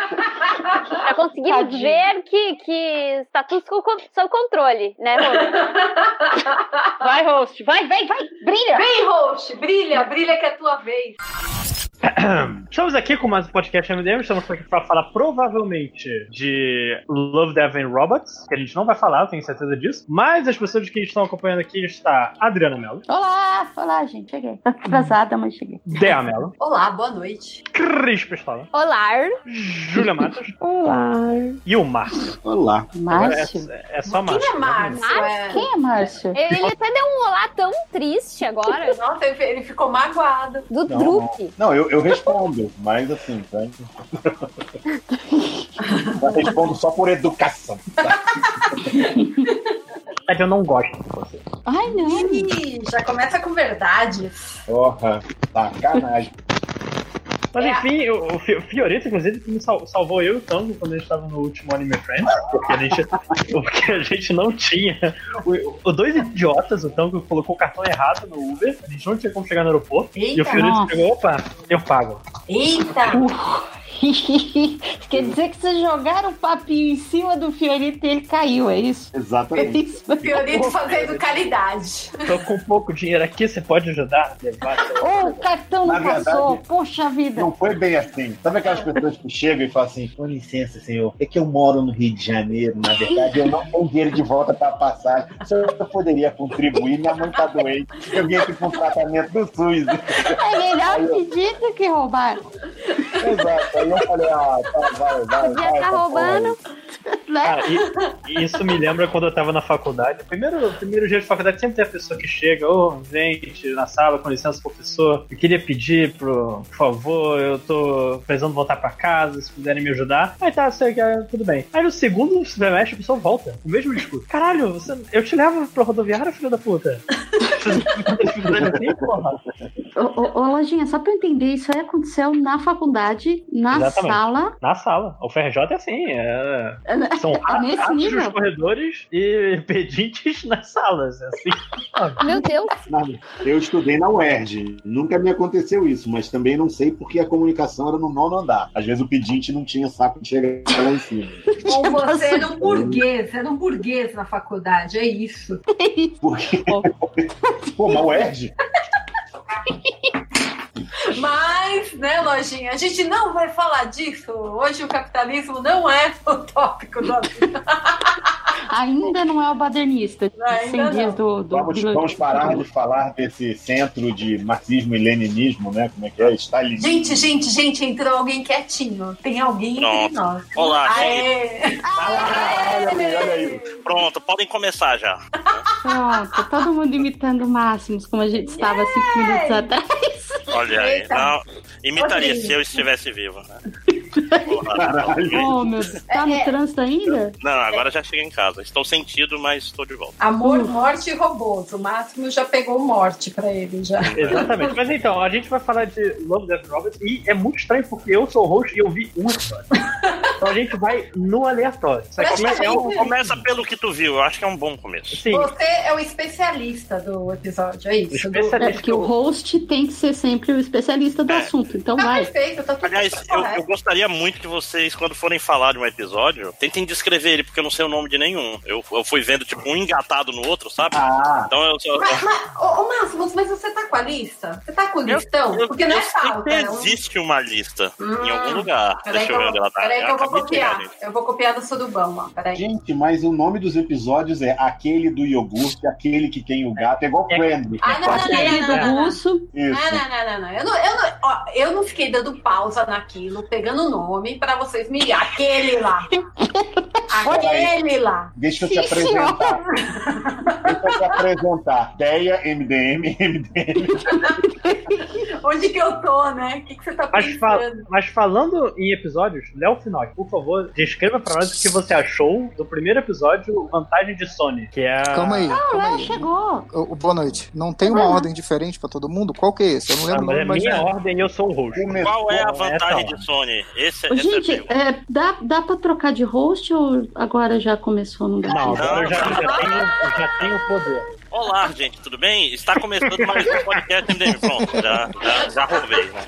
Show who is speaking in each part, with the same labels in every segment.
Speaker 1: Tá conseguindo
Speaker 2: Tadinho.
Speaker 1: ver que, que está tudo sob con- sob controle, né, Rô?
Speaker 2: Vai, host. Vai, vem, vai.
Speaker 1: Brilha!
Speaker 3: Vem, host, brilha, brilha que é a tua vez.
Speaker 4: Estamos aqui com mais um podcast MDM, estamos aqui para falar provavelmente de Love, Death and Robots, que a gente não vai falar, eu tenho certeza disso, mas as pessoas que estão acompanhando aqui está Adriana Mello,
Speaker 2: Olá, Ah, olá, gente. Cheguei. Atrasada, mas cheguei.
Speaker 4: Dea Mello,
Speaker 3: Olá, boa noite.
Speaker 4: Cris Pistola,
Speaker 1: Olá!
Speaker 4: Júlia Matos
Speaker 2: Olá.
Speaker 4: e o Márcio.
Speaker 5: Olá.
Speaker 2: Márcio?
Speaker 4: É, é só Márcio.
Speaker 3: Quem é Márcio? É.
Speaker 2: Quem é Márcio?
Speaker 1: Ele até deu um olá tão triste agora,
Speaker 3: Nossa, ele- ele ficou magoado.
Speaker 1: do
Speaker 5: Não,
Speaker 1: Drup.
Speaker 5: Não, eu, eu respondo, mas assim, tá? Eu respondo só por educação.
Speaker 4: É que eu não gosto de você.
Speaker 2: Ai, não.
Speaker 3: Ih, já começa com verdades.
Speaker 5: Porra, sacanagem.
Speaker 4: Mas
Speaker 3: É.
Speaker 4: enfim, o, o Fi- o Fiorito, inclusive, que me sal- salvou eu e o Tango quando a gente estava no último Anime Friends, porque a gente, porque a gente não tinha. O, o- dois idiotas, o Tango colocou o cartão errado no Uber, a gente não tinha como chegar no aeroporto. E o
Speaker 3: Eita,
Speaker 4: Fiorito
Speaker 2: nossa.
Speaker 4: pegou, opa, eu pago.
Speaker 3: eita.
Speaker 2: Quer dizer que vocês jogaram um papinho em cima do Fiorito e ele caiu, é isso? É
Speaker 5: Exatamente.
Speaker 2: isso.
Speaker 3: Fiorito fazendo caridade.
Speaker 4: Tô com pouco dinheiro aqui, você pode ajudar? Levar.
Speaker 2: Ô, o cartão não
Speaker 5: Na verdade,
Speaker 2: passou. Poxa vida.
Speaker 5: Não foi bem assim. Sabe aquelas pessoas que chegam e falam assim: com licença, senhor, é que eu moro no Rio de Janeiro, na verdade, eu não tenho dinheiro de volta para passagem. O senhor poderia contribuir, minha mãe tá doente. Eu vim aqui com tratamento do SUS.
Speaker 2: É melhor pedir do que roubar.
Speaker 5: Exato. Aí eu falei: ah, tá, vai, vai.
Speaker 1: Podia tá
Speaker 5: vai, papai.
Speaker 1: roubando.
Speaker 2: Né?
Speaker 4: Cara, e- e isso me lembra quando eu tava na faculdade. Primeiro, primeiro dia de faculdade sempre tem a pessoa que chega, ô, gente, na sala, com licença, professor. Eu queria pedir, pro, por favor, eu tô precisando voltar pra casa, se puderem me ajudar. Aí tá, sei que é, tudo bem. Aí no segundo semestre a pessoa volta, o mesmo discurso. Caralho, você- eu te levo pra rodoviária, filho da puta. Vocês não têm dificuldade assim, porra?
Speaker 2: Ô, ô, ô, Lojinha, só pra eu entender, isso aí aconteceu na faculdade, na
Speaker 4: Exatamente.
Speaker 2: sala.
Speaker 4: Na sala. O FRJ é assim, é... São
Speaker 2: nesse
Speaker 4: ratos nos
Speaker 2: nível?
Speaker 4: corredores e pedintes nas salas. É assim.
Speaker 1: Meu Deus!
Speaker 5: Sabe, Eu estudei na UERJ, nunca me aconteceu isso, mas também não sei porque a comunicação era no nono andar. Às vezes o pedinte não tinha saco de chegar lá em cima.
Speaker 3: Ou você era um burguês, era um burguês na faculdade, é isso.
Speaker 5: Porque... Pô, mas UERJ?
Speaker 3: Mas, né, lojinha, a gente não vai falar disso. Hoje o capitalismo não é o tópico do
Speaker 2: Ainda não é o badernista.
Speaker 3: Ainda
Speaker 2: 100 dias
Speaker 3: não.
Speaker 2: do, do,
Speaker 5: Vamos,
Speaker 2: do-
Speaker 5: vamos parar de falar desse centro de marxismo e leninismo, né? Como é que é? Stalinismo.
Speaker 3: Gente, gente, gente, entrou alguém quietinho. Tem alguém entre
Speaker 6: Nossa.
Speaker 3: nós.
Speaker 6: Olá, gente.
Speaker 3: Aê!
Speaker 6: Ah,
Speaker 5: Olha aí, olha aí.
Speaker 6: Pronto, podem começar já.
Speaker 2: Pronto, todo mundo imitando o Máximos, como a gente estava cinco minutos atrás.
Speaker 6: Olha aí.
Speaker 3: Eita.
Speaker 6: Não, imitaria
Speaker 3: Olha aí.
Speaker 6: se eu estivesse vivo. né?
Speaker 5: Caralho.
Speaker 2: Oh, meu Deus, tá
Speaker 3: É,
Speaker 2: no trânsito ainda?
Speaker 6: Não, agora já cheguei em casa. Estou sentido, mas estou de volta.
Speaker 3: Amor, morte e robôs. O Máximo já pegou morte pra ele já.
Speaker 4: Exatamente. Mas então, a gente vai falar de Love, Death and Robots e é muito estranho porque eu sou o host e eu vi uma história. Então a gente vai no aleatório. Isso aqui é um...
Speaker 6: Começa pelo que tu viu, eu acho que é um bom começo.
Speaker 4: Sim,
Speaker 3: Você é o especialista do episódio, é isso? Do-
Speaker 2: É
Speaker 4: especialista.
Speaker 2: porque o host tem que ser sempre o especialista do
Speaker 6: É.
Speaker 2: assunto, então
Speaker 3: Tá
Speaker 2: vai.
Speaker 3: perfeito, tá tudo
Speaker 6: Aliás, eu, eu
Speaker 3: correto.
Speaker 6: gostaria muito que vocês, quando forem falar de um episódio, tentem descrever ele, porque eu não sei o nome de nenhum. Eu, eu fui vendo, tipo, um engatado no outro, sabe?
Speaker 5: Ah,
Speaker 6: Então eu só.
Speaker 3: Mas, mas, ô, ô Máximo, mas você tá com a lista? Você tá com o listão?
Speaker 6: eu-
Speaker 3: Porque não
Speaker 6: eu
Speaker 3: é
Speaker 6: sei
Speaker 3: falta.
Speaker 6: que
Speaker 3: é um-
Speaker 6: existe uma lista em algum
Speaker 3: Hum.
Speaker 6: lugar.
Speaker 3: Peraí
Speaker 6: Deixa
Speaker 3: que
Speaker 6: eu ver
Speaker 3: eu,
Speaker 6: onde ela
Speaker 3: vou-
Speaker 6: tá.
Speaker 3: peraí que eu vou
Speaker 6: Acabei de pegar,
Speaker 3: copiar.
Speaker 6: gente.
Speaker 3: Eu vou copiar do Sudubão, ó. Peraí.
Speaker 5: gente, mas o nome dos episódios é aquele do iogurte, aquele que tem o gato, é igual
Speaker 4: É.
Speaker 5: Friendly.
Speaker 3: Ah, não, não, não,
Speaker 2: Aquele
Speaker 3: não,
Speaker 2: do
Speaker 3: não, não.
Speaker 2: russo.
Speaker 3: Ah,
Speaker 5: Isso.
Speaker 3: não, não, não, não. Eu não, eu, não, ó, eu não fiquei dando pausa naquilo, pegando o nome pra vocês me. Aquele lá. Aquele lá.
Speaker 5: Deixa eu te
Speaker 2: Sim,
Speaker 5: apresentar. Deixa eu te apresentar. Deia, MDM, MDM.
Speaker 3: Onde que eu tô, né? O que, que você tá
Speaker 4: Mas, fa-
Speaker 3: pensando?
Speaker 4: mas falando em episódios, Léo Finock, por favor, descreva pra nós o que você achou do primeiro episódio, Vantagem de Sony, que é...
Speaker 7: Calma aí.
Speaker 2: O
Speaker 7: calma
Speaker 2: Léo
Speaker 7: aí.
Speaker 2: chegou.
Speaker 7: Ô, ô, boa noite. Não tem uma
Speaker 2: Não.
Speaker 7: ordem diferente pra todo mundo? Qual que é esse? Eu não
Speaker 4: Ah,
Speaker 7: lembro o
Speaker 4: mas
Speaker 7: nome,
Speaker 4: é
Speaker 7: mas
Speaker 4: minha ordem e eu sou o host.
Speaker 5: Começou
Speaker 6: Qual é a
Speaker 4: Bom, essa
Speaker 6: vantagem
Speaker 4: lá.
Speaker 6: de Sony? Esse,
Speaker 2: Ô,
Speaker 6: esse
Speaker 2: Gente,
Speaker 6: é meu.
Speaker 2: é, dá, dá pra trocar de host ou agora já começou? Não dá.
Speaker 4: Não, agora eu já,
Speaker 6: Não.
Speaker 4: já tenho, eu já tenho poder.
Speaker 6: Olá, gente, tudo bem? Está começando mais um podcast MDM. Pronto, já, já, já roubei, né?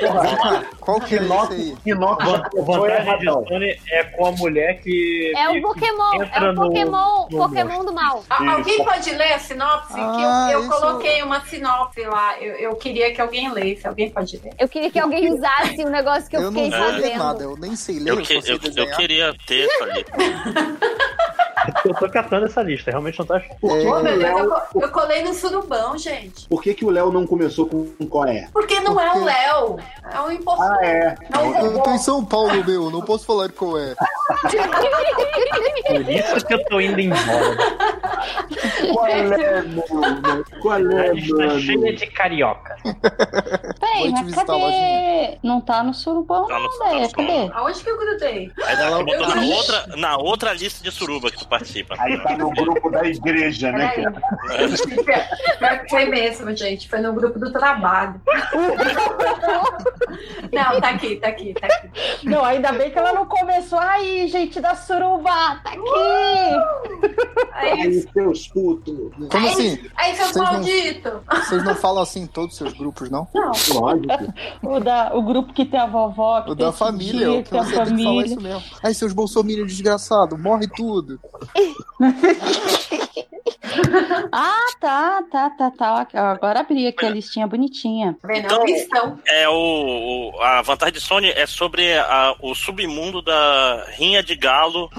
Speaker 7: Vem cá, qual que é esse aí?
Speaker 5: Inox já
Speaker 8: A
Speaker 5: começou
Speaker 8: vantagem de
Speaker 5: erradão.
Speaker 8: Sony é com a mulher que.
Speaker 1: É o
Speaker 8: meio que
Speaker 1: Pokémon, é
Speaker 8: entra
Speaker 1: o
Speaker 8: no-
Speaker 1: Pokémon,
Speaker 8: no
Speaker 1: Pokémon do mal.
Speaker 3: A-
Speaker 5: Isso.
Speaker 3: Alguém pode ler a sinopse? Que eu-
Speaker 7: Ah,
Speaker 3: eu,
Speaker 7: isso.
Speaker 3: coloquei uma sinopse lá. Eu, eu queria que alguém lesse. Alguém pode ler?
Speaker 1: Eu queria que alguém usasse o negócio que eu,
Speaker 7: Eu não
Speaker 1: fiquei
Speaker 7: sei ler
Speaker 1: fazendo.
Speaker 7: nada, eu nem sei ler,
Speaker 6: Eu,
Speaker 7: eu,
Speaker 6: que-
Speaker 7: só sei
Speaker 6: eu- eu
Speaker 7: desenhar.
Speaker 6: queria ter essa ali.
Speaker 8: Eu tô catando essa lista, realmente não tá achando.
Speaker 7: É.
Speaker 5: Por que
Speaker 3: Ô, meu
Speaker 5: que o
Speaker 3: Deus, eu,
Speaker 5: Léo-
Speaker 3: co- eu colei no surubão, gente.
Speaker 5: Por que, que o Léo não começou com um Coé?
Speaker 3: Porque não é o Léo. É um impostor.
Speaker 5: Ah, é.
Speaker 3: Não
Speaker 7: Eu tô
Speaker 3: roubou.
Speaker 7: em São Paulo, meu, não posso falar qual é.
Speaker 8: Por isso que eu tô indo embora.
Speaker 5: Qual é, mano? Qual
Speaker 8: A
Speaker 5: é,
Speaker 8: lista cheia
Speaker 5: mano?
Speaker 8: de carioca.
Speaker 2: Peraí,
Speaker 7: Vou te
Speaker 2: mas
Speaker 7: visitar
Speaker 2: cadê? Não tá no surubão,
Speaker 6: Tá no-
Speaker 2: não,
Speaker 6: tá no
Speaker 2: velho.
Speaker 6: surubão.
Speaker 2: Cadê?
Speaker 3: Aonde que eu grudei?
Speaker 6: Aí tá
Speaker 7: Ela- é
Speaker 6: botando na
Speaker 3: Ixi.
Speaker 6: outra, na outra lista de suruba que tu participa.
Speaker 5: Aí tá no grupo da igreja, né,
Speaker 3: Peraí.
Speaker 5: cara?
Speaker 3: Pior que Foi mesmo, gente. Foi no grupo do trabalho. Não, tá aqui, tá aqui, tá aqui.
Speaker 2: Não, ainda bem que ela não começou aí, gente da suruba. Tá aqui.
Speaker 3: Uh! Aí,
Speaker 5: Aí, seus putos.
Speaker 7: Como assim?
Speaker 3: aí seus
Speaker 7: Vocês não-
Speaker 3: malditos.
Speaker 7: Vocês não falam assim em todos os seus grupos, não?
Speaker 5: Lógico.
Speaker 2: O, da, o grupo que tem a vovó. Que
Speaker 7: O
Speaker 2: tem
Speaker 7: da
Speaker 2: tia,
Speaker 7: família, o que
Speaker 2: tem a
Speaker 7: você tem que falar
Speaker 2: família.
Speaker 7: isso mesmo. Ai, seus bolsominions desgraçados, morre tudo.
Speaker 2: Ah, tá, tá, tá, tá. Ó, Agora abri aqui a listinha bonitinha.
Speaker 3: Tá vendo? É
Speaker 6: Então-
Speaker 3: um cristão.
Speaker 6: É o, o- a vantagem de Sony é sobre a- o submundo da rinha de galo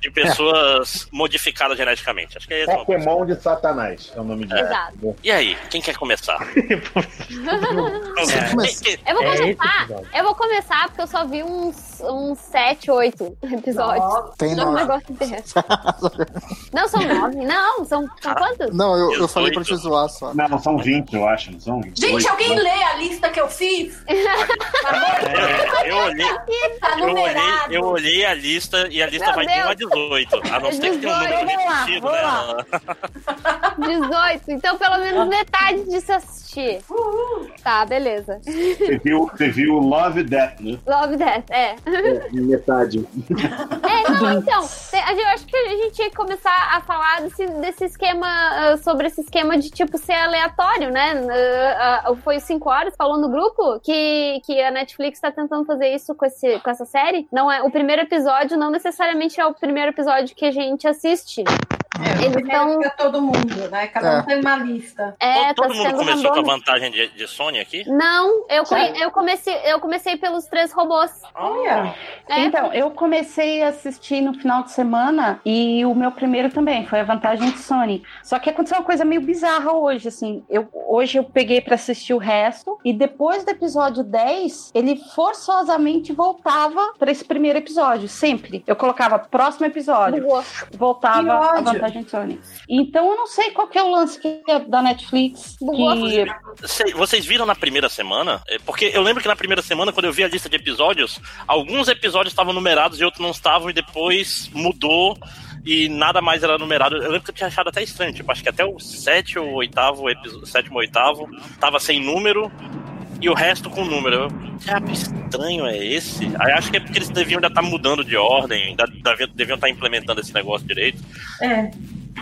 Speaker 6: de pessoas modificadas geneticamente. Acho que é esse. o nome.
Speaker 5: Pokémon de Satanás é o nome disso.
Speaker 1: Exato.
Speaker 6: E aí, quem quer começar?
Speaker 7: Você começa.
Speaker 6: Quem- quem-
Speaker 1: Eu vou
Speaker 8: É esse
Speaker 1: começar.
Speaker 8: episódio.
Speaker 1: Eu vou começar porque eu só vi uns, uns 7, 8 episódios.
Speaker 3: Ó,
Speaker 7: Tem
Speaker 1: Não, o
Speaker 7: nove.
Speaker 1: negócio interessa. Não, são nove. Não, são, são quantos?
Speaker 7: Não, eu, eu falei pra te
Speaker 6: Dezoito.
Speaker 7: zoar só.
Speaker 5: Não, são 20, eu acho, não são 20.
Speaker 3: Gente, alguém lê a lista que eu fiz?
Speaker 6: é, eu olhei,
Speaker 3: Tá
Speaker 6: eu
Speaker 3: numerado.
Speaker 6: olhei, eu olhei a lista e a lista
Speaker 1: Meu
Speaker 6: vai de 1 a
Speaker 1: Deus.
Speaker 6: 18. A não ser que tenha um
Speaker 1: 18,
Speaker 6: número
Speaker 2: vamos lá,
Speaker 6: repetido,
Speaker 2: vamos
Speaker 6: né?
Speaker 2: lá.
Speaker 1: 18. Então, pelo
Speaker 6: Ah.
Speaker 1: menos metade disso eu assisti. Tá, beleza.
Speaker 5: Você viu, você viu Love Death, né?
Speaker 1: Love Death, é.
Speaker 5: Metade.
Speaker 1: É, não, então, te- a gente- eu acho que a gente tinha que começar a falar desse, desse esquema, ah, sobre esse esquema de, tipo, ser aleatório, né? Ah, ah, foi o 5 horas, falou no grupo, que, que a Netflix tá tentando fazer isso com, esse, com essa série. Não é, o primeiro episódio não necessariamente é o primeiro episódio que a gente assiste. Eles estão...
Speaker 3: É, Fica todo mundo, né? Cada um
Speaker 7: É.
Speaker 3: tem uma lista.
Speaker 1: É,
Speaker 6: Todo
Speaker 1: tá
Speaker 6: mundo
Speaker 1: sendo
Speaker 6: começou com a
Speaker 1: randômico.
Speaker 6: vantagem de, de Sony aqui?
Speaker 1: Não, eu, conhe- eu, comecei, eu comecei pelos três robôs.
Speaker 3: Olha.
Speaker 1: É,
Speaker 2: Então, eu comecei a assistir no final de semana e o meu primeiro também foi a vantagem de Sony. Só que aconteceu uma coisa meio bizarra hoje, assim. Eu, hoje eu peguei pra assistir o resto e depois do episódio 10, ele forçosamente voltava pra esse primeiro episódio, sempre. Eu colocava próximo episódio,
Speaker 1: bugou.
Speaker 3: Que
Speaker 2: voltava a
Speaker 3: ódio.
Speaker 2: vantagem de Sony. Então eu não sei qual que é o lance que é da Netflix
Speaker 1: Bugou a
Speaker 2: que
Speaker 6: Cê- Vocês viram na primeira semana? É, Porque eu lembro que na primeira semana, quando eu vi a lista de episódios, alguns episódios estavam numerados e outros não estavam, e depois mudou e nada mais era numerado. Eu lembro que eu tinha achado até estranho, tipo, acho que até o sete ou oitavo episódio, sétimo ou oitavo, tava sem número e o resto com número. Eu, que rap estranho é esse? Aí acho que é porque eles deviam já estar mudando de ordem, ainda deviam- deviam estar implementando esse negócio direito.
Speaker 3: É.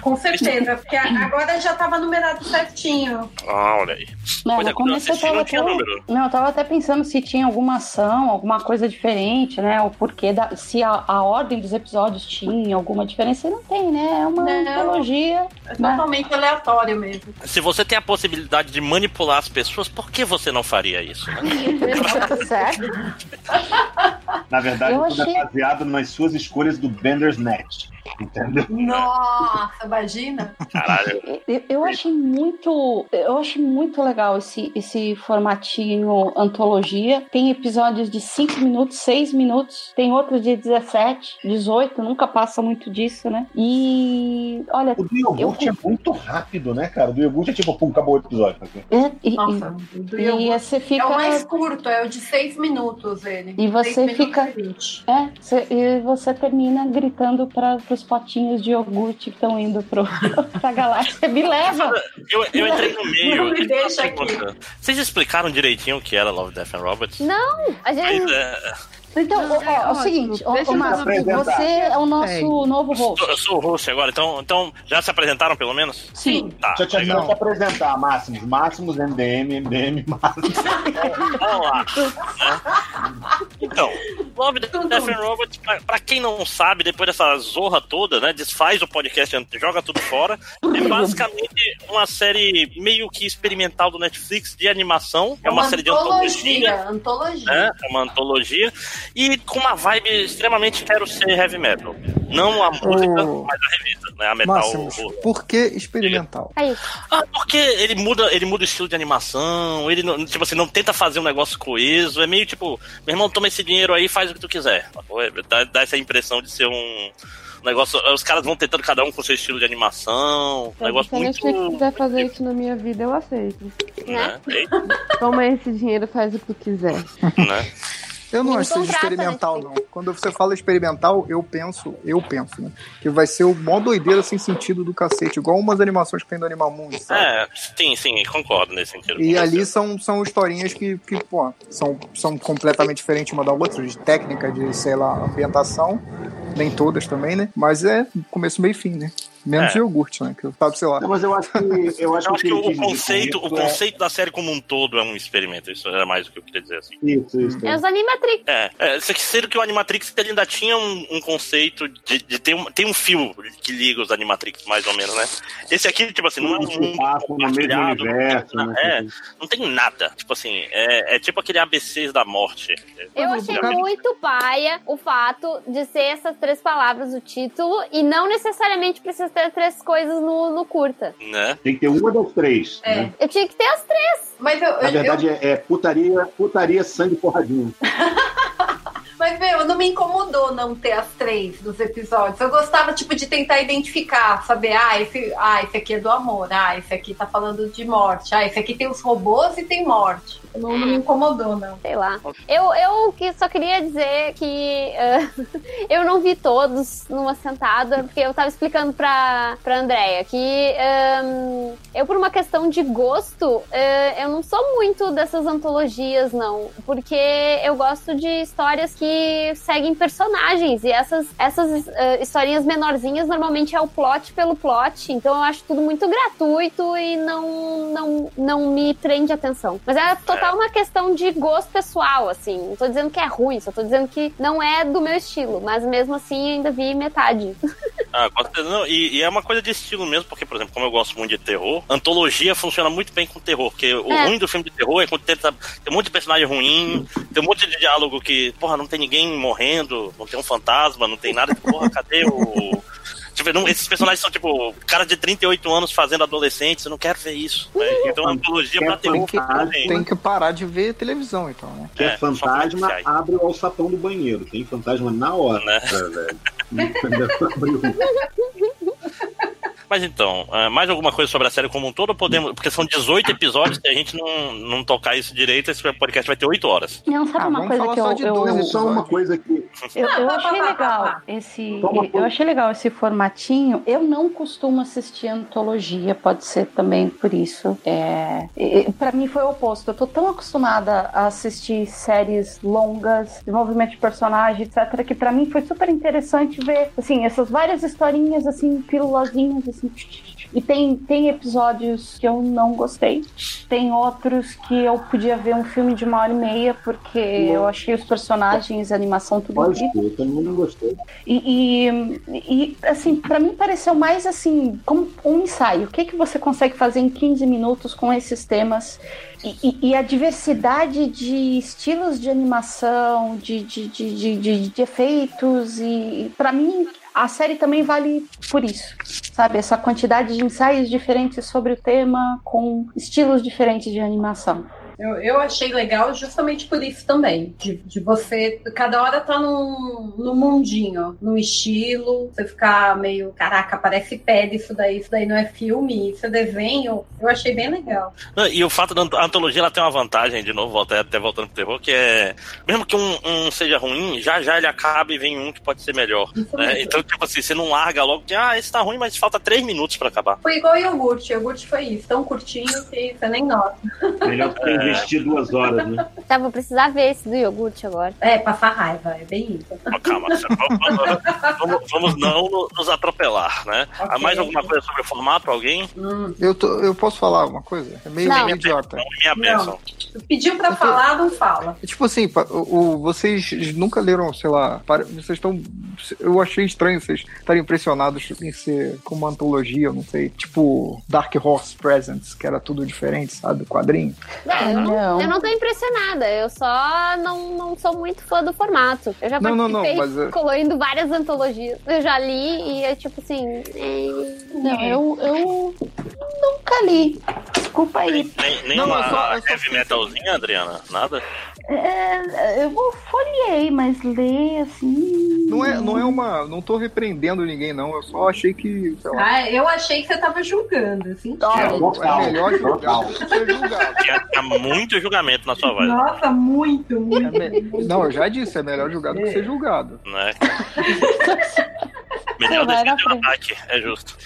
Speaker 3: Com certeza, porque a- agora já tava numerado certinho.
Speaker 6: Ah, olha aí.
Speaker 2: Não,
Speaker 6: Pois é,
Speaker 2: no
Speaker 6: quando eu
Speaker 2: começo eu
Speaker 6: assisti,
Speaker 2: tava
Speaker 5: um
Speaker 6: não tinha
Speaker 2: até-
Speaker 6: número.
Speaker 2: não, eu tava até pensando se tinha alguma ação, alguma coisa diferente, né? O porquê da. Se a, a ordem dos episódios tinha alguma diferença, e não tem, né? É uma
Speaker 3: Não.
Speaker 2: antologia.
Speaker 3: É totalmente aleatório mesmo.
Speaker 6: Se você tem a possibilidade de manipular as pessoas, por que você não faria isso? né?
Speaker 2: Certo?
Speaker 5: Na verdade,
Speaker 2: Eu
Speaker 5: tudo
Speaker 2: achei-
Speaker 5: é baseado nas suas escolhas do Bender's Net. Entendeu?
Speaker 3: Nossa, imagina.
Speaker 6: Caralho.
Speaker 2: Eu, eu achei muito. Eu achei muito legal esse, esse formatinho antologia. Tem episódios de 5 minutos, 6 minutos, tem outros de 17, 18, nunca passa muito disso, né? E olha,
Speaker 5: O do iogurte é muito rápido, né, cara? O do iogurte é tipo, pum, acabou o episódio. tá vendo?
Speaker 2: é- e-
Speaker 3: Nossa, o do
Speaker 2: e, e
Speaker 3: iogurte.
Speaker 2: você fica.
Speaker 3: É o mais curto, é o de seis minutos ele.
Speaker 2: E você
Speaker 3: Seis minutos
Speaker 2: fica-
Speaker 3: e vinte.
Speaker 2: É, cê- e você termina gritando para os potinhos de iogurte que estão indo pro, pra galáxia. Me leva!
Speaker 6: Eu, eu entrei no meio.
Speaker 3: Não me
Speaker 6: entrei
Speaker 3: deixa
Speaker 6: na segunda. Vocês explicaram direitinho o que era Love, Death and Robots?
Speaker 1: A gente,
Speaker 6: Mas, é,
Speaker 2: Então, ó, ó, é o
Speaker 9: ótimo.
Speaker 2: seguinte, ô,
Speaker 9: Deixa
Speaker 2: ô,
Speaker 9: eu
Speaker 2: Márcio,
Speaker 5: apresentar.
Speaker 2: você é o nosso
Speaker 9: Ei.
Speaker 2: novo host.
Speaker 6: Sou- Eu sou o host agora, então, então já se apresentaram pelo menos?
Speaker 2: Sim.
Speaker 6: Tá,
Speaker 5: Deixa eu te
Speaker 6: legal.
Speaker 5: ajudar a apresentar, Máximos. Máximos, MDM, MDM, Máximos.
Speaker 6: Vamos lá. né? Então, Love, Death and Robots, pra, pra quem não sabe, depois dessa zorra toda, né, desfaz o podcast, joga tudo fora, é basicamente uma série meio que experimental do Netflix de animação, é uma, série de antologia,
Speaker 3: antologia. Antologia.
Speaker 6: né, é uma antologia, e com uma vibe extremamente quero ser heavy metal. Não a música,
Speaker 7: Oh.
Speaker 6: mas a revista, né, a metal...
Speaker 7: Máximos, por que experimental?
Speaker 1: Aí,
Speaker 6: Ah, porque ele muda, ele muda o estilo de animação, ele não, tipo assim, não tenta fazer um negócio coeso, é meio tipo, meu irmão, toma esse dinheiro aí, faz o que tu quiser. sacou? É, Dá, dá essa impressão de ser um negócio, os caras vão tentando cada um com seu estilo de animação, um negócio
Speaker 9: se a
Speaker 6: muito,
Speaker 9: Netflix quiser fazer isso na minha vida, eu aceito.
Speaker 6: né?
Speaker 9: Toma esse dinheiro, faz o que tu quiser.
Speaker 6: né?
Speaker 7: Eu não
Speaker 1: Não
Speaker 7: acho que seja
Speaker 1: contrata,
Speaker 7: experimental,
Speaker 1: né?
Speaker 7: não. Quando você fala experimental, eu penso, eu penso, né? Que vai ser o mó doideira sem sentido do cacete, igual umas animações que tem do Animal Mundo, sabe?
Speaker 6: É, sim, sim, concordo nesse sentido.
Speaker 7: E
Speaker 6: com
Speaker 7: ali
Speaker 6: você.
Speaker 7: são, são historinhas que, que pô, são, são completamente diferentes uma da outra, de técnica, de, sei lá, ambientação. Nem todas também, né? Mas é começo, meio e fim, né? Menos
Speaker 6: É.
Speaker 7: de iogurte, né? Que eu sabe, sei lá.
Speaker 5: Não, mas eu acho que. Eu acho
Speaker 6: Eu acho
Speaker 5: que
Speaker 6: que
Speaker 5: ele quis
Speaker 6: o
Speaker 5: dizer com
Speaker 6: conceito, o
Speaker 5: isso é
Speaker 6: conceito da série como um todo é um experimento, isso era mais o que eu queria dizer assim.
Speaker 5: É... Isso, isso.
Speaker 1: é os Animatrix.
Speaker 6: É, é só que sendo que o Animatrix ele ainda tinha um, um conceito de, de ter um, tem um fio que liga os Animatrix, mais ou menos, né? Esse aqui, tipo assim, não é um
Speaker 5: Tudo se
Speaker 6: mundo
Speaker 5: passa no mesmo
Speaker 6: compartilhado,
Speaker 5: universo.
Speaker 6: não,
Speaker 5: né?
Speaker 6: tem, é, não tem nada. Tipo assim, é, é tipo aquele ABCs da morte.
Speaker 1: Eu achei
Speaker 7: Obrigado.
Speaker 1: muito paia o fato de ser essas três palavras o título e não necessariamente precisa ter três coisas no, no curta.
Speaker 6: Né?
Speaker 5: Tem que ter uma das três.
Speaker 3: É.
Speaker 5: Né?
Speaker 1: Eu tinha que ter as três.
Speaker 3: Mas eu,
Speaker 5: Na
Speaker 3: eu- eu
Speaker 5: verdade, é, é putaria, putaria, sangue e porradinho.
Speaker 3: Mas, meu, não me incomodou não ter as três dos episódios. Eu gostava, tipo, de tentar identificar, saber, ah, esse, ah, esse aqui é do amor, ah, esse aqui tá falando de morte, ah, esse aqui tem os robôs e tem morte. Não, não me incomodou, não.
Speaker 1: Sei lá. Eu, eu que só queria dizer que eh, eu não vi todos numa sentada, porque eu tava explicando pra, pra Andrea que ehm, eu, por uma questão de gosto, eh, eu não sou muito dessas antologias, não. Porque eu gosto de histórias que seguem personagens. E essas, essas eh, historinhas menorzinhas normalmente é o plot pelo plot. Então eu acho tudo muito gratuito e não, não, não me prende atenção. Mas é total uma questão de gosto pessoal, assim. Não tô dizendo que é ruim, só tô dizendo que não é do meu estilo. Mas mesmo assim, ainda vi metade.
Speaker 6: Ah, com certeza, não, e, e é uma coisa de estilo mesmo, porque, por exemplo, como eu gosto muito de terror, antologia funciona muito bem com terror, porque o
Speaker 1: É.
Speaker 6: ruim do filme de terror é quando tenta, tem um monte de personagem ruim, tem um monte de diálogo que, porra, não tem ninguém morrendo, não tem um fantasma, não tem nada, tipo, porra, cadê o... Tipo, não- esses personagens são, tipo, cara de 38 anos fazendo adolescentes, eu não quero ver isso. né? Então, a antologia
Speaker 5: é
Speaker 6: pra terror funciona bem.
Speaker 7: Tem que parar de ver televisão, então, né?
Speaker 5: Que é,
Speaker 6: É, só
Speaker 5: fantasma,
Speaker 6: pra iniciar.
Speaker 5: abre o alçapão do banheiro. Tem fantasma na hora,
Speaker 6: Né?
Speaker 5: velho. Abriu.
Speaker 6: Mas então, é, mais alguma coisa sobre a série como um todo? ou Podemos, porque são 18 episódios, se a gente não, não tocar isso direito, esse podcast vai ter 8 horas.
Speaker 2: Não, sabe
Speaker 7: Ah,
Speaker 2: uma
Speaker 7: vamos
Speaker 2: coisa
Speaker 7: falar
Speaker 2: que eu,
Speaker 7: só de
Speaker 2: eu,
Speaker 7: dois,
Speaker 5: Mas É só uma coisa que
Speaker 2: eu, eu
Speaker 3: Pá, pá,
Speaker 2: achei
Speaker 3: pá, pá,
Speaker 2: legal
Speaker 3: pá.
Speaker 2: esse
Speaker 5: Só uma
Speaker 2: eu
Speaker 5: coisa.
Speaker 2: achei legal esse formatinho. Eu não costumo assistir antologia, pode ser também por isso. É, e- e pra mim foi o oposto. Eu tô tão acostumada a assistir séries longas, desenvolvimento de personagem, etc, que pra mim foi super interessante ver assim essas várias historinhas assim, pílulazinhas assim. tch, tch, tch. E tem, tem episódios que eu não gostei. Tem outros que eu podia ver um filme de uma hora e meia, porque eu achei os personagens, a animação, tudo incrível.
Speaker 5: lógico, eu também não gostei.
Speaker 2: E, e- e, assim, pra mim pareceu mais assim, como um ensaio. O que, que você consegue fazer em 15 minutos com esses temas? E, e- e a diversidade de estilos de animação, de, de, de, de, de- de efeitos, e para mim a série também vale por isso, sabe? Essa quantidade de ensaios diferentes sobre o tema, com estilos diferentes de animação.
Speaker 3: Eu, eu achei legal justamente por isso também. De, de você. Cada hora tá num, num mundinho, num estilo. Você ficar meio, caraca, parece pele isso daí, isso daí não é filme, isso é desenho. Eu achei bem legal.
Speaker 6: Não, E o fato da ant- a antologia ela tem uma vantagem, de novo, volta- até voltando pro terror, que é. Mesmo que um, um seja ruim, já já ele acaba e vem um que pode ser melhor.
Speaker 3: Isso
Speaker 6: né?
Speaker 3: mesmo.
Speaker 6: Então, tipo assim, você não larga logo que, ah, esse tá ruim, mas falta três minutos pra acabar.
Speaker 3: Foi igual iogurte. Iogurte foi isso. Tão curtinho que você nem nota.
Speaker 6: É.
Speaker 5: Melhor que tem investir duas horas,
Speaker 7: Uhum.
Speaker 5: né?
Speaker 1: Tá, vou precisar ver esse do iogurte agora.
Speaker 3: É, passar raiva, é bem isso.
Speaker 6: Ó, calma, vamos, vamos- vamos não no- nos atropelar, né? Há mais alguma coisa sobre o formato? Alguém?
Speaker 7: Eu, tô- eu posso falar uma coisa? É meio,
Speaker 1: Não.
Speaker 7: meio Hum, idiota.
Speaker 6: Não, minha bênção.
Speaker 3: Pediu pra falar, não fala.
Speaker 7: É Tipo assim, pa- o, o- vocês nunca leram, sei lá, para- vocês estão. Eu achei estranho vocês estarem impressionados em ser com uma antologia, eu não sei, tipo Dark Horse Presents, que era tudo diferente, sabe? do Quadrinho.
Speaker 1: Não, É, eu,
Speaker 2: Não.
Speaker 1: não, eu não tô impressionada, eu só não, não sou muito fã do formato. Eu já
Speaker 7: Não, não, não,
Speaker 1: participei
Speaker 7: mas é-
Speaker 1: colorindo várias antologias. Eu já li e é tipo assim. é,
Speaker 2: Não, eu, eu nunca li. Desculpa aí.
Speaker 6: Nem, nem
Speaker 7: Não,
Speaker 6: uma
Speaker 7: eu só- eu só
Speaker 6: heavy
Speaker 7: fiquei-
Speaker 6: metalzinha, Adriana? Nada?
Speaker 2: É, eu folhei, mas ler assim.
Speaker 7: Não é, não é uma. Não tô repreendendo ninguém, não. Eu só achei que. Sei lá,
Speaker 3: Ah, eu achei que você tava julgando, assim.
Speaker 1: Ah,
Speaker 7: tá,
Speaker 5: total,
Speaker 7: é melhor julgar
Speaker 5: total.
Speaker 7: do que ser julgado.
Speaker 6: Tinha, tinha muito julgamento na sua voz,
Speaker 3: Nossa, muito, muito.
Speaker 7: É me- Não, eu já disse, é melhor julgar do que ser julgado.
Speaker 6: né?
Speaker 2: Vai
Speaker 6: Melhor
Speaker 2: na
Speaker 6: defender o
Speaker 2: frente.
Speaker 6: ataque, é justo.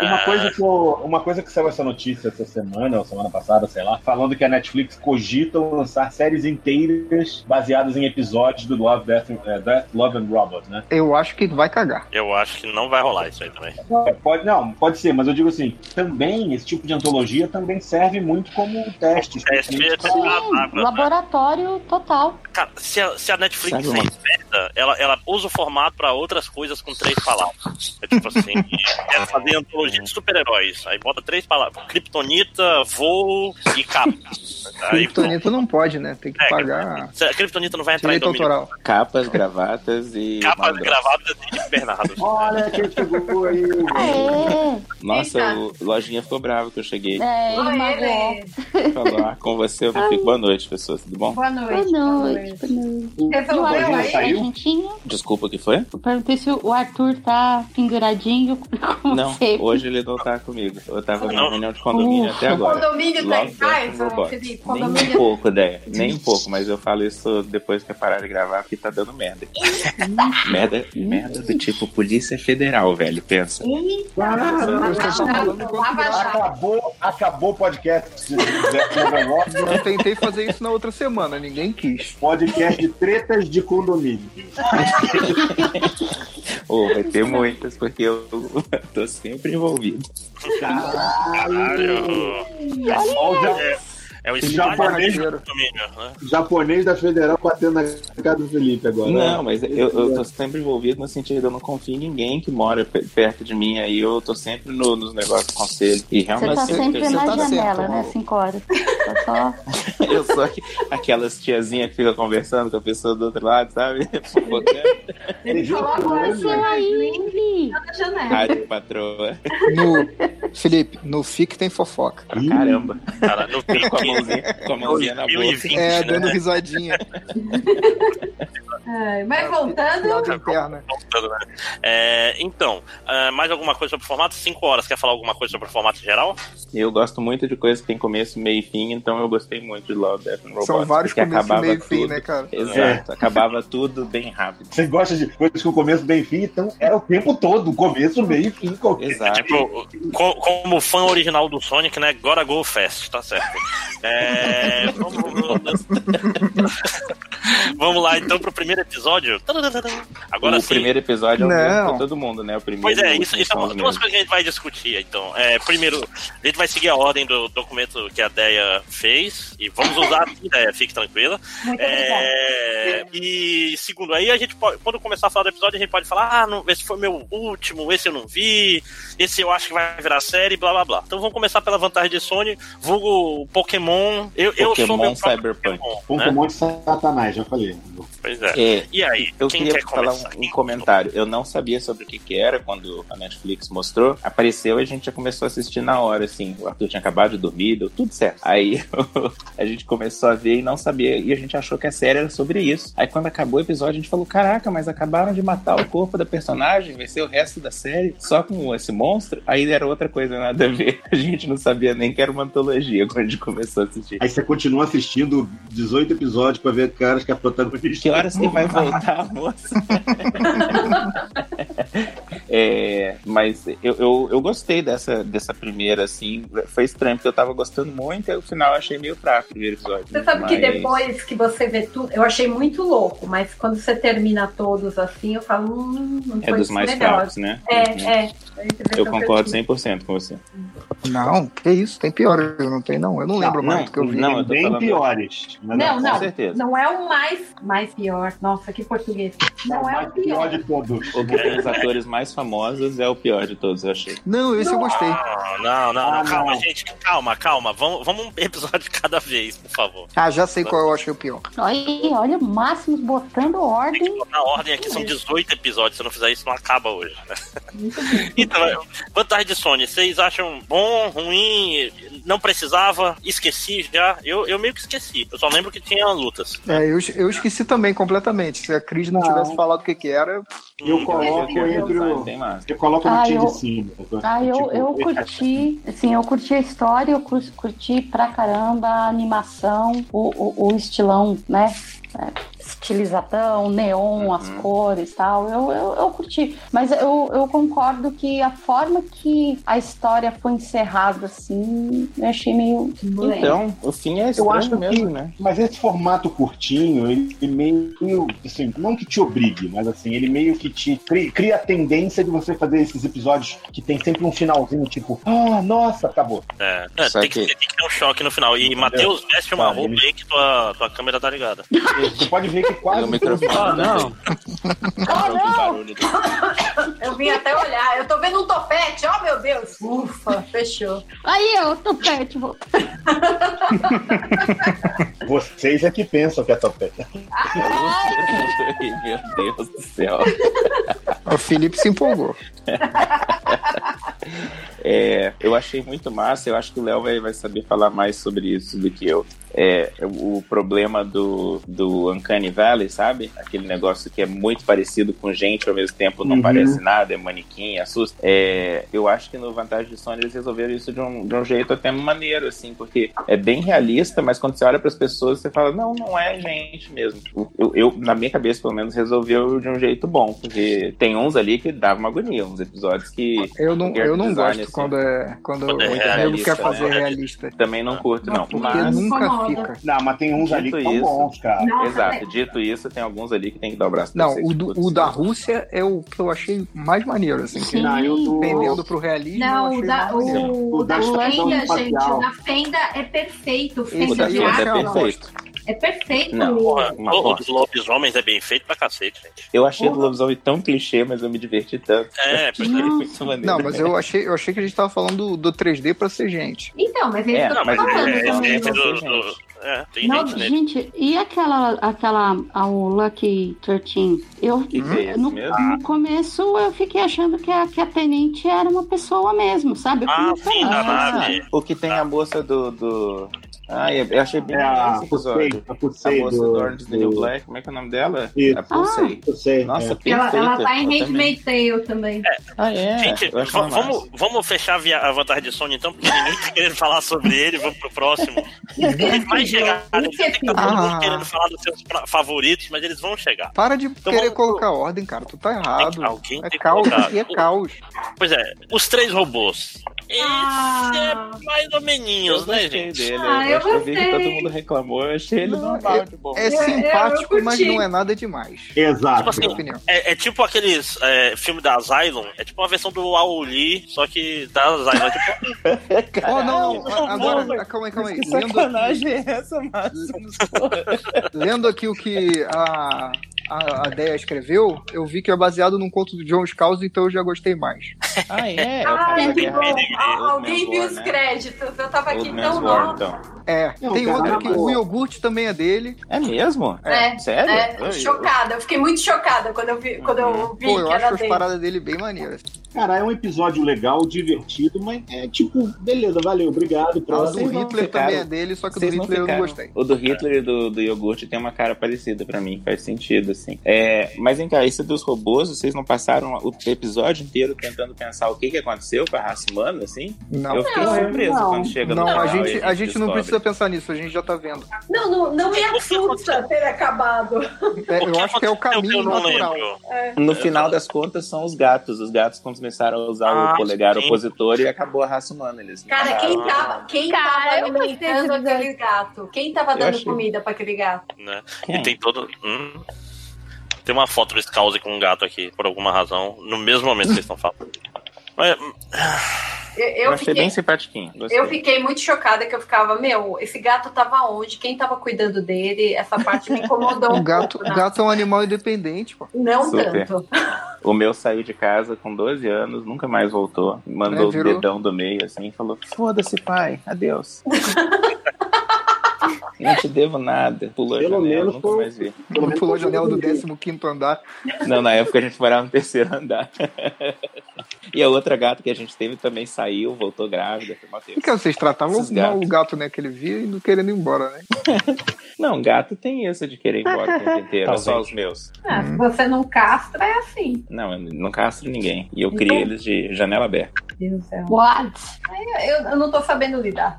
Speaker 5: Uma
Speaker 6: Ah.
Speaker 5: coisa, que eu- uma coisa que saiu essa notícia essa semana, ou semana passada, sei lá, falando que a Netflix cogita lançar séries inteiras baseadas em episódios do Love, Death, eh, Death, Love and Robot, né?
Speaker 7: Eu acho que vai cagar.
Speaker 6: Eu acho que não vai rolar isso aí também.
Speaker 5: É, Pode, não, pode ser, mas eu digo assim, também esse tipo de antologia também serve muito como um teste.
Speaker 6: Teste é
Speaker 5: especialmente
Speaker 2: Sim,
Speaker 6: Ah, tá, tá.
Speaker 2: um laboratório total.
Speaker 6: Cara, se a, se a Netflix
Speaker 7: Sabe
Speaker 6: é
Speaker 7: uma-
Speaker 6: esperta, ela, ela usa o formato pra outras coisas com três palavras. É tipo assim, quer fazer antologia de super-heróis. Aí bota três palavras: Kryptonita, voo e capa. Aí,
Speaker 7: Kryptonita não pode, né? Tem que
Speaker 6: É,
Speaker 7: pagar
Speaker 6: se a Kryptonita não vai entrar
Speaker 7: direito
Speaker 6: em domínio.
Speaker 7: autoral.
Speaker 10: Capas, gravatas e.
Speaker 6: Capas
Speaker 10: maldosos.
Speaker 6: gravadas de Bernardo.
Speaker 5: Olha quem chegou aí.
Speaker 2: Aê!
Speaker 10: Nossa,
Speaker 3: Eita.
Speaker 10: o Lojinha ficou bravo que eu cheguei
Speaker 2: É, ele
Speaker 3: Oi,
Speaker 2: magoou.
Speaker 3: Helene.
Speaker 10: pra falar com você. Eu não fico. Boa noite, pessoas. Tudo bom?
Speaker 3: Boa noite.
Speaker 2: Boa noite. Boa noite.
Speaker 3: Resolveu
Speaker 5: Boa
Speaker 3: aí?
Speaker 5: noite. Saiu?
Speaker 2: Argentinho?
Speaker 10: Desculpa, o que foi?
Speaker 2: Eu perguntei se o Arthur tá penduradinho como
Speaker 10: Não,
Speaker 2: sempre.
Speaker 10: hoje ele não tá comigo. Eu tava
Speaker 6: Não.
Speaker 10: na reunião de condomínio até
Speaker 3: O
Speaker 10: agora.
Speaker 3: condomínio tá em
Speaker 10: Love, Death and
Speaker 3: casa,
Speaker 10: Robots.
Speaker 3: Felipe?
Speaker 10: Nem um
Speaker 3: Condomínio.
Speaker 10: pouco, Dé. Nem um pouco, mas eu falo isso depois que eu parar de gravar, porque tá dando merda. merda, merda do tipo Polícia Federal, velho. Pensa.
Speaker 7: Vocês estão falando enquanto
Speaker 3: Lava
Speaker 7: grava.
Speaker 3: Jato.
Speaker 5: Acabou, acabou o podcast de Death, Love and Robot,
Speaker 7: Eu tentei fazer isso na outra semana, ninguém quis.
Speaker 5: podcast de tretas de condomínio.
Speaker 10: Ou vai ter muitas, porque eu tô sempre envolvido.
Speaker 6: Caralho.
Speaker 5: Olha
Speaker 6: É, é o
Speaker 5: Japonês.
Speaker 6: espalhamento do domínio, né?
Speaker 5: o japonês da Federal batendo na cara do Felipe agora.
Speaker 10: Não, mas eu, eu tô sempre envolvido no sentido de eu não confio em ninguém que mora pe- perto de mim. Aí eu tô sempre no- nos negócios do conselho. E
Speaker 2: Você
Speaker 10: realmente
Speaker 2: tá
Speaker 10: eu-
Speaker 2: sempre
Speaker 10: eu,
Speaker 2: na
Speaker 7: tá certo,
Speaker 2: janela, né?
Speaker 7: Mauro.
Speaker 2: 5 horas. Tá só.
Speaker 10: eu sou aqu- aquelas tiazinhas que fica conversando com a pessoa do outro lado, sabe? Fofocando.
Speaker 5: Ele
Speaker 3: Fala agora,
Speaker 5: Ele-
Speaker 3: seu aí.
Speaker 2: Ih,
Speaker 3: Tá na
Speaker 2: Ah.
Speaker 3: janela.
Speaker 10: Rádio patroa.
Speaker 7: No, Felipe, no FIC tem fofoca.
Speaker 10: Pra Ah, caramba.
Speaker 6: Cara, no pique,
Speaker 10: Com a mãozinha, com a mãozinha um na boca.
Speaker 6: 2020,
Speaker 7: É,
Speaker 6: né?
Speaker 7: dando risadinha.
Speaker 3: Ai, Mas voltando,
Speaker 7: Piada interna.
Speaker 6: Voltando, né? É, então, ah, mais alguma coisa sobre o formato? Cinco horas. Quer falar alguma coisa sobre o formato geral?
Speaker 10: Eu gosto muito de coisa que tem começo, meio e fim, então eu gostei muito de Love, Death and Robots.
Speaker 7: São vários
Speaker 10: porque
Speaker 7: começos,
Speaker 10: acabava
Speaker 7: meio e fim,
Speaker 10: tudo.
Speaker 7: né, cara?
Speaker 10: Exato,
Speaker 6: É.
Speaker 10: acabava tudo bem rápido.
Speaker 5: Você gosta de coisas com começo, bem e fim, então era o tempo todo, começo, meio e fim. qualquer-
Speaker 10: Exato.
Speaker 6: Tipo, co- como fã original do Sonic, né? Gotta Go Fast, tá certo. É, vamos, vamos- vamos lá, então, pro primeiro episódio. Agora
Speaker 10: o
Speaker 6: sim.
Speaker 10: primeiro episódio é o
Speaker 7: Não.
Speaker 10: mesmo pra todo mundo, né? O primeiro
Speaker 6: Pois
Speaker 10: e
Speaker 6: é,
Speaker 10: o
Speaker 6: isso,
Speaker 10: último
Speaker 6: isso é
Speaker 10: são
Speaker 6: uma,
Speaker 10: os
Speaker 6: duas
Speaker 10: mesmos.
Speaker 6: coisas que a gente vai discutir, então. É, primeiro, a gente vai seguir a ordem do documento que a Deia fez, e vamos usar a ideia, fique tranquila.
Speaker 3: muito obrigada.
Speaker 6: É, e segundo, aí a gente pode, quando começar a falar do episódio, a gente pode falar: ah, não, esse foi meu último, esse eu não vi, esse eu acho que vai virar série, blá blá blá. Então vamos começar pela vantagem de Sony, vulgo Pokémon. Eu, eu sou
Speaker 10: Pokémon
Speaker 6: meu próprio
Speaker 10: Cyberpunk.
Speaker 6: Pokémon,
Speaker 5: Com
Speaker 6: né?
Speaker 5: um monte de satanás, já falei.
Speaker 6: Pois é.
Speaker 10: É,
Speaker 6: E aí,
Speaker 10: eu
Speaker 6: quem
Speaker 10: queria
Speaker 6: quer
Speaker 10: falar
Speaker 6: começar?
Speaker 10: um, um comentário. Eu não sabia sobre o que, que era quando a Netflix mostrou. Apareceu e a gente já começou a assistir na hora, assim. O Arthur tinha acabado de dormir, deu tudo certo. Aí a gente começou a ver e não sabia. E a gente achou que a série era sobre isso. Aí quando acabou o episódio, a gente falou: Caraca, mas acabaram de matar o corpo da personagem, vai ser o resto da série só com esse monstro. Aí era outra coisa, nada a ver. A gente não sabia nem que era uma antologia quando a gente começou a assistir.
Speaker 5: Aí você continua assistindo 18 episódios pra ver caras que a protagonista.
Speaker 10: Que horas que vai voltar, moça? É, mas eu, eu, eu gostei dessa, dessa primeira, assim. Foi estranho, porque eu tava gostando muito, e o final eu achei meio fraco o primeiro episódio.
Speaker 3: Você sabe que
Speaker 10: Mas-
Speaker 3: depois que você vê tudo, eu achei muito louco, mas quando você termina todos assim, eu falo, hum, não
Speaker 10: É
Speaker 3: foi
Speaker 10: dos
Speaker 3: isso
Speaker 10: mais
Speaker 3: melhor.
Speaker 10: fracos, né?
Speaker 3: É,
Speaker 10: Uhum.
Speaker 3: é. A impressão
Speaker 10: Eu
Speaker 3: que
Speaker 10: concordo
Speaker 3: tive.
Speaker 10: 100% com você.
Speaker 7: Não, que isso, tem piores, não tem não. Eu não lembro
Speaker 10: não,
Speaker 7: mais do que eu vi.
Speaker 10: não, eu tô
Speaker 5: Bem
Speaker 10: falando-
Speaker 5: piores. mas
Speaker 3: Não,
Speaker 10: Com
Speaker 3: não.
Speaker 10: certeza.
Speaker 3: Não é o mais, mais pior. Nossa, que português. Não,
Speaker 5: o
Speaker 3: é
Speaker 5: mais
Speaker 3: o pior.
Speaker 5: pior de todos.
Speaker 10: O que tem os atores mais famosos é o pior de todos, eu achei.
Speaker 7: Não, esse eu gostei.
Speaker 6: Não, não, não,
Speaker 5: Ah,
Speaker 6: não, calma,
Speaker 5: não.
Speaker 6: gente, calma, calma. Vamos, vamos um episódio de cada vez, por favor. Tá.
Speaker 7: Ah, já sei qual eu achei o pior.
Speaker 2: Olha, olha, o Máximos botando ordem.
Speaker 6: Na ordem aqui são 18 episódios, se eu não fizer isso, não acaba hoje. né? então, vantagem de Sony, vocês acham bom, ruim, não precisava, esqueci já? Eu, eu meio que esqueci, eu só lembro que tinha lutas.
Speaker 7: É, eu, eu esqueci também completamente. Se a Cris não,
Speaker 5: Não.
Speaker 7: tivesse falado o que que era,
Speaker 5: Eu
Speaker 10: Mas
Speaker 5: coloco
Speaker 10: eu quero
Speaker 5: entre
Speaker 10: pensar,
Speaker 5: o.
Speaker 10: tem mais.
Speaker 5: Eu coloco assim, no
Speaker 2: Ah,
Speaker 5: time
Speaker 2: eu-
Speaker 5: de cima.
Speaker 2: Ah, eu, eu curti, assim, eu curti a história, eu cur- curti pra caramba a animação, o, o, o estilão, né? É, Estilizadão, neon, as
Speaker 10: Uhum.
Speaker 2: cores e tal. Eu, eu, eu curti. Mas eu, eu concordo que a forma que a história foi encerrada, assim, eu achei meio.
Speaker 10: Então, o fim é estranho
Speaker 5: acho que-
Speaker 10: mesmo, né?
Speaker 5: Mas esse formato curtinho, ele meio, assim, não que te obrigue, mas assim, ele meio que te cri- cria a tendência de você fazer esses episódios que tem sempre um finalzinho, tipo, ah, nossa, acabou.
Speaker 6: É, é,
Speaker 10: Só
Speaker 6: tem, que,
Speaker 10: que-
Speaker 6: tem que ter um choque no final.
Speaker 10: É.
Speaker 6: E Matheus, veste uma
Speaker 5: Tá,
Speaker 6: roupa
Speaker 5: ele-
Speaker 6: aí que tua, tua câmera tá ligada.
Speaker 5: Você pode ver que quase
Speaker 10: Pelo microfone.
Speaker 8: Ah,
Speaker 10: também.
Speaker 8: não.
Speaker 10: Ah, não, que barulho.
Speaker 3: Oh, Eu vim até olhar. Eu tô vendo um topete. Oh, meu Deus. Ufa, fechou.
Speaker 1: Aí eu, tô perto, tipo,
Speaker 5: vocês é que pensam que é topete.
Speaker 3: Ah,
Speaker 10: Meu Deus do céu.
Speaker 7: o Felipe se empolgou.
Speaker 10: É, eu achei muito massa, eu acho que o Léo vai, vai saber falar mais sobre isso do que eu. É, o problema do, do Uncanny Valley, sabe? Aquele negócio que é muito parecido com gente, ao mesmo tempo não
Speaker 5: Uhum.
Speaker 10: parece nada, é manequim, assusta. É, eu acho que no Vantagem de Sony eles resolveram isso de um, de um jeito até maneiro, assim, porque é bem realista, mas quando você olha para as pessoas, você fala, não, não é gente mesmo. Eu, eu, na minha cabeça, pelo menos, resolveu de um jeito bom, porque tem uns ali que dava uma agonia, uns episódios que
Speaker 7: Eu não, eu não
Speaker 10: Design,
Speaker 7: gosto
Speaker 10: assim.
Speaker 7: quando é quando
Speaker 6: Quando é
Speaker 7: o nego
Speaker 10: realista,
Speaker 7: quer fazer
Speaker 6: né?
Speaker 7: realista.
Speaker 10: Também não curto, não.
Speaker 7: Porque
Speaker 10: Mas,
Speaker 7: nunca
Speaker 3: incomoda.
Speaker 7: fica.
Speaker 5: Não, mas tem uns
Speaker 10: Dito
Speaker 5: ali que são
Speaker 10: isso.
Speaker 5: bons, cara.
Speaker 3: Nossa, é-
Speaker 10: exato, dito isso, tem alguns ali que tem que dar o braço. pra
Speaker 7: Não,
Speaker 10: você,
Speaker 7: o,
Speaker 10: tipo,
Speaker 7: do- o da Rússia é o que eu achei mais maneiro, assim. que
Speaker 5: Não, eu tô...
Speaker 7: Pendendo pro realismo, eu
Speaker 3: Não,
Speaker 7: achei
Speaker 3: o da,
Speaker 7: mais maneiro.
Speaker 3: o,
Speaker 5: O da
Speaker 3: da
Speaker 5: expressão
Speaker 3: Fenda, gente,
Speaker 5: facial.
Speaker 3: o da Fenda é perfeito. O
Speaker 7: Esse
Speaker 10: O
Speaker 3: Fenda
Speaker 10: da
Speaker 7: aí
Speaker 3: de
Speaker 7: eu
Speaker 10: Fenda
Speaker 7: acho
Speaker 10: é
Speaker 7: que eu não
Speaker 10: perfeito.
Speaker 3: É perfeito.
Speaker 10: Não.
Speaker 6: Porra,
Speaker 10: Uma
Speaker 6: o, o
Speaker 10: bosta.
Speaker 6: dos lobisomens é bem feito pra cacete, gente.
Speaker 10: Eu achei o lobisomem tão clichê, mas eu me diverti tanto.
Speaker 6: É,
Speaker 10: Achei
Speaker 6: pois é.
Speaker 10: muito maneiro.
Speaker 7: Não, mas eu achei, eu achei que a gente tava falando do, do 3D pra ser gente.
Speaker 3: Então, mas eles
Speaker 10: É,
Speaker 3: estão
Speaker 6: Não, mas
Speaker 3: falando.
Speaker 6: é, é,
Speaker 10: não,
Speaker 6: gente
Speaker 10: não,
Speaker 6: do-
Speaker 10: não,
Speaker 6: do- é, tem
Speaker 2: Não,
Speaker 6: gente nele.
Speaker 2: gente, e aquela, aquela, a o Lucky 13? Eu,
Speaker 10: Que que é esse
Speaker 2: no,
Speaker 10: mesmo?
Speaker 2: no começo eu fiquei achando que a, que a tenente era uma pessoa mesmo, sabe? Eu
Speaker 6: Ah,
Speaker 2: comecei
Speaker 6: sim,
Speaker 2: a-
Speaker 6: da
Speaker 10: Ah,
Speaker 6: nave.
Speaker 10: o que tem
Speaker 6: Tá.
Speaker 10: a moça do. do... Ah, eu eu achei bem
Speaker 5: É a
Speaker 10: legal esse episódio.
Speaker 5: Pussei, a
Speaker 10: A
Speaker 5: Pussei
Speaker 10: moça do
Speaker 5: do...
Speaker 10: Orange is the New
Speaker 5: do...
Speaker 10: Black, como é que é o nome dela?
Speaker 5: Isso.
Speaker 10: A Pulsei.
Speaker 5: Pussei,
Speaker 10: Nossa,
Speaker 5: é.
Speaker 3: Ela,
Speaker 10: perfeita.
Speaker 3: ela tá em
Speaker 10: Eu também.
Speaker 3: Handmaid's Tale também.
Speaker 10: Ah, é.
Speaker 6: Gente,
Speaker 10: Eu achei
Speaker 6: va-
Speaker 10: massa.
Speaker 6: vamos, vamos fechar a via- a vantagem de Sony então, porque ninguém tá querendo falar sobre ele, vamos pro próximo. Ele vai chegar, ele tem que tá todo mundo
Speaker 7: Ah.
Speaker 6: querendo falar dos seus pra- favoritos, mas eles vão chegar.
Speaker 7: Para de querer
Speaker 6: Então vamos-
Speaker 7: colocar ordem, cara. Tu tá
Speaker 6: Tem
Speaker 7: errado.
Speaker 6: que- alguém tem
Speaker 7: É
Speaker 6: que
Speaker 7: caos,
Speaker 6: colocar.
Speaker 7: isso é caos.
Speaker 6: Pois é, os três robôs. Esse é mais ou menos,
Speaker 10: Eu
Speaker 6: né,
Speaker 10: gostei
Speaker 6: gente?
Speaker 10: dele.
Speaker 3: Ah,
Speaker 10: eu, acho
Speaker 3: eu
Speaker 10: que eu vi que todo
Speaker 3: gostei.
Speaker 10: mundo reclamou. Eu achei ele
Speaker 7: Não,
Speaker 10: normal, de bom.
Speaker 7: É
Speaker 3: eu
Speaker 7: simpático, mas
Speaker 3: curti.
Speaker 7: não é nada demais.
Speaker 5: Exato.
Speaker 7: Na minha opinião.
Speaker 6: É, é tipo aqueles é, filmes da Asylum, é tipo uma versão do Auli, só que da Asylum. É um tipo,
Speaker 7: Oh, não,
Speaker 6: por favor,
Speaker 7: não. Agora, ah, calma aí, calma aí.
Speaker 10: Que
Speaker 7: Lendo,
Speaker 10: sacanagem é essa, Máximos?
Speaker 7: lendo aqui o que a, a, a Deia escreveu, eu vi que é baseado num conto do John Scalzi, então eu já gostei mais.
Speaker 10: Ah, é? É o
Speaker 3: Ah,
Speaker 10: cara da
Speaker 3: que
Speaker 10: guerra.
Speaker 3: bom.
Speaker 10: Old
Speaker 3: Al- Alguém
Speaker 10: Man's
Speaker 3: viu
Speaker 10: War,
Speaker 3: os
Speaker 10: né?
Speaker 3: créditos. Eu tava aqui
Speaker 10: Old Man's
Speaker 3: tão
Speaker 10: War,
Speaker 3: nova.
Speaker 10: então.
Speaker 7: É,
Speaker 5: Não,
Speaker 7: tem
Speaker 5: cara,
Speaker 7: outro que
Speaker 5: mas-
Speaker 7: o iogurte também é dele.
Speaker 10: É mesmo?
Speaker 3: É,
Speaker 10: Sério?
Speaker 3: É,
Speaker 10: Ai,
Speaker 3: chocada. Eu fiquei muito chocada quando eu vi, quando eu vi
Speaker 7: Uhum. Pô, eu
Speaker 3: que
Speaker 7: acho
Speaker 3: era
Speaker 7: as
Speaker 3: dele.
Speaker 7: paradas dele bem maneiras.
Speaker 5: Cara, é um episódio legal, divertido, mas é tipo, beleza, valeu, obrigado.
Speaker 7: Ah, O
Speaker 5: pronto.
Speaker 7: do
Speaker 10: vocês não
Speaker 7: Hitler
Speaker 10: ficaram-
Speaker 7: também é dele, só que o do
Speaker 10: Vocês não
Speaker 7: Hitler eu não
Speaker 10: ficaram.
Speaker 7: gostei.
Speaker 10: O do Hitler e do, do iogurte tem uma cara parecida pra mim, faz sentido, assim. É, mas vem cá, esse dos robôs, vocês não passaram o episódio inteiro tentando pensar o que, que aconteceu com a raça humana, assim?
Speaker 7: Não.
Speaker 10: Eu fiquei
Speaker 3: Não,
Speaker 10: surpreso
Speaker 2: não.
Speaker 10: quando chega no
Speaker 7: Não,
Speaker 10: final
Speaker 7: a
Speaker 10: e
Speaker 7: gente, a gente não
Speaker 10: descobre.
Speaker 7: precisa precisa pensar nisso, a gente já tá vendo.
Speaker 3: Não, não, não me assusta ter acabado. É.
Speaker 7: É,
Speaker 6: O
Speaker 7: eu
Speaker 6: que
Speaker 7: acho que é o
Speaker 6: aconteceu que
Speaker 7: caminho
Speaker 6: eu não
Speaker 7: natural.
Speaker 6: lembro.
Speaker 10: No final das contas, são os gatos. Os gatos começaram a usar
Speaker 6: Ah,
Speaker 10: o polegar
Speaker 6: sim.
Speaker 10: opositor e acabou a raça humana. Eles
Speaker 3: Cara, quem tá
Speaker 10: mataram.
Speaker 3: tava, quem
Speaker 1: Cara, eu
Speaker 3: tava
Speaker 1: gostei desse
Speaker 3: alimentando
Speaker 1: design.
Speaker 3: aquele gato? Quem tava
Speaker 10: Eu
Speaker 3: dando
Speaker 10: achei.
Speaker 3: comida pra aquele gato?
Speaker 6: Né?
Speaker 10: Quem?
Speaker 6: E tem todo. Hum. Tem uma foto do Scouse com um gato aqui, por alguma razão, no mesmo momento que vocês estão falando. Mas, hum,
Speaker 3: Eu,
Speaker 10: Eu,
Speaker 3: eu
Speaker 10: achei
Speaker 3: fiquei,
Speaker 10: bem simpatiquinho. Gostei.
Speaker 3: eu fiquei muito chocada que eu ficava, meu, esse gato tava onde? Quem tava cuidando dele? Essa parte me incomodou
Speaker 7: O
Speaker 3: um
Speaker 7: gato,
Speaker 3: pouco. né?
Speaker 7: gato é um animal independente, pô.
Speaker 3: Não
Speaker 10: Super.
Speaker 3: tanto.
Speaker 10: O meu saiu de casa com 12 anos, nunca mais voltou. Mandou
Speaker 7: É, virou.
Speaker 10: o dedão do meio assim e falou: Foda-se, pai, adeus. Não te devo nada. Pulou a
Speaker 5: Pelo
Speaker 10: janela,
Speaker 5: menos
Speaker 10: nunca
Speaker 5: foi-
Speaker 10: mais vi.
Speaker 5: Pelo menos
Speaker 7: Pulou a
Speaker 5: foi
Speaker 7: janela do
Speaker 5: tudo bem.
Speaker 7: 15 andar.
Speaker 10: Não, na época a gente morava no terceiro andar. e a outra gata que a gente teve também saiu, voltou grávida. Foi uma
Speaker 7: E
Speaker 10: terça.
Speaker 7: que vocês tratavam
Speaker 10: Esses
Speaker 7: mal o
Speaker 10: gatos.
Speaker 7: gato, né? Que ele via e não querendo ir embora, né?
Speaker 10: Não, gato tem essa de querer ir embora o tempo inteiro, é só
Speaker 8: Talvez.
Speaker 10: os meus.
Speaker 3: Ah, se você não castra, é assim.
Speaker 10: Não, eu não castro ninguém. E eu
Speaker 3: Então-
Speaker 10: criei eles de janela aberta.
Speaker 3: Deus do céu.
Speaker 2: What?
Speaker 3: Então. Eu, eu não tô sabendo lidar.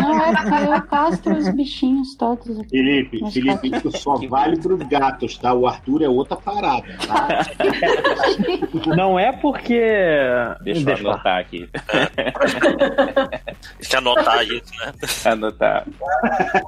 Speaker 2: Não, é, cara, eu castro os bichinhos todos aqui.
Speaker 5: Felipe,
Speaker 2: Mas
Speaker 5: Felipe, isso só vale pros gatos, tá? O Arthur é outra parada, tá?
Speaker 8: Não é porque.
Speaker 10: Deixa eu
Speaker 8: Deixa eu
Speaker 10: anotar Tá aqui.
Speaker 6: se anotar isso, né?
Speaker 10: Anotar.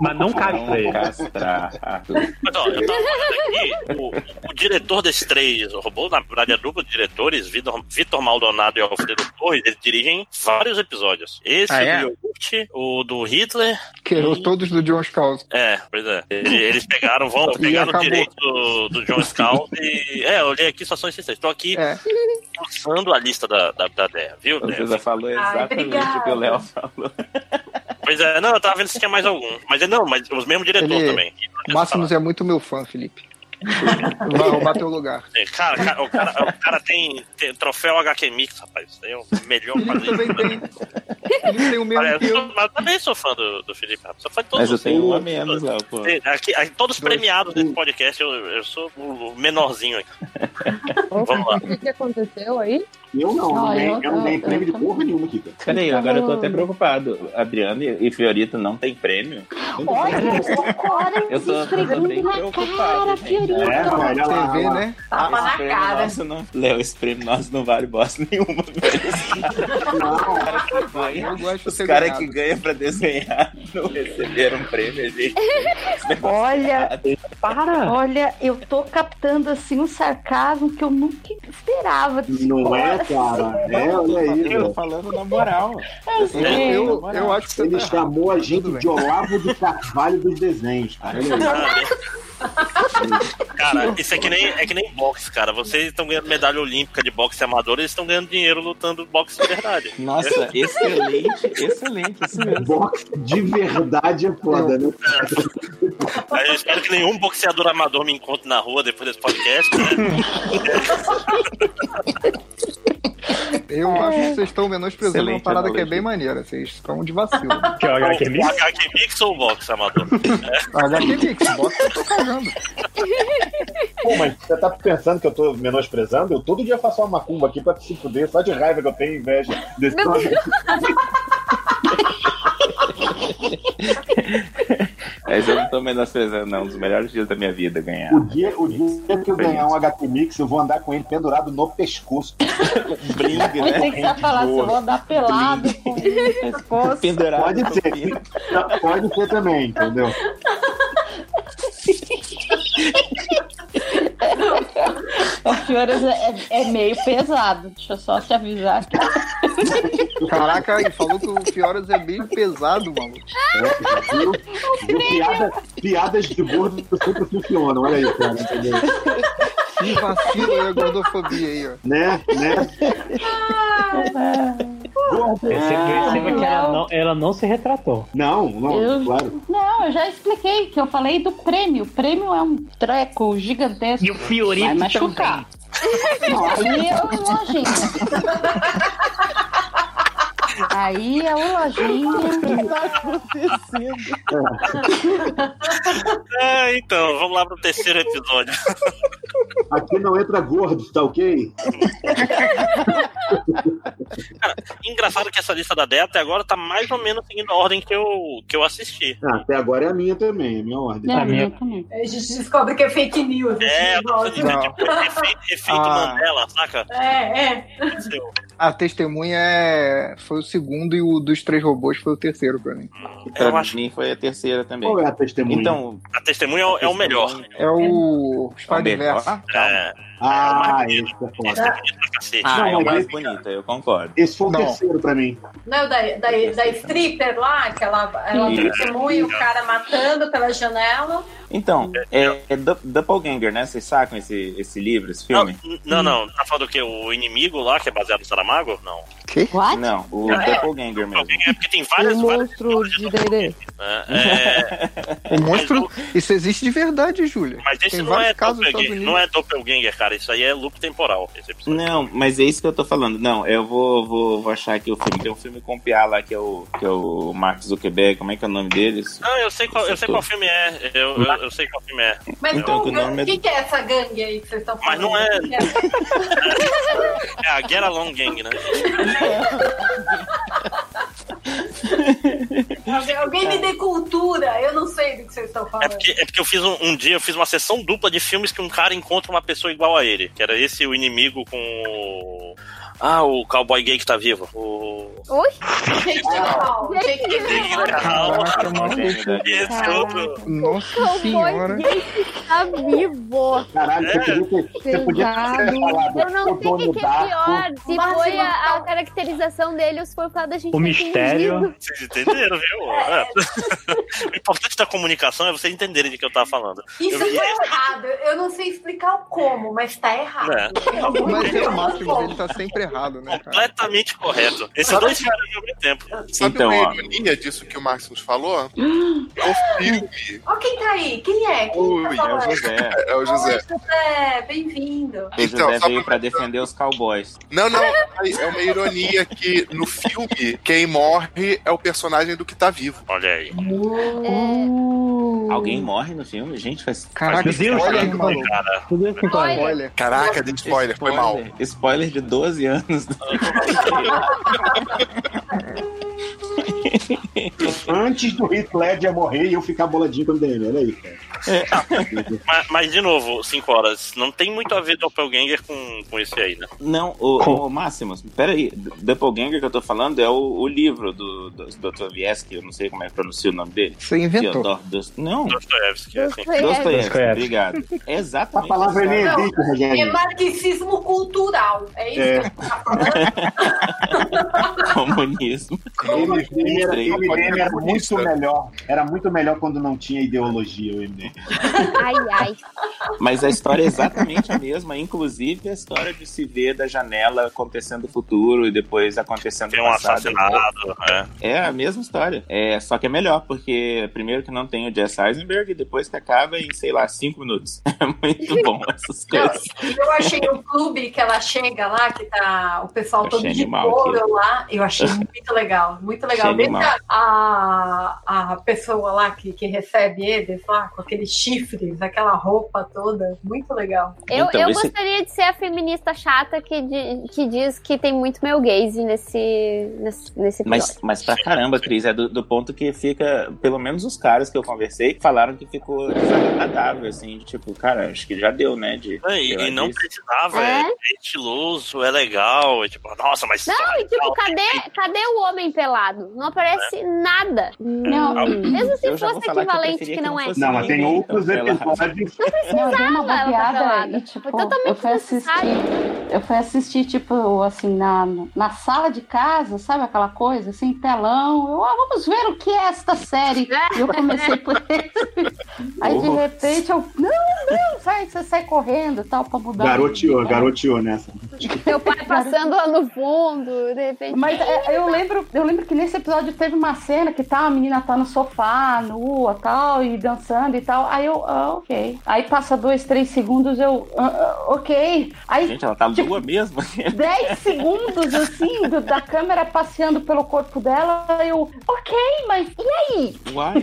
Speaker 8: Mas não castra
Speaker 10: Não
Speaker 8: ele.
Speaker 10: castrar. Arthur.
Speaker 6: Mas, ó, eu tava olhando aqui, o, o diretor desses três robôs, na verdade, a dupla de diretores, Vitor, Vitor Maldonado e Alfredo Torres, eles dirigem vários episódios. Esse,
Speaker 10: Ah, é?
Speaker 6: do iogurte, o do Hitler.
Speaker 7: Que eu- todos do John Scalzi.
Speaker 6: É, pois é. Eles, eles pegaram, vão,
Speaker 7: E
Speaker 6: pegaram o
Speaker 7: acabou.
Speaker 6: direito do, do John Scalzi. e- É, eu olhei aqui, só são esses três. Tô aqui
Speaker 7: É.
Speaker 6: usando a lista da, da, da Dea, viu,
Speaker 10: Você
Speaker 6: Dea?
Speaker 10: já falou exatamente
Speaker 3: obrigada.
Speaker 10: o que o Léo falou.
Speaker 6: Pois é, não, eu tava vendo se tinha mais algum. Mas é não, mas os mesmos diretor
Speaker 7: Ele-
Speaker 6: também.
Speaker 7: Máximos é muito meu fã, Felipe. Vai roubar teu lugar.
Speaker 6: É, Cara, cara, o cara, o cara tem, tem troféu HQ Mix, rapaz. Isso aí é o melhor
Speaker 7: Felipe também
Speaker 6: quadrinho.
Speaker 7: tem. Felipe tem o mesmo
Speaker 6: Olha,
Speaker 7: que
Speaker 6: eu
Speaker 7: eu.
Speaker 6: sou- mas eu também sou fã do, do Felipe Ramos. Sou fã de todos.
Speaker 10: Mas eu
Speaker 6: os-
Speaker 10: tenho um a menos, Léo, pô.
Speaker 6: Tem- aqui- aqui, todos
Speaker 7: Dois.
Speaker 6: premiados desse podcast, eu, eu sou o o menorzinho aqui. Vamos lá.
Speaker 9: O que, que aconteceu aí?
Speaker 5: Eu não, não né?
Speaker 2: Ah,
Speaker 9: é
Speaker 5: ganhei-
Speaker 2: eu-
Speaker 5: eu não ganhei
Speaker 2: eu-
Speaker 5: prêmio de
Speaker 2: eu-
Speaker 5: porra nenhuma, Kika.
Speaker 10: Peraí, agora eu tô até preocupado. Adriano e e Fiorito não tem prêmio?
Speaker 2: Olha, agora
Speaker 10: Eu tô, eu tô bem preocupado. gente.
Speaker 5: É, mano, olha lá,
Speaker 7: Você vê,
Speaker 5: olha lá.
Speaker 7: né?
Speaker 3: Tapa
Speaker 10: Esse
Speaker 3: na
Speaker 10: prêmio
Speaker 3: cara.
Speaker 10: nosso não... Léo, esse prêmio nosso não vale bosta nenhuma.
Speaker 5: Não,
Speaker 10: velho.
Speaker 7: Ah, Eu gosto de
Speaker 10: Os
Speaker 7: ser
Speaker 10: caras
Speaker 7: ganhado.
Speaker 10: que ganham pra desenhar não receberam prêmio, gente.
Speaker 7: É,
Speaker 2: Olha, para! Olha, eu tô captando assim um sarcasmo que eu nunca esperava.
Speaker 5: não é, cara. É, olha aí.
Speaker 10: Eu tô
Speaker 5: velho.
Speaker 10: falando na moral.
Speaker 6: É,
Speaker 7: Eu, eu, eu acho que você
Speaker 5: Ele
Speaker 7: tá errado.
Speaker 5: chamou a
Speaker 7: Tudo
Speaker 5: gente
Speaker 7: bem.
Speaker 5: de Olavo de Carvalho dos desenhos, cara. Olha aí.
Speaker 6: Cara, isso é que nem, é que nem boxe, cara. Vocês estão ganhando medalha olímpica de boxe amador, eles estão ganhando dinheiro lutando boxe de verdade.
Speaker 10: Nossa,
Speaker 5: Ah,
Speaker 10: excelente, excelente, isso mesmo.
Speaker 5: Boxe de verdade é foda, né?
Speaker 6: Mas eu espero que nenhum boxeador amador me encontre na rua depois desse podcast. Né?
Speaker 7: Eu acho que vocês estão menosprezando uma
Speaker 10: Excelente
Speaker 7: parada que é
Speaker 10: analogia.
Speaker 7: bem maneira. Vocês estão de vacilo.
Speaker 8: Que é o HQ
Speaker 6: O
Speaker 8: Mix?
Speaker 6: HQ Mix ou boxe amador?
Speaker 7: HQ Mix, bota eu tô cagando.
Speaker 5: Pô, mas você tá pensando que eu tô menosprezando? Eu todo dia faço uma macumba aqui pra te se fuder, só de raiva que eu tenho e inveja desse
Speaker 1: Meu
Speaker 5: troço.
Speaker 10: Mas É, eu não tô menosprezando, não. Um dos melhores dias da minha vida ganhar.
Speaker 5: O dia, o dia que eu ganhar um HT Mix, eu vou andar com ele pendurado no pescoço.
Speaker 10: Brinque,
Speaker 2: Aí
Speaker 10: né?
Speaker 2: tem que só falar assim, eu vou andar pelado com o pescoço.
Speaker 10: Pendurado.
Speaker 5: Pode
Speaker 10: no
Speaker 5: ser.
Speaker 10: pino.
Speaker 5: Pode ser também, entendeu?
Speaker 2: As senhoras é, é meio pesado. Deixa eu só te avisar. aqui.
Speaker 7: Caraca, ele falou que o Fioras é bem pesado, maluco.
Speaker 5: É, viu? Viu? Piada- piadas de gordo sempre funcionam, olha aí, cara, entendeu?
Speaker 7: Que vacilo é a gordofobia aí, ó.
Speaker 5: Né? Né? Gordo.
Speaker 8: Você perceba
Speaker 1: Ah,
Speaker 8: que ela
Speaker 2: não.
Speaker 8: não, ela não se retratou.
Speaker 5: Não, não,
Speaker 2: Eu-
Speaker 5: claro.
Speaker 2: Não, eu já expliquei que eu falei do prêmio. O prêmio é um treco gigantesco.
Speaker 8: Fiorito
Speaker 2: Vai machucar. Aí é o lojinha. Aí é o lojinha.
Speaker 6: É, então, vamos lá pro terceiro episódio.
Speaker 5: Aqui não entra gordo, tá ok?
Speaker 6: Engraçado que essa lista da Dea até agora tá mais ou menos seguindo a ordem que eu, que eu assisti.
Speaker 5: Ah, até agora é a minha também, é a minha ordem.
Speaker 2: É,
Speaker 8: A minha-
Speaker 2: exatamente.
Speaker 3: Aí a gente descobre que é fake news.
Speaker 6: É, eu tô
Speaker 3: esse
Speaker 6: precisando
Speaker 3: negócio.
Speaker 7: Não.
Speaker 6: de tipo, efeito, efeito
Speaker 7: Ah.
Speaker 6: Mandela, saca?
Speaker 3: é, é.
Speaker 6: Aconteceu.
Speaker 7: A testemunha é- foi o segundo e o dos três robôs foi o terceiro pra mim.
Speaker 10: Pra
Speaker 6: Eu acho que
Speaker 10: mim foi a terceira também.
Speaker 5: Qual é a testemunha?
Speaker 10: Então,
Speaker 6: a testemunha é o- é o melhor.
Speaker 7: É o Spider-Verse.
Speaker 10: Ah, calma.
Speaker 6: É,
Speaker 5: ah, esse é foda.
Speaker 6: essa é bonita pra cacete.
Speaker 10: Ah, é
Speaker 5: Não,
Speaker 10: o mais
Speaker 5: mas-
Speaker 10: bonita, eu concordo.
Speaker 5: Esse foi o
Speaker 7: Não.
Speaker 5: terceiro pra mim.
Speaker 3: Não é o da, da, da stripper lá, que ela, ela
Speaker 10: Sim.
Speaker 3: testemunha o cara matando pela janela.
Speaker 10: Então, é, é Du- Doppelganger, né? Vocês sacam esse, esse livro, esse
Speaker 6: Não,
Speaker 10: filme?
Speaker 6: não, não, tá falando que o inimigo lá, que é baseado no Saramago? Não.
Speaker 10: Não,
Speaker 11: What?
Speaker 10: o
Speaker 6: É.
Speaker 10: Doppelganger mesmo.
Speaker 6: É porque tem
Speaker 9: O
Speaker 6: várias, várias
Speaker 9: monstro de D&D.
Speaker 6: né? É,
Speaker 7: O monstro. Isso existe de verdade, Júlia.
Speaker 6: mas esse
Speaker 7: Tem
Speaker 6: não
Speaker 7: vários
Speaker 6: é
Speaker 7: casos nos
Speaker 6: doppelganger.
Speaker 7: Estados
Speaker 6: Não é doppelganger, cara. Isso aí é loop temporal. Esse episódio.
Speaker 10: Não, mas é isso que eu tô falando. Não, eu vou, vou, vou achar aqui o filme. Tem um filme com o Piá lá, que é o, que é o Mark Zuckerberg, como é que é o nome deles?
Speaker 6: Não, eu sei qual, eu sei qual filme é. Eu, eu, eu sei qual filme é.
Speaker 3: Mas
Speaker 10: Então,
Speaker 3: o
Speaker 10: que o nome é
Speaker 3: que, que é essa gangue aí que vocês estão
Speaker 6: Mas
Speaker 3: falando?
Speaker 6: não é-
Speaker 3: Que que
Speaker 6: É a Get Along Gang, né?
Speaker 3: Alguém, alguém me dê cultura, eu não sei do que vocês estão
Speaker 6: É
Speaker 3: falando.
Speaker 6: porque, é porque eu fiz um, um dia, eu fiz uma sessão dupla de filmes que um cara encontra uma pessoa igual a ele. Que era esse o inimigo com o. Ah, o cowboy gay que tá vivo. O.
Speaker 1: Ui,
Speaker 3: Jake Gyllenhaal, Jake Gyllenhaal.
Speaker 10: Ah, é
Speaker 7: Caraca, maluco.
Speaker 6: é Esse é outro.
Speaker 7: Nossa
Speaker 1: cowboy
Speaker 7: senhora.
Speaker 1: gay que tá vivo.
Speaker 5: Caralho, você podia ter, você podia ter
Speaker 9: Pesado.
Speaker 5: falado
Speaker 1: Eu não
Speaker 5: o
Speaker 1: sei o
Speaker 5: dono
Speaker 1: que, que é pior. Se
Speaker 3: Batman
Speaker 1: foi a, a
Speaker 3: tal.
Speaker 1: caracterização dele ou se foi o fato da gente
Speaker 8: O
Speaker 1: ter
Speaker 8: mistério.
Speaker 1: fingido.
Speaker 6: Vocês entenderam, viu? É. O importante da comunicação é vocês entenderem de que eu tava falando.
Speaker 3: Isso
Speaker 6: Eu vi
Speaker 3: tá errado. Eu não sei explicar o como, mas tá errado.
Speaker 12: Né?
Speaker 6: É.
Speaker 7: Mas é o máximo,
Speaker 3: Bom,
Speaker 7: ele tá sempre errado, né, cara?
Speaker 6: Completamente correto. Esses dois caras ao mesmo tempo.
Speaker 12: Sabe
Speaker 10: Então,
Speaker 12: uma
Speaker 10: ó.
Speaker 12: ironia disso que o Maximus falou? É o filme.
Speaker 3: Ó, quem tá aí? Quem é? Quem
Speaker 12: Ui,
Speaker 3: tá
Speaker 10: É
Speaker 12: é o
Speaker 10: o
Speaker 3: falando?
Speaker 10: José.
Speaker 12: É o José.
Speaker 3: Oi, José, bem-vindo.
Speaker 10: O
Speaker 12: Então,
Speaker 10: José
Speaker 12: só
Speaker 10: veio pra
Speaker 12: pra-
Speaker 10: defender os cowboys.
Speaker 12: Não, não. aí É uma ironia que no filme, quem morre é o personagem do que tá vivo.
Speaker 6: Olha aí.
Speaker 1: É,
Speaker 10: Alguém morre no filme? Gente, faz.
Speaker 7: Caraca,
Speaker 8: Meu Deus,
Speaker 7: olha aí,
Speaker 8: cara.
Speaker 7: maluco.
Speaker 6: Cara,
Speaker 8: Tudo isso que
Speaker 1: Olha.
Speaker 8: enquadra.
Speaker 7: Olha.
Speaker 12: Caraca, dei spoiler, foi mal.
Speaker 10: Spoiler de 12 anos.
Speaker 5: Antes do Heath Ledger morrer e eu ficar boladinho com o MDM, olha aí, cara.
Speaker 10: É.
Speaker 6: mas, mas, de novo, 5 horas. Não tem muito a ver Doppelganger com, com esse aí, né?
Speaker 10: Não, o, o Máximos, peraí. Doppelganger que eu tô falando é o, o livro do, do, do Dr. Viesky, eu não sei como é que pronuncia o nome dele.
Speaker 7: Você inventou.
Speaker 10: Theodore Dost- Não,
Speaker 6: Dostoevsky, é assim.
Speaker 1: foi-
Speaker 10: Dostoiévski,
Speaker 8: Dostoiévski.
Speaker 10: obrigado. É
Speaker 5: A
Speaker 10: exatamente.
Speaker 5: palavra
Speaker 10: essa-
Speaker 5: nem
Speaker 3: Não,
Speaker 5: existe,
Speaker 3: É
Speaker 5: Rogério.
Speaker 3: marxismo cultural. É isso
Speaker 5: É.
Speaker 3: que você tá falando?
Speaker 10: comunismo.
Speaker 5: O MDM era,
Speaker 10: Não,
Speaker 5: o MDM era
Speaker 12: não,
Speaker 5: muito
Speaker 12: não.
Speaker 5: melhor. Era muito melhor quando não tinha ideologia o MDM.
Speaker 1: ai, ai.
Speaker 10: Mas a história é exatamente a mesma, inclusive a história de se ver da janela acontecendo o futuro e depois acontecendo
Speaker 6: Tem
Speaker 10: o
Speaker 6: um
Speaker 10: passado.
Speaker 6: assassinato. É.
Speaker 10: É a mesma história. É, só que é melhor, porque primeiro que não tem o Jess Eisenberg e depois que acaba em, sei lá, cinco minutos. É muito bom essas coisas.
Speaker 3: Eu, eu achei o clube que ela chega lá, que tá o pessoal
Speaker 10: Eu
Speaker 3: todo
Speaker 10: achei
Speaker 3: de
Speaker 10: animal
Speaker 3: couro lá. Eu achei muito legal, muito legal.
Speaker 10: Achei
Speaker 3: Desde a, a, a pessoa lá que, que recebe eles lá, com aqueles chifres, aquela roupa toda, muito legal.
Speaker 1: Eu,
Speaker 10: Então,
Speaker 1: eu
Speaker 10: esse-
Speaker 1: gostaria de ser a feminista chata que, di- que diz que tem muito meu gaze nesse, nesse, nesse episódio.
Speaker 10: Mas, mas pra caramba, Cris, é do, do ponto que fica, pelo menos os caras que eu conversei falaram que ficou desagradável, assim, de tipo, cara, acho que já deu, né? De,
Speaker 6: É, E, e não
Speaker 10: disso.
Speaker 6: precisava, é.
Speaker 1: É?
Speaker 6: estiloso, é legal, é tipo, nossa, mas
Speaker 1: Não, e
Speaker 8: é?
Speaker 1: tipo, cadê, cadê o homem pelado? Não aparece nada.
Speaker 2: Não,
Speaker 1: Mesmo se
Speaker 10: assim. Eu já vou
Speaker 1: fosse
Speaker 10: falar que eu
Speaker 1: equivalente que,
Speaker 10: preferia que
Speaker 1: não
Speaker 10: não
Speaker 1: é.
Speaker 10: fosse.
Speaker 5: Não, mas tem
Speaker 10: Então,
Speaker 5: outros
Speaker 10: ela-
Speaker 5: episódios.
Speaker 2: Não, eu dei uma
Speaker 1: precisava, ela tá pelada.
Speaker 2: bobeada e, tipo,
Speaker 1: Foi totalmente
Speaker 2: eu fui assistir,
Speaker 1: desnecessário.
Speaker 2: eu fui assistir, tipo, assim, na, na sala de casa, sabe aquela coisa, assim, telão, eu, ah, vamos ver o que é esta série,
Speaker 1: É.
Speaker 2: e eu comecei por esse, aí de
Speaker 10: Oh.
Speaker 2: repente eu, não, não, sai, você sai correndo e tal, pra mudar. É.
Speaker 5: Garoteou, garoteou nessa.
Speaker 1: Meu pai É passando lá no fundo, de repente.
Speaker 2: Mas é, eu lembro, eu lembro que nesse episódio teve uma cena que tá, a menina tá no sofá, nua, tal, e dançando e tal. Aí eu, ah, ok. Aí passa dois, três segundos, eu, ah, ah, ok. Aí
Speaker 10: Gente, ela tá lua mesmo.
Speaker 2: 10 segundos assim do- da câmera passeando pelo corpo dela, eu, ok, mas e aí?
Speaker 10: Uai.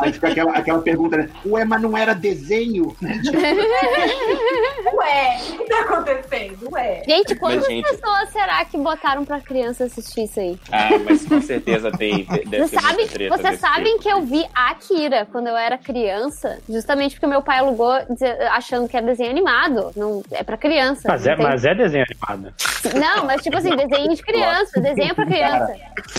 Speaker 5: Aí fica aquela, aquela pergunta, né? Ué, mas não era desenho?
Speaker 3: Ué, o que tá acontecendo? Ué.
Speaker 1: Gente, quantas
Speaker 10: gente-
Speaker 1: pessoas será que botaram pra criança assistir isso aí?
Speaker 10: Ah, mas com certeza tem. Deve
Speaker 1: Você
Speaker 10: ter
Speaker 1: sabe,
Speaker 10: muita treta
Speaker 1: vocês
Speaker 10: desse
Speaker 1: sabem
Speaker 10: tipo.
Speaker 1: que eu vi Akira quando eu era criança, justamente porque meu pai alugou dize- achando que é desenho animado. Não, é pra criança.
Speaker 8: Mas é,
Speaker 1: não, tem-
Speaker 8: mas é desenho animado.
Speaker 1: não, mas tipo assim, desenho de criança, desenho pra criança.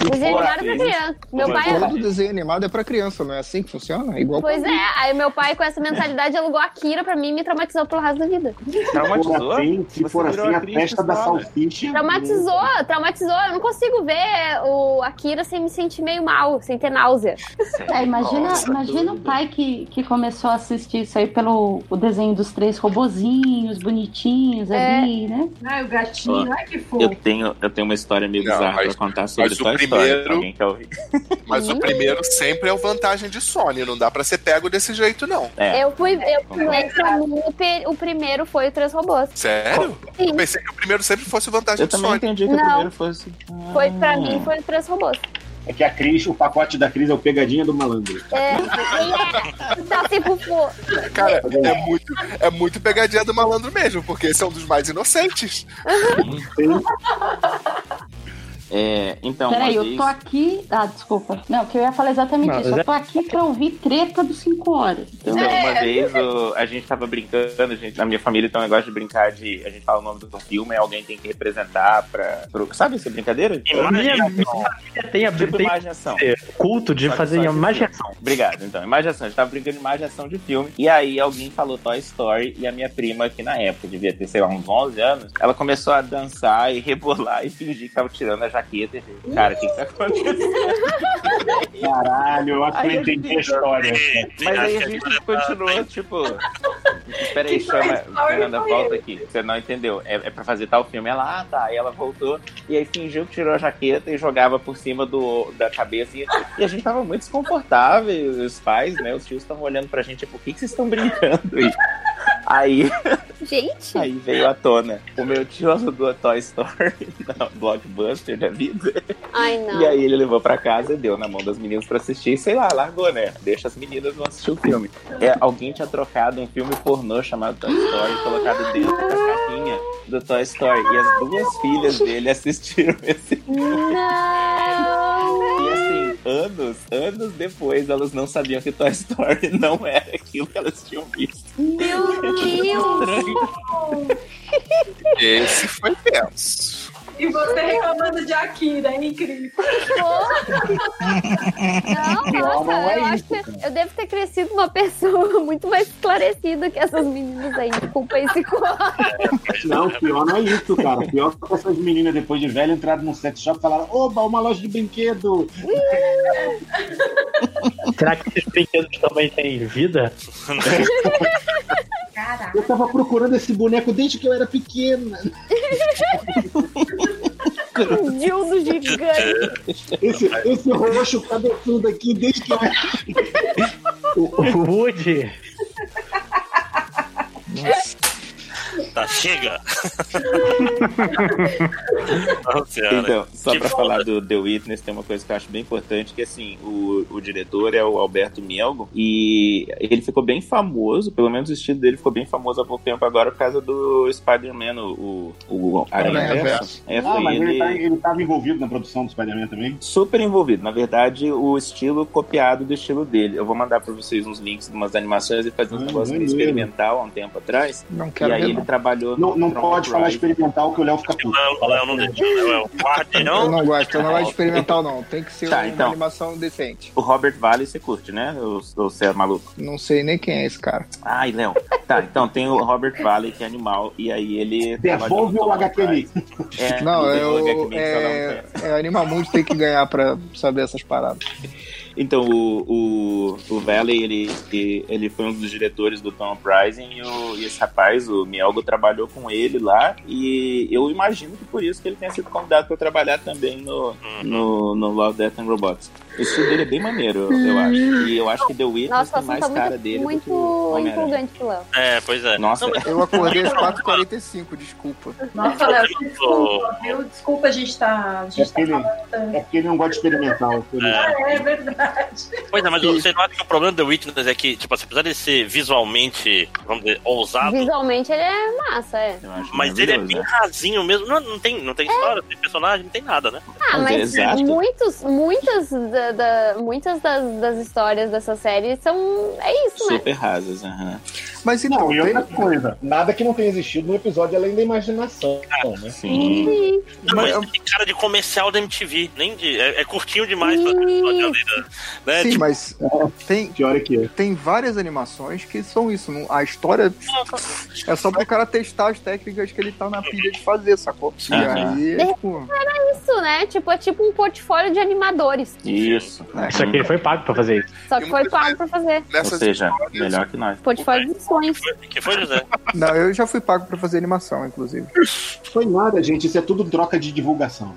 Speaker 1: Desenho animado
Speaker 8: é
Speaker 1: pra criança. Meu
Speaker 7: Mas
Speaker 1: pai.
Speaker 7: é todo desenho animado é pra criança, não é assim que funciona? É Igual
Speaker 1: Pois é, aí meu pai com essa mentalidade alugou Akira pra mim e me traumatizou pelo resto da vida.
Speaker 10: Traumatizou?
Speaker 5: For assim, se
Speaker 10: Você
Speaker 5: for
Speaker 10: virou
Speaker 5: assim, a
Speaker 10: atriz
Speaker 5: festa da
Speaker 10: sexual, né?
Speaker 5: salsicha.
Speaker 1: Traumatizou, traumatizou. Eu não consigo ver o Akira sem me sentir meio mal, sem ter náusea.
Speaker 2: É, imagina,
Speaker 10: Nossa,
Speaker 2: imagina o
Speaker 10: doido.
Speaker 2: pai que, que começou a assistir isso aí pelo o desenho dos três robozinhos, bonitinhos
Speaker 1: É.
Speaker 2: ali, né?
Speaker 3: Ai, é o gatinho, ai que
Speaker 10: Eu
Speaker 3: fofo.
Speaker 10: tenho, eu tenho uma história meio
Speaker 12: Não,
Speaker 10: bizarra
Speaker 12: mas-
Speaker 10: pra contar sobre
Speaker 12: mas o
Speaker 10: Toy Story.
Speaker 12: primeiro-
Speaker 10: pra Alguém quer ouvir?
Speaker 12: Mas o primeiro sempre é o vantagem de Sony, não dá pra ser pego desse jeito, não.
Speaker 10: É.
Speaker 1: Eu fui, eu fui ler que pra mim, o pe- o primeiro foi o Três Robôs.
Speaker 12: Sério?
Speaker 1: Sim.
Speaker 12: Eu pensei que o primeiro sempre fosse vantagem
Speaker 10: Eu
Speaker 12: de
Speaker 10: também
Speaker 12: Sony.
Speaker 10: entendi que
Speaker 1: Não.
Speaker 10: o primeiro fosse.
Speaker 1: Foi, pra
Speaker 10: Ah.
Speaker 1: mim, foi o Três Robôs.
Speaker 5: É que a Cris, o pacote da Cris é o pegadinha do malandro.
Speaker 1: É, e é, tá sem pupô.
Speaker 12: Cara, é muito, é muito pegadinha do malandro mesmo, porque esse é um dos mais inocentes.
Speaker 10: É, então, uma
Speaker 2: Peraí, eu
Speaker 10: vez-
Speaker 2: tô aqui. Ah, desculpa. Não, que eu ia falar exatamente
Speaker 8: Não,
Speaker 2: isso. Eu
Speaker 8: mas é-
Speaker 2: tô aqui pra ouvir treta dos 5 horas.
Speaker 10: Então,
Speaker 2: É.
Speaker 10: uma vez o- a gente tava brincando, a gente, na minha família tem um negócio de brincar de. A gente fala o nome do filme, aí alguém tem que representar pra. pro- sabe essa brincadeira?
Speaker 6: Imagem-
Speaker 8: Minha, minha família tem, a,
Speaker 10: Tipo
Speaker 8: tem
Speaker 10: imagem ação.
Speaker 8: o culto de
Speaker 10: Sabe,
Speaker 8: fazer
Speaker 10: sabe,
Speaker 8: imaginação.
Speaker 10: Obrigado, então. Imagem ação. A gente tava brincando de imagem ação de filme. E aí alguém falou Toy Story e a minha prima, que na época devia ter, sei lá, uns 11 anos, ela começou a dançar e rebolar e fingir que tava tirando a jaqueta. E, gente, cara, o que que tá acontecendo?
Speaker 5: Caralho, eu acho que eu
Speaker 10: Ai, eu
Speaker 5: entendi a
Speaker 10: entendi.
Speaker 5: história.
Speaker 10: Mas aí a gente continuou, tipo. Espera aí,
Speaker 3: Que Toy
Speaker 10: chama.
Speaker 3: Story
Speaker 10: Fernanda,
Speaker 3: foi
Speaker 10: volta aqui. Você não entendeu. É, é pra fazer tal filme. Ela, ah, tá. E ela voltou. E aí fingiu que tirou a jaqueta e jogava por cima do, da cabeça. E, e a gente tava muito desconfortável. E Os pais, né? Os tios estavam olhando pra gente, tipo, o que, que vocês estão brincando? E aí,
Speaker 1: Gente,
Speaker 10: aí veio à tona. O meu tio alugou a Toy Story, na blockbuster da vida.
Speaker 1: ai
Speaker 10: E
Speaker 1: não.
Speaker 10: aí ele levou pra casa e deu na mão das meninas pra assistir, e sei lá, largou, né? Deixa as meninas vão assistir o filme. É, alguém tinha trocado um filme pornô chamado Toy Story e colocado dentro da capinha do Toy Story. E as duas filhas dele assistiram esse
Speaker 1: Não!
Speaker 10: e assim, anos, anos depois, elas não sabiam que Toy Story não era aquilo que elas tinham visto.
Speaker 1: Meu Deus!
Speaker 10: Estranho.
Speaker 12: Esse foi tenso.
Speaker 3: E você reclamando de Akira, hein, incrível.
Speaker 1: Não, nossa,
Speaker 5: Pior não é
Speaker 1: eu acho
Speaker 5: isso,
Speaker 1: que eu devo ter crescido uma pessoa muito mais esclarecida que essas meninas aí. Desculpa esse corte.
Speaker 10: É,
Speaker 5: Não, pior não é isso, cara. Pior que essas meninas, depois de velho, entraram num sex shop e falaram: Oba, uma loja de brinquedo.
Speaker 8: Será que esses brinquedos também têm vida?
Speaker 3: Caraca.
Speaker 5: Eu tava procurando esse boneco desde que eu era pequena.
Speaker 1: Um dildo gigante.
Speaker 5: Esse, esse roxo cabeçudo aqui desde que eu era.
Speaker 8: O Woody.
Speaker 6: Tá, chega! Nossa senhora.
Speaker 10: Então, só
Speaker 6: que
Speaker 10: pra
Speaker 6: foda.
Speaker 10: falar do The Witness, tem uma coisa que eu acho bem importante, que assim, o, o diretor é o Alberto Mielgo, e ele ficou bem famoso, pelo menos o estilo dele ficou bem famoso há pouco tempo agora por causa do Spider-Man, o, o, o Aranha
Speaker 7: Aranha
Speaker 10: Verso. É,
Speaker 5: Ah,
Speaker 10: foi
Speaker 5: mas ele,
Speaker 10: ele-
Speaker 5: tá, ele tava envolvido na produção do Spider-Man também.
Speaker 10: super envolvido. Na verdade, o estilo copiado do estilo dele. Eu vou mandar pra vocês uns links de umas animações e fazer uns
Speaker 5: Hum,
Speaker 10: negócios meio
Speaker 5: maneiro.
Speaker 10: experimental há um tempo atrás.
Speaker 7: Não
Speaker 10: e
Speaker 7: quero
Speaker 10: aí
Speaker 7: ver,
Speaker 10: ele
Speaker 7: não.
Speaker 10: trabalhou
Speaker 5: Não, não
Speaker 10: Tron
Speaker 5: pode falar
Speaker 10: Rise.
Speaker 5: experimental que o Léo fica puto.
Speaker 6: Léo, Léo não deixou, Léo é o
Speaker 7: Eu
Speaker 6: guardião.
Speaker 7: não gosto, eu não gosto de experimental, não. Tem que ser
Speaker 10: Tá,
Speaker 7: uma
Speaker 10: então.
Speaker 7: animação decente.
Speaker 10: O Robert Valley você curte, né? Ou ou você é maluco?
Speaker 7: Não sei nem quem é esse cara.
Speaker 10: Ai, Léo. Tá, então tem o Robert Valley, que é animal, e aí ele. trabalhou
Speaker 5: Devolve
Speaker 10: no
Speaker 5: o
Speaker 10: Tron
Speaker 5: HQ
Speaker 10: Rise.
Speaker 5: Mix.
Speaker 10: É,
Speaker 7: Não,
Speaker 10: tem
Speaker 7: é
Speaker 10: o HQ
Speaker 7: o.
Speaker 10: Mix, eu não
Speaker 7: É,
Speaker 10: conheço.
Speaker 7: é Animamundo tem que ganhar pra saber essas paradas.
Speaker 10: Então, o, o, o Valley, ele, ele- ele foi um dos diretores do Tom Uprising e, o- e esse rapaz, o Mielgo, trabalhou com ele lá. E eu imagino que por isso que ele tenha sido convidado para trabalhar também no, no, no Love, Death and Robots. O estilo dele é bem maneiro, eu acho. E eu acho que The Witness
Speaker 1: Nossa, o
Speaker 10: tem
Speaker 1: assunto
Speaker 10: mais
Speaker 1: tá
Speaker 10: cara
Speaker 1: muito,
Speaker 10: dele do que o
Speaker 1: muito
Speaker 10: Homem-Aranha.
Speaker 1: empolgante, Léo.
Speaker 6: É, pois é.
Speaker 10: Nossa,
Speaker 6: Não, mas-
Speaker 7: Eu acordei às 4h45, desculpa.
Speaker 3: Nossa, Léo, desculpa, viu? Desculpa, a gente tá. A
Speaker 5: É
Speaker 3: gente
Speaker 5: porque, ele, é porque ele não gosta de experimentar. é porque ele-
Speaker 3: tá... É verdade.
Speaker 6: Pois é, mas você não acha que o problema do The Witness é que, tipo, assim, apesar de ser visualmente, vamos dizer, ousado,
Speaker 1: Visualmente ele é massa, é.
Speaker 10: é. eu acho
Speaker 6: mas ele é bem
Speaker 10: maravilhoso, né?
Speaker 6: rasinho mesmo. Não, não tem, não tem história, não tem personagem, não tem nada, né?
Speaker 1: Ah,
Speaker 10: Mas é
Speaker 1: mas
Speaker 10: exato.
Speaker 1: muitos, muitas, da- da- muitas das, das histórias dessa série são. É isso, né?
Speaker 10: Super rasas, aham.
Speaker 7: Mas então,
Speaker 5: Não, e
Speaker 7: tem-
Speaker 5: outra coisa, nada que não tenha existido no episódio além da imaginação, né?
Speaker 10: Sim.
Speaker 6: Não,
Speaker 7: Mas-
Speaker 6: mas ele tem cara de comercial da MTV, nem de. É, é curtinho demais pra ter episódio ali, né? né?
Speaker 7: sim,
Speaker 6: tipo,
Speaker 7: mas tem,
Speaker 5: Que hora que é.
Speaker 7: tem várias animações que são isso. não- A história é só pro cara testar as técnicas que ele tá na pilha de fazer, sacou? E
Speaker 10: Aham.
Speaker 7: aí, tipo,
Speaker 1: Isso, né? Tipo, é tipo um portfólio de animadores.
Speaker 10: Isso.
Speaker 8: Isso aqui foi pago pra fazer isso.
Speaker 1: Só que
Speaker 12: E
Speaker 1: foi
Speaker 12: muitas
Speaker 1: pago pra fazer.
Speaker 10: Ou
Speaker 12: Nessas
Speaker 10: seja, melhor que nós.
Speaker 1: Portfólio de sonhos.
Speaker 6: que foi, José?
Speaker 7: não, eu já fui pago pra fazer animação, inclusive.
Speaker 5: Foi nada, gente. Isso é tudo troca de divulgação.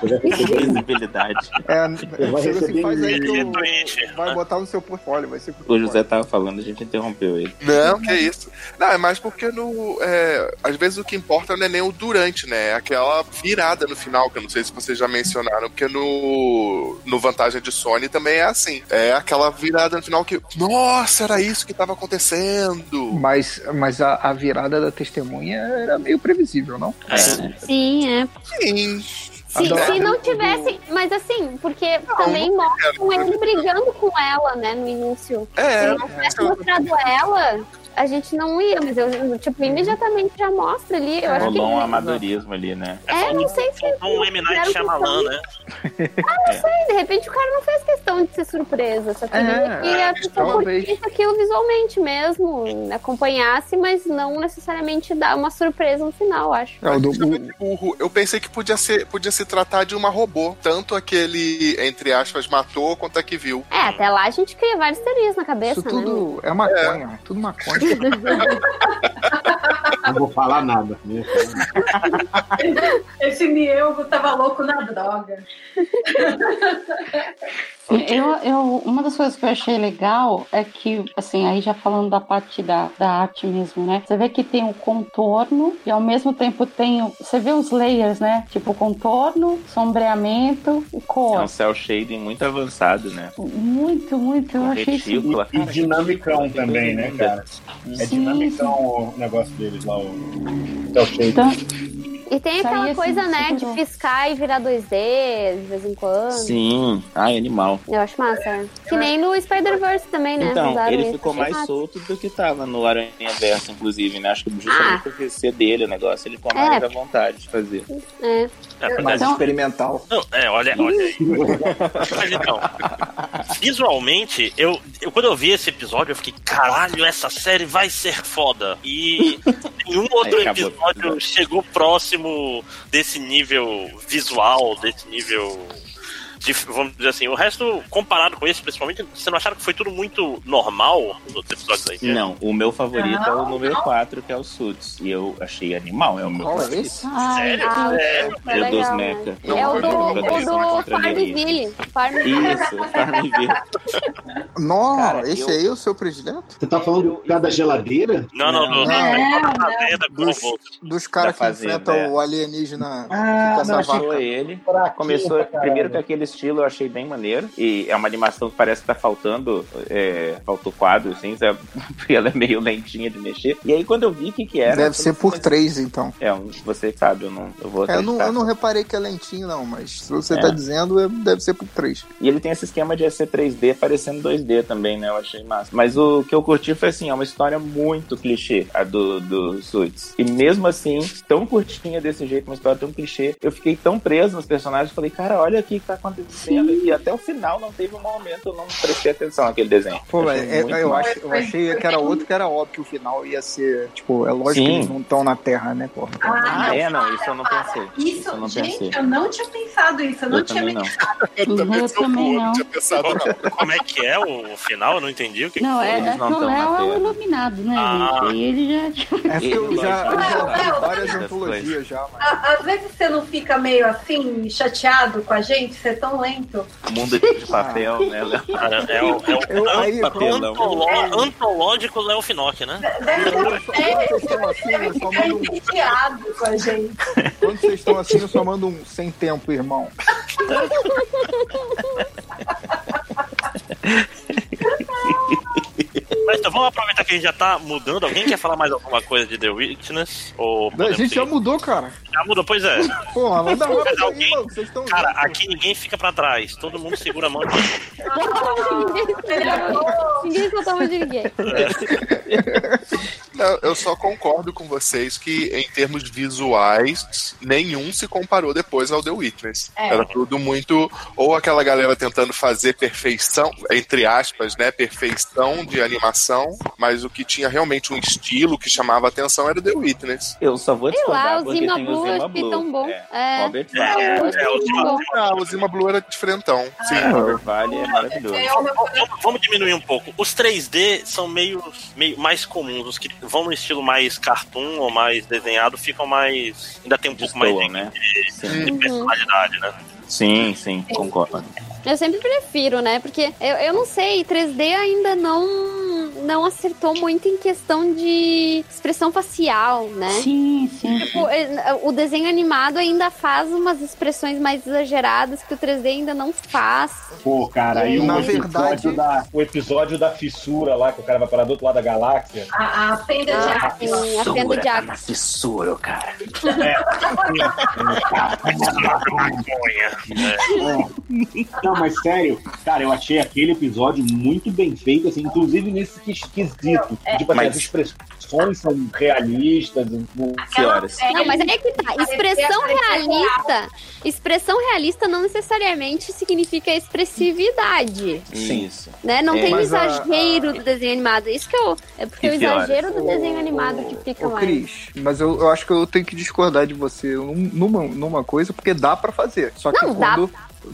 Speaker 5: Você vai receber-
Speaker 10: Visibilidade.
Speaker 7: É,
Speaker 5: vai
Speaker 7: chega assim,
Speaker 5: receber
Speaker 7: faz aí que
Speaker 6: Ele
Speaker 7: eu-
Speaker 6: retorne.
Speaker 7: vai botar no seu portfólio, vai ser pro
Speaker 10: O José tava falando, a gente interrompeu ele.
Speaker 12: Não, que isso. Não, é mais porque no, é, às vezes o que importa não é nem o durante, né? É aquela virada no final, que eu não sei se vocês já mencionaram, porque no, no Vantagem de Sony também é assim. É aquela virada no final que, nossa, era isso que tava acontecendo.
Speaker 7: Mas, mas a, a virada da testemunha era meio previsível, não?
Speaker 10: É,
Speaker 1: Sim, é.
Speaker 12: Sim.
Speaker 1: Se,
Speaker 7: Adoro.
Speaker 1: se não tivesse. Mas assim, porque também mostram ele brigando com ela, né, no início.
Speaker 12: É,
Speaker 1: Se
Speaker 12: não
Speaker 1: tivesse mostrado ela, a gente não ia, mas eu, tipo, imediatamente já mostra ali. Eu acho que.
Speaker 10: rolou um amadorismo ali, né?
Speaker 1: É, não sei se.
Speaker 6: Um M.
Speaker 1: Fizeram
Speaker 6: Night
Speaker 1: questão
Speaker 6: Shyamalan, né?
Speaker 10: É.
Speaker 1: de repente o cara não fez questão de ser surpresa, só que
Speaker 10: Ah,
Speaker 7: É,
Speaker 1: e a pessoa
Speaker 7: talvez.
Speaker 1: curtisse aquilo visualmente mesmo, acompanhasse, mas não necessariamente dar uma surpresa no final, acho.
Speaker 7: É, o do,
Speaker 12: Eu,
Speaker 7: o-
Speaker 12: burro. eu pensei que podia, ser, podia se tratar de uma robô. Tanto aquele, entre aspas, matou, quanto a que viu.
Speaker 1: É, até lá a gente cria várias teorias na cabeça, né?
Speaker 7: isso tudo é maconha, tudo maconha.
Speaker 5: Não vou falar nada. né?
Speaker 3: Esse Mielgo tava louco na droga.
Speaker 2: Eu, eu- uma das coisas que eu achei legal é que, assim, aí já falando da parte da, da arte mesmo, né? Você vê que tem o contorno e ao mesmo tempo tem. o- Você vê os layers, né? Tipo contorno, sombreamento e
Speaker 10: É
Speaker 2: cor.
Speaker 10: um cel shading muito avançado, né?
Speaker 2: Muito, muito. Eu
Speaker 10: Um
Speaker 2: achei isso.
Speaker 10: retículo.
Speaker 5: E
Speaker 10: Cara, que
Speaker 5: dinamicão
Speaker 10: coisa
Speaker 5: também, né,
Speaker 10: linda.
Speaker 5: cara? É
Speaker 2: Sim,
Speaker 5: dinamicão o negócio deles lá, o. É o shape.
Speaker 2: Então,
Speaker 1: E tem
Speaker 2: Isso aí,
Speaker 1: aquela
Speaker 2: assim,
Speaker 1: coisa, né,
Speaker 2: superou.
Speaker 1: de piscar e virar 2D de vez em quando.
Speaker 10: Sim. Ai, animal.
Speaker 1: Eu acho massa. né? Que nem no Spider-Verse também, né?
Speaker 10: Então,
Speaker 1: Usaram
Speaker 10: ele
Speaker 1: isso, Ah,
Speaker 10: ficou
Speaker 1: achei
Speaker 10: mais
Speaker 1: massa.
Speaker 10: solto do que tava no Aranha Verso, inclusive, né? Acho que justamente
Speaker 1: Ah.
Speaker 10: por ser dele o negócio, ele ficou mais à vontade de fazer.
Speaker 1: É.
Speaker 6: É,
Speaker 7: mais
Speaker 2: Então-
Speaker 7: experimental.
Speaker 6: Não, é, olha, olha aí. Mas então, visualmente, eu, eu quando eu vi esse episódio, eu fiquei, caralho, essa série vai ser foda. E nenhum outro
Speaker 10: Aí acabou o
Speaker 6: episódio
Speaker 10: episódio.
Speaker 6: chegou próximo desse nível visual, desse nível. de- vamos dizer assim, o resto, comparado com esse, principalmente, você não acharam que foi tudo muito normal nos outros episódios aí?
Speaker 10: Não, o meu favorito é o número 4, que é o Suits. E eu achei animal, é o meu
Speaker 7: Qual é
Speaker 10: favorito.
Speaker 7: esse?
Speaker 2: ai,
Speaker 1: Ah, é
Speaker 10: Meu Deus,
Speaker 1: legal, né?
Speaker 10: Meca.
Speaker 1: É o do,
Speaker 10: Eu
Speaker 1: o
Speaker 10: nunca
Speaker 1: do
Speaker 10: contra ele.
Speaker 1: Farmville. Farmville.
Speaker 10: Isso, Farmville.
Speaker 7: Nossa,
Speaker 10: Cara,
Speaker 7: esse
Speaker 10: eu-
Speaker 7: aí é o seu predileto?
Speaker 5: Você tá falando de cada geladeira?
Speaker 6: Não, não,
Speaker 2: Não,
Speaker 6: não. não, Fazenda com
Speaker 7: Dos,
Speaker 6: o-
Speaker 7: dos caras
Speaker 10: Da
Speaker 7: que
Speaker 10: fazenda,
Speaker 7: enfrentam
Speaker 10: é.
Speaker 7: o alienígena
Speaker 5: Ah,
Speaker 7: que caça
Speaker 5: não,
Speaker 7: a
Speaker 5: achei-
Speaker 10: Começou
Speaker 7: vaca.
Speaker 10: ele.
Speaker 5: Fraquinho
Speaker 10: Começou
Speaker 5: pra caralho.
Speaker 10: primeiro com aquele estilo, eu achei bem maneiro. E é uma animação que parece que tá faltando. é, faltou quadro, assim, sabe? Porque ela é meio lentinha de mexer. E aí quando eu vi o que, que era. eu
Speaker 7: Deve ser
Speaker 10: falei,
Speaker 7: por
Speaker 10: "Mas
Speaker 7: três, então.
Speaker 10: É, um- você que sabe, eu não eu vou
Speaker 7: É, eu, não,
Speaker 10: testar.
Speaker 7: eu não reparei que é lentinho, não, mas se você
Speaker 10: Tá. É.
Speaker 7: tá dizendo, é- deve ser por três.
Speaker 10: E ele tem esse esquema de ser 3D parecendo 2D também, né? Eu achei massa. Mas o que eu curti foi assim, é uma história muito clichê, a do, do Suits. E mesmo assim, tão curtinha desse jeito, uma história tão clichê, eu fiquei tão preso nos personagens, falei, cara, olha aqui o que tá acontecendo. E até o final não teve um momento, eu não prestei atenção naquele desenho.
Speaker 7: Pô,
Speaker 10: Achei
Speaker 7: é, é-
Speaker 10: muito
Speaker 7: eu,
Speaker 10: massa.
Speaker 7: acho, eu achei que era outro que era óbvio que o final ia ser. Tipo, é lógico que
Speaker 10: Sim.
Speaker 7: eles não estão na Terra, né, porra?
Speaker 10: Ah, é, não, isso eu não pensei.
Speaker 3: Isso,
Speaker 10: eu não
Speaker 3: gente,
Speaker 10: pensei.
Speaker 3: eu não tinha pensado isso. Eu não
Speaker 10: Eu
Speaker 3: tinha
Speaker 10: também não.
Speaker 12: Eu também,
Speaker 2: Eu
Speaker 12: sou
Speaker 2: também
Speaker 12: burro,
Speaker 2: não.
Speaker 12: tinha pensado,
Speaker 6: Qual
Speaker 12: não.
Speaker 6: que- Como é que é o final? Eu não entendi o que.
Speaker 2: Não, é,
Speaker 10: Eles
Speaker 2: é que
Speaker 10: não
Speaker 2: o
Speaker 10: tão na
Speaker 2: Léo é o
Speaker 10: Terra.
Speaker 2: iluminado, né,
Speaker 6: Ah.
Speaker 2: gente? E ele já. tipo,
Speaker 7: É porque eu
Speaker 10: Ele
Speaker 7: já, eu
Speaker 10: gosta
Speaker 7: já
Speaker 3: de
Speaker 7: vi
Speaker 3: falar
Speaker 7: várias
Speaker 10: dessas
Speaker 7: antologias já, mas.
Speaker 3: À- Às vezes você não fica meio assim, chateado com a gente, ser tão muito.
Speaker 10: Mundo de papel, né?
Speaker 6: Cara, É o, é o
Speaker 7: Eu- aí,
Speaker 6: anto-
Speaker 10: papelão.
Speaker 6: antolo- antológico Léo Finock, né?
Speaker 3: Deve
Speaker 7: Quando vocês estão assim, eu só
Speaker 3: ficar
Speaker 7: mando um-
Speaker 3: entediado com a gente.
Speaker 7: quando vocês estão assim, eu só mando um sem tempo, irmão.
Speaker 6: Mas então, vamos aproveitar que a gente já tá mudando. Alguém quer falar mais alguma coisa de The Witness? Ou
Speaker 7: A
Speaker 6: podemos
Speaker 7: gente já Ah,
Speaker 6: seguir?
Speaker 7: mudou, cara.
Speaker 6: Já mudou, pois é.
Speaker 7: Porra, vai dar rápido aí,
Speaker 6: Alguém-
Speaker 7: mano. Vocês estão.
Speaker 6: Cara, aqui ninguém fica pra trás. Todo mundo segura a mão.
Speaker 1: Ninguém
Speaker 2: tá
Speaker 1: soltou a mão de ninguém. É.
Speaker 12: Não, eu só concordo com vocês que, em termos visuais, nenhum se comparou depois ao The Witness.
Speaker 3: É.
Speaker 12: Era tudo muito. Ou aquela galera tentando fazer perfeição, entre aspas, né? Perfeição de animação, mas o que tinha realmente um estilo que chamava atenção era o The Witness.
Speaker 10: Eu só vou
Speaker 1: Sei
Speaker 10: discordar
Speaker 1: lá, o
Speaker 10: porque
Speaker 1: Zima
Speaker 10: tem
Speaker 1: Blue
Speaker 10: o
Speaker 1: eu
Speaker 10: Zima
Speaker 1: acho que
Speaker 10: Blue.
Speaker 1: tão bom.
Speaker 10: É.
Speaker 1: É.
Speaker 10: Robert
Speaker 1: É,
Speaker 10: Valley.
Speaker 1: eu
Speaker 6: É,
Speaker 1: achei
Speaker 6: o
Speaker 1: muito
Speaker 6: Zima
Speaker 1: bom.
Speaker 12: Ah, o Zima Blue era diferentão. Sim.
Speaker 10: Robert Valley é maravilhoso.
Speaker 3: É o meu
Speaker 6: Ah. Vamos, vamos diminuir um pouco. Os 3D são meio, meio mais comuns. Os que vão no estilo mais cartoon ou mais desenhado ficam mais. Ainda tem um pouco mais
Speaker 10: Destoam,
Speaker 6: de,
Speaker 10: né? Sim.
Speaker 12: Hum.
Speaker 6: de personalidade, né?
Speaker 10: Sim, sim, concordo.
Speaker 1: Eu sempre prefiro, né? Porque eu, eu não sei, 3D ainda não não acertou muito em questão de expressão facial, né?
Speaker 2: Sim, sim.
Speaker 1: Tipo, eh, o desenho animado ainda faz umas expressões mais exageradas que o 3D ainda não faz.
Speaker 5: Pô, cara, aí
Speaker 7: Na
Speaker 5: o,
Speaker 7: verdade-
Speaker 5: episódio da, o episódio da fissura lá, que o cara vai parar do outro lado da galáxia.
Speaker 3: A, a fenda de
Speaker 1: Ah,
Speaker 3: água.
Speaker 1: Sim, a fenda de água.
Speaker 10: fissura, cara.
Speaker 5: É, Não, mas sério, cara, eu achei aquele episódio muito bem feito, assim, inclusive nesse que- quesito. tipo assim,
Speaker 10: Mas-
Speaker 5: as expressões são realistas. o-
Speaker 10: Que horas?
Speaker 1: Não, mas é que tá. Expressão realista, expressão realista não necessariamente significa expressividade,
Speaker 10: Sim. Isso.
Speaker 1: né? Não
Speaker 10: É,
Speaker 1: tem o
Speaker 7: mas a-
Speaker 1: exagero do desenho animado. Isso que eu é porque
Speaker 10: E
Speaker 1: é o
Speaker 10: pior,
Speaker 1: exagero do desenho
Speaker 7: Ô,
Speaker 1: animado que fica
Speaker 7: ô,
Speaker 1: mais.
Speaker 7: Cris, mas eu, eu acho que eu tenho que discordar de você num- numa, numa coisa, porque dá pra fazer. Só que
Speaker 1: Não, dá.
Speaker 7: quando.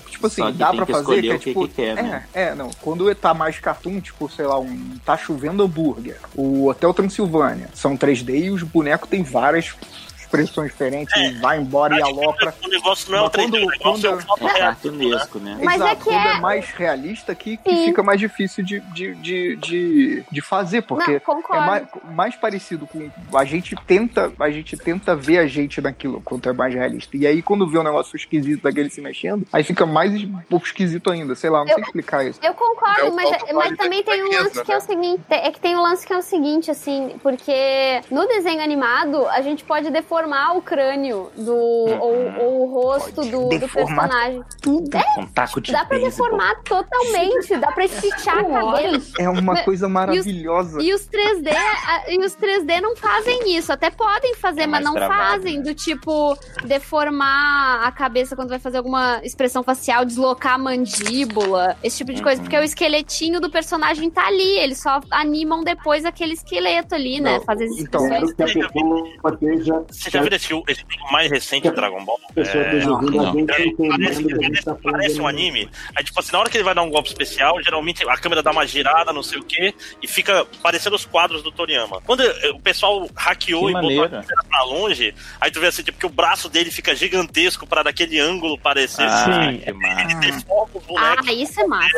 Speaker 7: Tipo assim,
Speaker 10: Só que
Speaker 7: dá
Speaker 10: tem
Speaker 7: pra
Speaker 10: que
Speaker 7: fazer.
Speaker 10: escolher
Speaker 7: Que é,
Speaker 10: o que
Speaker 7: tipo,
Speaker 10: que quer, né?
Speaker 7: é, é, não. Quando tá mais cartoon, tipo, sei lá, um. Tá chovendo hambúrguer. O Hotel Transilvânia. São 3D e os bonecos têm várias expressões diferentes. e vai embora e alopra.
Speaker 6: O negócio não é o
Speaker 7: Mas
Speaker 6: 3D, o
Speaker 7: quando-
Speaker 6: negócio é o
Speaker 7: quando-
Speaker 10: É
Speaker 6: fotorreal.
Speaker 10: cartunesco, né?
Speaker 1: Mas é
Speaker 7: Exato,
Speaker 1: que
Speaker 7: quando
Speaker 1: é-
Speaker 7: é... mais realista que, que
Speaker 1: Sim.
Speaker 7: fica mais difícil de, de, de, de, de fazer, porque
Speaker 1: Não,
Speaker 7: é
Speaker 1: concordo.
Speaker 7: mais, mais parecido com a gente tenta a gente tenta ver a gente naquilo quanto é mais realista e aí quando vê um negócio esquisito daquele se mexendo aí fica mais es- esquisito ainda sei lá não sei explicar isso
Speaker 1: Eu concordo,
Speaker 12: É o
Speaker 1: mas,
Speaker 12: ponto
Speaker 1: mas
Speaker 12: válido
Speaker 1: também
Speaker 12: da
Speaker 1: tem um
Speaker 12: fraqueza,
Speaker 1: lance que é o
Speaker 12: né?
Speaker 1: seguinte, é que tem um lance que é o seguinte, assim, porque no desenho animado a gente pode deformar o crânio do ou, ou o rosto
Speaker 10: Pode
Speaker 1: do, do
Speaker 10: deformar
Speaker 1: personagem.
Speaker 10: Com taco
Speaker 7: Tipo,
Speaker 10: de
Speaker 1: Dá pra
Speaker 10: beisebol.
Speaker 1: deformar totalmente, dá pra esticar a cabelo.
Speaker 7: é uma
Speaker 1: mas-
Speaker 7: coisa maravilhosa
Speaker 1: E os 3D, a- e os 3D não fazem isso, até podem fazer,
Speaker 10: É
Speaker 1: mas
Speaker 10: mais
Speaker 1: não
Speaker 10: travado,
Speaker 1: fazem
Speaker 10: né?
Speaker 1: do tipo deformar a cabeça quando vai fazer alguma expressão facial, deslocar a mandíbula, esse tipo de coisa,
Speaker 10: Uhum.
Speaker 1: porque o esqueletinho do personagem tá ali, eles só animam depois aquele esqueleto ali, né?
Speaker 7: Não,
Speaker 1: Fazer as
Speaker 7: então,
Speaker 1: expressões.
Speaker 5: Quero que a pessoa esteja.
Speaker 6: Você já viu esse, esse filme mais recente de Dragon Ball?
Speaker 5: A pessoa
Speaker 6: É,
Speaker 5: esteja ouvindo a
Speaker 10: não.
Speaker 5: gente
Speaker 6: Parece,
Speaker 5: entendendo o que a gente tá falando.
Speaker 6: parece um anime. Aí, tipo assim, na hora que ele vai dar um golpe especial, geralmente a câmera dá uma girada, não sei o quê, e fica parecendo os quadros do Toriyama. Quando eh, o pessoal hackeou
Speaker 10: Que
Speaker 6: e botou a
Speaker 10: maneiro.
Speaker 6: câmera pra longe, aí tu vê assim, tipo, que o braço dele fica gigantesco pra daquele ângulo parecer.
Speaker 10: Ah,
Speaker 6: assim,
Speaker 10: que massa.
Speaker 6: Deforma o boneco.
Speaker 1: Ah, isso é massa.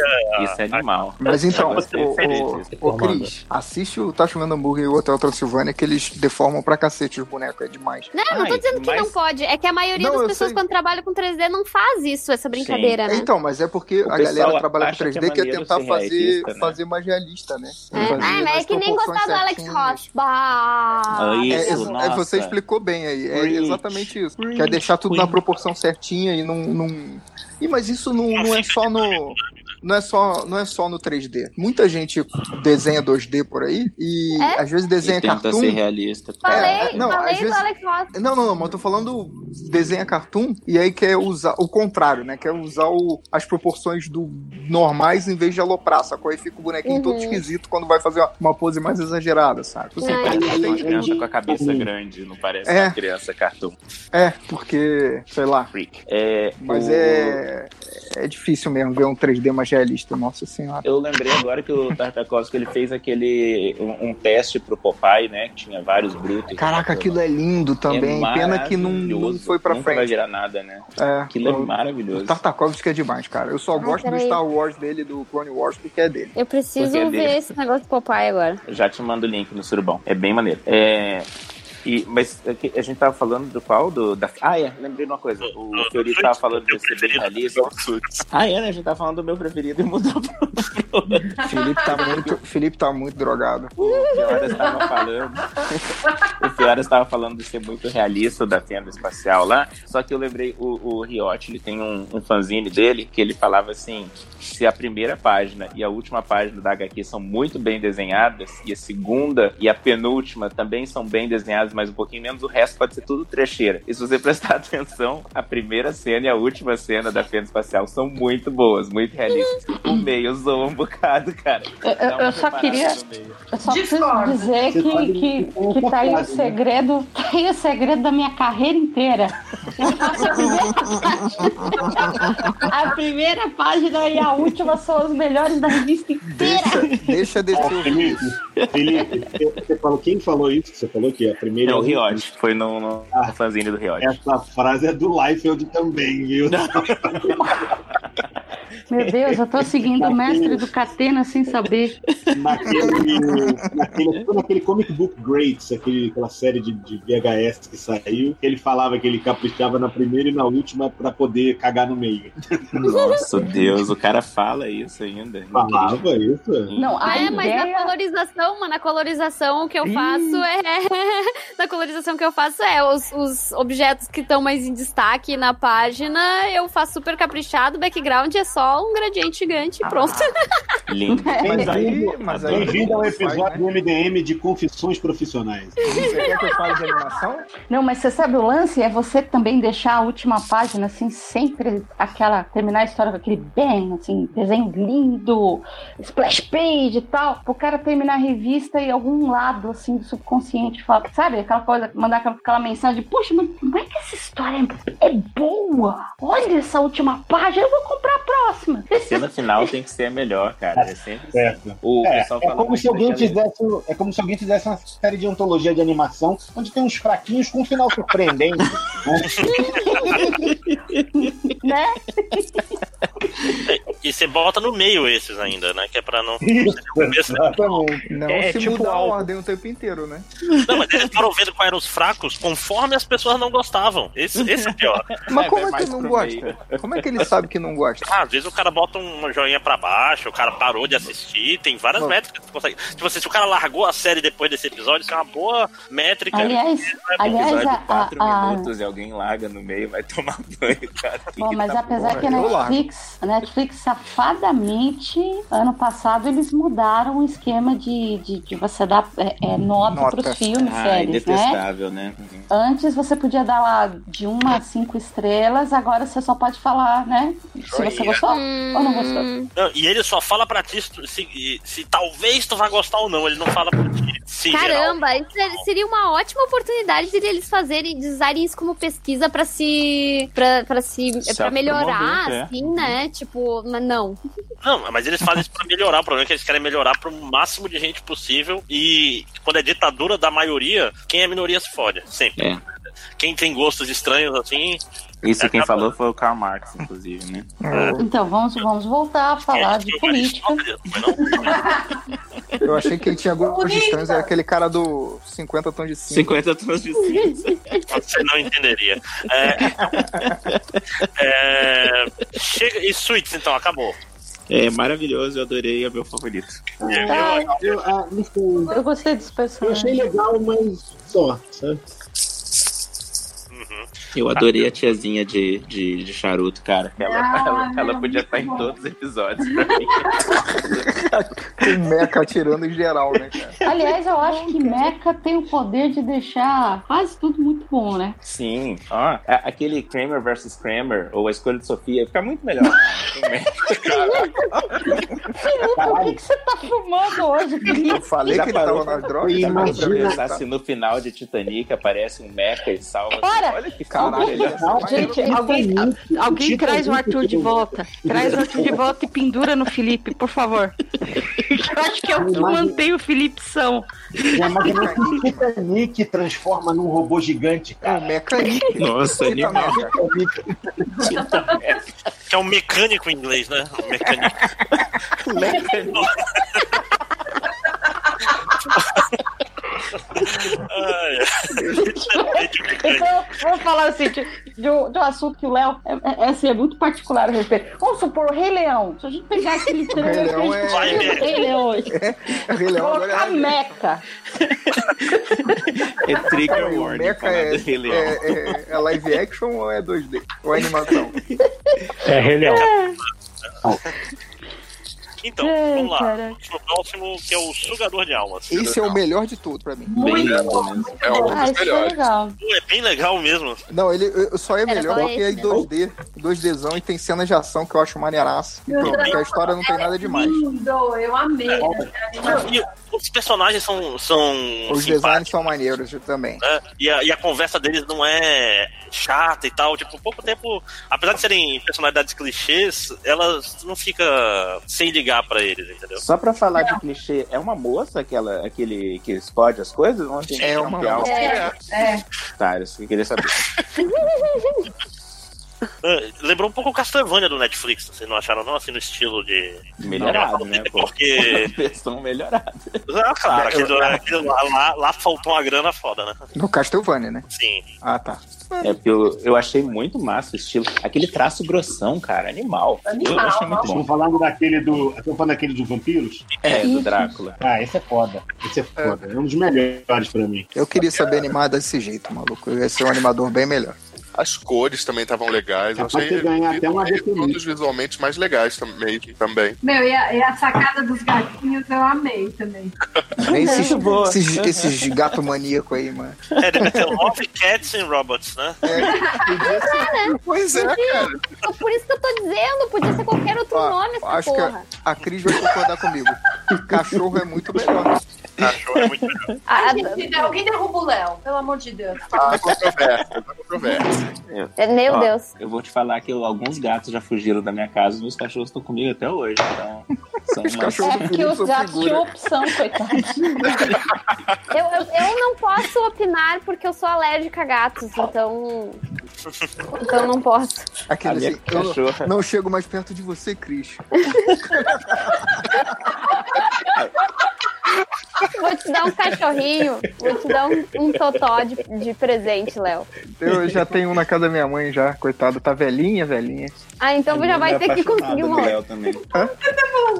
Speaker 10: Isso é animal.
Speaker 7: mas então,
Speaker 10: Eu gostei
Speaker 7: ô,
Speaker 10: diferente
Speaker 7: ô,
Speaker 10: disso.
Speaker 7: ô, Cris, assiste o Tá Chovendo Hambúrguer e o Hotel Transilvânia que eles deformam pra cacete os bonecos, é demais.
Speaker 1: Não, não tô
Speaker 10: Ai,
Speaker 1: dizendo que
Speaker 10: mas-
Speaker 1: não pode. É que a maioria
Speaker 7: Não,
Speaker 1: das
Speaker 7: eu
Speaker 1: pessoas,
Speaker 7: sei.
Speaker 1: quando trabalham com 3D, não faz isso, essa brincadeira, né?
Speaker 7: Então, mas é porque
Speaker 10: O
Speaker 7: a
Speaker 10: pessoal
Speaker 7: galera trabalha com
Speaker 10: acha que
Speaker 7: 3D
Speaker 10: é
Speaker 7: que quer
Speaker 10: maneiro
Speaker 7: tentar
Speaker 10: ser
Speaker 7: fazer,
Speaker 10: realista, né?
Speaker 7: fazer mais realista, né?
Speaker 1: É,
Speaker 7: Fazer
Speaker 1: Ah, mas
Speaker 7: nas
Speaker 1: é que nem
Speaker 7: proporções
Speaker 1: gostar do Alex
Speaker 7: certinhas.
Speaker 1: Ross. Bah!
Speaker 10: Ah,
Speaker 7: É,
Speaker 10: isso,
Speaker 7: exa- é,
Speaker 10: nossa.
Speaker 7: você explicou bem aí. É
Speaker 10: Preach.
Speaker 7: exatamente isso.
Speaker 10: Preach.
Speaker 7: Quer deixar tudo na
Speaker 10: Preach.
Speaker 7: proporção certinha e não. não... Ih, mas isso não, não é só no. Não é só, não é só no 3D. Muita gente desenha 2D por aí e
Speaker 1: É?
Speaker 7: às vezes
Speaker 10: E
Speaker 7: desenha
Speaker 10: tenta
Speaker 7: cartoon.
Speaker 10: ser realista.
Speaker 1: Falei,
Speaker 7: é, não,
Speaker 1: falei
Speaker 7: às
Speaker 1: do
Speaker 7: vezes-
Speaker 1: Alex Ross.
Speaker 7: Não, não, não, mas eu tô falando desenha cartoon e aí quer usar o contrário, né? Quer usar o- as proporções do normais em vez de aloprar, sacou? Aí fica o bonequinho
Speaker 1: Uhum.
Speaker 7: todo esquisito quando vai fazer uma, uma pose mais exagerada, sabe?
Speaker 1: Ai,
Speaker 10: Parece uma criança com a cabeça
Speaker 5: Sim.
Speaker 10: grande, não parece
Speaker 7: É.
Speaker 10: uma criança cartoon
Speaker 7: É, porque, sei lá.
Speaker 10: freak. É,
Speaker 7: Mas
Speaker 10: o-
Speaker 7: é, é difícil mesmo ver um 3D mais evangelista, nossa senhora.
Speaker 10: Eu lembrei agora que o Tartakovsky ele fez aquele um, um teste pro Popeye, né? Que tinha vários brutos.
Speaker 7: Caraca, aquilo é lindo também. Pena que não, não
Speaker 10: maravilhoso.
Speaker 7: foi pra
Speaker 10: Nunca vai
Speaker 7: frente.
Speaker 10: virar nada, né?
Speaker 7: É,
Speaker 10: Aquilo é
Speaker 7: o-
Speaker 10: maravilhoso.
Speaker 7: o Tartakovsky é demais, cara. Eu só
Speaker 1: Ah,
Speaker 7: gosto do
Speaker 1: peraí.
Speaker 7: Star Wars dele, do Clone Wars, porque é dele.
Speaker 1: Eu preciso
Speaker 10: Porque é
Speaker 1: ver
Speaker 10: dele.
Speaker 1: esse negócio do Popeye agora.
Speaker 10: Eu Já te mando o link no surubão. É bem maneiro. É. E, mas é que a gente tava falando do qual? Do, da... Ah, é, lembrei de uma coisa. O Fiori tava falando de ser jornalista. Ah, é, né? A gente tava falando do meu preferido e mudou pra
Speaker 7: Felipe tá muito, Felipe tá muito drogado.
Speaker 10: O Fioras estava falando. o Fioras estava falando de ser muito realista da tenda espacial lá. Só que eu lembrei, o, o Riot, ele tem um, um fanzine dele que ele falava assim: se a primeira página e a última página da HQ são muito bem desenhadas, e a segunda e a penúltima também são bem desenhadas, mas um pouquinho menos, o resto pode ser tudo trecheira. E se você prestar atenção, a primeira cena e a última cena da tenda espacial são muito boas, muito realistas. O meio zoa um bocado, cara.
Speaker 2: Eu- eu-
Speaker 10: Dá uma
Speaker 2: eu só
Speaker 10: reparada
Speaker 2: queria-
Speaker 10: no meio.
Speaker 2: Eu só
Speaker 3: Discordo.
Speaker 2: preciso dizer
Speaker 5: Você pode-
Speaker 2: que, que,
Speaker 5: um
Speaker 2: que tá aí o
Speaker 5: confiável, né?
Speaker 2: segredo, tá aí o segredo da minha carreira inteira. a primeira página e a última são as melhores da revista inteira.
Speaker 7: Deixa, deixa desse
Speaker 5: Ó,
Speaker 7: ouvido.
Speaker 5: Felipe, Felipe, você- você falou, quem falou isso que você falou que a primeira
Speaker 10: É o
Speaker 5: última?
Speaker 10: Riot, foi no, no
Speaker 5: um Ah.
Speaker 10: fanzine do Riot.
Speaker 5: Essa frase é do Liefeld também, viu?
Speaker 2: Meu Deus, eu tô seguindo o mestre do Catena sem saber.
Speaker 5: naquele, naquele, foi naquele Comic Book Greats, aquele, aquela série de, de VHS que saiu, ele falava que ele caprichava na primeira e na última pra poder cagar no meio.
Speaker 10: Nossa, Deus, o cara fala isso ainda. é Incrível.
Speaker 5: Falava isso?
Speaker 2: Não, a
Speaker 1: é, mas na
Speaker 2: ideia...
Speaker 1: colorização, mano, na colorização que eu
Speaker 7: Ih.
Speaker 1: faço é. na colorização que eu faço é os, os objetos que estão mais em destaque na página, eu faço super caprichado, o background é só um gradiente gigante e pronto.
Speaker 10: Lindo.
Speaker 7: Mas aí, mas aí.
Speaker 5: Bem-vindo ao
Speaker 7: faz,
Speaker 5: episódio
Speaker 7: né?
Speaker 5: do MDM de Confissões Profissionais.
Speaker 7: Você quer que eu fale de animação?
Speaker 2: Não, mas você sabe o lance? É você também deixar a última página, assim, sempre aquela. terminar a história com aquele bem, assim, desenho lindo, splash page e tal. O cara terminar a revista e algum lado, assim, do subconsciente fala, sabe? Aquela coisa, mandar aquela, aquela mensagem: Poxa, mas como é que essa história é, é boa? Olha essa última página, eu vou comprar a próxima.
Speaker 10: Cena final tem que ser a melhor, cara. É sempre assim.
Speaker 5: Certo.
Speaker 10: O
Speaker 5: É,
Speaker 10: pessoal
Speaker 5: é
Speaker 10: fala
Speaker 5: como
Speaker 10: muito
Speaker 5: se alguém
Speaker 10: daquela-
Speaker 5: fizesse, é como se alguém fizesse uma série de antologia de animação onde tem uns fraquinhos com um final surpreendente.
Speaker 2: né?
Speaker 6: E você bota no meio esses ainda, né? Que é pra não. Começo, né?
Speaker 5: Exatamente.
Speaker 7: Não
Speaker 8: É,
Speaker 7: se
Speaker 8: tipo
Speaker 7: mudar a
Speaker 8: álcool.
Speaker 7: ordem o tempo inteiro, né?
Speaker 6: Não, mas eles foram vendo quais eram os fracos conforme as pessoas não gostavam. Esse, esse é o pior.
Speaker 7: Mas
Speaker 10: É,
Speaker 7: como
Speaker 10: vai
Speaker 7: é que
Speaker 10: mais
Speaker 7: não
Speaker 10: pro
Speaker 7: gosta? Como é que ele sabe que não gosta?
Speaker 6: Ah, às vezes o cara bota uma joinha pra baixo, o cara parou de assistir, tem várias
Speaker 7: Bom.
Speaker 6: métricas que tu consegue. Tipo assim, se o cara largou a série depois desse episódio, isso é uma boa métrica.
Speaker 2: Aliás, aliás, é,
Speaker 10: Episódio
Speaker 2: a-
Speaker 10: de 4
Speaker 2: a- a,
Speaker 10: minutos e alguém larga no meio, vai tomar banho, cara.
Speaker 2: Bom, mas
Speaker 10: Tá
Speaker 2: apesar
Speaker 7: bom,
Speaker 2: que a
Speaker 7: eu largo.
Speaker 2: Netflix, a Netflix safadamente, ano passado eles mudaram o esquema de, de, de você dar é, é, nota
Speaker 7: Nota.
Speaker 2: para os filmes,
Speaker 10: Ai,
Speaker 2: séries, né?
Speaker 10: detestável, Ah, né?
Speaker 2: Antes você podia dar lá de uma a cinco estrelas, agora você só pode falar, né? Se você gostou ou não gostou.
Speaker 6: Não, e ele só fala pra ti se, se- se talvez tu vai gostar ou não. Ele não fala pra ti. Se geral-
Speaker 1: Caramba, isso é- seria uma ótima oportunidade de eles fazerem, de usarem isso como pesquisa pra se. pra, pra se.
Speaker 10: Se
Speaker 1: pra melhorar,
Speaker 10: autopromover, é.
Speaker 1: assim, né? Tipo, mas não.
Speaker 6: Não, mas eles fazem isso pra melhorar. O problema é que eles querem melhorar pro máximo de gente possível. E quando é ditadura da maioria, quem é minoria se fode. Sempre.
Speaker 10: É.
Speaker 6: Quem tem gostos estranhos assim.
Speaker 10: Isso quem
Speaker 6: Acabou.
Speaker 10: falou foi o Karl Marx, inclusive, né?
Speaker 2: Então vamos, vamos voltar a falar
Speaker 6: é,
Speaker 2: de
Speaker 6: foi o
Speaker 2: política.
Speaker 6: Aristóteles, foi não?
Speaker 7: Eu achei que ele tinha gostos
Speaker 3: Bonita.
Speaker 7: estranhos, era é aquele cara do 50 tons de cinza.
Speaker 10: 50 tons de cinza.
Speaker 6: Você não entenderia. É, é, chega, e suítes, então, acabou.
Speaker 10: É maravilhoso, eu adorei, é meu favorito.
Speaker 5: Ah,
Speaker 7: É.
Speaker 5: eu, ah, não sei.
Speaker 2: Eu gostei desse
Speaker 5: Eu
Speaker 2: personagem.
Speaker 5: achei legal, mas só, sabe?
Speaker 6: Uhum.
Speaker 10: Eu adorei a tiazinha de, de, de charuto, cara. Ela,
Speaker 3: Ah,
Speaker 10: ela, ela
Speaker 3: é
Speaker 10: podia
Speaker 3: muito
Speaker 10: estar em
Speaker 3: bom.
Speaker 10: todos os episódios pra mim.
Speaker 7: O Mecha tirando em geral, né, cara?
Speaker 2: Aliás, eu acho que Mecha tem o poder de deixar quase tudo muito bom, né?
Speaker 10: Sim, ó. a- aquele Kramer versus Kramer, ou a escolha de Sofia, fica muito melhor.
Speaker 2: Felipe, o que, que você tá fumando hoje, Felipe?
Speaker 7: Eu falei
Speaker 10: Já
Speaker 7: que ele
Speaker 10: parou
Speaker 7: tava nas drogas.
Speaker 5: Imagina.
Speaker 7: tava
Speaker 10: Imagina
Speaker 7: pra pensar.
Speaker 10: se no final de Titanic aparece um mecha e salva.
Speaker 11: Cara,
Speaker 10: Olha que caralho, ele é
Speaker 11: Não, gente, alguém, alguém traz
Speaker 2: um
Speaker 11: o Arthur de volta. Traz o Arthur de volta e pendura no Felipe, por favor. Eu acho que é o que mantém o Felipe são.
Speaker 5: É, mas é o Titanic transforma num robô gigante, cara.
Speaker 7: É, mecanique.
Speaker 10: Nossa, animal.
Speaker 6: Que é um mecânico em inglês, né? Um Mecânico. Ai, ai. Literalmente
Speaker 2: Então, vou falar assim, de, de um, de um assunto que o Léo é, é, assim, é muito particular a respeito. Vamos supor, o Rei Leão. Se a gente pegar aquele trailer que a
Speaker 7: Leão
Speaker 2: gente viu
Speaker 7: é-
Speaker 2: do Rei Leão hoje,
Speaker 7: Rei Leão agora é
Speaker 2: colocar a
Speaker 7: Rei Leão.
Speaker 2: Meca.
Speaker 10: É trigger
Speaker 7: O
Speaker 10: warning.
Speaker 7: Mecha
Speaker 10: falar
Speaker 7: é,
Speaker 10: do Rei Leão.
Speaker 7: é, é- é live action ou é 2D? Ou é animação?
Speaker 8: É, Rei Leão.
Speaker 6: Então,
Speaker 9: Ai,
Speaker 6: vamos lá.
Speaker 9: cara.
Speaker 6: O próximo que é o sugador de almas.
Speaker 7: Esse é o melhor de tudo pra mim.
Speaker 10: Bem
Speaker 3: Muito
Speaker 10: legal,
Speaker 3: bom.
Speaker 10: né?
Speaker 3: muito
Speaker 12: É um
Speaker 3: bom.
Speaker 12: dos
Speaker 2: Ah, isso é
Speaker 12: melhores.
Speaker 2: legal.
Speaker 6: Pô, é bem legal mesmo.
Speaker 7: Não, ele eh, só é
Speaker 1: Era
Speaker 7: melhor
Speaker 1: bom
Speaker 7: porque é
Speaker 1: esse né?
Speaker 7: em
Speaker 1: mesmo.
Speaker 7: 2D, 2Dzão, e tem cenas de ação que eu acho maneiraço. E pronto, porque a história não tem nada demais.
Speaker 3: Lindo, eu amei. né?
Speaker 6: E os personagens são, são
Speaker 7: Os designs
Speaker 6: simpáticos,
Speaker 7: são maneiros também.
Speaker 6: né? E a, e a conversa deles não é chata e tal. Tipo, pouco tempo. Apesar de serem personalidades clichês, elas não fica sem ligar pra eles, entendeu?
Speaker 10: Só pra falar de clichê, é uma moça aquela, aquele que explode as coisas? Não tem
Speaker 7: É uma
Speaker 10: campeão.
Speaker 7: moça.
Speaker 3: é.
Speaker 10: Tá, eu só queria saber.
Speaker 6: Ah, Lembrou um pouco o Castlevania do Netflix, vocês não acharam, não? Assim, no estilo de. é
Speaker 10: Melhorado, né? Pô?
Speaker 6: Porque-
Speaker 10: Versão melhorada.
Speaker 6: Ah, claro, aquele, aquele lá, lá, lá faltou uma grana foda, né?
Speaker 7: No Castlevania, né?
Speaker 6: Sim.
Speaker 7: Ah, tá.
Speaker 10: É porque eu, eu achei muito massa o estilo. Aquele traço grossão, cara, animal. eu achei muito
Speaker 5: Estão
Speaker 10: bom.
Speaker 5: falando daquele do. Estão falando daquele dos vampiros?
Speaker 10: É, do Drácula.
Speaker 5: Ah, esse é foda. Esse é foda. É um dos melhores pra mim.
Speaker 7: Eu queria saber animar desse jeito, maluco. Eu ia ser um animador bem melhor.
Speaker 12: As cores também estavam legais. Eu
Speaker 5: Capaz de
Speaker 12: achei
Speaker 5: ganhar até uma
Speaker 12: ele
Speaker 5: definida.
Speaker 12: um dos visualmente mais legais tam- meio que também.
Speaker 3: Meu, e a, e a sacada dos gatinhos eu amei também.
Speaker 7: Nem esses,
Speaker 10: Muito boa.
Speaker 7: esses, esses gato maníaco aí, mano.
Speaker 6: É, deve ter Love Cats and Robots, né?
Speaker 1: É.
Speaker 7: é,
Speaker 12: Pois é, cara.
Speaker 1: Então, Por isso que eu tô dizendo, podia ser qualquer outro
Speaker 7: Ah,
Speaker 1: nome essa
Speaker 7: acho
Speaker 1: porra.
Speaker 7: que a, a Cris vai concordar comigo. Cachorro é muito melhor.
Speaker 6: Cachorro é muito
Speaker 1: A-
Speaker 3: Ai,
Speaker 1: a-
Speaker 3: gente, alguém derruba o Léo, pelo amor de Deus.
Speaker 12: Há controvérsia,
Speaker 7: tá
Speaker 12: há controvérsia.
Speaker 1: é, Meu
Speaker 10: Ó,
Speaker 1: Deus.
Speaker 10: Eu vou te falar que eu- alguns gatos já fugiram da minha casa e meus cachorros estão comigo até hoje. Então, são
Speaker 7: Os
Speaker 10: uma-
Speaker 7: cachorros
Speaker 2: É que
Speaker 7: viram
Speaker 2: os
Speaker 7: sua
Speaker 2: gatos tinham
Speaker 7: figura.
Speaker 2: opção, coitados.
Speaker 1: Eu, eu, eu não posso opinar porque eu sou alérgica a gatos, então. Então não posso.
Speaker 10: A
Speaker 7: Aquele
Speaker 10: minha
Speaker 7: assim, eu não-
Speaker 10: cachorra,
Speaker 7: não chego mais perto de você, Cris.
Speaker 1: Vou te dar um cachorrinho, vou te dar um, um totó de, de presente, Léo.
Speaker 7: Eu já tenho um na casa da minha mãe já, coitado. Tá velhinha, velhinha.
Speaker 1: Ah, então já vai ter que conseguir um
Speaker 10: é do
Speaker 1: outro.
Speaker 10: Léo também.
Speaker 3: tá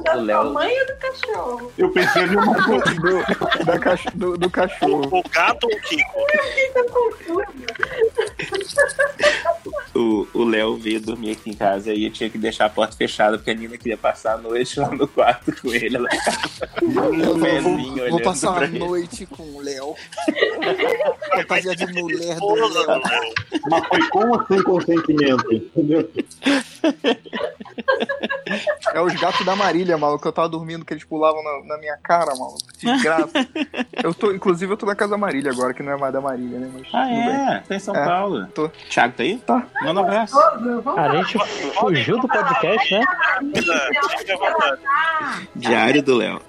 Speaker 3: Da
Speaker 10: O Léo-
Speaker 3: tamanho do cachorro.
Speaker 5: Eu pensei numa coisa.
Speaker 7: Do, da cach- do- do cachorro.
Speaker 6: O gato ou o Kiko?
Speaker 2: um
Speaker 10: O o Léo veio dormir aqui em casa e eu tinha que deixar a porta fechada porque a Nina queria passar a noite lá no quarto com ele. Ela
Speaker 7: Eu
Speaker 10: velhinho
Speaker 7: vou, vou
Speaker 10: olhando
Speaker 7: passar
Speaker 10: pra
Speaker 7: a
Speaker 10: ele.
Speaker 7: noite com o Léo. Fantasia de mulher do
Speaker 6: Porra,
Speaker 7: Léo.
Speaker 6: Léo.
Speaker 5: Mas foi com ou sem consentimento? Entendeu?
Speaker 7: É os gatos da Marília, maluco. Eu tava dormindo que eles pulavam na, na minha cara, maluco. De graça. Eu tô, inclusive, eu tô na casa da Marília agora, que não é mais da Marília, né? Mas
Speaker 10: Ah,
Speaker 7: tudo bem.
Speaker 10: é? Tá em São
Speaker 7: É.
Speaker 10: Paulo.
Speaker 7: Tô.
Speaker 10: Thiago, tá aí?
Speaker 7: Tá.
Speaker 10: Manda um abraço.
Speaker 8: A gente fugiu do podcast, né?
Speaker 6: Fica à vontade.
Speaker 10: Diário do Léo.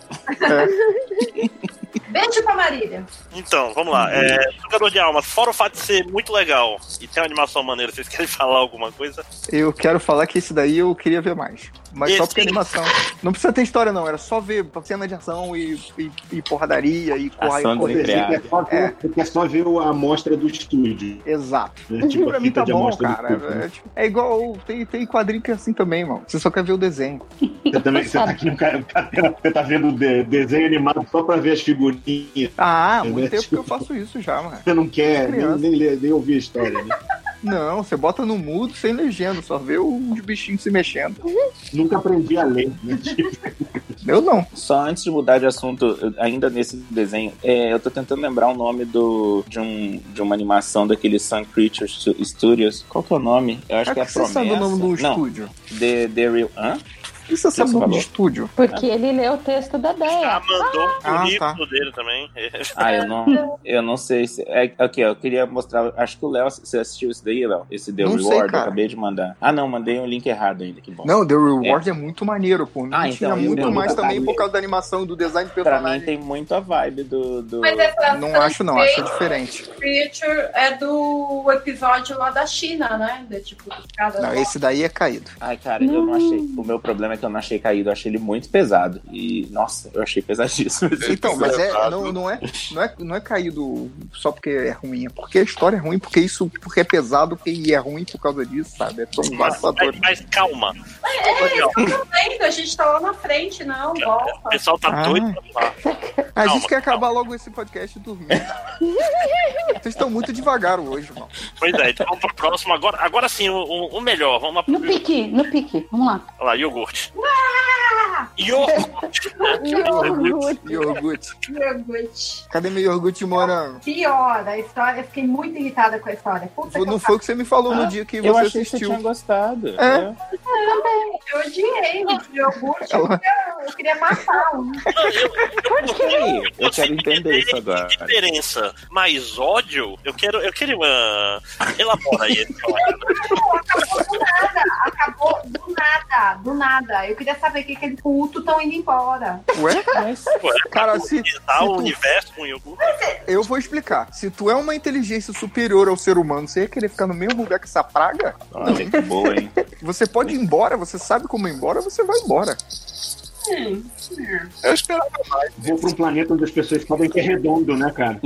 Speaker 3: Beijo pra Marília.
Speaker 6: Então, vamos lá. É, jogador de almas, fora o fato de ser muito legal e ter uma animação maneira, vocês querem falar alguma coisa?
Speaker 7: Eu quero falar que esse daí eu queria ver mais. Mas só
Speaker 6: Esse-
Speaker 7: porque é animação. Não precisa ter história, não. Era só ver cena de ação e, e, e porradaria e É. corra
Speaker 10: Ação
Speaker 7: e correr.
Speaker 5: Você quer é só ver- você quer só ver a amostra do estúdio.
Speaker 7: Exato.
Speaker 5: né? Tipo,
Speaker 7: pra
Speaker 5: a
Speaker 7: mim
Speaker 5: fita
Speaker 7: tá
Speaker 5: de
Speaker 7: bom,
Speaker 5: amostra do né?
Speaker 7: cara.
Speaker 5: estúdio.
Speaker 7: É, tipo, é igual. Tem, tem quadrinho que é assim também, mano. Você só quer ver o desenho.
Speaker 2: Então
Speaker 5: Você também você tá aqui no cara, você tá vendo de- desenho animado só pra ver as figurinhas.
Speaker 7: Ah, há
Speaker 5: É,
Speaker 7: muito
Speaker 5: né?
Speaker 7: tempo que eu faço isso já, mano.
Speaker 5: Você não quer nem,
Speaker 7: Criança.
Speaker 5: nem, ler- nem ouvir a história, né?
Speaker 7: Não, você bota no mudo sem legenda, só vê os bichinhos se mexendo.
Speaker 5: Nunca aprendi a ler. Né?
Speaker 7: Eu não.
Speaker 10: Só antes de mudar de assunto, eu- ainda nesse desenho, é, eu tô tentando lembrar o nome do, de, um, de uma animação daquele Sun Creature Stu- Studios. Qual que é o nome? Eu acho que é a
Speaker 7: você
Speaker 10: Promessa.
Speaker 7: sabe o nome do
Speaker 10: Não,
Speaker 7: estúdio.
Speaker 10: The, The Real... Hã?
Speaker 7: que você sabe o nome um de estúdio?
Speaker 2: Porque ele leu o texto da
Speaker 6: Já
Speaker 2: Deia.
Speaker 6: mandou o
Speaker 7: Ah,
Speaker 6: currículo dele também.
Speaker 10: Ah, eu não, eu não sei se. É, ok, eu queria mostrar. Acho que o Léo, você assistiu isso daí, Léo? Esse The
Speaker 7: Não sei,
Speaker 10: Reward, eu
Speaker 7: cara.
Speaker 10: acabei de mandar. Ah, não, mandei um link errado ainda, que bom.
Speaker 7: Não, The Reward é, muito maneiro, pô. Não
Speaker 10: Ah,
Speaker 7: tinha
Speaker 10: então,
Speaker 7: muito
Speaker 10: eu-
Speaker 7: mais
Speaker 10: eu-
Speaker 7: também por causa da animação, do design do
Speaker 10: Pra
Speaker 7: personagem.
Speaker 10: mim tem muito a vibe do. do...
Speaker 3: Mas é pra
Speaker 7: Não acho não, acho diferente.
Speaker 3: Creature é do episódio lá da China, né? De, tipo, cada...
Speaker 7: Não, esse daí é caído.
Speaker 10: Ai, cara, eu não achei. O meu problema é que eu não achei caído, eu achei ele muito pesado. E, nossa, eu achei pesadíssimo.
Speaker 7: Então, mas é, não, não, é, não, é, não é caído só porque é ruim, é porque a história é ruim, porque isso porque é pesado, porque é ruim por causa disso, sabe? É
Speaker 10: um
Speaker 7: tão
Speaker 6: Mas,
Speaker 7: vários fatores.
Speaker 6: mas, mas calma.
Speaker 3: É, eu tô vendo, a gente tá lá na frente, não,
Speaker 6: O
Speaker 3: volta.
Speaker 6: pessoal tá
Speaker 7: Ah.
Speaker 6: doido pra falar.
Speaker 7: A gente quer acabar logo esse podcast e dormir. Vocês estão muito devagar hoje, mano.
Speaker 6: Pois é, então vamos pro próximo. Agora, agora sim, o, o- o melhor. Vamos lá pro
Speaker 2: No pique, no pique. Vamos lá.
Speaker 6: Olha lá, iogurte. Iogurte.
Speaker 7: é
Speaker 1: Iogurte.
Speaker 7: Iogurte.
Speaker 3: Iogurte.
Speaker 7: Cadê meu iogurte de morango?
Speaker 3: Pior, a história, eu fiquei muito irritada com a história. Puta que
Speaker 7: Não
Speaker 3: eu Ah,
Speaker 7: foi o que você me falou no dia que
Speaker 10: Ah, Eu
Speaker 7: você
Speaker 10: achei que você
Speaker 7: assistiu.
Speaker 10: tinha gostado.
Speaker 7: É.
Speaker 10: né?
Speaker 3: Eu odiei o iogurte, eu
Speaker 7: Ela-
Speaker 3: queria, eu queria matar um.
Speaker 10: Eu quero entender isso agora.
Speaker 6: Diferença. Mas ódio? Eu quero. Eu queria. ah, elabora aí. esse ódio.
Speaker 3: Acabou do nada, acabou do nada, do nada. Eu queria saber o que aquele culto estão indo embora.
Speaker 10: É.
Speaker 7: Ué?
Speaker 10: Mas,
Speaker 7: Cara, se, se
Speaker 6: Tá, o
Speaker 7: tu-
Speaker 6: universo com iogurte.
Speaker 3: é
Speaker 7: eu vou explicar. Se tu é uma inteligência superior ao ser humano, você ia querer ficar no mesmo lugar que essa praga?
Speaker 10: olha que Ah, boa, hein?
Speaker 7: Você pode ir embora, você sabe como ir embora, você vai embora.
Speaker 5: É,
Speaker 12: Eu esperava mais.
Speaker 5: Vou pra um planeta onde as pessoas sabem que é redondo, né, cara?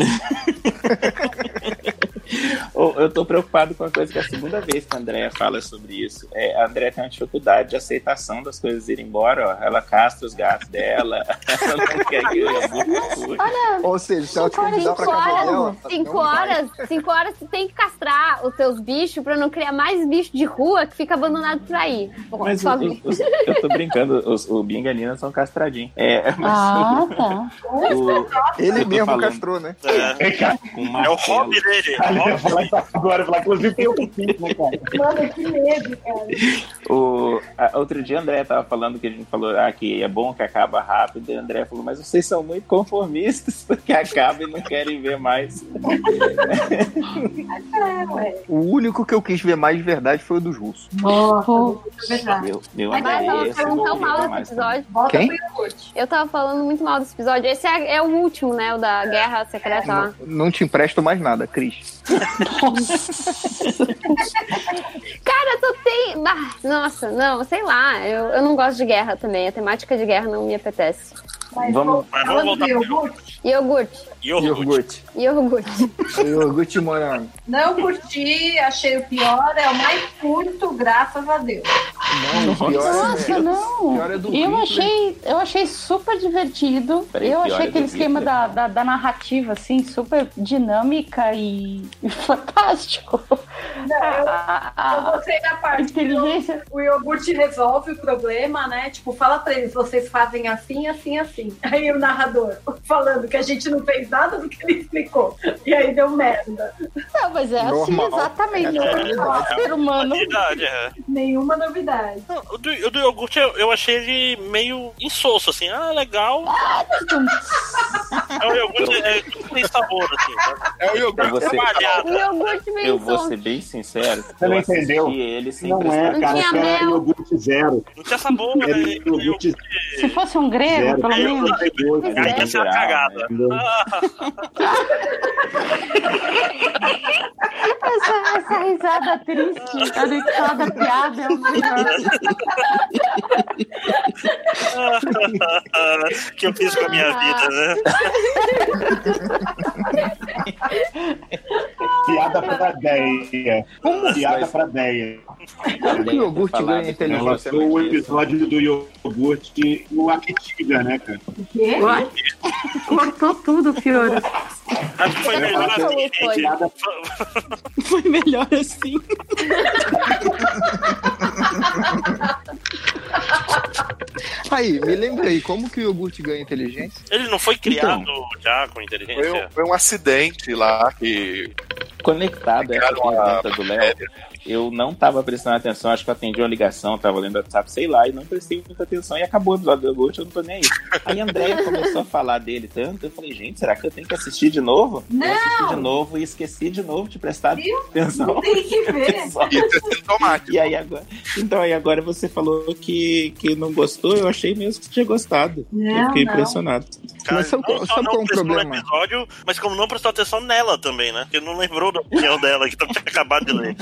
Speaker 10: Ô, Eu tô preocupado com a coisa que é a segunda vez que a Andrea fala sobre isso. É, a Andrea tem uma dificuldade de aceitação das coisas irem embora, ó. Ela castra os gatos dela, ela não quer que o iogurte cure.
Speaker 7: Ou seja, se ela te
Speaker 1: Cinco
Speaker 7: convidar pra casa dela.
Speaker 1: horas, cinco
Speaker 10: um
Speaker 7: não vai.
Speaker 1: horas, cinco horas você tem que castrar os seus bichos pra não criar mais bicho de rua que fica abandonado por aí. Bom,
Speaker 10: Mas
Speaker 1: só-
Speaker 10: o- o- os- eu tô brincando, os, o Bing e a Nina são castradinhos. É, mas
Speaker 2: Ah, tá.
Speaker 10: o,
Speaker 7: Ele
Speaker 10: Eu tô
Speaker 7: mesmo
Speaker 10: falando.
Speaker 7: castrou, né?
Speaker 6: É,
Speaker 10: com
Speaker 6: é o
Speaker 10: martelo.
Speaker 6: hobby dele. é o
Speaker 5: Aí eu
Speaker 6: hobby.
Speaker 5: vou lá e faço agora, eu vou lá, inclusive tem outro filme, né, cara?
Speaker 3: Mano, que medo, cara.
Speaker 10: O, a- outro dia a André tava falando que a gente falou ah, que é bom que acaba rápido, e a André falou, mas vocês são muito conformistas porque acaba e não querem ver mais.
Speaker 3: É, ué.
Speaker 7: O único que eu quis ver mais de verdade foi o dos russos.
Speaker 2: Pô,
Speaker 3: É verdade.
Speaker 10: Meu, meu
Speaker 1: Mas
Speaker 10: André,
Speaker 1: eu tava
Speaker 7: um
Speaker 10: esse eu
Speaker 1: falando
Speaker 10: não
Speaker 1: tão
Speaker 10: vou
Speaker 1: mal
Speaker 10: ver
Speaker 1: desse
Speaker 10: mais
Speaker 6: né?
Speaker 1: episódio.
Speaker 3: Volta
Speaker 7: Quem?
Speaker 3: pro iogurte.
Speaker 1: Eu tava falando muito mal desse episódio. Esse é, é o último, né? O da guerra secreta lá.
Speaker 7: Não te empresto mais nada, Cris.
Speaker 1: Cara, só tem. Ah, nossa, não, sei lá. Eu, eu não gosto de guerra também. A temática de guerra não me apetece.
Speaker 10: também. Vamos,
Speaker 6: Mas vamos
Speaker 3: Falando do
Speaker 6: voltar pro
Speaker 3: iogurte,
Speaker 1: Iogurte.
Speaker 6: iogurte.
Speaker 1: Iogurte.
Speaker 7: Iogurte morango.
Speaker 3: não curti, achei o pior, é o mais curto, graças a Deus.
Speaker 7: Não, o pior
Speaker 2: nossa,
Speaker 7: é,
Speaker 2: não.
Speaker 7: o pior é do
Speaker 2: Eu
Speaker 7: Hitler.
Speaker 2: achei, eu achei super divertido.
Speaker 10: Peraí,
Speaker 2: eu
Speaker 10: que hora
Speaker 2: achei aquele
Speaker 10: do
Speaker 2: esquema
Speaker 10: Hitler?
Speaker 2: da, da, da narrativa, assim, super dinâmica e, e fantástico. Ah,
Speaker 3: Não,
Speaker 2: A-
Speaker 3: eu,
Speaker 2: a-
Speaker 3: eu gostei da
Speaker 2: a
Speaker 3: parte que o-
Speaker 2: inteligência
Speaker 3: o iogurte resolve o problema, né? Tipo, fala pra eles, vocês fazem assim, assim, assim. Aí o narrador falando que a gente não fez nada do que ele explicou. E aí deu merda.
Speaker 2: Não, mas é assim,
Speaker 7: Normal.
Speaker 2: exatamente.
Speaker 7: É
Speaker 2: o ser humano.
Speaker 6: Verdade, é.
Speaker 3: Nenhuma novidade.
Speaker 6: Não, O do, o do iogurte eu, eu achei ele meio insosso, assim. Ah, legal. É um iogurte é, tudo tem sabor, assim. né?
Speaker 12: É o iogurte.
Speaker 10: Eu vou ser,
Speaker 6: Trabalhado.
Speaker 1: Iogurte meio
Speaker 10: eu vou
Speaker 1: som.
Speaker 10: ser bem sincero.
Speaker 5: não
Speaker 10: eu assisti
Speaker 5: entendeu?
Speaker 10: ele sem
Speaker 5: Não
Speaker 10: prestar
Speaker 5: é, cara,
Speaker 1: tinha
Speaker 5: É isso era
Speaker 1: mel.
Speaker 5: iogurte zero.
Speaker 6: Não tinha sabor, né?
Speaker 5: Era iogurte
Speaker 2: Se fosse um grego,
Speaker 5: zero.
Speaker 2: pelo
Speaker 5: Era
Speaker 2: menos.
Speaker 5: iogurte doce,
Speaker 6: Aí
Speaker 5: né?
Speaker 6: ia ser uma é cagada.
Speaker 5: Entendeu?
Speaker 2: Essa, essa risada triste, a risada piada é o melhor.
Speaker 6: que eu fiz com a minha
Speaker 3: Ah.
Speaker 6: vida, né? né?
Speaker 5: Piada pra ideia. Piada
Speaker 10: mas-
Speaker 5: pra ideia.
Speaker 10: nada,
Speaker 7: O iogurte
Speaker 10: falar
Speaker 7: ganha
Speaker 10: do
Speaker 7: inteligência.
Speaker 10: negócio,
Speaker 5: Ela foi o
Speaker 10: mas isso-
Speaker 5: episódio do iogurte no Apetiga, né, cara?
Speaker 3: O quê?
Speaker 11: Cortou tudo, Fiora.
Speaker 3: Ah.
Speaker 2: tá
Speaker 6: Acho que foi melhor assim,
Speaker 1: Falou, foi.
Speaker 6: gente.
Speaker 11: Foi melhor assim.
Speaker 7: Aí, me lembra aí, como que o iogurte ganha inteligência?
Speaker 12: Então,
Speaker 5: Então.
Speaker 6: Ele não foi criado já com inteligência?
Speaker 12: Foi um, foi um acidente lá que
Speaker 10: Conectado a essa pergunta do Léo, eu não tava prestando atenção, acho que eu atendi uma ligação, tava lendo WhatsApp, sei lá, e não prestei muita atenção e acabou o episódio do Gold, eu não tô nem aí. Aí a Andrea começou a falar dele tanto, eu falei, gente, será que eu tenho que assistir de novo? Eu assisti de novo e esqueci de novo de prestar atenção.
Speaker 3: Tem que ver.
Speaker 10: Só- E aí agora, então aí agora você falou que, que não gostou, eu achei mesmo que tinha gostado.
Speaker 3: Não,
Speaker 10: eu fiquei
Speaker 3: não.
Speaker 10: impressionado.
Speaker 6: Cara, não só
Speaker 10: é
Speaker 12: é
Speaker 6: não prestou no episódio, mas como não prestou atenção nela também, né? Porque não lembrou da opinião dela, que eu tinha acabado de ler.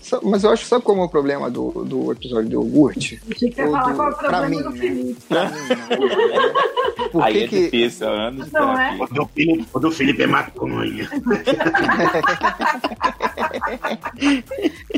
Speaker 7: Sa- Mas eu acho, sabe como é o problema do, do episódio do iogurte?
Speaker 3: Achei que você ia
Speaker 7: Ou
Speaker 3: falar
Speaker 7: do-
Speaker 3: qual é o
Speaker 7: pra
Speaker 3: problema
Speaker 7: mim,
Speaker 3: do
Speaker 7: né?
Speaker 3: Felipe.
Speaker 7: Por
Speaker 10: aí
Speaker 7: que
Speaker 10: é
Speaker 7: que-
Speaker 10: difícil, anos de
Speaker 3: Não é?
Speaker 5: O
Speaker 10: terapia.
Speaker 5: do Felipe, o do Felipe é maconha.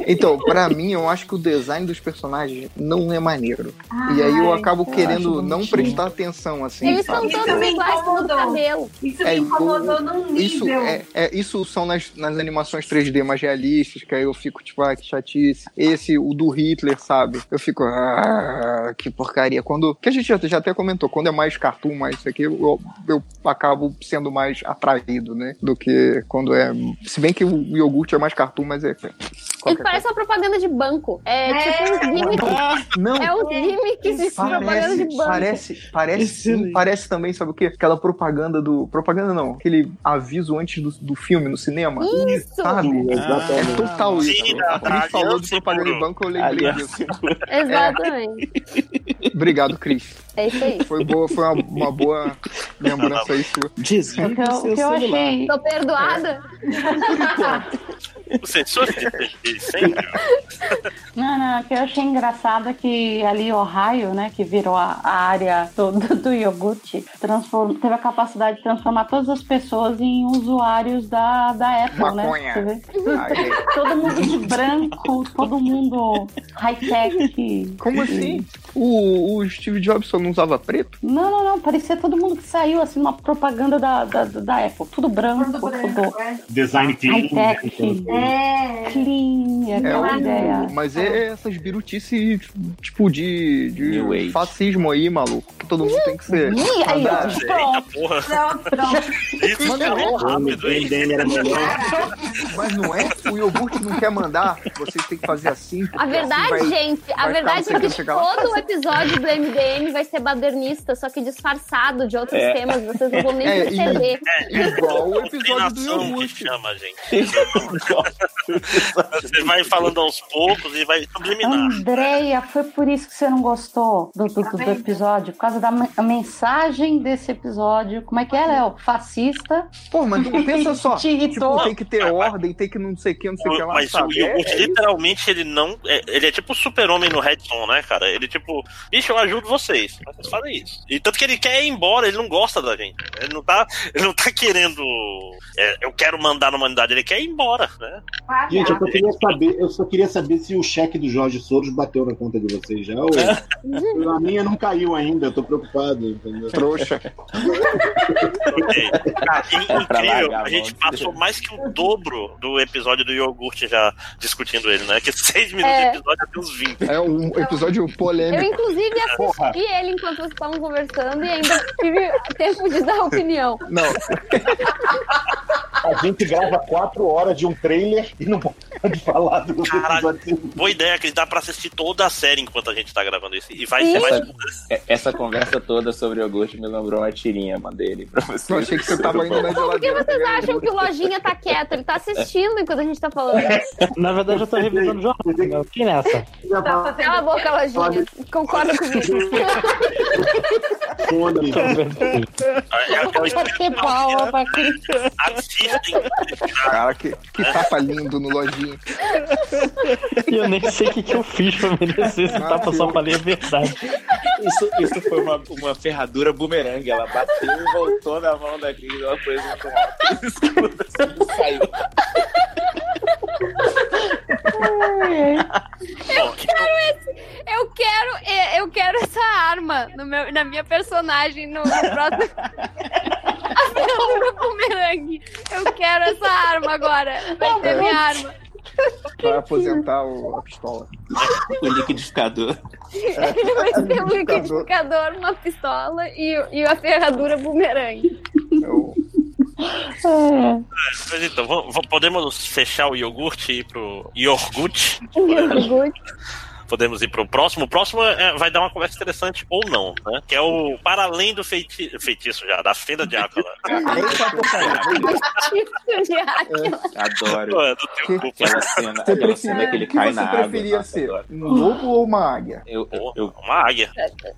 Speaker 7: Então, pra mim, eu acho que o design dos personagens não é maneiro. e aí eu
Speaker 3: Ai,
Speaker 7: acabo
Speaker 3: eu
Speaker 7: querendo
Speaker 3: acho
Speaker 7: não
Speaker 3: bonitinho.
Speaker 7: prestar atenção, assim.
Speaker 1: Eles
Speaker 7: sabe?
Speaker 1: são
Speaker 3: Isso
Speaker 1: todos
Speaker 3: me
Speaker 1: iguais no
Speaker 3: incomodou.
Speaker 1: cabelo.
Speaker 3: Isso
Speaker 7: É,
Speaker 3: me incomodou
Speaker 7: o-
Speaker 3: num
Speaker 7: Isso,
Speaker 3: um nível.
Speaker 7: é, é- isso são nas, nas animações 3D mais realistas, que aí eu fico, tipo, ah, que chatice. Esse, o do Hitler, sabe? Eu fico, ah, que porcaria. Quando. Que a gente já, já até comentou, quando é mais cartoon, mais isso aqui, eu, eu acabo sendo mais atraído, né? Do que quando é. Se bem que o iogurte é mais cartoon, mas é.
Speaker 1: Ele
Speaker 7: qualquer
Speaker 1: parece uma propaganda de banco. É,
Speaker 3: É.
Speaker 1: tipo um gimmick.
Speaker 7: Não,
Speaker 1: É um gimmick de propaganda de
Speaker 7: Parece,
Speaker 1: banco.
Speaker 7: parece, parece, sim, parece também, sabe o quê? Aquela propaganda do. Propaganda não, aquele aviso antes do, do filme no cinema.
Speaker 1: Isso!
Speaker 7: Sabe?
Speaker 5: exatamente.
Speaker 7: é total isso.
Speaker 6: Sim,
Speaker 10: tá
Speaker 7: a
Speaker 6: da- da
Speaker 7: Cris falou
Speaker 6: Aliança
Speaker 7: de propaganda de banco, eu lembrei
Speaker 10: Aliás,
Speaker 7: disso.
Speaker 1: Exatamente.
Speaker 7: Obrigado, Cris.
Speaker 1: É isso aí.
Speaker 7: Foi, boa, foi uma, uma boa lembrança aí sua.
Speaker 10: desliga
Speaker 2: O que eu,
Speaker 7: Então,
Speaker 10: o seu
Speaker 2: o que eu
Speaker 10: celular. É.
Speaker 2: achei.
Speaker 1: Tô perdoada?
Speaker 6: Os sensores de de sempre.
Speaker 2: Não, não, o que eu achei engraçado é que ali Ohio, né, que virou a, a área do, do, do iogurte, transform- teve a capacidade de transformar todas as pessoas em usuários da, da Apple,
Speaker 7: Maconha.
Speaker 2: né? Você vê?
Speaker 7: Aí,
Speaker 2: Todo mundo de branco, todo mundo high-tech.
Speaker 7: como assim? O, o Steve Jobs só não usava preto?
Speaker 2: Não, não, não, parecia todo mundo que saiu, assim, uma propaganda da, da, da Apple. Tudo branco,
Speaker 3: Todo
Speaker 2: tudo
Speaker 3: branco, é.
Speaker 5: Design clean.
Speaker 2: high-tech,
Speaker 3: É.
Speaker 2: clean,
Speaker 7: É,
Speaker 2: aquela
Speaker 7: o-
Speaker 2: ideia.
Speaker 7: mas é essas birutices, tipo, de,
Speaker 10: New
Speaker 7: de
Speaker 10: Age.
Speaker 7: fascismo aí, maluco. Que todo mundo tem que ser.
Speaker 2: Ih, aí, ó,
Speaker 7: Sabe?
Speaker 6: Eita
Speaker 2: pronto.
Speaker 6: porra,
Speaker 3: Não, pronto.
Speaker 6: isso escalou rápido, hein?
Speaker 5: MDM era melhor.
Speaker 7: Mas não é? O iogurte não quer mandar. Vocês têm que fazer assim. porque
Speaker 1: A verdade,
Speaker 7: assim vai-
Speaker 1: gente, a
Speaker 7: vai
Speaker 1: verdade
Speaker 7: ficar,
Speaker 1: é
Speaker 7: não sei
Speaker 1: que
Speaker 7: o que, não sei o que lá.
Speaker 1: todo o episódio do MDM vai ser badernista, só que disfarçado de outros
Speaker 10: É.
Speaker 1: temas, vocês não vão nem
Speaker 7: É, e-
Speaker 1: perceber.
Speaker 7: Igual o episódio do
Speaker 6: Doutrinação que
Speaker 7: iogurte.
Speaker 6: chama, gente. Você vai falando aos poucos e vai
Speaker 7: Ah,
Speaker 6: subliminar.
Speaker 2: Andréia, foi por isso que você não gostou do, do, do- do episódio, por causa da me- a mensagem desse episódio. Como é que é, Léo? Fascista.
Speaker 7: Pô, mas tu pensa só.
Speaker 2: Te irritou.
Speaker 7: Tipo, tem que ter ordem, tem que não sei o que, não sei o que lá,
Speaker 6: Mas o
Speaker 7: sabe? É-
Speaker 6: iogurte, tá-
Speaker 7: é
Speaker 6: literalmente, ele não. é- ele é tipo o super-homem no Redstone, né, cara? Ele, tipo, bicho, eu ajudo vocês. mas Vocês fazem isso. E tanto que ele quer ir embora, ele não gosta da gente. Ele não tá, ele não tá querendo. é, eu quero mandar na humanidade, ele quer ir embora, né?
Speaker 5: Gente,
Speaker 3: Palhaço.
Speaker 5: eu só queria saber, eu só queria saber se o cheque do Jorge Soros bateu na conta de vocês já. Ou... A minha não caiu ainda, eu tô preocupado, entendeu?
Speaker 7: Trouxa.
Speaker 6: Ok. E,
Speaker 10: É pra
Speaker 6: Tá, incrível,
Speaker 10: largar
Speaker 6: a gente
Speaker 10: logo.
Speaker 6: passou mais que o dobro do episódio do iogurte já discutindo ele, né? Que seis minutos
Speaker 1: É.
Speaker 6: de episódio até uns 20.
Speaker 7: É um episódio
Speaker 1: Eu,
Speaker 7: polêmico.
Speaker 1: inclusive,
Speaker 5: Porra.
Speaker 1: assisti ele enquanto vocês estavam conversando e ainda tive tempo de dar opinião.
Speaker 7: Não,
Speaker 5: A gente grava quatro horas de um trailer e não pode falar do
Speaker 6: Caralho.
Speaker 5: episódio.
Speaker 6: Boa ideia, que dá pra assistir toda a série enquanto a gente tá gravando isso. E vai
Speaker 1: Sim.
Speaker 6: ser mais.
Speaker 10: É- Essa conversa toda sobre iogurte me lembrou uma tirinha, mandei ele pra você.
Speaker 7: eu achei que você tava indo na
Speaker 1: Por que
Speaker 7: geladeira.
Speaker 1: vocês acham
Speaker 7: né?
Speaker 1: que o Lojinha tá quieto? Ele tá assistindo enquanto a gente tá falando.
Speaker 13: Na verdade, eu tô revisando o jornal. Meu. Que nessa?
Speaker 3: Tá fazendo
Speaker 1: Cala a boca, Lojinha. Concorda comigo.
Speaker 5: Fone.
Speaker 6: É aquela história
Speaker 2: Que pau, pra Cris.
Speaker 6: Assistem.
Speaker 7: Cara, que, que tapa lindo no lojinha.
Speaker 13: E eu nem sei o que, que eu fiz pra merecer esse tapa, só falei a verdade.
Speaker 10: Isso, isso foi uma, uma ferradura bumerangue. Ela bateu e voltou na mão da Cris. Ela pôs um tomate escuro assim, e saiu.
Speaker 6: Bom, então
Speaker 1: Eu quero, é, eu quero essa arma no meu, na minha personagem no, no próximo. A ferradura bumerangue. Eu quero essa arma agora. Vai ser minha arma.
Speaker 7: É. Vai aposentar o- a pistola.
Speaker 10: O liquidificador.
Speaker 1: Ele vai ser
Speaker 6: Tá
Speaker 1: um
Speaker 7: Liquidificador.
Speaker 1: liquidificador, uma pistola e, e a ferradura bumerangue.
Speaker 7: É o-
Speaker 6: Mas então, vamos- vamos- podemos fechar o iogurte e ir pro iogurte? Podemos ir pro próximo. O próximo é, vai dar uma conversa interessante ou não, né? Que é o Para Além do feiti Feitiço já, da Fenda de Áquila.
Speaker 7: É.
Speaker 10: Adoro.
Speaker 6: Mano, teu cu,
Speaker 10: Aquela cena,
Speaker 7: Você
Speaker 10: aquela
Speaker 7: prefere-
Speaker 10: cena é que ele
Speaker 7: o que
Speaker 10: cai
Speaker 7: você
Speaker 10: na água.
Speaker 7: preferia ser? Um lobo ou uma águia?
Speaker 10: Eu, eu,
Speaker 6: Uma águia.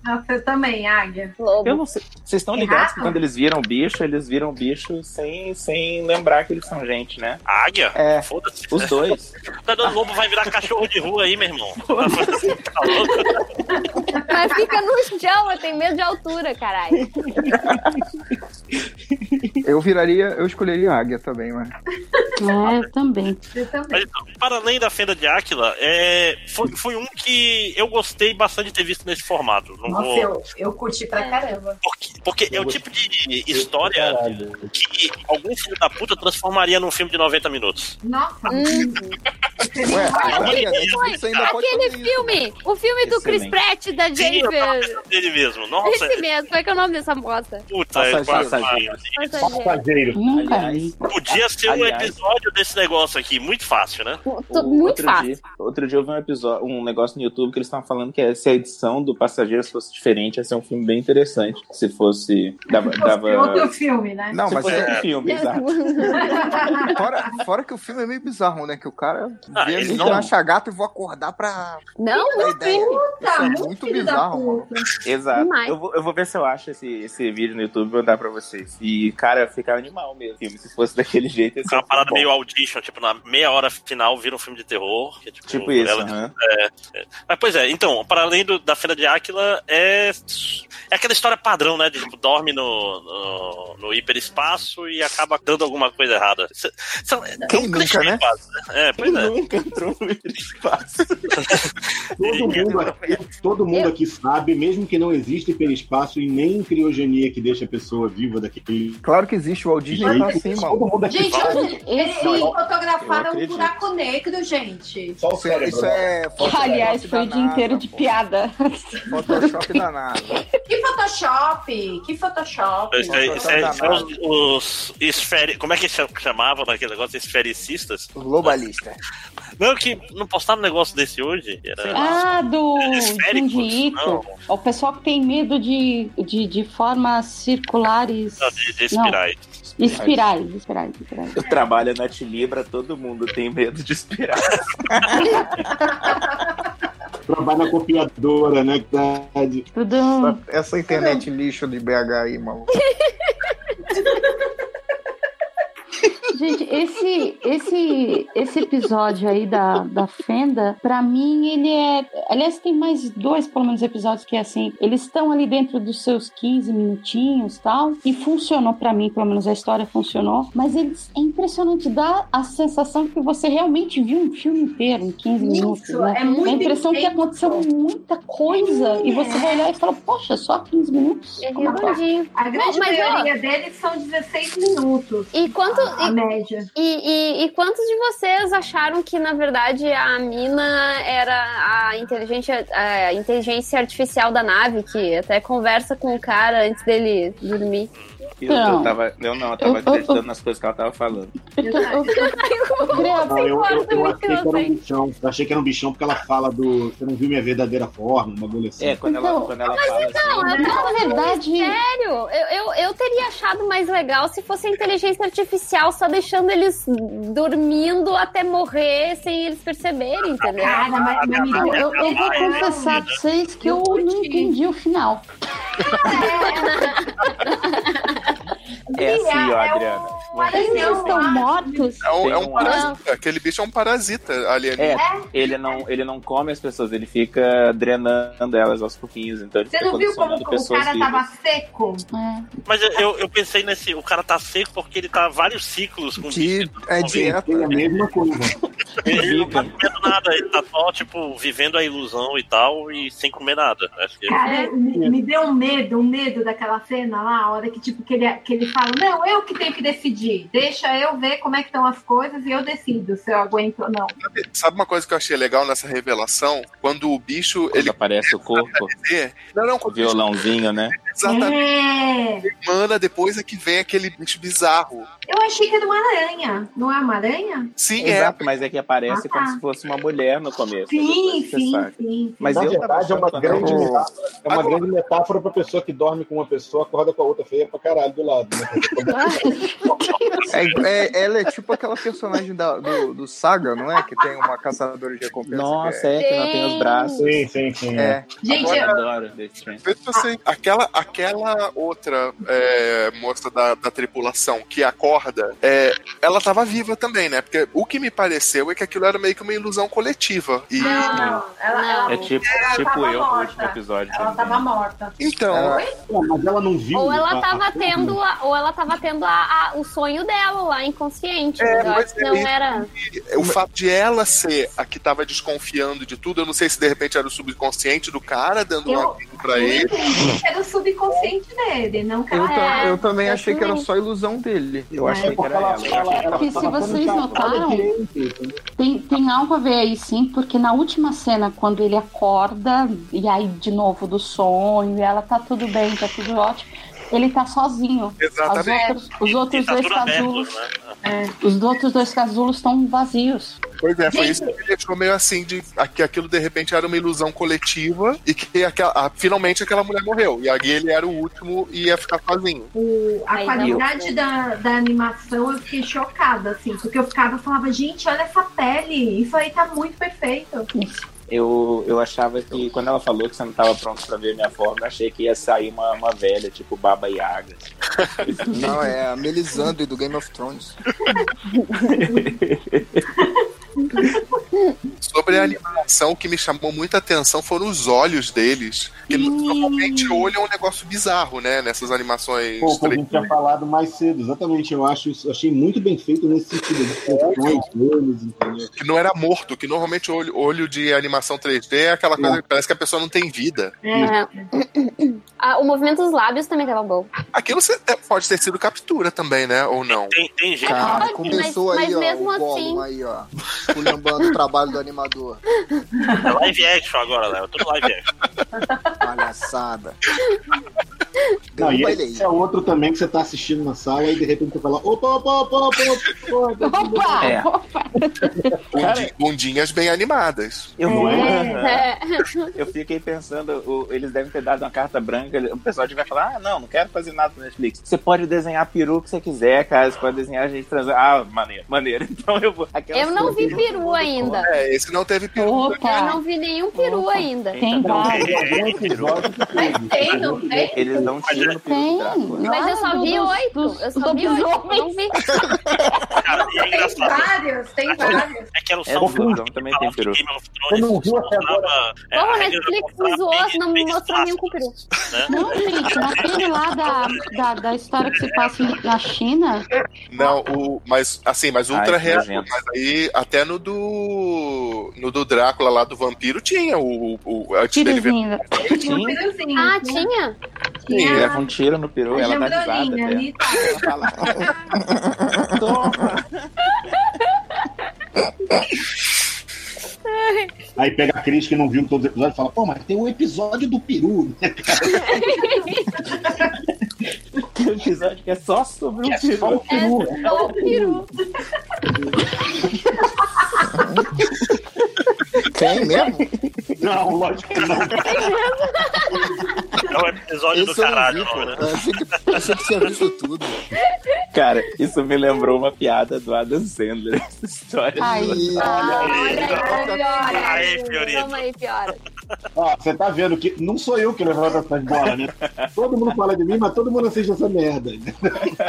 Speaker 3: Nossa, eu também, Águia.
Speaker 10: Eu não sei. Vocês estão ligados que quando eles viram o bicho, eles viram o bicho sem, sem lembrar que eles são gente, né?
Speaker 6: Águia?
Speaker 10: É.
Speaker 6: Foda-se.
Speaker 10: Os dois.
Speaker 6: Tá dando lobo, vai virar cachorro de rua aí, meu irmão.
Speaker 1: Mas fica no chão, eu tenho medo de altura, caralho.
Speaker 7: Eu viraria, eu escolheria águia também, mas.
Speaker 2: É, também.
Speaker 6: Mas, então, para além da Fenda de Áquila, é, foi, foi um que eu gostei bastante de ter visto nesse formato. Não
Speaker 3: Nossa,
Speaker 6: vou-
Speaker 3: eu, eu curti
Speaker 1: É.
Speaker 3: pra caramba.
Speaker 6: Porque é o tipo de história que algum filho da puta transformaria num filme de 90 minutos.
Speaker 3: Nossa.
Speaker 1: Hum.
Speaker 6: Ué,
Speaker 1: Aquele
Speaker 6: olha,
Speaker 1: filme,
Speaker 6: isso né? ainda pode
Speaker 1: aquele filme, o filme do Chris
Speaker 6: Excelente.
Speaker 1: Pratt da
Speaker 6: Sim, eu tava
Speaker 1: Jennifer.
Speaker 6: pensando nele mesmo. Nossa,
Speaker 1: Esse mesmo, foi que é o nome dessa bosta.
Speaker 6: puta,
Speaker 10: Passageiro.
Speaker 6: passageiro.
Speaker 5: Passageiro.
Speaker 6: Podia ser um
Speaker 10: Aliás-
Speaker 6: episódio desse negócio aqui, muito fácil, né?
Speaker 10: O- outro Dia, outro dia eu vi um episódio, um negócio no YouTube que eles estavam falando que é, se a edição do Passageiro fosse diferente, ia ser um filme bem interessante. Se fosse. Dava. dava-
Speaker 3: Outro filme, né?
Speaker 10: Não, mas é um filme, exato.
Speaker 7: Fora, fora que o filme é meio bizarro, né? Que o cara
Speaker 6: Ah,
Speaker 7: vê a
Speaker 6: eles
Speaker 7: gente
Speaker 6: não-
Speaker 7: na chagata e vou acordar pra.
Speaker 1: Não,
Speaker 7: não tem.
Speaker 3: Puta,
Speaker 7: muito
Speaker 3: filho da
Speaker 7: bizarro,
Speaker 3: puta.
Speaker 10: Exato.
Speaker 3: Demais.
Speaker 10: Eu vou, eu vou ver se eu acho esse, esse vídeo no YouTube e mandar pra vocês. E, cara, fica animal mesmo. o filme. Se fosse daquele jeito, ia ser
Speaker 6: Uma
Speaker 10: um
Speaker 6: parada
Speaker 10: filme
Speaker 6: meio
Speaker 10: bom.
Speaker 6: audition, tipo, na meia hora final vira um filme de terror. que é, tipo,
Speaker 10: Tipo isso,
Speaker 6: ela-
Speaker 10: aham.
Speaker 6: é, é. Mas pois é, então, para além do- da Feira de Áquila, é, é aquela história padrão, né? De, tipo, dorme no, no, no hiperespaço e acaba dando alguma coisa errada. Cê- são- é
Speaker 7: Quem
Speaker 6: um
Speaker 7: nunca,
Speaker 6: clichê
Speaker 7: né?
Speaker 6: quase, É, pois é.
Speaker 10: nunca entrou no hiperespaço.
Speaker 5: Todo mundo, aqui, todo mundo aqui sabe, mesmo que não existe hiperespaço e nem criogenia que deixa a pessoa viva daquele.
Speaker 7: Claro que existe, o Walt Disney tá assim,
Speaker 5: Todo mundo
Speaker 7: mano.
Speaker 5: aqui
Speaker 3: Gente,
Speaker 5: sabe.
Speaker 3: eles, eles
Speaker 5: Não, eu-
Speaker 7: eu
Speaker 3: fotografaram um
Speaker 7: acredito.
Speaker 3: buraco negro, gente.
Speaker 5: Só o
Speaker 7: Isso é-
Speaker 5: cérebro. né?
Speaker 7: isso é foto-
Speaker 2: Aliás, foi o dia inteiro de piada.
Speaker 7: Photoshop danado.
Speaker 3: Que Photoshop? Que Photoshop?
Speaker 6: Isso aí- é, isso aí são os, os esferi... Como é que cham- chamavam naquele negócio? Esfericistas?
Speaker 7: Globalista.
Speaker 6: Não, que não postaram um negócio desse hoje? Era...
Speaker 2: Ah, do
Speaker 6: esféricos,
Speaker 2: Junji Ito.
Speaker 6: não.
Speaker 2: O pessoal que tem medo de, de, de formas circulares.
Speaker 6: Não, de- de
Speaker 2: Não.
Speaker 6: espirais.
Speaker 2: Espirais, espirais, espirais.
Speaker 10: Eu trabalho na Tilibra, todo mundo tem medo de espirar.
Speaker 5: Trabalha na copiadora, né? que tá de-
Speaker 2: Tudum.
Speaker 7: Essa internet lixo de BH aí, maluco.
Speaker 2: Gente, esse, esse, esse episódio aí da, da Fenda, pra mim, ele é. Aliás, tem mais dois, pelo menos, episódios que é assim. Eles estão ali dentro dos seus 15 minutinhos tal. E funcionou pra mim, pelo menos a história funcionou. Mas eles, é impressionante, dá a sensação que você realmente viu um filme inteiro em 15 minutos.
Speaker 3: Isso,
Speaker 2: né?
Speaker 3: é muito
Speaker 2: Dá a impressão que
Speaker 3: intenso.
Speaker 2: aconteceu muita coisa. E você vai olhar e fala, poxa, só 15 minutos?
Speaker 1: É
Speaker 2: Como é que é?"
Speaker 1: redondinho.
Speaker 3: A grande
Speaker 1: Não, mas, ó,
Speaker 3: maioria deles são 16 minutos.
Speaker 1: E quanto.
Speaker 3: A
Speaker 1: e-
Speaker 3: média.
Speaker 1: E, e- e quantos de vocês acharam que, na verdade, a mina era a inteligência, a inteligência artificial da nave, que até conversa com o cara antes dele dormir?
Speaker 10: Eu, eu tava, eu não, eu tava
Speaker 2: Eu- eu-
Speaker 10: acreditando nas coisas que ela tava falando.
Speaker 2: Eu tô- eu tô-
Speaker 1: André,
Speaker 5: Não, Ah, eu, eu, eu achei que era um
Speaker 1: hein?
Speaker 5: bichão. Eu achei que era um bichão porque ela fala do. Você não viu minha verdadeira forma, uma adolescente.
Speaker 10: É, quando ela,
Speaker 2: Então,
Speaker 10: quando ela fala
Speaker 1: Não,
Speaker 10: assim,
Speaker 1: eu tava
Speaker 2: Na verdade,
Speaker 1: Sério, eu, eu, eu teria achado mais legal se fosse a inteligência artificial só deixando eles dormindo até morrer sem eles perceberem, entendeu?
Speaker 3: Cara, mas, mas me
Speaker 2: eu, eu- eu vou confessar pra vocês que eu não entendi o final.
Speaker 10: é assim, ó,
Speaker 3: é o-
Speaker 10: Adriana.
Speaker 2: Eles
Speaker 3: Pareceu
Speaker 2: estão
Speaker 3: um
Speaker 2: mortos?
Speaker 12: É um, é um
Speaker 10: Tem um
Speaker 12: parasita. Aquele bicho é um parasita
Speaker 10: É,
Speaker 12: alienígena.
Speaker 10: ele não, ele não come as pessoas, ele fica drenando elas aos pouquinhos. Então ele
Speaker 3: Você
Speaker 10: fica
Speaker 3: não viu como
Speaker 10: condicionando
Speaker 3: o
Speaker 10: pessoas
Speaker 3: cara tava
Speaker 10: vivas.
Speaker 3: seco?
Speaker 2: É.
Speaker 6: Mas eu- eu, eu pensei nesse. O cara tá seco porque ele tá vários ciclos com né?
Speaker 7: De, é dieta.
Speaker 5: É a mesma coisa.
Speaker 6: Ele não tá comendo nada, ele tá só, tipo, vivendo a ilusão e tal, e sem comer nada. Né? Acho que é
Speaker 3: Cara, me, me deu um medo, um medo daquela cena lá, a hora que, tipo, que ele, que ele fala, não, eu que tenho que decidir. Deixa eu ver como é que estão as coisas e eu decido se eu aguento ou não.
Speaker 12: Sabe- Sabe uma coisa que eu achei legal nessa revelação? Quando o bicho,
Speaker 10: Quando
Speaker 12: ele
Speaker 10: aparece o corpo,
Speaker 12: vê... Não, não,
Speaker 10: o
Speaker 12: quando o bicho
Speaker 10: violãozinho, né?
Speaker 5: É.
Speaker 12: Exatamente. Semana depois é que vem aquele bicho bizarro.
Speaker 3: Eu achei que era uma aranha. Não é uma aranha?
Speaker 12: Sim,
Speaker 10: Exato, mas é que aparece
Speaker 3: Ah, tá.
Speaker 10: como se fosse uma mulher no começo.
Speaker 3: Sim,
Speaker 10: Você
Speaker 3: sim,
Speaker 10: sabe.
Speaker 3: sim.
Speaker 10: Mas
Speaker 5: Na
Speaker 10: eu tava
Speaker 5: verdade, é uma,
Speaker 10: achando
Speaker 5: grande,
Speaker 10: também.
Speaker 5: metáfora- é uma grande metáfora pra pessoa que dorme com uma pessoa, acorda com a outra feia pra caralho do lado. né?
Speaker 7: É, é- ela é tipo aquela personagem da- do, do Saga, não é? Que tem uma caçadora de recompensa.
Speaker 10: Nossa, é, que ela tem os braços.
Speaker 5: Sim, sim, sim.
Speaker 7: É.
Speaker 3: Gente,
Speaker 10: Agora
Speaker 3: eu-
Speaker 10: eu adoro Death Train.
Speaker 12: Vê se você- aquela, aquela outra é, moça da, da tripulação que acorda, é, ela tava viva também, né? Porque o que me pareceu é que aquilo era meio que uma ilusão coletiva. E-
Speaker 3: Não, ela, ela,
Speaker 10: É tipo,
Speaker 3: ela
Speaker 10: tipo
Speaker 3: tava
Speaker 10: eu no
Speaker 3: morta.
Speaker 10: último episódio.
Speaker 3: ela tava morta.
Speaker 12: Então,
Speaker 5: Pô, mas ela não viu.
Speaker 1: Ou ela
Speaker 5: a-
Speaker 1: tava
Speaker 5: a-
Speaker 1: tendo, a- ou ela tava tendo a- a- o sonho dela lá, inconsciente.
Speaker 12: É,
Speaker 1: mas eu
Speaker 12: mas
Speaker 1: acho que não
Speaker 12: é isso.
Speaker 1: era.
Speaker 12: o fato de ela ser a que tava desconfiando de tudo, eu não sei se de repente era o subconsciente do cara dando um
Speaker 3: Eu-
Speaker 12: aviso pra
Speaker 3: Eu
Speaker 12: ele.
Speaker 3: entendi que era o subconsciente dele, não que
Speaker 7: Eu,
Speaker 3: ela
Speaker 7: ta-
Speaker 3: era.
Speaker 7: eu também
Speaker 1: eu
Speaker 7: achei que era
Speaker 1: também.
Speaker 7: só ilusão dele.
Speaker 10: Eu achei que era ela. Eu achei que
Speaker 2: É
Speaker 10: ela
Speaker 2: que se
Speaker 10: tava-
Speaker 2: vocês notaram, tem, tem algo a ver aí sim, porque na última cena, quando ele acorda, e aí de novo do sonho, e ela tá tudo bem, tá tudo ótimo, ele tá sozinho. As
Speaker 12: Exatamente.
Speaker 2: outras- os outros
Speaker 6: tá
Speaker 2: dois
Speaker 6: tudo aberto,
Speaker 2: casulos. é,
Speaker 6: né?
Speaker 2: Os outros dois casulos estão vazios.
Speaker 12: Pois é, foi
Speaker 3: Gente.
Speaker 12: isso que me deixou meio assim, de a- que aquilo de repente era uma ilusão coletiva e que aquela, a- finalmente aquela mulher morreu. E aí ele era o último e ia ficar sozinho.
Speaker 3: O- a
Speaker 1: Aí né? não.
Speaker 3: qualidade da, da animação eu fiquei chocada, assim, porque eu ficava e falava, gente, olha essa pele, isso aí tá muito perfeito.
Speaker 10: Eu, eu achava que, quando ela falou que você não tava pronto pra ver minha forma, eu achei que ia sair uma, uma velha, tipo Baba Yaga.
Speaker 7: Não, é a Melisandre do Game of Thrones.
Speaker 12: Sobre
Speaker 3: Hum.
Speaker 12: a animação, o que me chamou muita atenção foram os olhos deles. Que normalmente olho é um negócio bizarro, né? Nessas animações.
Speaker 5: Pô, como a
Speaker 12: 3D.
Speaker 5: gente tinha falado mais cedo, exatamente. Eu acho isso, eu achei muito bem feito nesse sentido. Eles têm dois olhos, entendeu?
Speaker 12: Que não era morto, que normalmente olho, olho de animação 3D é aquela coisa que parece que a pessoa não tem vida.
Speaker 1: É. Ah, o movimento dos lábios também tava bom.
Speaker 12: Aquilo se- é, pode ter sido captura também, né? Ou não.
Speaker 6: Tem, tem gente.
Speaker 7: Cara,
Speaker 1: Pode,
Speaker 7: começou
Speaker 1: mas-
Speaker 7: aí,
Speaker 1: mas
Speaker 7: ó,
Speaker 1: mesmo
Speaker 7: o bolo
Speaker 1: assim-
Speaker 7: aí, ó. Culhambando o trabalho do animador.
Speaker 6: É live action agora, Léo. Tudo live action.
Speaker 7: Palhaçada.
Speaker 5: Não, e
Speaker 7: Derruba ele aí.
Speaker 5: esse é outro também que você tá assistindo na sala e de repente você fala: opa, opa, opa, opa, opa, opa.
Speaker 2: Opa!
Speaker 10: É.
Speaker 12: Bundi- bundinhas bem animadas.
Speaker 10: Eu não
Speaker 1: É.
Speaker 10: Eu fiquei pensando, o- eles devem ter dado uma carta branca. O pessoal vai falar: ah, não, não quero fazer nada no Netflix. Você pode desenhar peru que você quiser, cara. Você pode desenhar gente transando. Ah, maneiro, maneiro. Então eu vou. Aquelas
Speaker 1: Eu não vi
Speaker 10: coisas que todo
Speaker 1: peru
Speaker 10: mundo
Speaker 1: ainda.
Speaker 12: É, esse não teve peru.
Speaker 10: Tá.
Speaker 1: Eu
Speaker 2: Opa!
Speaker 1: não vi nenhum peru ainda.
Speaker 10: come.
Speaker 2: Tem
Speaker 10: Então,
Speaker 2: vários.
Speaker 6: É,
Speaker 3: Mas tem, não tem?
Speaker 10: Eles não tiram o peru
Speaker 2: Tem.
Speaker 10: do Drácula.
Speaker 1: Mas eu só
Speaker 2: Claro,
Speaker 1: vi
Speaker 2: dos-
Speaker 1: oito.
Speaker 2: dos-
Speaker 1: Eu só vi
Speaker 2: dos
Speaker 1: oito.
Speaker 2: homens.
Speaker 1: Não vi.
Speaker 6: Cara, e é
Speaker 3: Tem
Speaker 6: engraçado.
Speaker 3: vários, tem vários.
Speaker 6: É que era o
Speaker 10: É, o
Speaker 6: Salvador.
Speaker 10: Lobão também tem peru.
Speaker 6: Game of
Speaker 5: Eu não
Speaker 6: Thrones
Speaker 5: vi até agora.
Speaker 6: mostrava, é,
Speaker 1: Porra,
Speaker 6: a
Speaker 1: Netflix
Speaker 6: regra
Speaker 1: me zoou,
Speaker 6: contra
Speaker 1: não me
Speaker 6: três
Speaker 1: mostrou nenhum com peru.
Speaker 6: né?
Speaker 2: Não, gente, naquele lá da, da, da história que se passa na China,
Speaker 12: Não, o, mas assim, mas
Speaker 10: Ai,
Speaker 12: ultra
Speaker 10: que
Speaker 12: real.
Speaker 10: nojento.
Speaker 12: Mas aí até no do. No do Drácula lá do vampiro tinha o. o, o antes dele ver.
Speaker 2: tirezinha.
Speaker 3: Tinha um
Speaker 10: Sim.
Speaker 3: piruzinho.
Speaker 1: Ah, tinha?
Speaker 10: Sim,
Speaker 3: Tinha
Speaker 10: leva um tiro no peru,
Speaker 3: a
Speaker 10: ela dá risada.
Speaker 3: Jambrolinha
Speaker 10: até.
Speaker 3: ali. tá?
Speaker 10: Ela fala, Toma!
Speaker 5: Aí pega a Cris que não viu todos os episódios e fala: pô, mas tem um episódio do peru.
Speaker 10: Tem um episódio que é só sobre um peru.
Speaker 5: Só o peru.
Speaker 1: É só o peru.
Speaker 7: Tem mesmo?
Speaker 5: Não, lógico que não.
Speaker 6: É o episódio do
Speaker 10: um
Speaker 7: Esse eu não
Speaker 6: caralho,
Speaker 7: vi, pô.
Speaker 6: não, né?
Speaker 7: Eu achei que, eu achei que tinha visto tudo.
Speaker 10: Cara, isso me lembrou uma piada do Adam Sandler. Essa história.
Speaker 7: Aí,
Speaker 1: Ah,
Speaker 7: olha.
Speaker 1: olha aí, piora.
Speaker 6: Aí, Fiorito.
Speaker 1: Toma aí, piora.
Speaker 5: Ó, você tá vendo que não sou eu que levanto essas bolas, né? Todo mundo fala de mim, mas todo mundo assiste essa merda.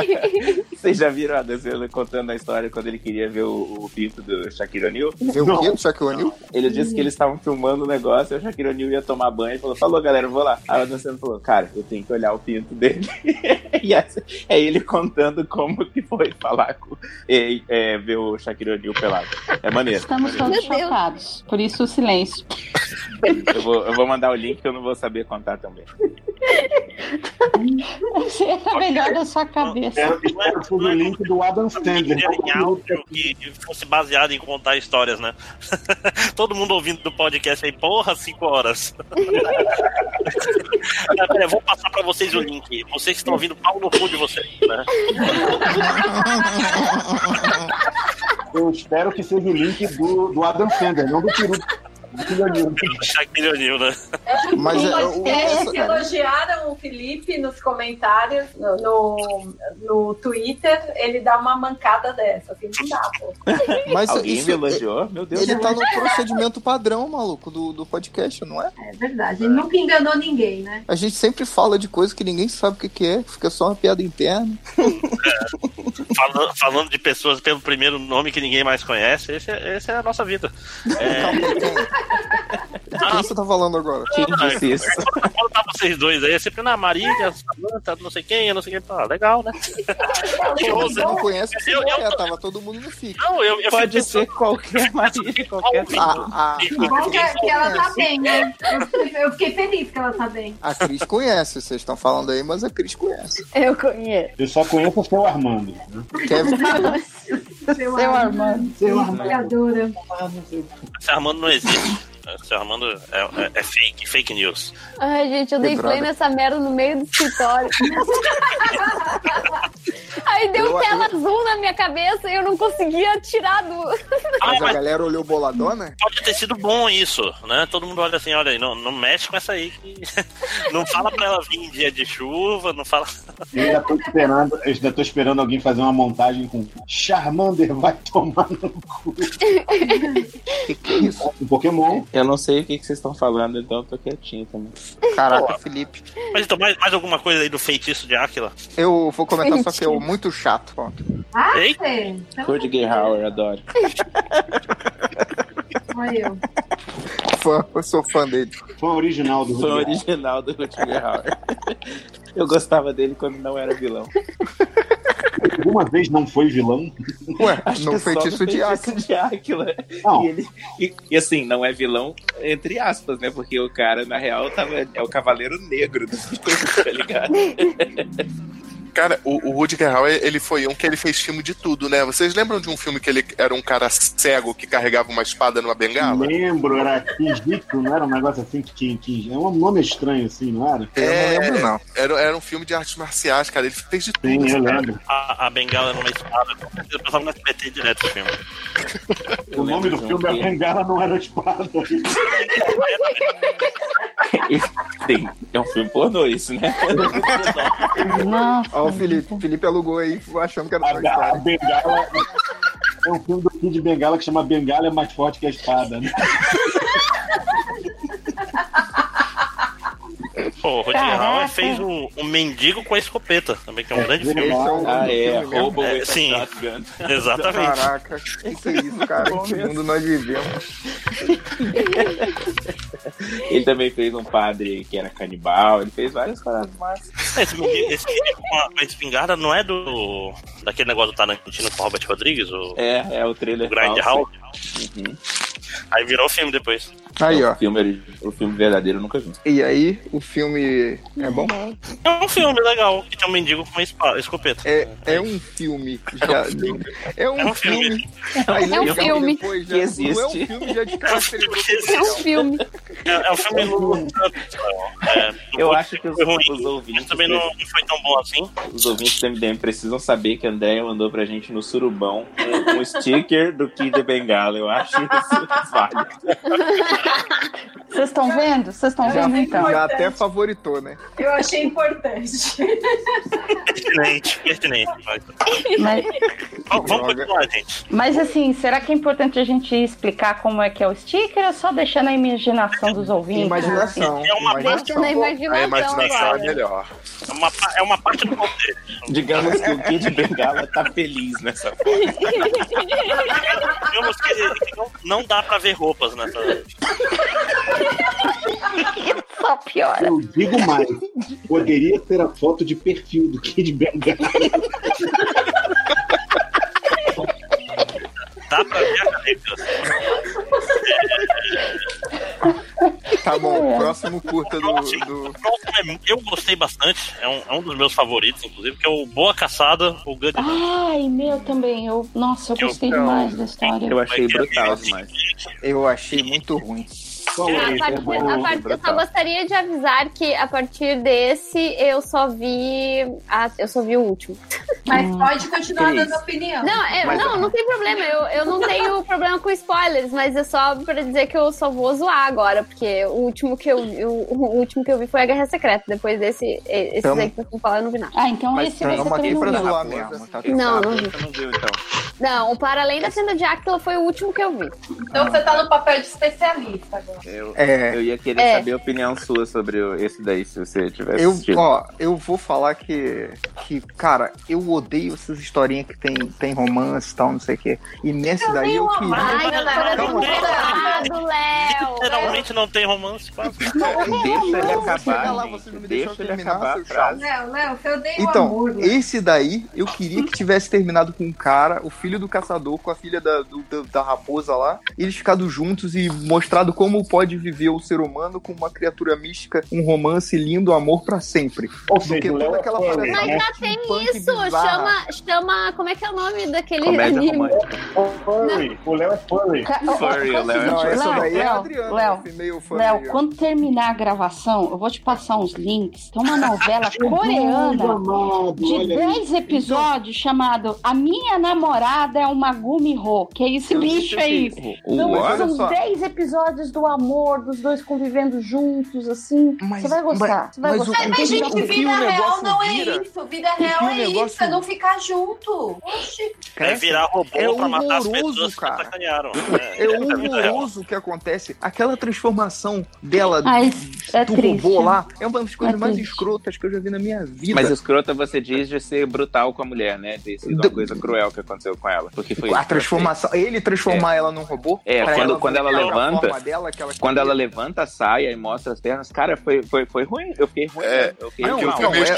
Speaker 10: Vocês já viram o Adam Sandler contando a história quando ele queria ver o, o pinto do Shaquille O'Neal?
Speaker 7: Viu o quê do Shaquille O'Neal?
Speaker 10: Ele disse que eles estavam filmando o negócio e o Shaquille O'Neal ia tomar banho e falou: Falou, galera, eu vou lá. Aí o Adam Sandler falou: Cara, eu tenho que olhar o pinto dele. e essa- é ele contando como que foi falar com. É, é, ver o Shaquille O'Neal pelado. É maneiro.
Speaker 2: Estamos todos
Speaker 1: Meu Deus.
Speaker 2: chocados. Por isso o silêncio.
Speaker 10: Eu vou, eu vou mandar o link que eu não vou saber contar também.
Speaker 2: Era melhor da sua cabeça.
Speaker 5: É,
Speaker 10: é,
Speaker 5: o link do Adam Sandler.
Speaker 6: Em áudio que fosse baseado em contar histórias, né? Todo mundo ouvindo do podcast aí, porra, cinco horas. Ah, pera, eu vou passar pra vocês o link. Vocês que estão ouvindo, pau no cu de vocês, né?
Speaker 5: Eu espero que seja o link do, do Adam Sandler, não do peru.
Speaker 6: Shaquille O'Neal, né?
Speaker 3: Mas
Speaker 5: Mas é,
Speaker 3: é,
Speaker 5: essa-
Speaker 3: elogiaram o Felipe nos comentários, no, no, no Twitter, ele dá uma mancada dessa, assim, não dá, pô.
Speaker 14: Mas
Speaker 10: Alguém
Speaker 14: isso- é-
Speaker 10: me elogiou? Meu Deus.
Speaker 14: Ele tá no procedimento padrão, maluco, do, do podcast, não é?
Speaker 3: É verdade, ele nunca enganou ninguém, né?
Speaker 14: A gente sempre fala de coisa que ninguém sabe o que que é, que fica só uma piada interna.
Speaker 6: Falando, falando de pessoas pelo primeiro nome que ninguém mais conhece, esse é- essa é a nossa vida. É...
Speaker 14: Quem você tá falando agora?
Speaker 6: Ah, Quando tá vocês dois aí, é sempre na Marília, Samanta, não sei quem, não sei quem. Tá, legal, né?
Speaker 14: Pô, você não
Speaker 6: Eu-
Speaker 14: conhece o que
Speaker 6: eu-
Speaker 14: você
Speaker 6: eu-
Speaker 14: é, tava todo mundo no fica.
Speaker 6: Não, eu, eu
Speaker 14: Pode
Speaker 6: fico
Speaker 14: ser
Speaker 13: qualquer marido,
Speaker 6: qualquer
Speaker 14: a, a,
Speaker 3: Que bom que, que ela tá bem, né? Eu fiquei- Eu fiquei feliz que ela tá bem.
Speaker 14: ah, a Cris conhece, vocês estão falando aí, mas a Cris conhece.
Speaker 3: Eu conheço.
Speaker 5: Eu só conheço o seu Armando. né?
Speaker 14: Kevin,
Speaker 3: Seu
Speaker 2: Armando.
Speaker 5: Seu
Speaker 3: Armando.
Speaker 6: Esse Armando não existe. Esse Armando é, é- é fake, fake news.
Speaker 1: Ai, gente, eu dei
Speaker 6: Quebrada.
Speaker 1: play nessa merda no meio do escritório. Aí deu
Speaker 14: Eu-
Speaker 1: tela
Speaker 14: eu-
Speaker 1: azul na minha cabeça e eu não conseguia tirar do.
Speaker 14: mas a galera olhou boladona?
Speaker 6: Pode ter sido bom isso, né? Todo mundo olha assim, olha aí, não, não mexe com essa aí. que- Não fala pra ela vir em dia de chuva, não fala.
Speaker 5: Eu ainda tô esperando, eu ainda tô esperando alguém fazer uma montagem com Charmander vai tomar no cu.
Speaker 10: Que que é isso?
Speaker 5: Um Pokémon.
Speaker 10: Eu não sei o que, que vocês estão falando, então eu tô quietinho também.
Speaker 14: Caraca, Felipe.
Speaker 6: Mas então, mais, mais alguma coisa aí do feitiço de Áquila?
Speaker 14: Eu vou comentar só que é muito chato. Pronto.
Speaker 3: Ah,
Speaker 6: Ei?
Speaker 3: sim. Então,
Speaker 10: Cor de Gay Hauer, adoro.
Speaker 3: olha eu.
Speaker 14: Fã, eu sou fã dele.
Speaker 5: Fã original
Speaker 10: Fã original do Rutger Hauer. Eu gostava dele quando não era vilão.
Speaker 5: Alguma vez não foi vilão?
Speaker 14: Ué,
Speaker 10: Acho que só no feitiço de Áquila. E, ele- e- e assim, não é vilão, entre aspas, né? Porque o cara, na real, tava, é o cavaleiro negro do filme, tá ligado?
Speaker 12: Cara, o, o Rutger Hauer, ele foi um que ele fez filme de tudo, né? Vocês lembram de um filme que ele era um cara cego que carregava uma espada numa bengala?
Speaker 5: Lembro, era Kijito, não era um negócio assim que tinha Kijito. É um nome estranho assim, não era?
Speaker 12: É, Era, era um filme de artes marciais, cara. Ele fez de tudo.
Speaker 5: Sim, eu
Speaker 12: esse cara.
Speaker 5: lembro.
Speaker 6: A, a bengala numa espada. com certeza, Eu pensava no SBT direto o filme.
Speaker 5: O nome do filme é Bengala não era espada.
Speaker 10: Sim, é um filme pornô isso, né?
Speaker 14: Ó, o Felipe. O Felipe alugou aí achando
Speaker 6: Tá
Speaker 14: que era só
Speaker 5: A, a
Speaker 14: história.
Speaker 5: Bengala. É um filme do Kid Bengala que chama Bengala é mais forte que a espada. né?
Speaker 6: Pô, o Rodney
Speaker 5: Caraca.
Speaker 6: Howard fez o, o Mendigo com a Escopeta, também, que é um grande filme.
Speaker 14: Esse é um
Speaker 10: Ah, é,
Speaker 14: filme mesmo.
Speaker 10: Robo with a
Speaker 6: sim,
Speaker 10: Shotgun.
Speaker 6: exatamente.
Speaker 14: Caraca, que que é isso, cara?
Speaker 10: Bom
Speaker 14: que
Speaker 10: mesmo.
Speaker 14: mundo nós vivemos.
Speaker 10: Ele também fez um padre que era canibal, ele fez várias paradas massas.
Speaker 6: É, Esse mendigo, esse mendigo com a, com a espingarda não é do. daquele negócio do Tarantino com o Robert Rodrigues? O,
Speaker 10: É, é o trailer.
Speaker 6: o Grind
Speaker 10: falso.
Speaker 6: Hall?
Speaker 14: Uhum.
Speaker 6: Aí virou filme depois.
Speaker 14: Aí, ó.
Speaker 10: O filme, ori- o filme verdadeiro eu nunca vi.
Speaker 14: E aí, o filme é bom?
Speaker 6: É um filme legal, que tem um mendigo com uma espa- escopeta.
Speaker 14: É, é um filme. Já... É um filme. Aí
Speaker 6: É um
Speaker 14: lembra
Speaker 6: filme.
Speaker 14: Depois, já... Não é
Speaker 6: Que
Speaker 14: um
Speaker 6: existe.
Speaker 14: filme, já descaracterizou.
Speaker 6: É um
Speaker 1: filme.
Speaker 6: É, é um filme louco. É,
Speaker 10: Eu acho que os,
Speaker 6: foi ruim,
Speaker 10: os ouvintes.
Speaker 6: mas também não, não foi tão bom assim.
Speaker 10: Os ouvintes do MDM precisam saber que a Andréia mandou pra gente no surubão um, um sticker do Kid Bengala. Eu acho isso válido.
Speaker 2: Vocês estão vendo? Vocês estão
Speaker 14: Já,
Speaker 2: vendo então?
Speaker 14: já até favoritou, né?
Speaker 3: Eu achei importante.
Speaker 6: Pertinente, pertinente. mas-
Speaker 2: Mas-
Speaker 6: Vamos, vamos continuar, gente.
Speaker 2: Mas assim, será que é importante a gente explicar como é que é o sticker ou só deixar na imaginação dos ouvintes? assim?
Speaker 14: Imaginação.
Speaker 6: É uma parte.
Speaker 2: Deixa na imaginação,
Speaker 12: A imaginação
Speaker 2: cara.
Speaker 12: é melhor.
Speaker 6: É uma, pa- é uma parte do contexto.
Speaker 10: Digamos que o Kid Bengala tá feliz nessa foto.
Speaker 6: Digamos que, que não, não dá pra ver roupas nessa.
Speaker 2: Só piora.
Speaker 5: Eu digo mais. Poderia ter a foto de perfil do Kid Bengala.
Speaker 6: Dá pra ver a caneca.
Speaker 14: Tá bom, o próximo curta do. do...
Speaker 6: próximo é- eu gostei bastante, é um, é um dos meus favoritos, inclusive, que é o Boa Caçada, o Good
Speaker 2: Ai, meu também. Eu, nossa, eu gostei demais da história.
Speaker 10: Então, Eu achei brutal demais.
Speaker 14: Eu achei muito ruim.
Speaker 1: Ah,
Speaker 7: é
Speaker 6: é
Speaker 1: A partir-
Speaker 6: né,
Speaker 1: a partir- eu assim, só gostaria de avisar que a partir desse eu só vi. a- eu só vi o último.
Speaker 3: Mas pode continuar
Speaker 1: que
Speaker 3: dando
Speaker 1: isso?
Speaker 3: opinião.
Speaker 1: Não, é-
Speaker 3: Mas-
Speaker 1: não, não tem problema. Eu, eu não tenho problema com spoilers, mas é só pra dizer que eu só vou zoar agora, porque o último que eu, o, o último que eu vi foi a Guerra Secreta. Depois desse, e- esses
Speaker 14: Então-
Speaker 1: aí que eu vou falar, eu não vi nada. Ah, então
Speaker 14: Mas
Speaker 10: é
Speaker 14: esse você tamo também aqui não pra viu. zoar mesmo, tá?
Speaker 1: Não, não vi.
Speaker 10: Você não viu, então.
Speaker 1: Não, o Para Além da Senda de Áquila foi o último que eu vi.
Speaker 3: Então você tá no papel de especialista agora.
Speaker 10: Eu, eu ia querer
Speaker 1: É.
Speaker 10: saber a opinião sua sobre o- esse daí, se você tivesse
Speaker 7: Eu,
Speaker 10: assistido.
Speaker 7: ó, eu vou falar que, que, cara, eu odeio essas historinhas que tem, tem romance e tal, não sei o quê. E nesse daí eu queria.
Speaker 1: Ai, agora
Speaker 7: Calma,
Speaker 1: eu Léo!
Speaker 6: Literalmente não tem romance quase.
Speaker 1: Então,
Speaker 7: Deixa ele acabar,
Speaker 10: Chega lá,
Speaker 7: gente.
Speaker 10: deixa ele acabar a frase.
Speaker 3: Léo, Léo, eu dei
Speaker 2: um
Speaker 3: o
Speaker 7: Então,
Speaker 2: né?
Speaker 3: amor.
Speaker 7: esse daí eu queria que tivesse terminado com um cara, o filho do caçador, com a filha da, do- da, da raposa lá, e eles ficado juntos e mostrado como pode viver o ser humano com uma criatura mística, um romance lindo, amor pra sempre. Ou
Speaker 5: seja,
Speaker 7: que
Speaker 5: o Léo
Speaker 7: toda
Speaker 5: é
Speaker 7: aquela
Speaker 5: fã,
Speaker 7: parada-
Speaker 1: Mas
Speaker 3: né?
Speaker 1: já tem isso! Chama, chama. Como é que é o nome daquele
Speaker 5: Comédia
Speaker 1: anime?
Speaker 5: romântica. Furry. O Léo é furry.
Speaker 2: Ca- ó, ó,
Speaker 5: Não, essa
Speaker 2: Léo,
Speaker 5: daí é a
Speaker 2: Léo,
Speaker 5: Adriana,
Speaker 2: Léo,
Speaker 5: esse meio fã
Speaker 2: Léo,
Speaker 5: meio-
Speaker 2: quando terminar a gravação, eu vou te passar uns links. Tem uma novela
Speaker 5: Jesus
Speaker 2: coreana
Speaker 5: amado,
Speaker 2: de
Speaker 5: olha
Speaker 2: 10 episódios chamado A Minha Namorada é uma Gumiho, que é esse
Speaker 11: Eu
Speaker 2: bicho
Speaker 11: vi esse
Speaker 2: aí.
Speaker 7: assim,
Speaker 11: filme. O-
Speaker 2: Então,
Speaker 11: o- olha
Speaker 2: são
Speaker 11: só.
Speaker 2: 10 episódios do amor, dos dois convivendo juntos, assim. Você vai gostar.
Speaker 7: mas-
Speaker 2: Você vai
Speaker 7: mas o-
Speaker 2: gostar.
Speaker 3: Mas,
Speaker 7: que-
Speaker 3: gente,
Speaker 7: o que o
Speaker 3: vida real
Speaker 7: negócio
Speaker 3: não é
Speaker 7: vira-
Speaker 3: isso. Vida
Speaker 7: o que
Speaker 3: real
Speaker 7: o
Speaker 3: é isso.
Speaker 7: negócio-
Speaker 3: É não ficar junto. Oxi.
Speaker 6: É virar robô
Speaker 7: É
Speaker 6: pra matar as
Speaker 7: horroroso,
Speaker 6: pessoas que
Speaker 7: cara.
Speaker 6: sacanearam.
Speaker 7: É horroroso o que acontece. Aquela transformação dela
Speaker 10: Ai, é
Speaker 7: do
Speaker 10: triste.
Speaker 7: robô lá é uma das coisas
Speaker 10: É
Speaker 7: mais
Speaker 10: triste.
Speaker 7: escrotas que eu já vi na minha vida.
Speaker 10: Mas escrota você diz de ser brutal com a mulher, né? Ter sido uma coisa cruel que aconteceu com ela. Porque foi
Speaker 7: a transformação, ele transformar ela num robô.
Speaker 10: É,
Speaker 7: pra
Speaker 10: quando ela, quando ela
Speaker 7: voltar pra
Speaker 10: levanta.
Speaker 7: forma dela, que ela-
Speaker 10: quando ela levanta a saia e mostra as pernas, cara, foi, foi, foi ruim. Eu fiquei ruim. né? eu fiquei
Speaker 7: Não,
Speaker 10: mal.
Speaker 7: não, é- isso,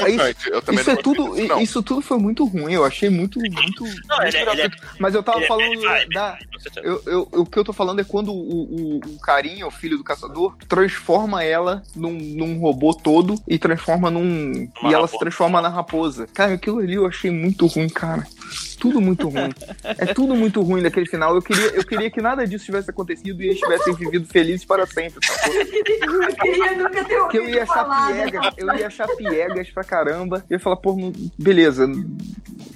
Speaker 7: isso é tudo, isso tudo foi muito ruim. Eu achei muito, muito. muito gratuito. Mas eu tava falando da. Eu, eu- eu- o que eu tô falando é quando o, o, o carinha, o filho do caçador, transforma ela num, num robô todo e transforma num. e ela se transforma na raposa. Cara, aquilo ali eu achei muito ruim, cara. Tudo muito ruim. É tudo muito ruim naquele final. Eu queria, eu queria que nada disso tivesse acontecido e eles tivessem vivido felizes para sempre.
Speaker 3: Eu queria nunca ter
Speaker 7: Que eu
Speaker 3: ouvido
Speaker 7: ia achar
Speaker 3: falar, né?
Speaker 7: piegas, eu ia achar piegas pra caramba. Eu ia falar, pô, não- beleza,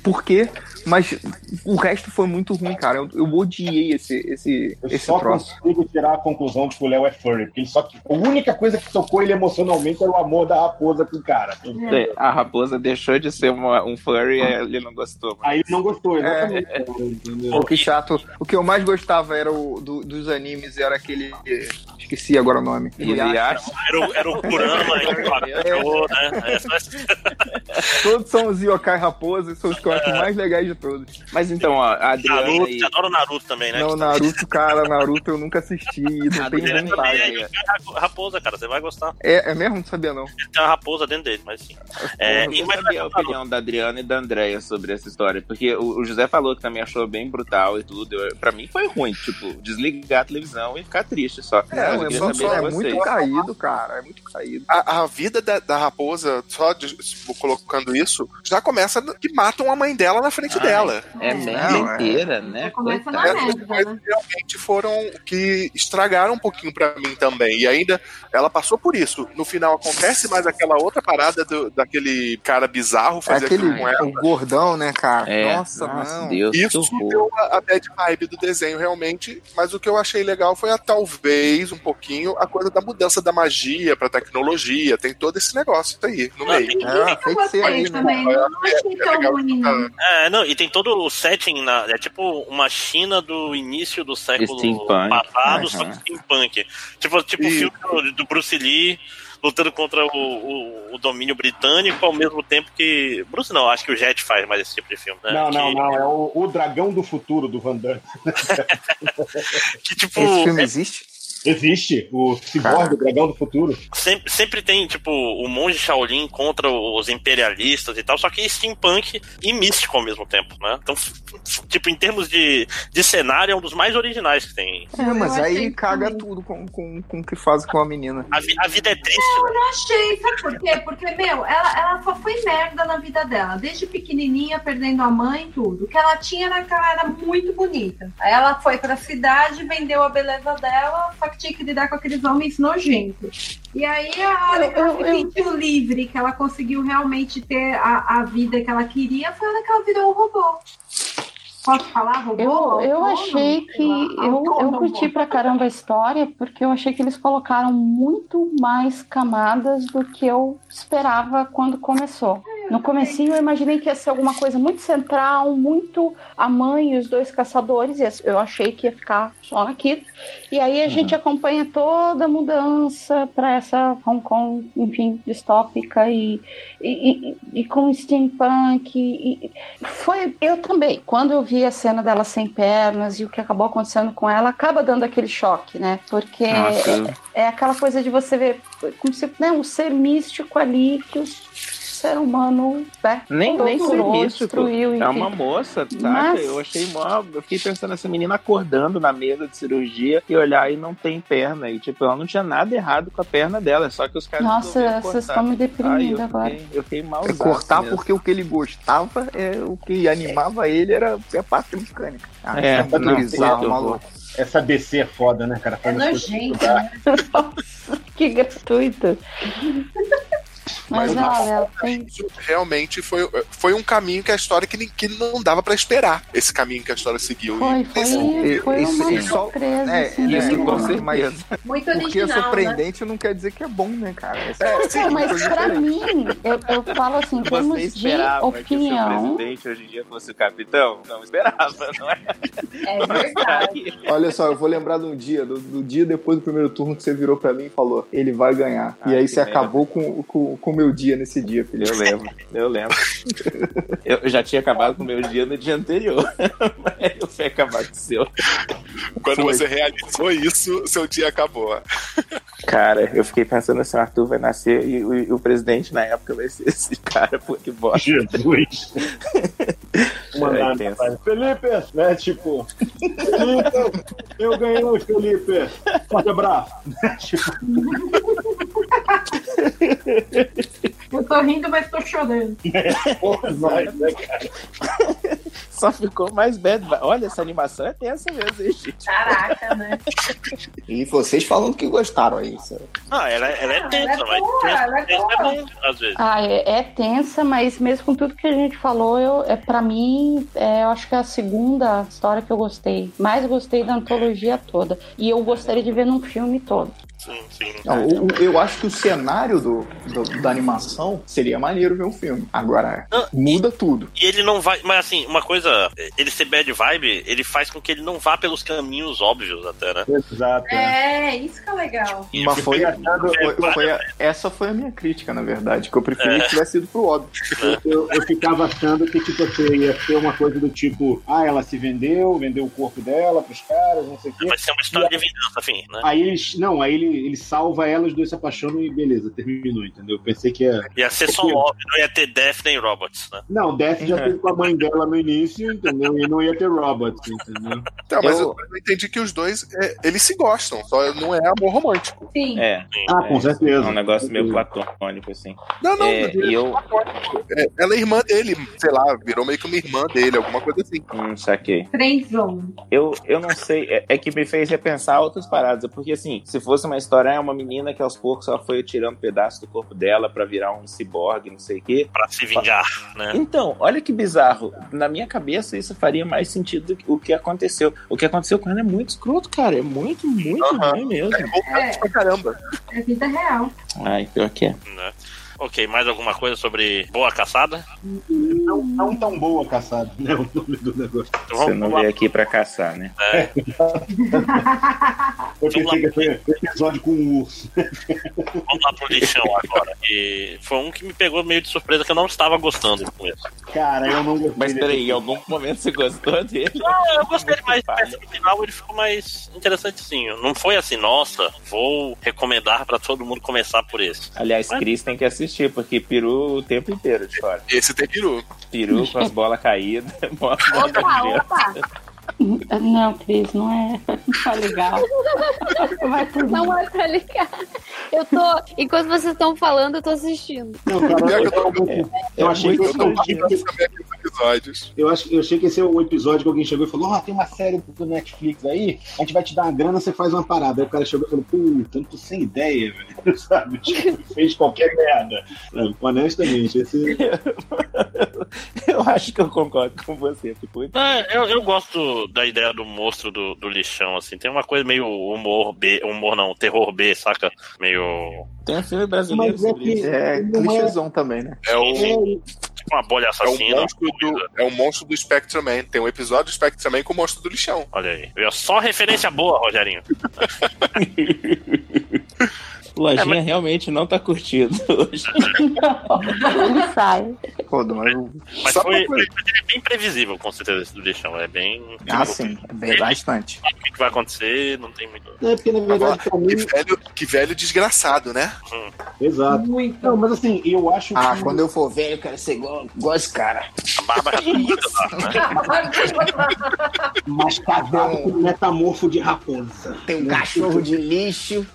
Speaker 7: por quê? Mas o resto foi muito ruim, cara. Eu, eu odiei esse, esse,
Speaker 5: Eu
Speaker 7: esse
Speaker 5: só
Speaker 7: troço.
Speaker 5: consigo tirar a conclusão de que o Léo é furry. Porque ele só... A única coisa que tocou ele emocionalmente era o amor da raposa com o cara.
Speaker 10: É, A raposa deixou de ser uma- um furry e ele não gostou.
Speaker 5: Aí ele não gostou,
Speaker 7: exatamente. É. Pô, que chato. O que eu mais gostava era o do- dos animes, era aquele. Esqueci agora o nome. Inuyasha.
Speaker 6: Era, o- era o Kurama, era o Abel, né? É só esse-
Speaker 7: Todos são os Yokai Raposas, são os que eu acho mais legais de todos.
Speaker 10: É. Mas então, ó, a Adriana
Speaker 6: Naruto,
Speaker 10: aí-
Speaker 6: você adora o Naruto também, né?
Speaker 7: Não, Naruto, cara, Naruto eu nunca assisti e não tem
Speaker 6: Ele também é
Speaker 7: vontade.
Speaker 6: Yokai raposa, cara, você vai gostar.
Speaker 7: É, é mesmo? Não sabia, não.
Speaker 6: Tem uma raposa dentro dele, mas sim. É,
Speaker 10: eu
Speaker 6: e-
Speaker 10: queria
Speaker 6: mas
Speaker 10: saber a opinião da Adriana e da Andréia sobre essa história. Porque o, o José falou que também achou bem brutal e tudo. Eu, pra mim foi ruim, tipo, desligar a televisão e ficar triste só.
Speaker 7: É,
Speaker 10: Mas eu
Speaker 7: é
Speaker 10: queria
Speaker 7: só-
Speaker 10: saber
Speaker 7: só
Speaker 10: de
Speaker 7: é
Speaker 10: vocês.
Speaker 7: muito caído, cara. É muito caído.
Speaker 12: A, a vida da, da raposa, só de- tipo, colocando isso, já começa que matam a mãe dela na frente dela.
Speaker 10: É merda inteira,
Speaker 7: é.
Speaker 10: né?
Speaker 12: Começa
Speaker 10: Coitada.
Speaker 12: realmente foram que estragaram um pouquinho pra mim também. E ainda ela passou por isso. No final acontece mais aquela outra parada do- daquele cara bizarro fazer
Speaker 7: Aquele
Speaker 12: aquilo com ela.
Speaker 7: o gordão, né, cara?
Speaker 12: É,
Speaker 7: nossa, não.
Speaker 12: Isso
Speaker 7: Tipo,
Speaker 12: deu a, a bad vibe do desenho, realmente. Mas o que eu achei legal foi, a, talvez, um pouquinho, a coisa da mudança da magia pra tecnologia. Tem todo esse negócio tá aí no meio.
Speaker 3: ah,
Speaker 7: É, tem que ser aí, né? tá
Speaker 6: É, não, e tem todo o setting, na, é tipo uma China do início do século
Speaker 10: Steampunk.
Speaker 6: passado,
Speaker 10: Aham.
Speaker 6: só que steampunk. Tipo, tipo o filme do, do Bruce Lee lutando contra o, o- o domínio britânico ao mesmo tempo que... Bruce não, acho que o Jet faz mais esse tipo de filme, né?
Speaker 5: Não,
Speaker 6: que,
Speaker 5: não, não. É o, o Dragão do Futuro do Van Damme.
Speaker 6: que, tipo,
Speaker 7: Esse filme existe?
Speaker 5: Existe. O Cyborg, o dragão do futuro.
Speaker 6: Sempre, sempre tem, tipo, o monge Shaolin contra os imperialistas e tal, só que steampunk e místico ao mesmo tempo, né? Então, f- f- tipo, em termos de, de cenário, é um dos mais originais que tem.
Speaker 7: É, mas aí caga tudo com, com, com o que faz com a menina.
Speaker 6: A, vi- a vida é triste,
Speaker 3: Eu não achei, sabe por quê? Porque, meu, ela, ela só foi merda na vida dela. Desde pequenininha, perdendo a mãe e tudo. O que ela tinha era que ela era muito bonita. Aí ela foi pra cidade, vendeu a beleza dela, só que tinha que lidar com aqueles homens nojentos. E aí a hora que ela se sentiu livre, que ela conseguiu realmente ter a, a vida que ela queria, foi a hora que ela virou um robô. Posso falar robô?
Speaker 2: Eu, eu
Speaker 3: Autônomo?
Speaker 2: achei que. Eu, eu
Speaker 3: autônomo.
Speaker 2: curti pra caramba a história, porque eu achei que eles colocaram muito mais camadas do que eu esperava quando começou. No comecinho É, eu imaginei que ia ser alguma coisa muito central, muito a mãe e os dois caçadores, e eu achei que ia ficar só naquilo. E aí a gente
Speaker 10: Uhum.
Speaker 2: acompanha toda a mudança para essa Hong Kong, enfim, distópica e, e, e, e com steampunk. e- e- foi eu também. Quando eu vi a cena dela sem pernas e o que acabou acontecendo com ela, acaba dando aquele choque, né? Porque
Speaker 10: Ah,
Speaker 11: Nossa.
Speaker 2: é, é aquela coisa de você ver como se, né, um ser místico ali que o ser humano né,
Speaker 10: Nem, nem
Speaker 2: torturou,
Speaker 10: foi isso.
Speaker 2: destruiu.
Speaker 10: É
Speaker 2: enfim.
Speaker 10: uma moça, saca?
Speaker 2: Mas-
Speaker 10: Eu achei mó. Eu fiquei pensando nessa menina acordando na mesa de cirurgia e olhar e não tem perna. E tipo, ela não tinha nada errado com a perna dela, só que os caras.
Speaker 2: Nossa,
Speaker 10: resolveram
Speaker 2: vocês
Speaker 10: cortar.
Speaker 2: estão me
Speaker 10: Ai, eu
Speaker 2: deprimindo
Speaker 10: fiquei-
Speaker 2: agora.
Speaker 10: Eu fiquei mal.
Speaker 7: É cortar porque o que ele gostava, é o que animava ele era a parte mecânica. Ah,
Speaker 5: É,
Speaker 7: isso é
Speaker 5: não,
Speaker 7: muito bizarro,
Speaker 5: eu-
Speaker 7: maluco.
Speaker 5: Essa DC é foda, né, cara?
Speaker 2: É
Speaker 5: Faz as coisas
Speaker 2: nojento,
Speaker 5: estudar.
Speaker 2: Que gratuito. Mas, é olha, ela tem.
Speaker 12: Realmente foi, foi um caminho que a história que, ni- que não dava pra esperar. Esse caminho que a história seguiu.
Speaker 2: Foi,
Speaker 12: Esse-
Speaker 7: foi, um, foi
Speaker 12: esse-
Speaker 7: uma
Speaker 12: esse-
Speaker 7: surpresa. É,
Speaker 12: sim. Isso, com certeza.
Speaker 7: mas
Speaker 3: Muito
Speaker 7: porque é
Speaker 3: original, né?
Speaker 7: surpreendente não quer dizer que é bom, né, cara? Essa
Speaker 2: Não,
Speaker 7: é uma
Speaker 2: mas
Speaker 7: coisa
Speaker 2: pra
Speaker 7: diferente.
Speaker 2: mim, eu, eu falo assim,
Speaker 10: Você
Speaker 2: temos de
Speaker 10: esperava que o seu
Speaker 2: opinião.
Speaker 10: presidente hoje em dia fosse o capitão? Não esperava, não é?
Speaker 3: É verdade.
Speaker 14: Olha só, eu vou lembrar de um dia, do, do dia depois do primeiro turno que você virou pra mim e falou, ele vai ganhar. e aí você
Speaker 10: Ah, merda.
Speaker 14: acabou com o com, com o meu dia nesse dia, filho.
Speaker 10: Eu lembro, eu lembro. Eu já tinha acabado com o meu dia no dia anterior. Mas eu fui acabar com o seu.
Speaker 12: Quando você realizou isso, seu dia acabou.
Speaker 10: Cara, eu fiquei pensando assim, o Arthur vai nascer e o, e o presidente na época vai ser esse cara, pô, que bosta.
Speaker 5: Jesus.
Speaker 10: É,
Speaker 5: Mandar,
Speaker 10: tenso.
Speaker 5: rapaz. Felipe, né? Tipo, Felipe, eu ganhei hoje, Felipe. Forte abraço.
Speaker 3: Eu tô rindo, mas tô chorando.
Speaker 10: é, né, Só ficou mais bad. vibe. Olha, essa animação é tensa mesmo, hein, gente?
Speaker 3: Caraca, né?
Speaker 15: E vocês falando que gostaram aí. isso.
Speaker 6: Não, ela, ela é tensa,
Speaker 2: ela é
Speaker 6: mas
Speaker 2: boa,
Speaker 6: tensa-
Speaker 2: ela é
Speaker 6: tensa
Speaker 2: boa.
Speaker 6: é bom, às vezes.
Speaker 2: Ah, é, é tensa, mas mesmo com tudo que a gente falou, eu, é para mim, é, eu acho que é a segunda história que eu gostei. Mais gostei da antologia toda. E eu gostaria de ver num filme todo.
Speaker 6: Sim, sim.
Speaker 14: Não, o- o- eu acho que o cenário do, do- da animação seria maneiro ver um filme. Agora, muda tudo.
Speaker 6: E ele não vai. Mas assim, uma coisa, ele ser bad vibe, ele faz com que ele não vá pelos caminhos óbvios até, né?
Speaker 5: Exato.
Speaker 3: É, isso que é legal.
Speaker 14: Mas foi, foi-
Speaker 6: claro.
Speaker 14: foi a- essa foi a minha crítica, na verdade, que eu preferi
Speaker 5: É.
Speaker 14: que tivesse ido pro óbvio.
Speaker 5: Eu, eu ficava achando que, tipo assim, ia ser uma coisa do tipo, ah, ela se vendeu, vendeu o corpo dela pros caras, não sei o quê.
Speaker 6: Vai ser uma história de vingança, enfim, né?
Speaker 5: Aí eles. Não, aí ele, ele salva ela, os dois se apaixonam e beleza, terminou, entendeu? Eu pensei que ia.
Speaker 6: Ia ser só Lobby, não ia ter Death nem Robots, né?
Speaker 5: Não, Death
Speaker 2: É.
Speaker 10: É.
Speaker 5: já teve com a mãe dela no início, entendeu? E não ia ter robots, entendeu?
Speaker 12: Tá, mas eu, eu entendi que os dois, é, eles se gostam, só não é amor romântico.
Speaker 3: Sim.
Speaker 10: É.
Speaker 5: Ah, com
Speaker 10: é,
Speaker 5: certeza.
Speaker 10: É um negócio meio platônico, assim.
Speaker 12: Não, não,
Speaker 10: É,
Speaker 12: mas ele
Speaker 10: e eu.
Speaker 12: É, ela é irmã dele, sei lá, virou meio que uma irmã dele, alguma coisa assim.
Speaker 10: Hum, saquei.
Speaker 3: Friendzone.
Speaker 10: Eu, eu não sei, é, é que me fez repensar outras paradas. Porque, assim, se fosse uma história, é uma menina que aos poucos só foi tirando pedaço do corpo dela pra virar um ciborgue, não sei o quê.
Speaker 6: Pra se vingar, né?
Speaker 10: Então, olha que bizarro. Na minha cabeça, isso faria mais sentido do que o que aconteceu. O que aconteceu com ela é muito escroto, cara. É muito, muito ruim mesmo.
Speaker 3: É,
Speaker 12: Caramba.
Speaker 3: é vida real.
Speaker 10: Ai, Ah, pior que é.
Speaker 6: Né? Ok, mais alguma coisa sobre Boa Caçada?
Speaker 5: Não, não tão boa caçada, né? O nome do negócio.
Speaker 12: Então
Speaker 10: Você não veio aqui pra caçar, né?
Speaker 6: É.
Speaker 5: Eu pensei que foi episódio com o urso.
Speaker 6: Vamos lá pro lixão agora. E foi um que me pegou meio de surpresa que eu não estava gostando no começo.
Speaker 5: Cara, eu não gostei.
Speaker 10: Mas peraí, em algum momento você gostou dele?
Speaker 6: Não, Ah, eu gostei mais, mas no final ele ficou mais interessantezinho. Não foi assim, nossa, vou recomendar pra todo mundo começar por esse.
Speaker 10: Aliás, Cris tem que assistir, porque peru o tempo inteiro de fora.
Speaker 12: Esse tem peru.
Speaker 10: Peru com as bolas caídas. mó- mó
Speaker 2: Opa,
Speaker 10: doideira.
Speaker 2: opa. Não, Cris, não é. Não é legal. Vai por mim.
Speaker 1: Não é pra ligar. Eu tô. Enquanto vocês estão falando, eu tô assistindo.
Speaker 5: é, Eu achei que eu
Speaker 12: episódios.
Speaker 5: Eu, acho, eu achei que esse é o episódio que alguém chegou e falou: Ó, tem uma série do Netflix aí, a gente vai te dar uma grana, você faz uma parada. Aí o cara chegou e falou: Puta, eu não tô sem ideia, velho. Sabe? Tipo, fez qualquer merda. Não, honestamente, esse.
Speaker 10: Eu acho que eu concordo com você, tipo,
Speaker 6: É, eu, eu gosto da ideia do monstro do, do lixão, assim. Tem uma coisa meio humor B, humor não, terror B, saca? Meio.
Speaker 10: Tem um filme brasileiro
Speaker 6: Mas é
Speaker 10: sobre
Speaker 6: que-
Speaker 10: isso.
Speaker 6: É, não é- clichêzão
Speaker 10: também, né?
Speaker 12: É o,
Speaker 6: Tipo uma bolha
Speaker 12: é o
Speaker 6: assassina.
Speaker 12: monstro do, é o monstro do Spectrum Man. Tem um episódio do Spectrum Man com o monstro do lixão.
Speaker 6: Olha aí. Eu- Só referência boa, Rogerinho. É,
Speaker 10: Lojinha realmente não tá curtido hoje.
Speaker 2: Ele sai.
Speaker 10: Rodo, mas o...
Speaker 6: Mas foi, mas ele é bem previsível, com certeza, esse do lixão. É bem.
Speaker 10: Ah, sim. É bem bastante.
Speaker 6: Sabe O que vai acontecer, não tem muito.
Speaker 5: É, porque na verdade, pra mim.
Speaker 12: Que velho, que velho desgraçado, né?
Speaker 6: Hum.
Speaker 5: Exato. Não, mas assim, eu acho
Speaker 15: Ah, quando eu for velho, eu quero ser igual, igual esse cara.
Speaker 6: A barba
Speaker 5: Mas casado com um metamorfo de raposa.
Speaker 15: É. Tem um cachorro de lixo.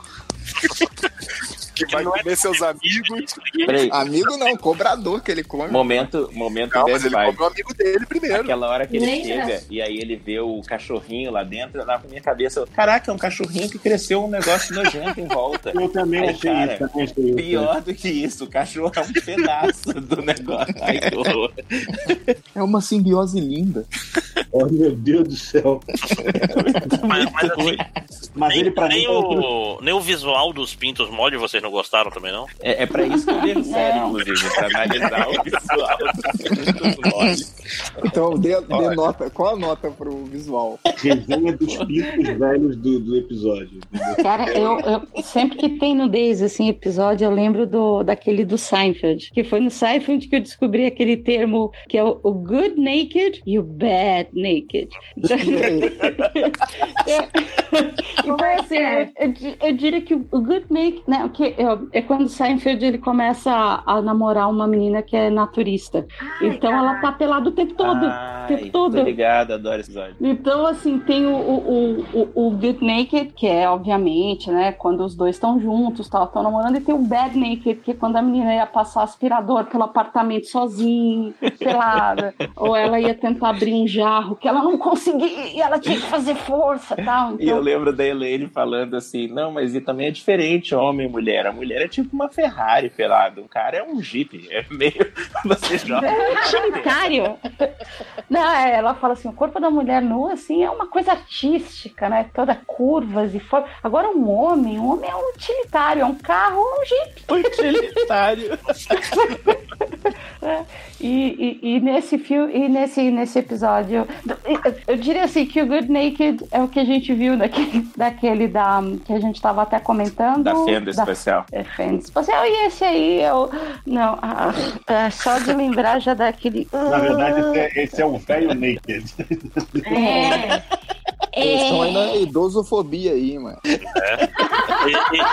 Speaker 12: Que vai
Speaker 5: é
Speaker 12: comer seus amigos.
Speaker 10: Peraí.
Speaker 15: Amigo não, cobrador que ele come.
Speaker 10: Momento, momento
Speaker 12: Não,
Speaker 10: bad
Speaker 12: mas ele
Speaker 10: vibe.
Speaker 12: come o amigo dele primeiro.
Speaker 10: Aquela hora que ele
Speaker 12: Nem
Speaker 10: chega
Speaker 12: interessa.
Speaker 10: e aí ele vê o cachorrinho lá dentro, na minha cabeça, eu, caraca, é um cachorrinho que cresceu um negócio nojento em volta.
Speaker 5: Eu também
Speaker 10: Aí,
Speaker 5: achei
Speaker 10: cara,
Speaker 5: isso, também achei isso.
Speaker 10: Pior do que isso, o cachorro é um pedaço do negócio. Ai, que horror.
Speaker 14: É uma simbiose linda.
Speaker 5: Oh, meu Deus do céu.
Speaker 6: Mas, mas assim,
Speaker 5: Mas
Speaker 6: nem,
Speaker 5: ele pra
Speaker 6: nem
Speaker 10: tá
Speaker 5: mim.
Speaker 6: o, nem o visual dos pintos mole vocês não gostaram também, não?
Speaker 10: É, é pra isso que eu vejo série, inclusive, pra analisar o visual.
Speaker 14: Então, dê, dê nota. Qual a nota pro visual?
Speaker 5: Resenha dos picos velhos do, do episódio.
Speaker 2: Cara, eu, eu- sempre que tem nudez, assim, episódio, eu lembro do, daquele do Seinfeld. Que foi no Seinfeld que eu descobri aquele termo que é o, o good naked e o bad naked. Então, Então, assim, eu, eu di- eu diria que o good make, né, que eu- é quando o Seinfeld ele começa a, a namorar uma menina que é naturista. então ela tá pelada o tempo todo, o tempo
Speaker 10: Ai,
Speaker 2: todo.
Speaker 10: tô ligado, adoro esse episódio.
Speaker 2: Então, assim, tem o, o, o, o- o Good Naked, que é, obviamente, né, quando os dois estão juntos, tal, estão namorando, e tem o Bad Naked, que é quando a menina ia passar aspirador pelo apartamento sozinha, pelada, ou ela ia tentar abrir um jarro, que ela não conseguia, e ela tinha que fazer força, tal.
Speaker 10: E eu
Speaker 2: Então,
Speaker 10: lembro da Elaine falando assim, não, mas e também é diferente homem e mulher. A mulher é tipo uma Ferrari pelado, o cara é um Jeep, é meio... Você joga...
Speaker 2: utilitário. Não, é, ela fala assim, o corpo da mulher nua, assim, é uma coisa artística, né, toda curvas e forma. Agora, um homem, um homem é um utilitário, é um carro, é um jeep.
Speaker 10: Utilitário.
Speaker 2: É. E, e- e nesse filme, e nesse, nesse episódio, eu, eu diria assim que o Good Naked é o que a gente viu daquele, daquele da, que a gente tava até comentando.
Speaker 10: Da fenda
Speaker 2: Da-
Speaker 10: especial.
Speaker 2: É fenda especial. E esse aí eu. Não, ah, é só de lembrar já daquele.
Speaker 5: Na verdade, esse é, esse é o velho naked.
Speaker 2: Ah, é.
Speaker 14: Estão aí na idosofobia aí, mano.
Speaker 6: É. E- e-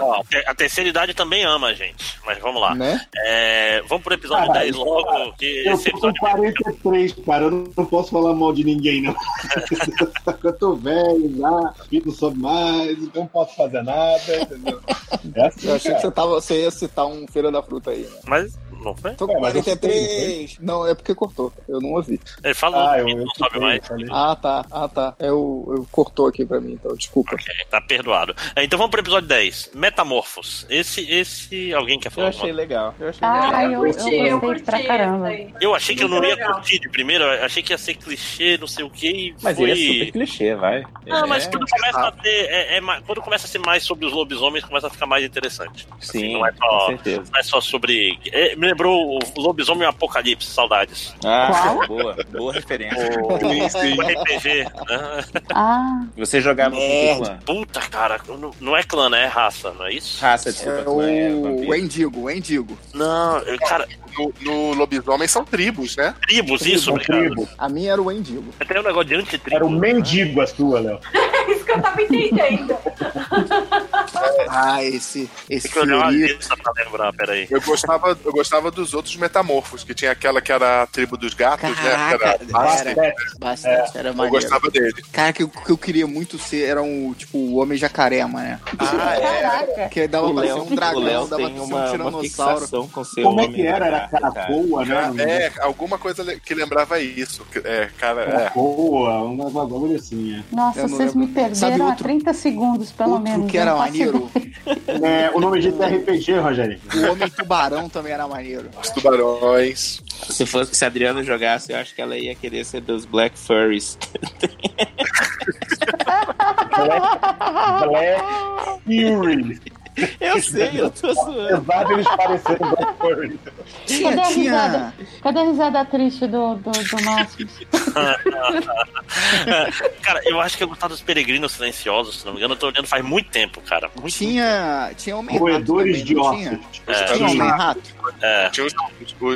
Speaker 6: ó, a terceira idade também ama a gente. Mas vamos lá.
Speaker 14: Né?
Speaker 6: É, vamos pro
Speaker 10: Ah,
Speaker 6: episódio
Speaker 5: Caralho.
Speaker 6: 10 logo. Que
Speaker 5: Eu
Speaker 6: esse
Speaker 5: tô com
Speaker 6: episódio é
Speaker 5: 43, cara. Eu não- não posso falar mal de ninguém, não. eu tô velho já, vida sobe mais, então não posso fazer nada, entendeu? É assim,
Speaker 14: Eu achei que
Speaker 5: cara.
Speaker 14: você, tava, você ia citar um Feira da Fruta aí, né?
Speaker 6: Mas não foi?
Speaker 14: Tô com
Speaker 6: É, mas eu
Speaker 14: 43. Não, é porque cortou. Eu não ouvi.
Speaker 6: Ele
Speaker 10: Ah,
Speaker 6: falou que não sobe mais.
Speaker 14: Ah, tá. Ah, tá. É o, eu cortou aqui pra mim, então desculpa.
Speaker 6: Tá perdoado. É, Então vamos vamos pro episódio 10. Metamorfos. Esse, esse. Alguém quer falar?
Speaker 10: Eu achei
Speaker 6: alguma-
Speaker 10: legal. Eu achei
Speaker 2: Ah,
Speaker 10: legal.
Speaker 2: eu, eu gostei pra caramba.
Speaker 6: Eu achei que eu não
Speaker 2: Muito
Speaker 6: ia
Speaker 2: legal.
Speaker 6: curtir de primeiro, eu achei que ia ser clichê, não sei o que.
Speaker 10: Mas
Speaker 6: foi...
Speaker 10: ele é super clichê, vai.
Speaker 6: Não,
Speaker 10: Ele
Speaker 6: Ah, mas
Speaker 10: é-
Speaker 6: quando começa, a ter, é- é ma- quando começa a ser mais sobre os lobisomens, começa a ficar mais interessante. Assim,
Speaker 10: Sim,
Speaker 6: não é só,
Speaker 10: com certeza.
Speaker 6: não é só sobre. é, me lembrou o Lobisomem Apocalipse, saudades.
Speaker 10: Ah, boa, boa referência. Sim, sim.
Speaker 6: O RPG. né?
Speaker 2: Ah.
Speaker 10: Você jogava com que clã?
Speaker 6: Puta, cara, não, não é clã, né? É raça, não é isso?
Speaker 10: Raça,
Speaker 6: desculpa,
Speaker 12: É clã, é o- vampiro. o
Speaker 6: Endigo, o Endigo. Não, eu- cara.
Speaker 12: No, no lobisomem são tribos, né?
Speaker 6: Tribos, isso, obrigado.
Speaker 12: A minha era o Endigo.
Speaker 6: Até o negócio de antitribo.
Speaker 5: Era o mendigo a sua, Léo.
Speaker 3: Isso que eu tava entendendo.
Speaker 7: Ah, esse. esse
Speaker 12: Tem que olhar uma
Speaker 7: Fiorito.
Speaker 6: Só pra lembrar, peraí.
Speaker 12: Eu gostava, eu gostava dos outros metamorfos, que tinha aquela que era a tribo dos gatos, né?
Speaker 7: Caraca,
Speaker 12: Que era-
Speaker 7: era- Bastante, era
Speaker 12: Eu
Speaker 7: maneiro.
Speaker 12: gostava dele.
Speaker 7: Cara, que eu, que eu queria muito ser era um, tipo, o homem jacaré, mané.
Speaker 10: Ah, é.
Speaker 7: Caraca. Que dava
Speaker 10: O
Speaker 7: pra ser
Speaker 10: Léo-
Speaker 7: um dragão,
Speaker 10: o Léo
Speaker 7: dava pra
Speaker 10: tem
Speaker 7: ser
Speaker 10: uma-
Speaker 7: um
Speaker 10: uma
Speaker 7: tiranossauro.
Speaker 10: fixação com seu
Speaker 12: Como é
Speaker 10: homem
Speaker 12: que era? Era
Speaker 10: jacaré, cara.
Speaker 12: Já- É, alguma coisa le- que lembrava isso. que- É, cara. É.
Speaker 5: Boa, uma uma bagulho assim, é.
Speaker 2: Nossa, vocês me
Speaker 5: Sabe
Speaker 2: perderam há 30 segundos, pelo menos. um
Speaker 7: que era um
Speaker 2: não faço
Speaker 7: maneiro?
Speaker 2: ideia.
Speaker 5: É, o nome disso é RPG, Rogério.
Speaker 7: O homem tubarão também era maneiro.
Speaker 12: Os tubarões.
Speaker 10: Se, fosse, se a Adriana jogasse, eu acho que ela ia querer ser dos Black Furries.
Speaker 5: Black Fury.
Speaker 10: Eu sei, eu tô zoando.
Speaker 5: Apesar deles parecerem Black Fury.
Speaker 2: Cadê a risada? Cadê a risada triste do, do, do Márcio?
Speaker 6: cara, eu acho que eu gostava dos peregrinos silenciosos, se não me engano. Eu tô olhando faz muito tempo, cara. Muito
Speaker 7: Tinha, tinha homem
Speaker 6: Roedores
Speaker 7: rato
Speaker 6: de
Speaker 7: também, não
Speaker 6: ossos.
Speaker 7: Tinha,
Speaker 6: É.
Speaker 7: tinha
Speaker 10: um
Speaker 7: homem rato.
Speaker 6: É.
Speaker 12: Tinha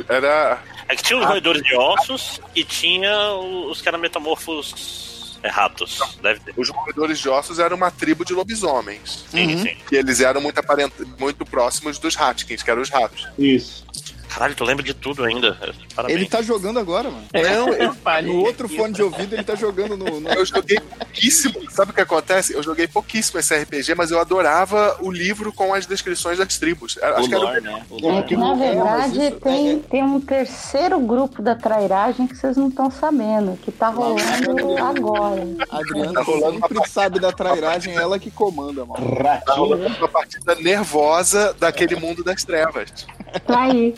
Speaker 12: era...
Speaker 6: É que tinha os roedores de ossos e tinha o- os caras metamorfos é, ratos. Deve ter.
Speaker 12: Os roedores de ossos eram uma tribo de lobisomens.
Speaker 6: Sim, sim.
Speaker 12: E eles eram muito, aparent... muito próximos dos Hatkins, que eram os ratos.
Speaker 5: Isso.
Speaker 6: Caralho, tu lembra de tudo ainda. Parabéns.
Speaker 7: Ele tá jogando agora, mano.
Speaker 6: É,
Speaker 12: Não, eu
Speaker 7: O outro fone de ouvido ele tá jogando no. no...
Speaker 12: Eu joguei pouquíssimo. Sabe o que acontece? Eu joguei pouquíssimo esse RPG, mas eu adorava o livro com as descrições das tribos. Acho que era
Speaker 10: lore,
Speaker 12: melhor.
Speaker 10: né?
Speaker 5: É
Speaker 2: Na
Speaker 7: é-
Speaker 2: verdade, tem, tem um terceiro grupo da trairagem que vocês não estão sabendo, que tá rolando agora.
Speaker 7: A Adriana sempre sabe da trairagem, ela que comanda, mano.
Speaker 12: Tá rolando uma partida nervosa daquele mundo das trevas.
Speaker 2: Tá aí.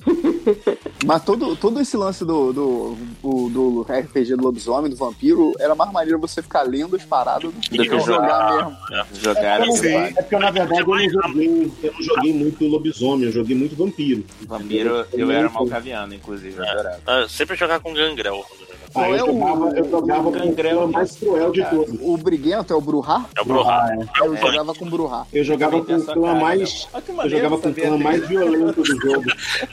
Speaker 7: Mas todo, todo esse lance do, do, do, do RPG do lobisomem, do vampiro, era mais maneiro você ficar lendo as paradas do
Speaker 10: Do que
Speaker 7: jogar
Speaker 6: Ah,
Speaker 10: jogar
Speaker 7: mesmo.
Speaker 5: É
Speaker 10: Jogaram
Speaker 5: porque, eu não-
Speaker 10: assim.
Speaker 5: é porque, na verdade, eu não joguei, eu não joguei muito lobisomem, eu joguei muito vampiro.
Speaker 10: Vampiro, eu era malcaviano, inclusive, eu adorava.
Speaker 6: Ah, sempre jogar com gangrel.
Speaker 10: Ah,
Speaker 6: Ah,
Speaker 5: Aí
Speaker 10: é
Speaker 5: eu jogava, eu jogava com o clã mais cruel de todos.
Speaker 7: O briguento é o Bruhá?
Speaker 6: É o Bruhá.
Speaker 7: Eu jogava com o Bruhá.
Speaker 5: Eu jogava com o clã mais.
Speaker 10: Olha que
Speaker 5: Eu
Speaker 10: maneiro
Speaker 5: jogava com o
Speaker 10: saber
Speaker 5: clã
Speaker 10: dele.
Speaker 5: mais violento do jogo.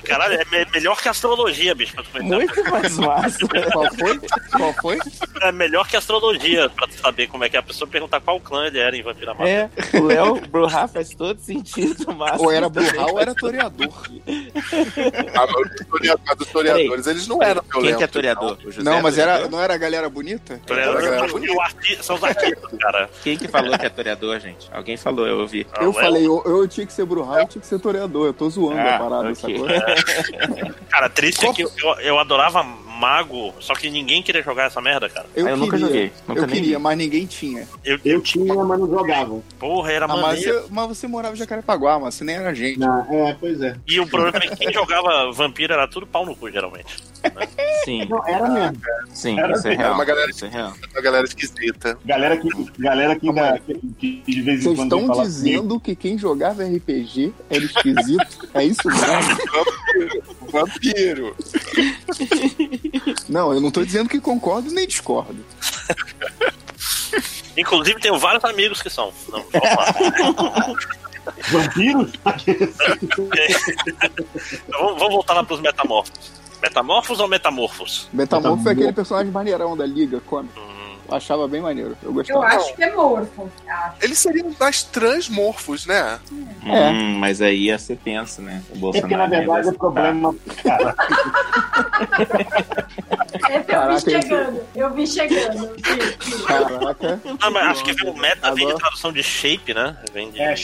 Speaker 6: Caralho, é me- melhor que astrologia, bicho. Pra tu pensar.
Speaker 10: Muito mais fácil.
Speaker 7: Qual foi? Qual foi?
Speaker 6: É melhor que astrologia, pra tu saber como é que é. A pessoa perguntar qual clã ele era em Vampira Mata.
Speaker 10: É, o Léo, Bruhá faz todo sentido, mas.
Speaker 7: Ou era Bruhá ou era Toreador.
Speaker 12: A maioria dos torea- Ah, mas os toreadores, eles não eram
Speaker 10: Quem
Speaker 12: violentos.
Speaker 10: que é toreador? O José
Speaker 7: Não, mas
Speaker 10: é
Speaker 7: era,
Speaker 10: toreador?
Speaker 7: não era a galera bonita?
Speaker 6: Toreador são, os arti- são os artistas, cara. Ah,
Speaker 10: Quem que falou que é toreador, gente? Alguém falou, eu ouvi.
Speaker 7: Eu falei, eu, eu tinha que ser Bruhá, eu tinha que ser Toreador. Eu tô zoando
Speaker 10: Ah,
Speaker 7: a parada,
Speaker 10: ok.
Speaker 7: sacou?
Speaker 6: Cara, triste é que eu, eu- eu adorava mago, só que ninguém queria jogar essa merda, cara.
Speaker 7: Eu,
Speaker 10: Ah,
Speaker 7: queria, eu queria, mas ninguém tinha.
Speaker 6: Eu,
Speaker 5: eu tinha, mas não jogava.
Speaker 6: Porra, era
Speaker 7: Ah, mas,
Speaker 6: maneiro.
Speaker 7: você, mas você morava em Jacarepaguá, mas você nem era gente.
Speaker 5: Não, é, pois é.
Speaker 6: E o problema é que quem jogava vampiro era tudo pau no cu, geralmente.
Speaker 10: Sim.
Speaker 5: Não, era
Speaker 7: Ah,
Speaker 5: mesmo.
Speaker 10: Sim,
Speaker 5: Era
Speaker 10: isso é
Speaker 5: mesmo.
Speaker 10: real.
Speaker 5: É uma
Speaker 12: galera
Speaker 10: isso é real.
Speaker 12: Uma galera esquisita.
Speaker 5: Galera que, galera que, ainda- que- que de vez em
Speaker 7: Vocês
Speaker 5: quando.
Speaker 7: estão
Speaker 5: vem falar
Speaker 7: dizendo que quem jogava RPG era esquisito? é isso mesmo?
Speaker 12: Vampiro.
Speaker 7: Não, eu não tô dizendo que concordo nem discordo.
Speaker 6: Inclusive, tenho vários amigos que são. Não, vamos lá.
Speaker 5: Vampiro?
Speaker 6: Então, vamos, vamos voltar lá pros metamorfos. Metamorfos ou metamorfos?
Speaker 7: Metamorfo é aquele personagem maneirão da liga, come.
Speaker 10: Uhum.
Speaker 7: Eu achava bem maneiro, eu
Speaker 3: Eu
Speaker 7: gostava.
Speaker 3: acho que é morfo. acho.
Speaker 12: Eles seriam das transmorfos, né?
Speaker 7: É.
Speaker 10: Hum, mas aí ia ser tenso, né? O
Speaker 5: É
Speaker 10: Bolsonaro.
Speaker 6: Tá
Speaker 5: porque, na
Speaker 10: ia
Speaker 5: verdade, o
Speaker 10: executar.
Speaker 5: problema. Cara.
Speaker 3: Essa É eu vi
Speaker 7: Caraca, esse-
Speaker 3: chegando. Eu vi chegando. eu vi, vi.
Speaker 7: Caraca.
Speaker 6: Ah, mas acho que vem o meta vem de tradução de shape, né? Vem de...
Speaker 12: É,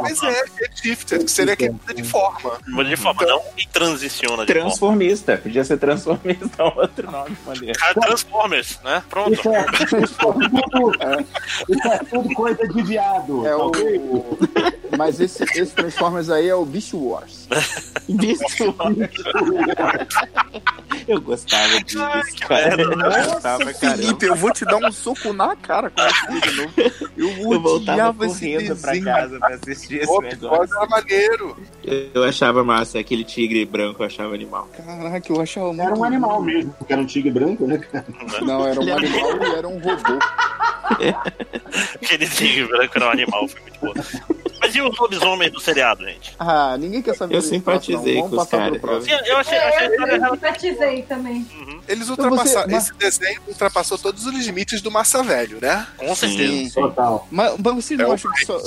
Speaker 12: pois é, shapeshifter, seria quem
Speaker 5: Uhum.
Speaker 12: muda de forma. Então-
Speaker 6: Muda de forma, não quem transiciona de forma.
Speaker 10: Transformista. Podia ser transformista, outro nome maneiro.
Speaker 6: Cara, Transformers, né? Pronto.
Speaker 5: Isso é, isso é tudo coisa de viado.
Speaker 7: É o... Mas esse, esse Transformers aí é o Beast Wars.
Speaker 10: Beast Eu gostava disso,
Speaker 5: É,
Speaker 10: cara. Eu gostava,
Speaker 12: Nossa,
Speaker 10: cara.
Speaker 12: Felipe, eu vou te dar um soco na cara com isso de novo. Eu,
Speaker 10: Eu voltava
Speaker 12: odiava esse
Speaker 10: correndo pra
Speaker 12: desenho.
Speaker 10: casa pra assistir esse
Speaker 12: Pô,
Speaker 10: negócio.
Speaker 12: Beast Wars era maneiro.
Speaker 10: Eu achava massa, aquele tigre branco eu achava animal.
Speaker 7: Caraca, eu achava muito...
Speaker 5: Era um animal mesmo, porque era um tigre branco, né, cara?
Speaker 7: Não, era um animal e era um robô.
Speaker 6: Aquele tigre branco era um animal, foi muito bom. Mas e os lobisomens do seriado, gente?
Speaker 7: Ah, ninguém quer saber
Speaker 10: Eu
Speaker 7: desse
Speaker 10: simpatizei
Speaker 7: próximo, não.
Speaker 10: com
Speaker 7: Vamos
Speaker 10: os
Speaker 7: passar pro
Speaker 10: caras.
Speaker 7: próximo.
Speaker 6: Eu achei, achei a história Uhum.
Speaker 3: Eu simpatizei também.
Speaker 12: Eles
Speaker 7: Então você-
Speaker 12: ultrapassaram.
Speaker 7: mas-
Speaker 12: Esse desenho ultrapassou todos os limites do Massa Velho, né?
Speaker 6: Com
Speaker 7: Sim.
Speaker 5: Total.
Speaker 7: Mas, mas vocês não
Speaker 12: É o
Speaker 7: acham que só,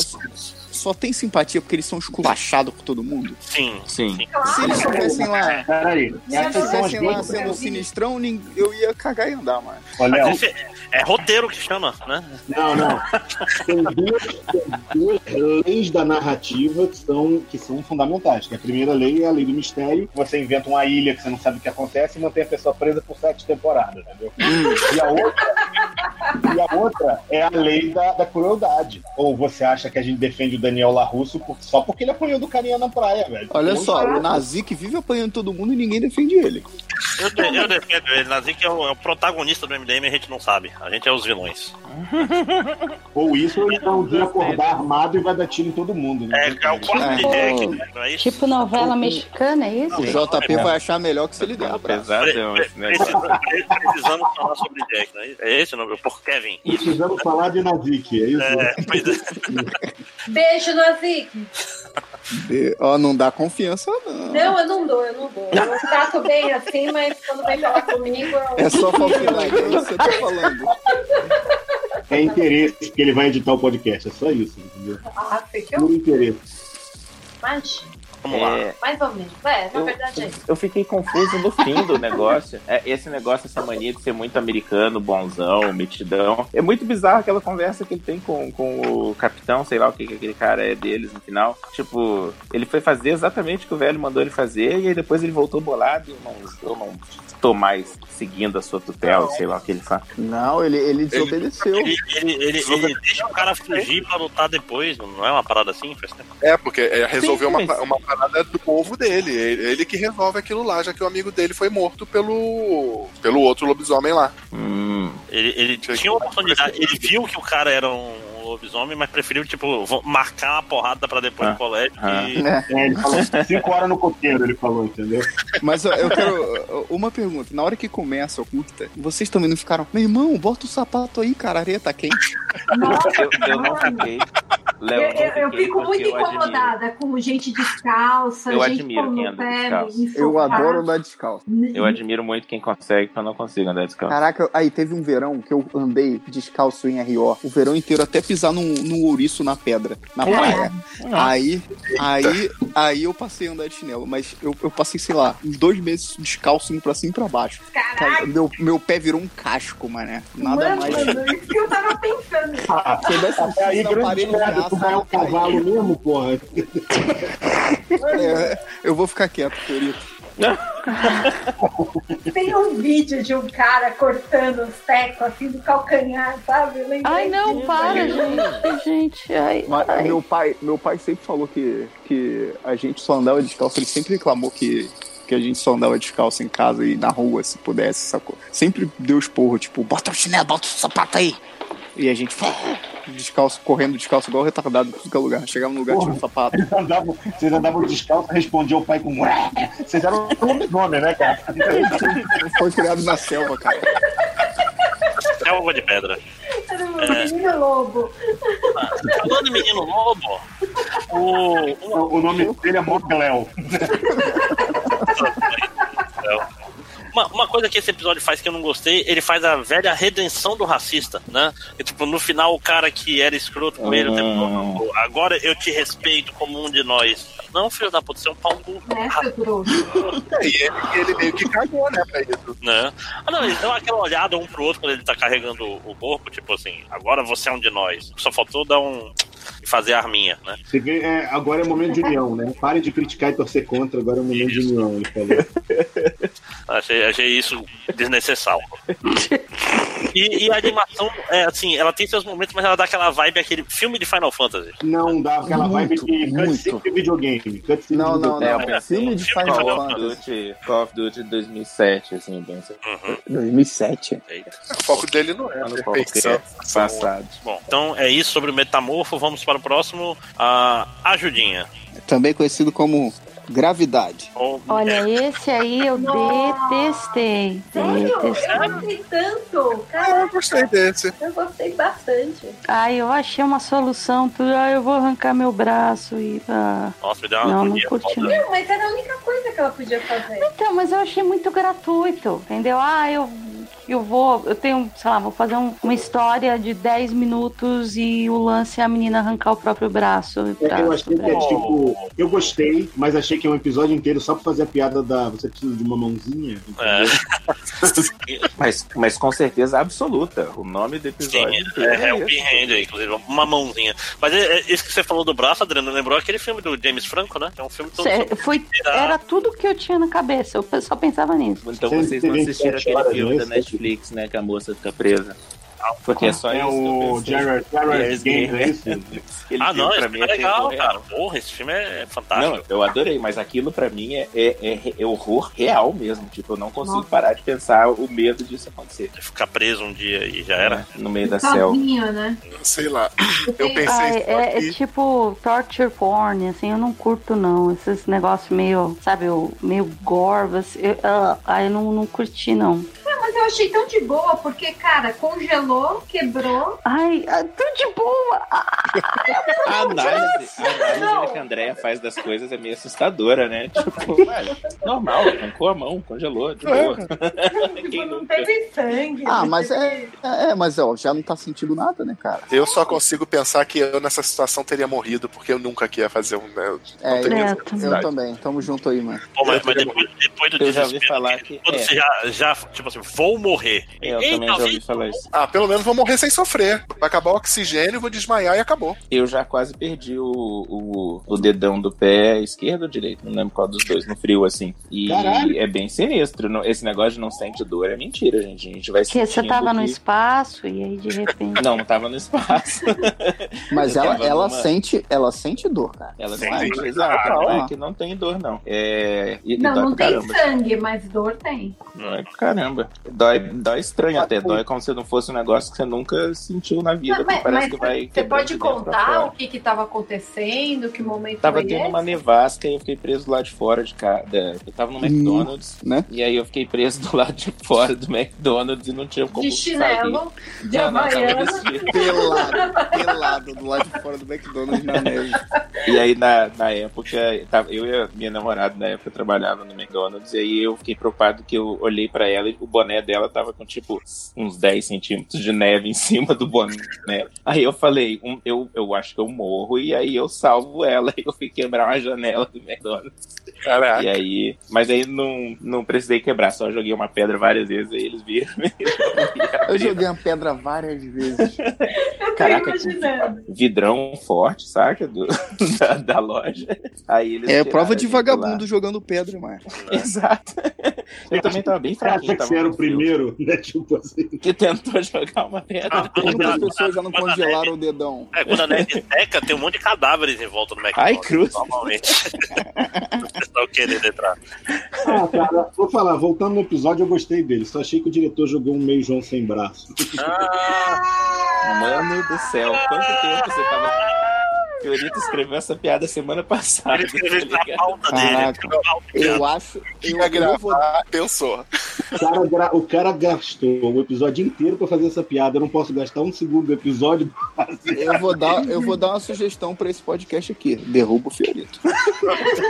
Speaker 7: só tem simpatia porque eles são esculachados por todo mundo?
Speaker 6: Sim,
Speaker 10: sim.
Speaker 7: Se eles tivessem lá,
Speaker 5: Peraí,
Speaker 7: se eles tivessem lá sendo sinistrão, nin- eu ia cagar e andar, mano.
Speaker 5: Olha,
Speaker 6: Mas esse é, é roteiro que chama, né?
Speaker 5: Não, não. Tem duas, tem duas leis da narrativa que são, que são fundamentais. que A primeira lei é a lei do mistério. Você inventa uma ilha que você não sabe o que acontece e mantém a pessoa presa por sete temporadas, entendeu? E a outra, e a outra é a lei da, da crueldade. Ou você acha que a gente defende o Daniel Larusso por- só porque ele apanhou do carinha na praia, velho.
Speaker 7: Olha
Speaker 5: Não
Speaker 7: só,
Speaker 5: parece.
Speaker 7: o Nazi que vive apanhando todo mundo e ninguém defende ele.
Speaker 6: Eu, de- eu defendo ele, Nazik é o, é o protagonista do MDM e a gente não sabe. A gente é os vilões.
Speaker 5: Ou isso, ou ele vai um dia acordar armado e vai dar tiro em todo mundo, né?
Speaker 6: É, é o quarto de Jack, né? não é isso?
Speaker 2: Tipo novela mexicana, é isso?
Speaker 7: O JP vai achar melhor que se um ligar, pra
Speaker 10: Pesadão esse negócio.
Speaker 6: Pre- Precisamos falar sobre Jack,
Speaker 12: né?
Speaker 6: não é isso? É esse o nome? Por Kevin.
Speaker 5: Precisamos falar de Nazik, é isso?
Speaker 6: É, pois é.
Speaker 3: Beijo, Nazik.
Speaker 7: Ó, não dá confiança, não.
Speaker 3: Não, eu não dou, eu não dou. Eu trato bem assim, mas quando vem falar comigo, eu...
Speaker 7: É só falsidade, é isso que eu tô falando.
Speaker 5: É interesse, porque ele vai editar o podcast, é só isso, entendeu?
Speaker 3: Ah, sei que
Speaker 5: Puro
Speaker 3: eu...
Speaker 5: interesse.
Speaker 3: Mas,
Speaker 10: Vamos lá.
Speaker 3: mais ou menos. É, na verdade é isso.
Speaker 10: Eu fiquei confuso no fim do negócio. É, esse negócio, essa mania de ser muito americano, bonzão, metidão. É muito bizarro aquela conversa que ele tem com, com o capitão, sei lá o que, que aquele cara é deles no final. Tipo, ele foi fazer exatamente o que o velho mandou ele fazer e aí depois ele voltou bolado. Eu não, eu não tô mais seguindo a sua tutela, sei lá o que ele fala.
Speaker 7: Não, ele, ele desobedeceu.
Speaker 6: Ele, ele, ele, ele deixa o cara fugir pra lutar depois, não é uma parada assim? Faz tempo.
Speaker 12: É, porque é resolver
Speaker 10: Sim,
Speaker 12: uma,
Speaker 10: mas-
Speaker 12: pa- uma parada do povo dele. Ele, ele que resolve aquilo lá, já que o amigo dele foi morto pelo. pelo outro lobisomem lá.
Speaker 5: Hum.
Speaker 6: Ele, ele tinha uma oportunidade, ele viu que o cara era um lobisomem, mas preferiu, tipo, vo- marcar uma porrada pra depois
Speaker 5: Ah.
Speaker 6: do colégio.
Speaker 5: Ah.
Speaker 6: e-
Speaker 12: Né.
Speaker 5: É, ele falou cinco horas no coqueiro, ele falou, entendeu?
Speaker 7: Mas eu, eu quero uh, uma pergunta. Na hora que começa a oculta, vocês também não ficaram. Meu irmão, bota o sapato aí, cara. A areia tá quente.
Speaker 10: Eu, eu não fiquei. Léo,
Speaker 3: Eu,
Speaker 10: não
Speaker 3: eu- eu
Speaker 10: fiquei
Speaker 3: fico
Speaker 10: porque
Speaker 3: muito
Speaker 10: eu admiro.
Speaker 3: incomodada com gente descalça,
Speaker 10: Eu
Speaker 3: gente
Speaker 10: admiro
Speaker 3: com
Speaker 10: quem
Speaker 3: no
Speaker 10: anda
Speaker 3: pé,
Speaker 10: descalço.
Speaker 3: em
Speaker 7: Eu
Speaker 3: sofá.
Speaker 7: adoro andar descalço.
Speaker 10: Eu admiro muito quem consegue, porque eu não consigo andar descalço.
Speaker 7: Caraca, aí teve um verão que eu andei descalço em R.O. O verão inteiro até pisar num, num ouriço na pedra, na
Speaker 10: Ué.
Speaker 7: praia.
Speaker 10: Ué.
Speaker 7: Aí, aí, aí eu passei a andar de chinelo, mas eu, eu passei, sei lá, uns dois meses descalço indo pra cima e pra baixo. Cara, meu, meu pé virou um casco, mané. Nada
Speaker 3: Mano,
Speaker 7: mais.
Speaker 4: é
Speaker 3: mano, isso que eu tava pensando.
Speaker 7: Se eu desse um
Speaker 5: Até aí,
Speaker 7: chute na
Speaker 5: grande
Speaker 7: parede,
Speaker 5: merda, tu vai
Speaker 7: eu
Speaker 5: ao cavalo
Speaker 7: caí.
Speaker 5: mesmo, porra?
Speaker 7: É, eu vou ficar quieto, Fiorito.
Speaker 3: Tem um vídeo de um cara cortando os tecos assim do calcanhar, sabe? Eu lembrei
Speaker 16: Ai, não,
Speaker 3: disso.
Speaker 16: para,
Speaker 7: gente,
Speaker 16: gente. Ai,
Speaker 7: Mas meu pai, meu pai sempre falou que, que a gente só andava descalço, ele sempre reclamou que, que a gente só andava descalço em casa e na rua, se pudesse, sacou? Sempre deu esporro, tipo, bota o chinelo, bota o sapato aí. E a gente fá, descalço, correndo descalço, igual retardado em qualquer lugar. Chegava no lugar,
Speaker 5: Porra.
Speaker 7: tinha um sapato.
Speaker 5: Vocês andavam, vocês andavam descalço, respondia o pai com. "Ué". Vocês eram lobisomem, né, cara?
Speaker 7: Foi criado na selva, cara.
Speaker 6: Selva é de pedra.
Speaker 3: Era um
Speaker 6: É.
Speaker 3: menino lobo.
Speaker 6: Falando em menino lobo, o.
Speaker 5: O nome dele é Mobléu.
Speaker 6: É. Uma, uma coisa que esse episódio faz que eu não gostei, ele faz a velha redenção do racista, né? E, tipo, no final o cara que era escroto com ele, o tempo todo, agora eu te respeito como um de nós. Não, filho da puta, você é um pau no cu.
Speaker 12: E ele, ele meio que cagou, né, pra isso.
Speaker 6: Né? Ah, não, eles dão aquela olhada um pro outro quando ele tá carregando o o corpo, tipo assim, agora você é um de nós. Só faltou dar um. e fazer a arminha, né?
Speaker 5: Você vê, é, agora é momento de união, né? Parem de criticar e torcer contra, agora é o momento de união, ele falou.
Speaker 6: Achei, achei isso desnecessário. E, e a animação, é, assim, ela tem seus momentos, mas ela dá aquela vibe, aquele filme de Final Fantasy.
Speaker 5: Não dá aquela vibe de cutscene de videogame. Cutscene
Speaker 10: Não,
Speaker 5: de
Speaker 10: não, não.
Speaker 5: videogame.
Speaker 10: É, o filme de
Speaker 5: Tá
Speaker 10: Final Fantasy. Call of Duty 2007, assim, bem. 2007?
Speaker 12: O foco dele não é a perfeição.
Speaker 10: Passado.
Speaker 6: Bom, então é isso sobre o Metamorfo. Vamos para o próximo. Ah, A Ajudinha.
Speaker 17: Também conhecido como gravidade.
Speaker 2: Olha, esse aí eu detestei.
Speaker 3: Eu não gostei tanto. Cara, eu
Speaker 12: gostei desse.
Speaker 3: Eu gostei bastante.
Speaker 2: Ai, eu achei uma solução. Tu, ah, eu vou arrancar meu braço e. Ah.
Speaker 6: Nossa, me dá
Speaker 2: Não,
Speaker 6: uma
Speaker 2: não
Speaker 6: agonia
Speaker 2: curti,
Speaker 6: foda.
Speaker 2: não.
Speaker 3: Não, mas era a única coisa que ela podia fazer.
Speaker 2: Então, mas eu achei muito gratuito, entendeu? Ah, eu, eu vou, eu tenho, sei lá, vou fazer um- uma história de 10 minutos e o lance é a menina arrancar o próprio braço.
Speaker 5: É, eu
Speaker 2: braço,
Speaker 5: achei que é
Speaker 2: braço.
Speaker 5: tipo. Eu gostei, mas achei que é um episódio inteiro só pra fazer a piada da. Você precisa de uma mãozinha?
Speaker 10: Mas, mas com certeza absoluta. O nome do episódio.
Speaker 6: Sim, é, é, Helping Hand, inclusive, uma mãozinha. Mas é, é, isso que você falou do braço, Adriano, lembrou aquele filme do James Franco, né? É um filme todo.
Speaker 2: Cê- Foi, era tudo que eu tinha na cabeça, eu só pensava nisso.
Speaker 10: Então vocês não assistiram aquele filme da Netflix, né? Que a moça fica presa. Porque é só
Speaker 5: É
Speaker 10: isso. que eu
Speaker 5: o
Speaker 10: pensei.
Speaker 5: Gerard- Gerard
Speaker 10: Yes,
Speaker 5: Game,
Speaker 10: Game.
Speaker 5: não é isso?
Speaker 10: Ele
Speaker 6: Ah,
Speaker 10: deu
Speaker 6: não,
Speaker 10: pra
Speaker 6: esse
Speaker 10: mim
Speaker 6: filme é
Speaker 10: aquele
Speaker 6: legal,
Speaker 10: horror.
Speaker 6: cara. Porra, esse filme é fantástico.
Speaker 10: tá Não, eu adorei, mas aquilo pra mim é, é, é- é horror real mesmo. Tipo, eu não consigo
Speaker 6: Nossa.
Speaker 10: parar de pensar o medo disso acontecer.
Speaker 6: Ficar preso um dia e já era.
Speaker 10: No meio da selva.
Speaker 3: Sozinho, né?
Speaker 12: Sei lá. Eu
Speaker 2: Ai, é, é tipo torture porn, assim, eu não curto não. Esses negócios meio, sabe, o- meio gorvas. Eu, ah, ah, eu não, não curti não.
Speaker 3: Ah, mas eu achei tão de boa, porque, cara, congelou, quebrou.
Speaker 2: Ai, ah, tão de boa! é
Speaker 10: A análise, a
Speaker 3: Não.
Speaker 10: análise que a Andrea faz das coisas é meio assustadora, né? Tipo, velho, normal, arrancou a mão, congelou, de boa.
Speaker 3: Tipo, não teve sangue. né?
Speaker 7: Ah, mas é, é, é, mas ó, já não tá sentindo nada, né, cara?
Speaker 12: Eu só consigo pensar que eu nessa situação teria morrido, porque eu nunca queria fazer um. né, eu não
Speaker 7: É, eu,
Speaker 12: teria essa
Speaker 7: eu
Speaker 12: necessidade.
Speaker 7: também. Tamo junto aí, mano.
Speaker 6: Pô, mas, mas depois, depois do
Speaker 10: Uhum. Eu já ouvi
Speaker 6: desespero,
Speaker 10: falar que-
Speaker 6: quando
Speaker 10: é.
Speaker 6: você já, já, tipo assim, vou morrer.
Speaker 10: Eu
Speaker 6: Ei,
Speaker 10: também já
Speaker 6: talvez-
Speaker 10: ouvi falar isso.
Speaker 12: Ah, pelo menos vou morrer sem sofrer. Vai acabar o oxigênio, vou desmaiar e acabou.
Speaker 10: Eu já quase perdi o, o, o dedão do pé esquerdo ou direito, não lembro qual dos dois, no frio, assim. E
Speaker 2: Caralho.
Speaker 10: é bem sinistro. não- Esse negócio de não sente dor é mentira, gente. A gente vai
Speaker 2: Porque você
Speaker 10: sentindo
Speaker 2: tava no
Speaker 10: que-
Speaker 2: espaço e aí de repente.
Speaker 10: Não, não tava no espaço.
Speaker 7: Mas
Speaker 10: Eu
Speaker 7: ela,
Speaker 10: tava
Speaker 7: ela,
Speaker 10: numa-
Speaker 7: sente, ela sente dor, cara.
Speaker 10: Ela
Speaker 7: Sim,
Speaker 10: sente,
Speaker 7: sim.
Speaker 10: exato.
Speaker 7: Ah,
Speaker 10: não é
Speaker 7: ó.
Speaker 10: que não tem dor, não. É, e, e
Speaker 3: Não,
Speaker 10: dói
Speaker 3: não
Speaker 10: pra
Speaker 3: tem
Speaker 10: caramba.
Speaker 3: sangue, mas dor tem.
Speaker 10: Não é pra caramba. Dói, dói estranho até. Dói como se não fosse um negócio que você nunca sentiu na vida.
Speaker 3: Não,
Speaker 10: que
Speaker 3: mas,
Speaker 10: parece
Speaker 3: mas
Speaker 10: que vai
Speaker 3: você
Speaker 10: quebrando
Speaker 3: pode
Speaker 10: de dentro pra
Speaker 3: contar
Speaker 10: fora.
Speaker 3: o que que tava acontecendo, que momento
Speaker 10: Tava
Speaker 3: foi
Speaker 10: tendo
Speaker 3: esse?
Speaker 10: uma nevasca e eu fiquei preso lá de fora de casa. Eu tava no McDonald's,
Speaker 7: né?
Speaker 10: E aí eu fiquei preso do lado de fora do McDonald's e não tinha como
Speaker 3: De chinelo,
Speaker 10: sair.
Speaker 3: de
Speaker 10: Não, não, tava
Speaker 3: havaiana.
Speaker 10: desse jeito.
Speaker 7: Pelado, pelado, do lado de fora do McDonald's na neve.
Speaker 10: E aí, na, na época, tava- eu e a minha namorada, na época, trabalhava no McDonald's, e aí eu fiquei preocupado que eu olhei pra ela e o boné dela tava com, tipo, uns 10 centímetros de neve em cima do boné. Aí eu falei, um- eu, eu acho que eu morro, e aí eu salvo ela, e eu fui quebrar uma janela do McDonald's.
Speaker 12: Caraca.
Speaker 10: E aí, mas aí não, não precisei quebrar, só joguei uma pedra várias vezes, aí eles viram.
Speaker 7: Eu joguei uma pedra várias vezes.
Speaker 10: Caraca, que vidrão forte, saca? Do- da, da loja. Aí eles
Speaker 7: É
Speaker 10: tiraram
Speaker 7: prova
Speaker 10: a
Speaker 7: de
Speaker 10: gente lá.
Speaker 7: vagabundo jogando pedra, mano.
Speaker 10: Exato. Eu também tava bem fraquinho.
Speaker 5: Acha que você era o primeiro, né? Tipo assim. Ah,
Speaker 10: Tá
Speaker 5: tá.
Speaker 10: Que tentou jogar uma pedra.
Speaker 7: Quantas pessoas já não congelaram o dedão?
Speaker 6: É, quando a neve seca, tem um monte de cadáveres em volta do McDonald's.
Speaker 7: Ai, cruz.
Speaker 6: Normalmente. o pessoal querendo entrar.
Speaker 5: Ah, cara, vou falar, voltando no episódio, eu gostei dele. Só achei que o diretor jogou um meio João sem braço.
Speaker 12: Ah!
Speaker 10: Mano do céu, quanto tempo você tava. Fiorito escreveu essa piada semana passada.
Speaker 6: Ele escreveu isso na pauta
Speaker 7: Caraca. Eu acho.
Speaker 12: Ia gravar, pensou.
Speaker 5: O cara, gra- o cara gastou o episódio inteiro pra fazer essa piada. Eu não posso gastar um segundo do episódio pra fazer.
Speaker 7: Eu vou dar, eu vou dar uma sugestão pra esse podcast aqui. Derruba o Fiorito.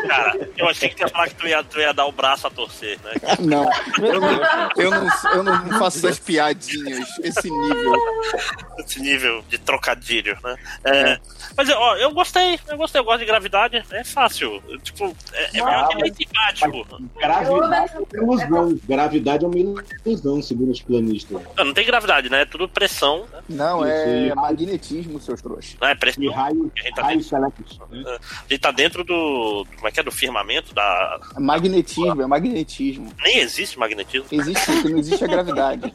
Speaker 6: Cara, eu achei que tu ia falar que tu ia, tu ia dar o braço a torcer, né?
Speaker 7: Não, eu não, eu não, eu não faço essas piadinhas, esse nível.
Speaker 6: Esse nível de trocadilho, né? É, Mas ó, eu gostei, eu gostei, eu gosto de gravidade, é fácil. Tipo, é, é melhor que bem simpático.
Speaker 5: Gravidade é uma ilusão. Gravidade é uma ilusão, segundo os planistas.
Speaker 7: Então,
Speaker 6: Não, não tem gravidade, né? É tudo pressão. né?
Speaker 7: Não, é magnetismo, seus trouxas.
Speaker 6: Não, é pressão.
Speaker 5: raio,
Speaker 6: a gente tá dentro, é, a gente tá dentro do. Como é que é? Do firmamento da.
Speaker 7: Magnetismo, é magnetismo.
Speaker 6: Nem existe magnetismo.
Speaker 7: Existe, o que não existe é gravidade.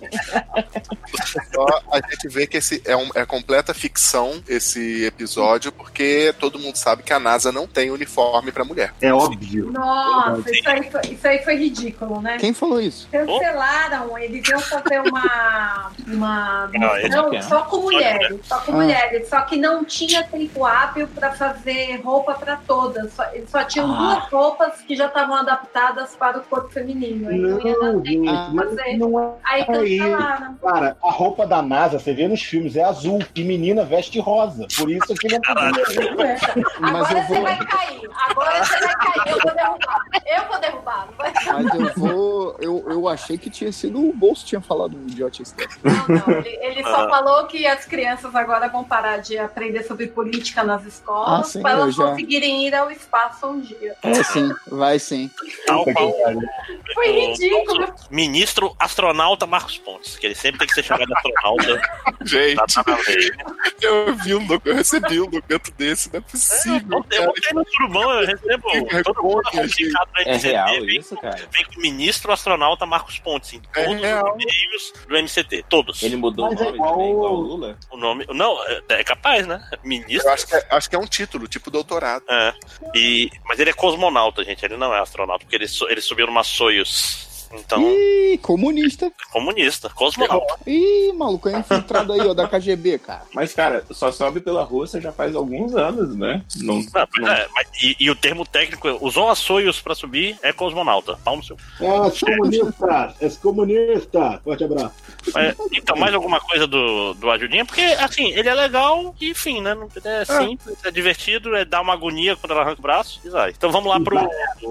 Speaker 12: Só a gente vê que esse é, um- é completa ficção esse episódio, porque todo mundo sabe que a NASA não tem uniforme pra mulher.
Speaker 5: É óbvio.
Speaker 3: Nossa, isso aí, foi, isso aí foi ridículo, né?
Speaker 7: Quem falou isso?
Speaker 3: Cancelaram, eles iam fazer uma. uma
Speaker 7: Não, esse
Speaker 3: não,
Speaker 7: aqui é.
Speaker 3: só com mulheres, só com
Speaker 7: Ah.
Speaker 3: mulheres. Só que não tinha tempo hábil pra fazer roupa pra todas. Só, eles só tinham
Speaker 5: Ah.
Speaker 3: duas roupas que já estavam adaptadas para o corpo feminino. Aí não ia dar
Speaker 5: Não,
Speaker 3: tempo
Speaker 5: gente,
Speaker 3: de
Speaker 5: mas
Speaker 3: fazer.
Speaker 5: não
Speaker 3: Aí
Speaker 7: tá
Speaker 5: Aí,
Speaker 7: né?
Speaker 3: cancelaram.
Speaker 5: cara, a roupa da NASA, você vê nos filmes, é azul e menina veste rosa. Por isso que não
Speaker 7: Mas eu vou,
Speaker 3: é. Vai cair. Agora você vai cair. Eu vou derrubar. Eu vou derrubar. Não vai
Speaker 7: mas eu vou. Eu, eu achei que tinha sido o bolso que tinha falado um idiotice dessa.
Speaker 3: Ele, ele só
Speaker 7: Ah.
Speaker 3: falou que as crianças agora vão parar de aprender sobre política nas
Speaker 7: Ah,
Speaker 3: escolas
Speaker 7: sim,
Speaker 3: para
Speaker 7: eu
Speaker 3: elas
Speaker 7: já-
Speaker 3: conseguirem ir ao espaço um dia.
Speaker 7: É sim, vai sim.
Speaker 3: Foi ridículo.
Speaker 6: Ministro astronauta Marcos Pontes, que ele sempre tem que ser chamado de astronauta.
Speaker 12: Gente,
Speaker 6: Tá na lei.
Speaker 12: eu vi um docu- eu recebi um documento desse, não é possível.
Speaker 6: Eu botei no surubão, eu recebo. Todo mundo tá complicado pra
Speaker 12: É
Speaker 6: MCT,
Speaker 12: real
Speaker 6: vem
Speaker 12: isso,
Speaker 6: com-
Speaker 12: cara?
Speaker 6: Vem com o ministro astronauta Marcos Pontes em
Speaker 12: É
Speaker 6: todos os e-mails do MCT. Todos. Ele
Speaker 10: mudou
Speaker 12: Mas o é nome igual também, igual o Lula?
Speaker 6: O nome. Não, é- é capaz, né? Ministro.
Speaker 12: Eu acho que, é, acho que é um título, tipo doutorado.
Speaker 6: É. E, mas ele é cosmonauta, gente. Ele não é astronauta, porque ele, su- ele subiu numa Soyuz. Então, é
Speaker 7: Ih, comunista.
Speaker 6: comunista, cosmonauta.
Speaker 7: Ih, maluco, é infiltrado aí, ó, da KGB, cara.
Speaker 10: Mas, cara, só sobe pela Rússia já faz alguns anos, né? Não,
Speaker 6: Ah, pois é, mas- e, e o termo técnico, usou a Soyuz pra subir, é cosmonauta. Pau no seu.
Speaker 5: É comunista, é comunista. Forte abraço.
Speaker 6: É, então, mais alguma coisa do, do Ajudinha? Porque, assim, ele é legal e, enfim, né? Não- É simples, é divertido, é dar uma agonia quando ela arranca o braço e vai. Então vamos lá pro.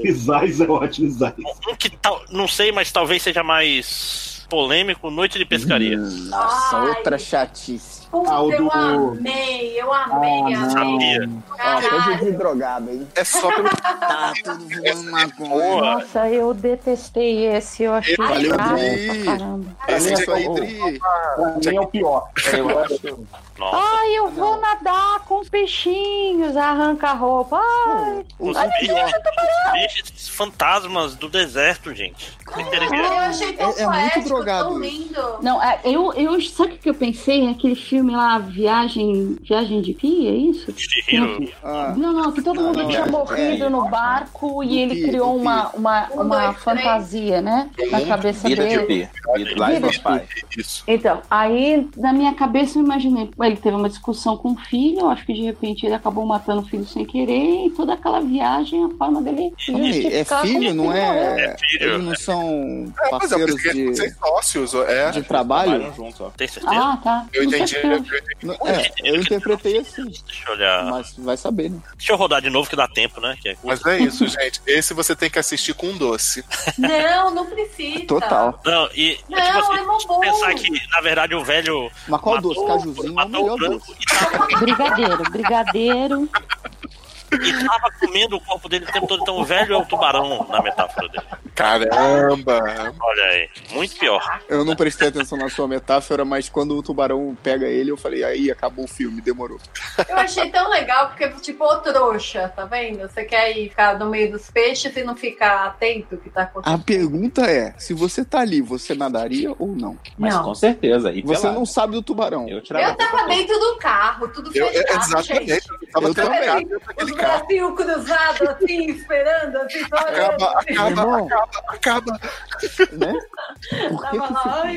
Speaker 5: Isais é ótimo, Isais.
Speaker 6: Um que tal, não sei, mas talvez seja mais polêmico, Noite de
Speaker 7: Hum.
Speaker 6: Pescaria.
Speaker 7: Nossa, outra chatice.
Speaker 3: Puta,
Speaker 7: Ah, o
Speaker 3: eu
Speaker 7: do-
Speaker 3: amei, eu amei,
Speaker 7: Ah,
Speaker 3: amei.
Speaker 7: Ó,
Speaker 3: Caralho.
Speaker 7: todo drogado, hein?
Speaker 12: É só pelo.
Speaker 7: Tá tudo voando maconha.
Speaker 2: Nossa, eu detestei esse. Eu achei
Speaker 7: Valeu,
Speaker 2: chato
Speaker 7: Dri.
Speaker 2: pra caramba.
Speaker 12: Esse
Speaker 7: Olha
Speaker 12: é
Speaker 7: só, um.
Speaker 12: aí,
Speaker 7: ô,
Speaker 12: Dri.
Speaker 5: Pra mim é o pior.
Speaker 10: Eu acho
Speaker 2: Ai, eu vou nadar com os peixinhos, arranca a roupa. Ai,
Speaker 6: Os
Speaker 2: ai,
Speaker 6: bichos,
Speaker 2: eu tô parando.
Speaker 6: os bichos fantasmas do deserto, gente.
Speaker 3: Eu achei tão
Speaker 2: É- é muito
Speaker 3: poético,
Speaker 2: drogado
Speaker 3: tão
Speaker 2: isso.
Speaker 3: lindo.
Speaker 2: Não, é, eu, eu sabe o que eu pensei? Aquele filme lá, Viagem, Viagem de Pi, é isso?
Speaker 7: Ah.
Speaker 2: Não, não, que todo mundo
Speaker 18: não,
Speaker 2: tinha
Speaker 18: é,
Speaker 2: morrido
Speaker 18: é,
Speaker 2: no barco e ele criou uma, uma,
Speaker 18: Um,
Speaker 2: uma
Speaker 18: dois, três.
Speaker 2: fantasia, né? Na cabeça
Speaker 10: Vida
Speaker 2: dele.
Speaker 10: de Pi. Vida- Life of Pi.
Speaker 2: Então, aí na minha cabeça eu imaginei, ele teve uma discussão com o filho, eu acho que de repente ele acabou matando o filho sem querer, e toda aquela viagem, a forma dele se
Speaker 7: Ei, É
Speaker 2: justificar
Speaker 7: filho,
Speaker 2: como
Speaker 7: não
Speaker 2: ele morreu.
Speaker 7: é? Eles não
Speaker 12: É,
Speaker 7: são parceiros de,
Speaker 12: sócios, é.
Speaker 7: de trabalho?
Speaker 6: Tem certeza?
Speaker 2: Ah, tá.
Speaker 6: Eu
Speaker 2: Não sei
Speaker 6: entendi,
Speaker 2: porque eu-
Speaker 7: Não, é, eu interpretei assim,
Speaker 6: Deixa eu olhar.
Speaker 7: mas vai saber, né?
Speaker 6: Deixa eu rodar de novo que dá tempo, né? Que é curto.
Speaker 12: Mas é isso, gente. Esse você tem que assistir com um doce.
Speaker 3: Não, não precisa.
Speaker 6: Não, e tipo assim,
Speaker 3: Não, é mó bom.
Speaker 6: pensar que, na verdade, o velho.
Speaker 7: Mas qual
Speaker 6: matou,
Speaker 7: doce? Cajuzinho é o melhor doce.
Speaker 2: Brigadeiro, brigadeiro.
Speaker 6: E tava comendo o corpo dele o tempo todo, então o velho é o tubarão na metáfora dele.
Speaker 7: Caramba!
Speaker 6: Olha aí, muito pior.
Speaker 7: Eu não prestei atenção na sua metáfora, mas quando o tubarão pega ele, eu falei, aí acabou o filme, demorou.
Speaker 3: Eu achei tão legal, porque, tipo, ô trouxa, tá vendo? Você quer ir ficar no meio dos peixes e não ficar atento ao que tá
Speaker 7: A
Speaker 3: acontecendo.
Speaker 7: pergunta é, se você tá ali, você nadaria ou não?
Speaker 3: Mas Não. com
Speaker 10: certeza. E
Speaker 7: você
Speaker 10: pelado.
Speaker 7: não sabe do tubarão.
Speaker 10: Eu
Speaker 3: Eu tava dentro do carro, tudo fechado, gente.
Speaker 7: Eu também.
Speaker 3: Os cara assim, o cruzado, assim, esperando, assim,
Speaker 12: Acaba, acaba,
Speaker 3: olhando.
Speaker 12: acaba, acaba.
Speaker 3: Tava lá, ai,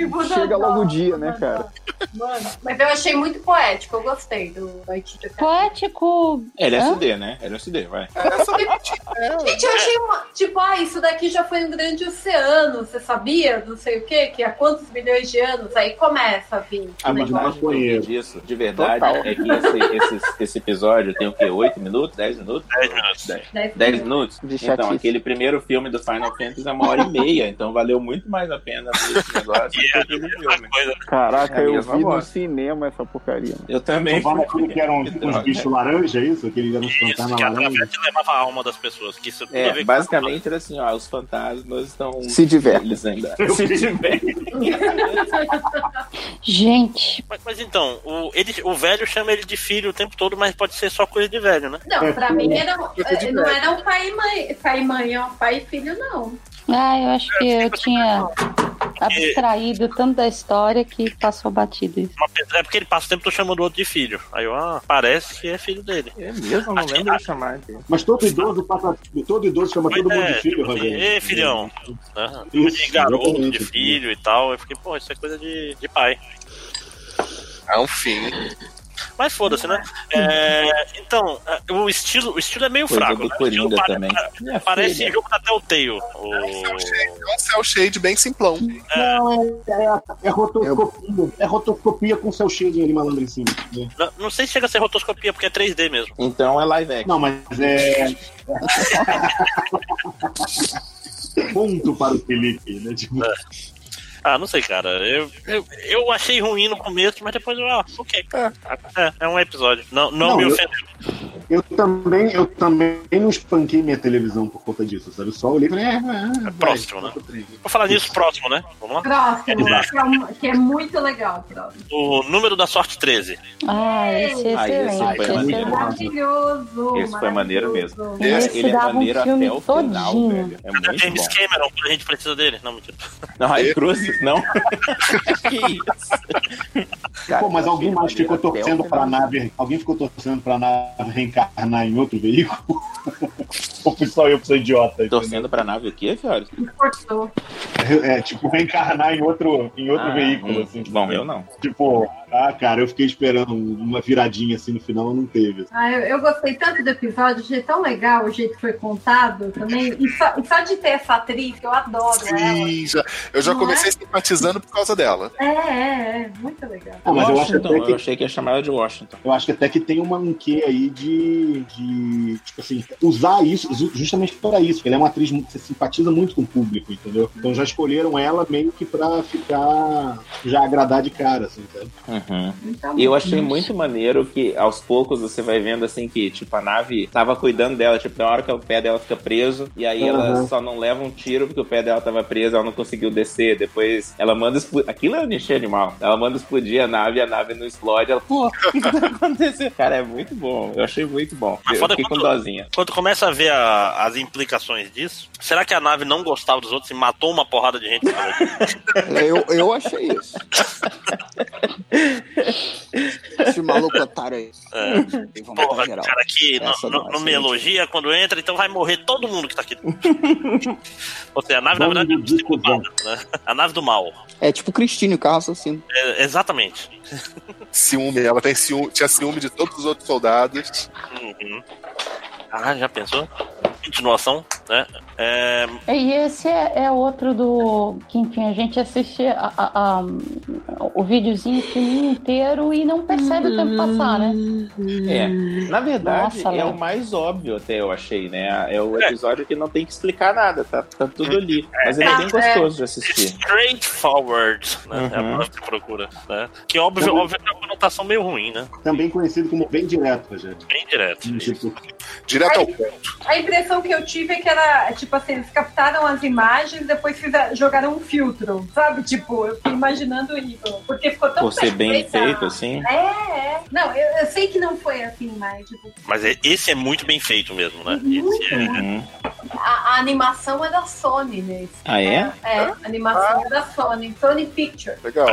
Speaker 3: vou dar
Speaker 15: Né? Chega
Speaker 3: dó.
Speaker 15: logo o dia, né, cara?
Speaker 3: Mano, mas eu achei muito poético, eu gostei do Aikido.
Speaker 2: Poético.
Speaker 10: É LSD, né? LSD, vai.
Speaker 12: É,
Speaker 2: É.
Speaker 3: Gente, eu achei uma. Tipo, ah, isso daqui já foi um grande oceano, você sabia? Não sei o quê, que há quantos milhões de anos? Aí começa a vir.
Speaker 15: Ah,
Speaker 10: A vantagem do que disso, de verdade, é que esse, esse- esse episódio tem o quê? 8 minutos? 10 minutos? 10 minutos. 10,
Speaker 3: Dez
Speaker 10: minutos?
Speaker 3: De
Speaker 10: então,
Speaker 3: chatice.
Speaker 10: aquele primeiro filme do Final Fantasy é uma hora e meia, então valeu muito mais a pena ver esse negócio. do que aquele filme.
Speaker 15: Caraca,
Speaker 10: É a
Speaker 15: eu
Speaker 10: mesma
Speaker 15: vi no
Speaker 10: voz.
Speaker 15: cinema essa porcaria.
Speaker 10: Eu também.
Speaker 5: Então, vale aquilo que eram
Speaker 10: Que
Speaker 5: uns
Speaker 10: droga.
Speaker 5: bichos laranja, é isso? Que eles eram uns fantasmas
Speaker 10: que é
Speaker 15: né?
Speaker 5: laranja.
Speaker 10: através levava a alma das pessoas. Que isso
Speaker 5: É,
Speaker 10: basicamente era assim, ó, os fantasmas estão...
Speaker 15: Se divertem.
Speaker 10: Eles ainda... Se divertem.
Speaker 2: Gente.
Speaker 6: Mas, mas então, o, ele, o velho chama ele de filho o tempo todo, mas pode ser só coisa de velho, né?
Speaker 3: Não,
Speaker 10: É,
Speaker 3: pra mim era, eh, não
Speaker 6: velho.
Speaker 3: era um pai e mãe, pai e mãe, ó, pai e filho, não.
Speaker 2: Ah, eu acho que eu tinha abstraído tanto da história que passou batido isso.
Speaker 6: Uma pedra- É porque ele passa o tempo todo chamando o outro de filho. Aí, ó, parece que é filho dele.
Speaker 10: É mesmo, não lembro de chamar.
Speaker 5: Mas todo idoso passa. Todo idoso chama todo mundo
Speaker 6: é,
Speaker 5: de filho,
Speaker 6: tipo assim,
Speaker 5: Rogério.
Speaker 6: Ei, filhão. né?
Speaker 5: Isso,
Speaker 6: de garoto,
Speaker 5: exatamente.
Speaker 6: de filho e tal. Eu fiquei, pô, isso é coisa de, de pai.
Speaker 12: É um fim.
Speaker 6: Mas foda-se, né? É, então, é, o estilo, o estilo é meio
Speaker 10: Coisa
Speaker 6: fraco.
Speaker 10: do
Speaker 6: né? O estilo
Speaker 10: Coringa
Speaker 6: pare-
Speaker 10: também.
Speaker 6: pa- Parece jogo da Telltale. O...
Speaker 12: É um cel shade bem simplão.
Speaker 5: Não, é, é, é rotoscopia. É rotoscopia com seu shading ali malandro em cima. né?
Speaker 6: Não, não sei se chega a ser rotoscopia, porque é 3D mesmo.
Speaker 10: Então é live action.
Speaker 5: Não, mas é. Ponto para o Felipe, né? Tipo,
Speaker 6: Ah, não sei, cara. Eu, eu, eu achei ruim no começo, mas depois, ó, ok. É, é um episódio. Não, não,
Speaker 5: Não,
Speaker 6: me
Speaker 5: eu-
Speaker 6: ofendeu.
Speaker 5: eu também, eu também não espanquei minha televisão por conta disso, sabe? Eu Só olhei e falei, é, é, é.
Speaker 6: Próximo, né? Vou falar nisso próximo, né? Vamos lá?
Speaker 3: Próximo,
Speaker 6: É,
Speaker 3: que é, um- que é muito legal, próximo.
Speaker 6: o número da sorte 13.
Speaker 2: Ah, esse é
Speaker 10: Ah, esse
Speaker 2: excelente.
Speaker 10: foi
Speaker 2: esse é
Speaker 10: maneiro.
Speaker 3: Maravilhoso.
Speaker 10: Esse foi maneiro mesmo.
Speaker 2: Esse
Speaker 10: ele é
Speaker 2: dava um
Speaker 10: maneiro
Speaker 2: filme
Speaker 10: até o final,
Speaker 2: todinho.
Speaker 10: velho. É
Speaker 6: Cadê o
Speaker 10: muito
Speaker 6: James
Speaker 10: bom.
Speaker 6: Cameron quando a gente precisa dele? Não, mentira.
Speaker 10: Não, aí cruzes, não. que isso?
Speaker 5: Pô, mas alguém mais ficou torcendo pra nave. Alguém ficou torcendo pra nave reencarnar em outro veículo? Ou fui só eu que sou idiota?
Speaker 10: Torcendo pra nave o quê, Fiores?
Speaker 3: Cortou.
Speaker 5: É, tipo, reencarnar em outro, em outro
Speaker 10: Ah,
Speaker 5: veículo,
Speaker 10: hum.
Speaker 5: assim.
Speaker 10: Bom, eu não.
Speaker 5: Tipo, ah, cara, eu fiquei esperando uma viradinha assim no final, não teve.
Speaker 3: Ah, eu, eu gostei tanto do episódio, achei tão legal o jeito que foi contado também. E só, e só de ter essa atriz, que eu adoro ela.
Speaker 12: Sim, já- eu já
Speaker 3: Não
Speaker 12: comecei
Speaker 3: é?
Speaker 12: simpatizando por causa dela.
Speaker 3: É, é, é, muito legal.
Speaker 5: Pô, mas eu acho
Speaker 10: Washington,
Speaker 5: até que-
Speaker 10: eu então. achei que ia chamar ela de Washington.
Speaker 5: Eu acho que até que tem uma, um quê aí de, de, tipo assim, usar isso ju- justamente para isso, porque ela é uma atriz mu- que se simpatiza muito com o público, entendeu? Então já escolheram ela meio que pra ficar, tipo, já agradar de cara, assim, sabe?
Speaker 10: Uhum. E eu achei muito maneiro que aos poucos você vai vendo assim que, tipo, a nave tava cuidando dela, tipo, na hora que o pé dela fica preso, e aí ela
Speaker 5: Uhum.
Speaker 10: só não leva um tiro porque o pé dela tava preso, ela não conseguiu descer. Depois ela manda explodir. Aquilo é um nicho animal. Ela manda explodir a nave, a nave não explode. Ela, pô, o que tá acontecendo? Cara, é muito bom. Eu achei muito bom.
Speaker 6: Mas
Speaker 10: Eu
Speaker 6: foda
Speaker 10: fiquei com
Speaker 6: quando-
Speaker 10: dozinha.
Speaker 6: Quando começa a ver a- as implicações disso, será que a nave não gostava dos outros e matou uma porrada de gente?
Speaker 14: Eu, eu achei isso. Esse maluco otário aí.
Speaker 6: É.
Speaker 14: Vão matar
Speaker 6: Porra,
Speaker 14: geral.
Speaker 6: cara que não,
Speaker 14: Essa
Speaker 6: não-
Speaker 14: não,
Speaker 6: não
Speaker 14: essa
Speaker 6: me
Speaker 14: aí.
Speaker 6: elogia quando entra, então vai morrer todo mundo que tá aqui. Ou seja, a nave, na verdade, é distribuída, né? A nave do mal.
Speaker 14: É tipo Cristine, o carro assassino.
Speaker 6: É, exatamente.
Speaker 12: Ciúme, ela tem ciúme, tinha ciúme de todos os outros soldados.
Speaker 6: Uhum. Ah, já pensou? Continuação, né? É,
Speaker 2: E esse é, é outro do. Que, enfim, a gente assiste a- a- a- o videozinho, o filminho inteiro e não percebe o tempo passar, né?
Speaker 10: É. Na verdade,
Speaker 2: Nossa,
Speaker 10: é
Speaker 2: Léo.
Speaker 10: o mais óbvio até, eu achei, né? É o episódio que não tem que explicar nada, tá, tá tudo ali. Mas ele é bem
Speaker 6: É.
Speaker 10: gostoso de assistir.
Speaker 6: straightforward, né? É a
Speaker 10: Uhum.
Speaker 6: palavra que procura, né? Que óbvio,
Speaker 5: Uhum.
Speaker 6: óbvio que é uma conotação meio ruim, né?
Speaker 5: Também conhecido como bem direto, Rogério.
Speaker 6: Bem direto.
Speaker 5: Tipo,
Speaker 12: Direto ao
Speaker 3: A impressão que eu tive é que era, tipo assim, eles captaram as imagens depois fizeram, jogaram um filtro, sabe? Tipo, eu fiquei imaginando isso. Porque ficou tão
Speaker 10: Por ser bem
Speaker 3: feita.
Speaker 10: feito, assim.
Speaker 3: É, é. Não, eu, eu sei que não foi assim, mas tipo,
Speaker 6: Mas é- esse é muito bem feito mesmo, né?
Speaker 3: Uhum.
Speaker 6: Esse é-
Speaker 3: a, a animação é da Sony nesse.
Speaker 10: Uhum. Ah, é?
Speaker 3: É, a animação é da Sony, Sony Pictures.
Speaker 12: Legal.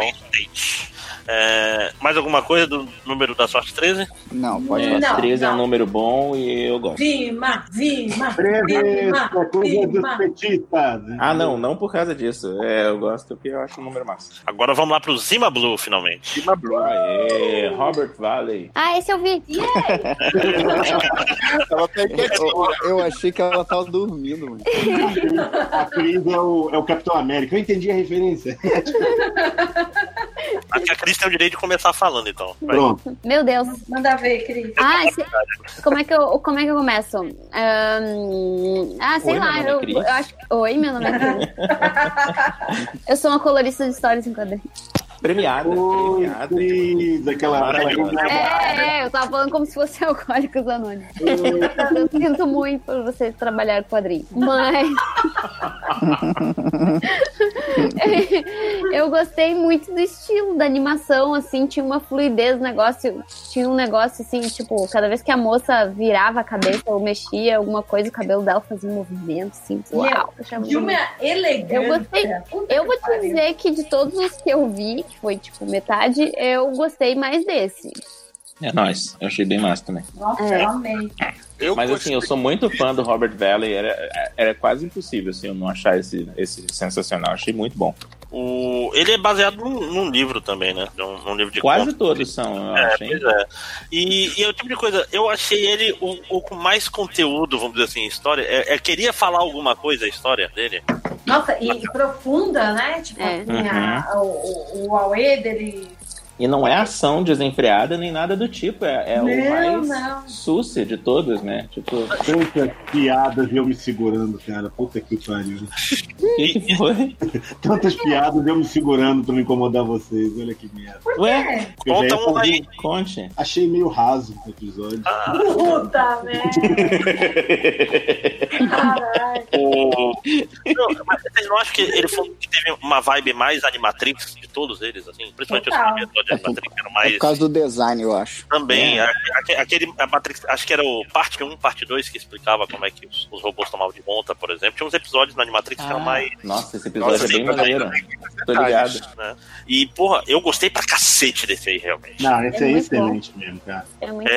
Speaker 6: É, mais alguma coisa do número da sorte 13?
Speaker 10: Não, pode
Speaker 3: Não,
Speaker 10: falar. 13 é um
Speaker 3: não.
Speaker 10: número bom e eu gosto.
Speaker 3: Vima, vima, vima, vima.
Speaker 6: né?
Speaker 10: Ah, não, não por causa disso. É, eu gosto porque eu acho um número massa.
Speaker 6: Agora vamos lá pro Zima Blue, finalmente.
Speaker 10: Zima Blue. Aê, Robert Valley.
Speaker 1: Ah, esse eu vi.
Speaker 10: Ela
Speaker 15: Eu, eu achei que ela tava dormindo, mano.
Speaker 5: A Cris é o, é o Capitão América. Eu entendi a referência.
Speaker 6: Acho que a Cris tem o direito de começar falando, então. Vai.
Speaker 1: Meu Deus.
Speaker 3: Manda ver, Cris.
Speaker 1: Ah, esse- como, é que eu, como é que eu começo? Ahn, ah, sei
Speaker 3: Oi,
Speaker 1: lá.
Speaker 3: meu nome é
Speaker 1: eu,
Speaker 3: Cris.
Speaker 1: eu acho... Oi, meu nome é Cris. eu sou uma colorista de histórias em quadrinhos.
Speaker 10: Premiada.
Speaker 5: premiada. Cris, aquela.
Speaker 10: Maravilhosa.
Speaker 1: É, é, eu tava falando como se fosse Alcoólicos Anônimos. eu sinto muito por você trabalhar com quadrinho. Mas. eu gostei muito do estilo da animação, assim, tinha uma fluidez no negócio. Tinha um negócio assim, tipo, cada vez que a moça virava a cabeça ou mexia alguma coisa, o cabelo dela fazia um movimento, assim. Uau! achava
Speaker 3: de uma
Speaker 1: bonito.
Speaker 3: elegância.
Speaker 1: Eu gostei. Eu vou te dizer que de todos os que eu vi, que foi tipo metade, eu gostei mais desse.
Speaker 10: É nóis. Eu achei bem massa também.
Speaker 3: Nossa,
Speaker 1: É.
Speaker 3: eu amei.
Speaker 10: Mas assim, eu sou muito fã do Robert Valley. Era, era quase impossível assim, eu não achar esse, esse sensacional. Achei muito bom.
Speaker 6: O... Ele é baseado num, num livro também, né? Num, num livro de
Speaker 10: Quase
Speaker 6: contos.
Speaker 10: todos são,
Speaker 15: Ah,
Speaker 10: eu
Speaker 6: É,
Speaker 10: acho, hein?
Speaker 6: pois é. E, e é o tipo de coisa, eu achei ele o, o com mais conteúdo, vamos dizer assim, história. É, é, queria falar alguma coisa a história dele.
Speaker 3: Nossa, e, e profunda, né? Tipo, assim,
Speaker 10: Uhum.
Speaker 3: a- o, o, o Aue dele.
Speaker 10: E não é ação desenfreada nem nada do tipo. É, é o
Speaker 3: Não,
Speaker 10: mais
Speaker 3: não.
Speaker 10: sucio de todos, né? Tipo, o
Speaker 5: Tantas piadas eu me segurando, cara. Puta que pariu.
Speaker 10: que, que foi?
Speaker 5: Tantas piadas eu me segurando pra não incomodar vocês. Olha que merda.
Speaker 10: Ué?
Speaker 5: Conta um aí.
Speaker 10: Conte.
Speaker 5: Achei meio raso o episódio.
Speaker 3: Ah. Puta merda.
Speaker 6: O... Não, mas vocês não acham que ele foi o que teve uma vibe mais animatrix de todos eles, assim? Principalmente os
Speaker 15: Total.
Speaker 6: primeiros episódios de animatrix eram
Speaker 15: É
Speaker 6: mais.
Speaker 15: por causa do design, eu acho.
Speaker 6: Também,
Speaker 15: É.
Speaker 6: a- aque- aquele a Matrix, acho que era o parte 1, parte 2 que explicava como é que os, os robôs tomavam de monta, por exemplo. Tinha uns episódios na Animatrix que eram
Speaker 15: Ah.
Speaker 6: mais.
Speaker 10: Nossa, esse episódio
Speaker 6: Nossa,
Speaker 10: é bem
Speaker 6: sim,
Speaker 10: maneiro. Tô
Speaker 6: detalhes,
Speaker 10: ligado.
Speaker 6: né? E, porra, eu gostei pra cacete desse aí, realmente.
Speaker 5: Não, esse é,
Speaker 6: muito
Speaker 5: excelente mesmo, cara.
Speaker 1: É muito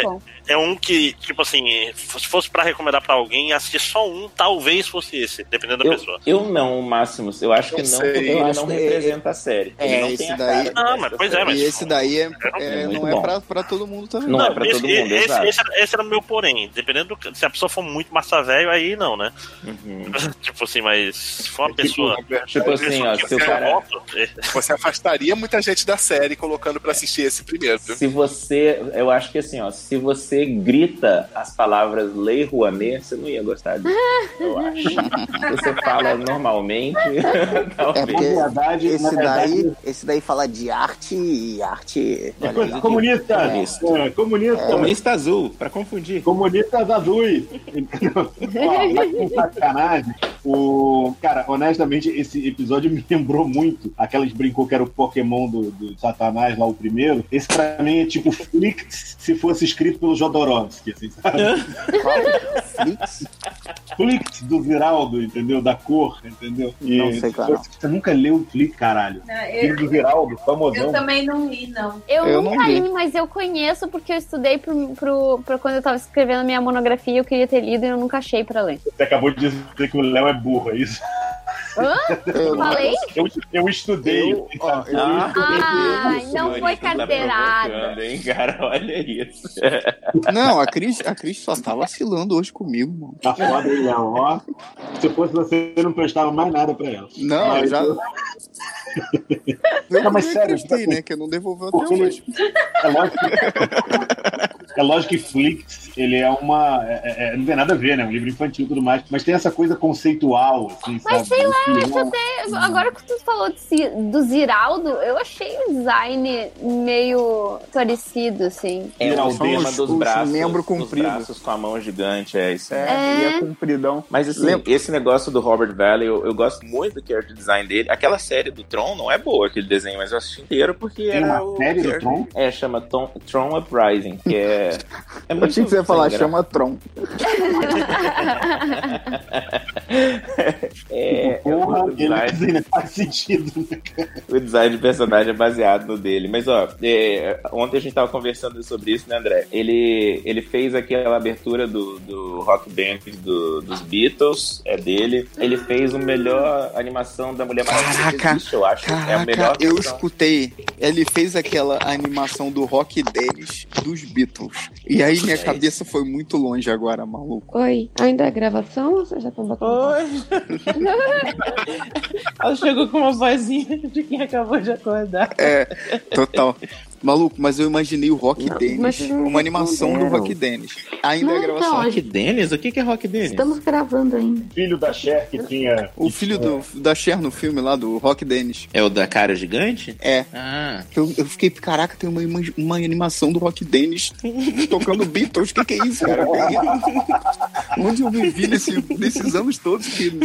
Speaker 6: É, é um que, tipo assim, se fosse pra recomendar pra alguém, assistir só um, talvez fosse esse, dependendo da
Speaker 10: Eu,
Speaker 6: pessoa.
Speaker 10: eu não, Máximos. Eu acho
Speaker 6: Eu
Speaker 10: que não,
Speaker 6: sei.
Speaker 10: porque ele
Speaker 6: Eu
Speaker 10: não
Speaker 6: acho que-
Speaker 10: representa a série.
Speaker 6: é,
Speaker 10: ele não
Speaker 6: esse
Speaker 10: tem a
Speaker 6: daí-
Speaker 10: cara.
Speaker 6: Não, mas- pois é, mas-
Speaker 15: E esse daí é, é-
Speaker 10: É muito
Speaker 15: não é
Speaker 10: bom.
Speaker 15: pra, pra todo mundo também. É
Speaker 10: Não é pra
Speaker 6: esse,
Speaker 10: todo mundo,
Speaker 6: esse,
Speaker 10: exato.
Speaker 6: esse é era, esse era o meu porém. Dependendo do, se a pessoa for muito massa velho, aí não, né?
Speaker 10: Uhum.
Speaker 6: tipo assim, mas se
Speaker 10: É
Speaker 6: for uma pessoa.
Speaker 12: Tipo assim, ó, se o cara-
Speaker 6: Moto,
Speaker 12: Você afastaria muita gente da série colocando pra assistir esse primeiro. viu?
Speaker 10: Se você. Eu acho que assim, ó, se você grita as palavras Lei Rouanet, você não ia gostar disso. Eu acho. Se você fala normalmente,
Speaker 15: É
Speaker 10: talvez.
Speaker 15: porque esse,
Speaker 10: na verdade-
Speaker 15: daí, esse daí fala de arte e arte.
Speaker 5: É coisa de comunista. É, comunista.
Speaker 10: Comunista azul, pra confundir.
Speaker 5: Comunistas azuis. Entendeu? Ó, mas com sacanagem, o... Cara, honestamente, esse episódio me lembrou muito. Aquelas brincou que era o Pokémon do, do Satanás lá, o primeiro. Esse pra mim é tipo Flix se fosse escrito pelo Jodorowsky, assim, sabe? Flix do Viraldo, entendeu? Da cor, entendeu? E
Speaker 15: Não sei, cara.
Speaker 5: Você nunca leu o Flix, caralho.
Speaker 3: Não, eu-
Speaker 5: Filho do Viraldo, famosão.
Speaker 3: Eu também não li, não.
Speaker 1: Eu,
Speaker 5: Eu não
Speaker 1: nunca
Speaker 5: vi.
Speaker 1: li, mas eu conheço porque eu estudei pro, pro, pro quando eu tava escrevendo a minha monografia, eu queria ter lido e eu nunca achei pra ler.
Speaker 5: Você acabou de dizer que o Léo é burro, é isso?
Speaker 1: Hã?
Speaker 5: Eu-
Speaker 1: Falei?
Speaker 5: Eu, eu estudei. sabe? Eu
Speaker 10: ah.
Speaker 5: estudei.
Speaker 1: Ai, não foi
Speaker 10: Senhorita, tá
Speaker 15: Ah,
Speaker 1: carteirada.
Speaker 10: provocando, hein, cara? Olha isso.
Speaker 15: Não, a Cris, a Cris só tá vacilando hoje comigo, mano.
Speaker 5: Tá foda, hein, Léo? Ó, se fosse você, eu não prestava mais nada pra ela.
Speaker 15: Não,
Speaker 5: Mas-
Speaker 15: eu já.
Speaker 5: Não, mas
Speaker 15: eu
Speaker 5: sério,
Speaker 15: acreditei,
Speaker 5: tipo assim,
Speaker 15: né? Que eu não devolveu até
Speaker 5: porque ele-
Speaker 15: hoje.
Speaker 5: É lógico, é lógico que Flix, ele é uma. é- é- não tem nada a ver, né? Um livro infantil e tudo mais. Mas tem essa coisa conceitual, assim,
Speaker 1: Mas
Speaker 5: sabe?
Speaker 1: sei lá, eu
Speaker 5: Esse-
Speaker 1: acho até. Agora que tu falou de Ci- do Ziraldo, eu achei o design meio parecido, assim.
Speaker 10: É o
Speaker 15: São
Speaker 10: tema
Speaker 15: os-
Speaker 10: dos
Speaker 15: os
Speaker 10: braços.
Speaker 15: membro
Speaker 10: comprido. Os braços com a mão gigante, é isso.
Speaker 15: É,
Speaker 1: É.
Speaker 15: ele é compridão.
Speaker 10: Mas assim,
Speaker 15: Lembra-
Speaker 10: esse negócio do Robert Valley, eu, eu gosto muito do character design dele. Aquela série do Tron não é boa, aquele desenho, mas eu assisti inteiro porque
Speaker 15: Tem uma
Speaker 10: era o.
Speaker 15: série do
Speaker 10: character-
Speaker 15: Tron?
Speaker 10: É, chama Tom- Tron Uprising, que é. é
Speaker 15: Eu achei que você ia falar,
Speaker 10: sem graça.
Speaker 15: chama Tron.
Speaker 10: É,
Speaker 5: Porra,
Speaker 10: o
Speaker 5: ele
Speaker 10: design-
Speaker 5: ele faz sentido. né,
Speaker 10: o design de personagem é baseado no dele. Mas, ó, é, ontem a gente tava conversando sobre isso, né, André? Ele, ele fez aquela abertura do, do Rock Band do- dos Beatles, é dele. Ele fez o melhor animação da Mulher Maravilha que
Speaker 7: Caraca,
Speaker 10: existe, eu acho. é a melhor
Speaker 7: Cara, eu
Speaker 10: versão.
Speaker 7: escutei. Ele fez aquela animação do Rock Dennis dos Beatles. E aí minha
Speaker 9: É isso.
Speaker 7: cabeça foi muito longe agora, maluco.
Speaker 9: Oi, ainda é gravação ou vocês já estão botando?
Speaker 3: Ela chegou com uma vozinha de quem acabou de acordar.
Speaker 7: É, total. Maluco, mas eu imaginei o Rock
Speaker 3: mas
Speaker 7: Dennis.
Speaker 3: vocês não
Speaker 7: Uma animação do
Speaker 3: responderam.
Speaker 7: Rock Dennis. Ainda é
Speaker 3: Não,
Speaker 7: gravação.
Speaker 3: então, a
Speaker 10: Rock
Speaker 3: gente-
Speaker 10: Dennis? O que que é Rock Dennis?
Speaker 7: gravando ainda.
Speaker 5: Filho da Cher que tinha.
Speaker 7: O filho do, da Cher no filme lá, do Rock Dennis.
Speaker 10: É o da cara gigante?
Speaker 7: É.
Speaker 10: Ah.
Speaker 7: Eu, eu fiquei, caraca, tem uma, ima- uma animação do Rock Dennis tocando Beatles. O que, que é isso, cara? Onde eu vivi nesse- nesses anos todos que.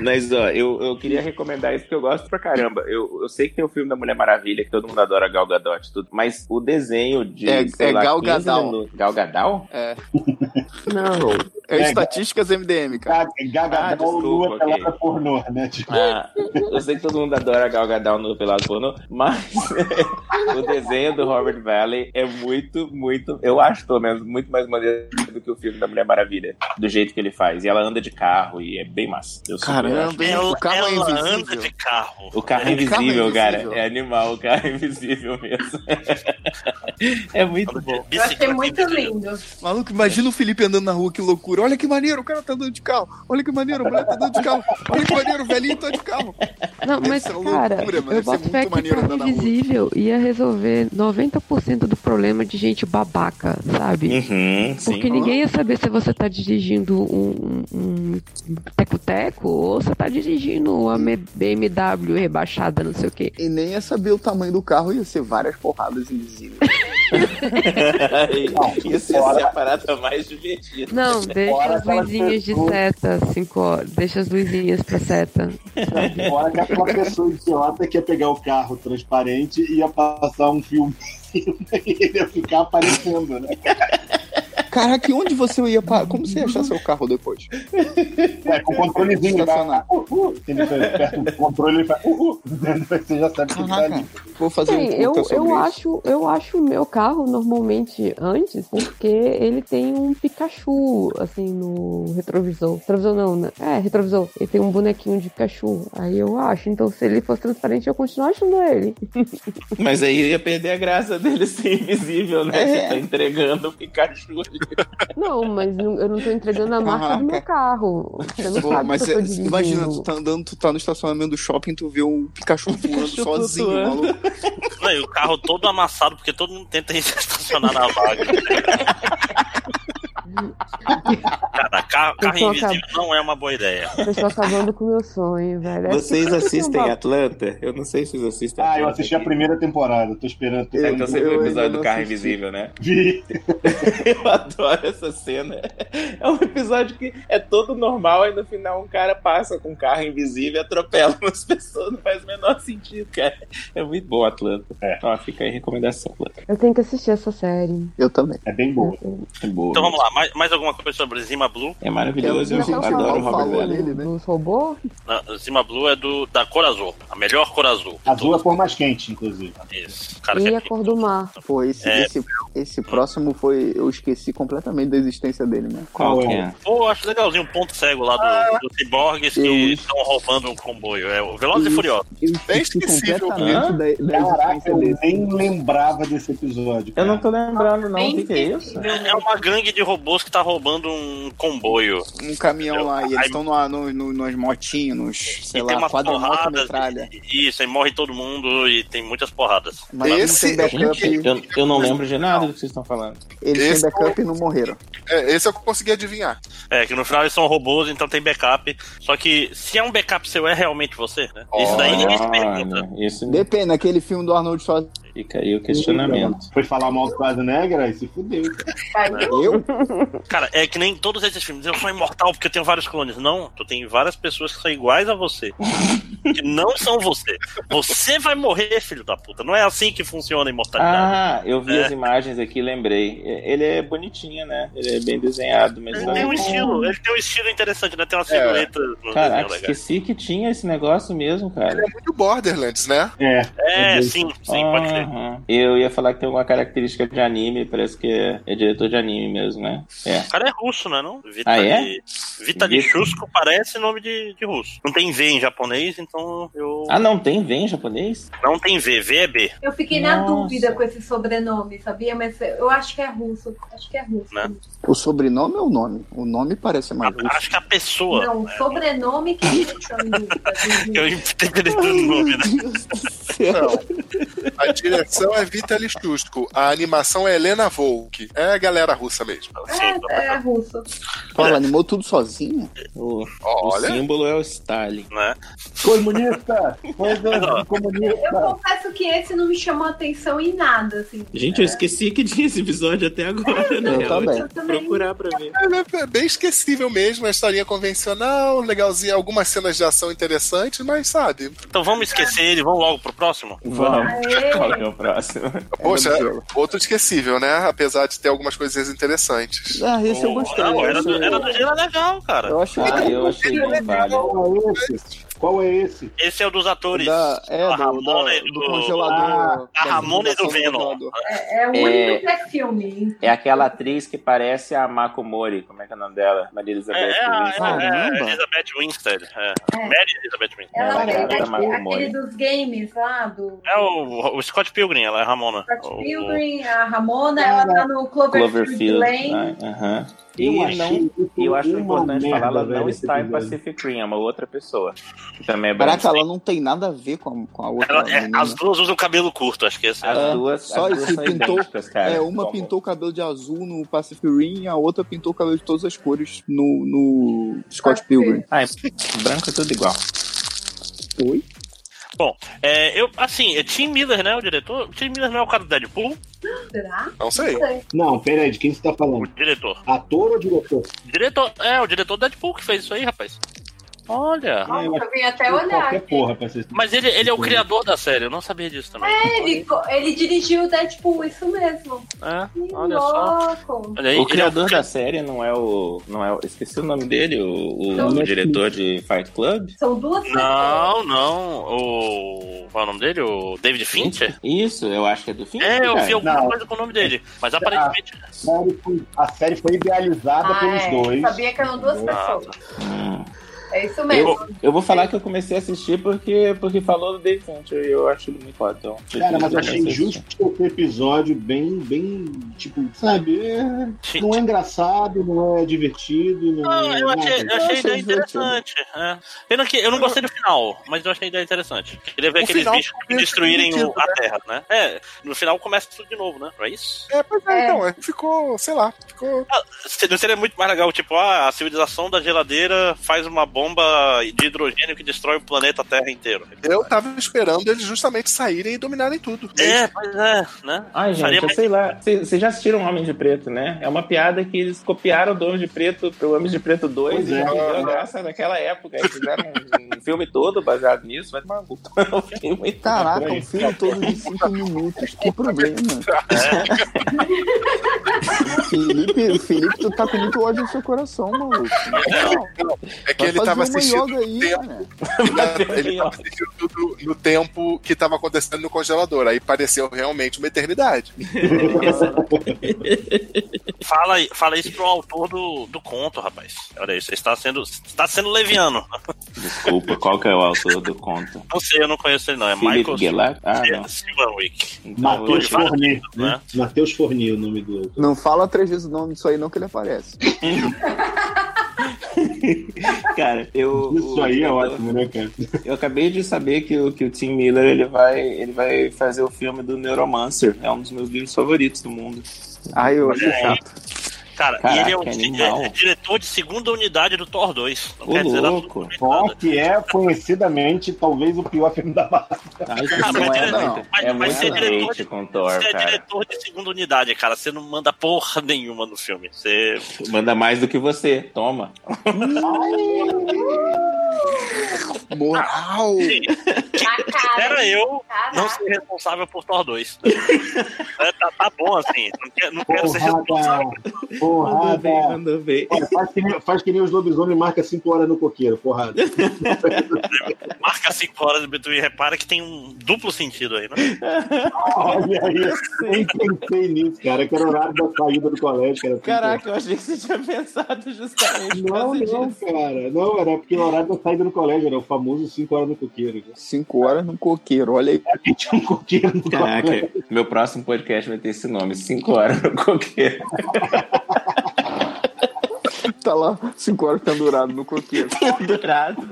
Speaker 10: Mas, ó, eu, eu queria recomendar isso porque eu gosto pra caramba. Eu, eu sei que tem o filme da Mulher Maravilha, que todo mundo adora Gal Gadot e tudo, mas o desenho de.
Speaker 7: É-
Speaker 10: sei
Speaker 7: é
Speaker 10: lá,
Speaker 7: Gal
Speaker 10: 15
Speaker 7: Gadal.
Speaker 10: minutos- Gal Gadal?
Speaker 7: É. Não. É, estatísticas MDM,
Speaker 5: cara.
Speaker 10: Ah,
Speaker 5: Gagadão
Speaker 10: desculpa,
Speaker 5: lua
Speaker 10: ok.
Speaker 5: pelada pornô, né? Tipo,
Speaker 10: Ah, eu sei que todo mundo adora Gal Gadot no Pelado Pornô, mas o desenho do Robert Valley é muito, muito, eu acho pelo menos, muito mais maneiro do que o filme da Mulher Maravilha, do jeito que ele faz. E ela anda de carro e é bem massa. Eu super acho.
Speaker 7: Caramba, hein? o carro é
Speaker 6: ela
Speaker 7: invisível.
Speaker 6: anda de carro.
Speaker 10: O carro é
Speaker 6: Ele- Carro
Speaker 10: invisível, cara. É animal, o carro é invisível mesmo. é muito bom.
Speaker 19: Eu achei muito lindo.
Speaker 7: Maluco, imagina o Felipe andando na rua, que loucura. Olha que maneiro, o cara tá andando de carro. Olha que maneiro, a mulher tá andando de carro. Olha que maneiro, o velhinho tá de carro.
Speaker 9: Não, mas cara, eu boto fé que
Speaker 7: né?
Speaker 5: tá
Speaker 9: carro invisível ia resolver 90% do problema de gente babaca, sabe?
Speaker 10: Uhum, sim.
Speaker 9: Porque ninguém ia saber se você tá dirigindo um um- um teco-teco ou você tá dirigindo uma me- BMW rebaixada, não sei o quê.
Speaker 7: E nem ia saber o tamanho do carro, ia ser várias porradas invisíveis.
Speaker 10: Isso ia ser a parada mais divertida.
Speaker 9: Não, deixa as luzinhas de seta, cinco horas. Deixa as luzinhas pra seta.
Speaker 5: Fora que aquela pessoa idiota que ia pegar o carro transparente e ia passar um filme e ele ia ficar aparecendo, né?
Speaker 7: Caraca, e onde você ia parar? Como você ia achar seu carro depois?
Speaker 5: É, com o controlezinho ele vai, ah, uh, uh, ele aperta o controle e faz uh, uh, você já sabe que ele tá ali.
Speaker 7: Vou
Speaker 9: Sim, eu, eu acho, eu acho o meu carro normalmente antes, porque ele tem um Pikachu, assim, no retrovisor. Retrovisor não, né? É, retrovisor. Ele tem um bonequinho de Pikachu. Aí eu acho. Então, se ele fosse transparente, eu continuo achando ele.
Speaker 10: Mas aí ia perder a graça dele ser invisível, né?
Speaker 9: É.
Speaker 10: Você tá entregando o Pikachu.
Speaker 9: não, mas não- eu não tô entregando a marca do meu carro. Você não
Speaker 7: Pô,
Speaker 9: sabe
Speaker 7: mas
Speaker 9: que eu tô
Speaker 7: é-
Speaker 9: dirigindo.
Speaker 7: imagina, tu tá andando, tu tá no estacionamento do shopping, tu vê um Pikachu voando sozinho,
Speaker 6: flutuando.
Speaker 7: maluco.
Speaker 6: Não, e o carro todo amassado, porque todo mundo tenta estacionar na vaga. Cara, carro, carro
Speaker 9: Então,
Speaker 6: invisível não é uma boa ideia.
Speaker 9: Vocês estão acabando com o meu sonho, velho. É
Speaker 10: Vocês assistem
Speaker 9: a
Speaker 10: É Atlanta? Eu não sei se vocês assistem
Speaker 5: Ah, eu
Speaker 10: Atlanta
Speaker 5: assisti a
Speaker 10: aqui.
Speaker 5: primeira temporada, tô esperando.
Speaker 6: É,
Speaker 5: tô-
Speaker 10: Então
Speaker 6: um
Speaker 10: você viu o
Speaker 5: ainda
Speaker 10: episódio do
Speaker 5: não
Speaker 10: Carro
Speaker 5: assisti.
Speaker 10: Invisível, né?
Speaker 5: Vi.
Speaker 10: Eu adoro essa cena. É um episódio que é todo normal, e no final um cara passa com um carro invisível e atropela umas pessoas. Não faz o menor sentido, cara. É muito bom, Atlanta.
Speaker 6: É.
Speaker 10: Ó, fica aí a recomendação, Atlanta.
Speaker 9: Eu tenho que assistir essa série.
Speaker 7: Eu também.
Speaker 5: É bem boa.
Speaker 10: É boa.
Speaker 6: Então vamos lá, mais, mais alguma coisa sobre Zima Blue?
Speaker 10: É maravilhoso, eu adoro o Robert Valley.
Speaker 9: Os robôs?
Speaker 6: Ah, Zima Blue é do, da cor azul, a melhor cor azul.
Speaker 5: Azul é a cor mais quente, inclusive.
Speaker 6: Isso. Cara,
Speaker 10: Hum.
Speaker 9: E
Speaker 6: que
Speaker 9: a cor do mar.
Speaker 7: Pô, esse,
Speaker 6: É.
Speaker 7: esse, esse próximo foi. Eu esqueci completamente da existência dele, né?
Speaker 10: Qual que é?
Speaker 6: Pô, acho legalzinho o ponto cego lá
Speaker 10: Ah.
Speaker 6: do, do Ciborgues que estão roubando um comboio. É o Velozes e Furiosos.
Speaker 7: Eu esqueci
Speaker 12: né?
Speaker 10: né?
Speaker 7: completamente da, da
Speaker 5: Caraca,
Speaker 7: existência
Speaker 5: eu
Speaker 7: dele.
Speaker 5: nem lembrava desse episódio. Eu não
Speaker 10: tô lembrando,
Speaker 5: não. O
Speaker 10: que é isso?
Speaker 6: É é uma gangue de robôs que tá roubando um comboio.
Speaker 7: Um caminhão lá, e eles
Speaker 6: Aí-
Speaker 7: estão no, no, no, nas motinhos, nos, sei
Speaker 6: E tem
Speaker 7: lá,
Speaker 6: umas
Speaker 7: quadromoto
Speaker 6: porradas.
Speaker 7: metralha.
Speaker 6: e- Isso, aí morre todo mundo e tem muitas porradas.
Speaker 7: Mas Esse- não tem backup.
Speaker 10: Gente, é eu, eu não lembro de nada do que vocês estão falando.
Speaker 7: Eles
Speaker 10: Esse-
Speaker 7: têm backup e não morreram.
Speaker 20: É, esse eu consegui adivinhar.
Speaker 6: É, que no final eles são robôs, então tem backup. Só que se é um backup seu, é realmente você, né? Isso daí ninguém se pergunta.
Speaker 10: Isso
Speaker 7: Depende, aquele filme do Arnold Schwarzenegger
Speaker 10: Fica aí o questionamento.
Speaker 5: Foi falar mal do Schwarzenegger? Aí se fudeu.
Speaker 6: Né?
Speaker 10: Eu?
Speaker 6: Cara, é que nem todos esses filmes. Eu sou imortal porque eu tenho vários clones. Não, tu tem várias pessoas que são iguais a você. que não são você. Você vai morrer, filho da puta. Não é assim que funciona a
Speaker 10: Ah,
Speaker 6: imortalidade.
Speaker 10: eu vi
Speaker 6: É.
Speaker 10: as imagens aqui e lembrei. É, Ele é bonitinho, né? Ele é bem desenhado, mas
Speaker 6: Ele
Speaker 10: não- é
Speaker 6: tem um estilo, ele tem um estilo interessante, né? Tem uma silhueta no desenho
Speaker 10: Caraca,
Speaker 6: legal.
Speaker 10: esqueci que tinha esse negócio mesmo, cara. Ele é
Speaker 12: muito Borderlands, né?
Speaker 5: É.
Speaker 6: É, sim, sim, pode ser.
Speaker 10: Eu ia falar que tem alguma característica de anime, parece que é, é diretor de anime mesmo, né? É.
Speaker 6: O cara é russo, né? Não?
Speaker 10: Ah, é?
Speaker 6: Vitali
Speaker 10: Vit-
Speaker 6: Chusko parece nome de, de russo. Não tem V em japonês, então eu.
Speaker 10: Ah, não, tem vem em japonês?
Speaker 6: Não tem V, V é B.
Speaker 3: Eu fiquei na dúvida com esse sobrenome, sabia? Mas eu acho que é russo. Acho que é russo.
Speaker 15: O sobrenome é o nome. O nome parece mais russo.
Speaker 6: Né? Acho que a pessoa. né?
Speaker 3: Não, sobrenome que me deixou em dúvida.
Speaker 6: Eu interpretei o nome, né?
Speaker 12: Não. A direção é Vitaly Chusko, a animação é Helena Volk. É a galera russa mesmo.
Speaker 3: É,
Speaker 6: né?
Speaker 3: é russo.
Speaker 15: Ela animou tudo sozinha?
Speaker 10: O,
Speaker 12: Olha.
Speaker 10: o símbolo é o Stalin.
Speaker 6: Né?
Speaker 5: Comunista!
Speaker 10: Mas,
Speaker 3: Eu confesso que esse não me chamou atenção em nada, assim.
Speaker 21: Gente, eu esqueci que tinha esse episódio até agora, né?
Speaker 12: eu também.
Speaker 21: Vou Procurar pra ver.
Speaker 12: É, é bem esquecível mesmo, a historinha convencional, legalzinha, algumas cenas de ação interessantes, mas sabe.
Speaker 6: Então vamos esquecer ele, vamos logo pro próximo?
Speaker 10: Qual que é o próximo?
Speaker 12: Poxa, outro esquecível, né? Apesar de ter algumas coisinhas interessantes.
Speaker 15: Ah, esse eu gostei.
Speaker 6: Não, era
Speaker 15: esse
Speaker 6: do,
Speaker 15: eu-
Speaker 6: era do gênero legal, cara.
Speaker 15: Eu achei- Ah, eu
Speaker 5: assim.
Speaker 15: achei bem válido.
Speaker 5: Qual é esse? Qual é esse?
Speaker 6: Esse é o dos atores. Ah,
Speaker 15: Da- é,
Speaker 6: a
Speaker 15: do-
Speaker 6: Ramona
Speaker 15: da-
Speaker 6: e
Speaker 15: do
Speaker 12: Ah,
Speaker 15: congelador,
Speaker 6: A
Speaker 15: da
Speaker 6: Ramona e do
Speaker 10: congelador
Speaker 6: Venom.
Speaker 3: É o único
Speaker 10: É.
Speaker 3: que é filme.
Speaker 10: É aquela atriz que parece a Mako Mori. Como é que é o nome dela?
Speaker 6: É,
Speaker 10: Maria
Speaker 6: é,
Speaker 10: Elizabeth
Speaker 6: a- é,
Speaker 10: Winstead.
Speaker 6: a Elizabeth Winstead. É. Mary Elizabeth Winstead.
Speaker 3: Ela
Speaker 10: Ela tá é
Speaker 3: fez
Speaker 10: era da
Speaker 3: aquele,
Speaker 10: Marvel
Speaker 3: aquele
Speaker 10: Mori.
Speaker 3: dos games lá, do
Speaker 6: É o, o Scott Pilgrim, ela é a Ramona. O- o-
Speaker 3: Pilgrim, a Ramona, ela tá no Cloverfield,
Speaker 10: Cloverfield.
Speaker 3: Lane.
Speaker 10: né? Aham.
Speaker 5: Eu
Speaker 10: E
Speaker 5: achei
Speaker 10: não,
Speaker 5: isso
Speaker 10: eu acho
Speaker 5: uma
Speaker 10: importante
Speaker 5: merda,
Speaker 10: falar, ela
Speaker 5: velho,
Speaker 10: não
Speaker 5: esse
Speaker 10: está em
Speaker 5: episódio.
Speaker 10: Pacific Rim, é uma outra pessoa. Que também é
Speaker 15: Caraca,
Speaker 10: bonita.
Speaker 15: ela não tem nada a ver com a, com a outra.
Speaker 6: Ela- é,
Speaker 15: menina.
Speaker 6: as duas usam cabelo curto, acho que esse.
Speaker 10: Ah, As
Speaker 15: É,
Speaker 10: duas-
Speaker 15: só
Speaker 10: as duas
Speaker 15: isso,
Speaker 10: são
Speaker 15: pintou.
Speaker 10: idênticas, cara.
Speaker 15: é, uma
Speaker 10: Como?
Speaker 15: pintou o cabelo de azul no Pacific Rim e a outra pintou o cabelo de todas as cores no, no Scott Pilgrim.
Speaker 10: Ah, é branco é tudo igual.
Speaker 15: Oi?
Speaker 6: Bom, é, eu, assim, é Tim Miller, né, o diretor? Tim Miller não é o cara do Deadpool?
Speaker 3: Será?
Speaker 12: Não sei.
Speaker 5: Não, pera aí, de quem você tá falando?
Speaker 6: Diretor.
Speaker 5: Ator ou diretor?
Speaker 6: Diretor, é, o diretor do Deadpool que fez isso aí, rapaz. Olha.
Speaker 5: Ah, eu acho
Speaker 3: Eu vim até
Speaker 5: que
Speaker 3: olhar.
Speaker 5: Qualquer porra pra vocês.
Speaker 6: Mas ele, ele é o criador da série, eu não sabia disso também.
Speaker 3: É, ele, co- ele dirigiu o Deadpool, isso mesmo.
Speaker 6: É,
Speaker 3: Que
Speaker 6: olha só.
Speaker 3: louco.
Speaker 6: Olha aí,
Speaker 10: o
Speaker 6: ele é
Speaker 10: criador da série não é o. não é o- Esqueci o nome dele, o, o
Speaker 3: Não.
Speaker 10: diretor de Fight Club.
Speaker 3: São duas
Speaker 6: Não, não. O. Qual é o nome dele? O David Fincher?
Speaker 10: Isso, eu acho que é do Fincher.
Speaker 6: É, eu vi
Speaker 10: cara.
Speaker 6: alguma
Speaker 5: Não.
Speaker 6: coisa com o nome dele.
Speaker 10: Ah,
Speaker 6: Mas aparentemente.
Speaker 5: A série foi, a série foi idealizada
Speaker 3: Ah,
Speaker 5: pelos
Speaker 3: é.
Speaker 5: dois.
Speaker 3: Sabia que eram duas
Speaker 10: Ah,
Speaker 3: pessoas. É isso mesmo.
Speaker 10: Eu, eu vou falar que eu comecei a assistir porque, porque falou do Dave Fincher e eu acho ele muito foda. Então,
Speaker 5: Cara, mas eu achei
Speaker 10: Assistir.
Speaker 5: injusto esse episódio bem, bem, tipo, sabe? é- não é engraçado, não é divertido, não
Speaker 6: Ah,
Speaker 5: é.
Speaker 6: eu achei,
Speaker 5: nada.
Speaker 6: eu achei a ideia interessante. É. Pena que eu não gostei do final, mas eu achei a ideia interessante. Queria ver
Speaker 12: O
Speaker 6: aqueles
Speaker 12: final
Speaker 6: bichos que
Speaker 12: foi
Speaker 6: destruírem o-
Speaker 12: divertido,
Speaker 6: a
Speaker 12: né?
Speaker 6: Terra, né? É, no final começa tudo de novo, né? Não é isso?
Speaker 12: É, pois é, então, é, ficou, sei lá, ficou.
Speaker 6: Se- Não seria muito mais legal, tipo, ah, a civilização da geladeira faz uma bomba de hidrogênio que destrói o planeta Terra inteiro.
Speaker 12: Eu tava esperando eles justamente saírem e dominarem tudo.
Speaker 6: É, pois é, né?
Speaker 10: Ai, gente,
Speaker 6: Faria
Speaker 10: eu
Speaker 6: mais-
Speaker 10: sei lá. Vocês já assistiram Homem de Preto, né? É uma piada que eles copiaram do Homem de Preto pro Homem de Preto 2
Speaker 5: Pois
Speaker 10: e já
Speaker 5: é.
Speaker 10: fizeram graça naquela época. Eles fizeram um, um filme todo baseado nisso, vai tomar no cu. É um filme.
Speaker 15: Caraca,
Speaker 6: É.
Speaker 15: um filme todo de 5 minutos. Que problema.
Speaker 6: É.
Speaker 15: Felipe, Felipe, tu tá com muito ódio no seu coração, maluco.
Speaker 12: É que
Speaker 15: Vai
Speaker 12: ele
Speaker 15: fazer
Speaker 12: tava
Speaker 15: uma
Speaker 12: assistindo
Speaker 15: yoga
Speaker 12: no
Speaker 15: aí,
Speaker 12: tempo. né? Ele tava assistindo tudo no tempo que tava acontecendo no congelador. Aí pareceu realmente uma eternidade.
Speaker 6: Fala, aí- fala isso pro autor do, do conto, rapaz. Olha isso, você está sendo, você está sendo leviano.
Speaker 10: Desculpa, qual que é o autor do conto?
Speaker 6: Não sei, eu não conheço ele, não. É
Speaker 10: Felipe
Speaker 6: Michael
Speaker 10: Gellert? Ah, não. Então,
Speaker 6: Silverwick. Então,
Speaker 5: Matheus
Speaker 6: Ele fala-
Speaker 5: Forni, né? Matheus Forni, o nome do.
Speaker 15: Não fala três vezes o nome disso aí, não, que ele aparece.
Speaker 10: Cara, eu.
Speaker 5: Isso aí é
Speaker 10: eu-
Speaker 5: ótimo, né, cara?
Speaker 10: Eu acabei de saber que o, que o Tim Miller ele vai, ele vai fazer o filme do Neuromancer. É um dos meus livros favoritos do mundo.
Speaker 15: Ai, eu acho
Speaker 10: Olha aí.
Speaker 15: chato.
Speaker 6: Cara, e ele é, o
Speaker 5: Caraca,
Speaker 6: di-
Speaker 5: animal.
Speaker 6: é- é diretor de segunda unidade do Thor 2. Não
Speaker 5: Ô,
Speaker 6: quer dizer nada.
Speaker 5: louco. Thor, que é conhecidamente talvez o pior filme da Marvel.
Speaker 6: Ah, mas dire-
Speaker 10: é
Speaker 6: mas- mas ser diretor de-
Speaker 10: com Thor,
Speaker 6: Você é
Speaker 10: cara.
Speaker 6: diretor de segunda unidade, cara. Você não manda porra nenhuma no filme. Você.
Speaker 10: Manda mais do que você. Toma.
Speaker 6: Moral! Era eu não ser responsável por Thor 2. É, tá, tá bom assim. Não quero, não quero ser responsável.
Speaker 5: Porrada.
Speaker 10: Mandou bem.
Speaker 5: Olha, faz, que nem, faz que nem os lobisomens marca 5 horas no coqueiro, porrada.
Speaker 6: Marca 5 horas de Between. Repara que tem um duplo sentido aí, né?
Speaker 5: Olha isso. Nem pensei nisso, cara. Que era o horário da saída do colégio, assim, cara.
Speaker 22: Caraca, eu achei que você tinha pensado justamente por
Speaker 5: Não,
Speaker 22: causa
Speaker 5: não,
Speaker 22: disso.
Speaker 5: cara. Não, era porque o horário da saída do colégio era o famoso 5 horas no coqueiro.
Speaker 7: 5 horas no coqueiro, olha aí.
Speaker 5: Tinha um coqueiro no
Speaker 10: Caraca, meu próximo podcast vai ter esse nome: 5 horas no coqueiro.
Speaker 7: Tá lá, 5 horas pendurado no coqueiro.
Speaker 10: pendurado.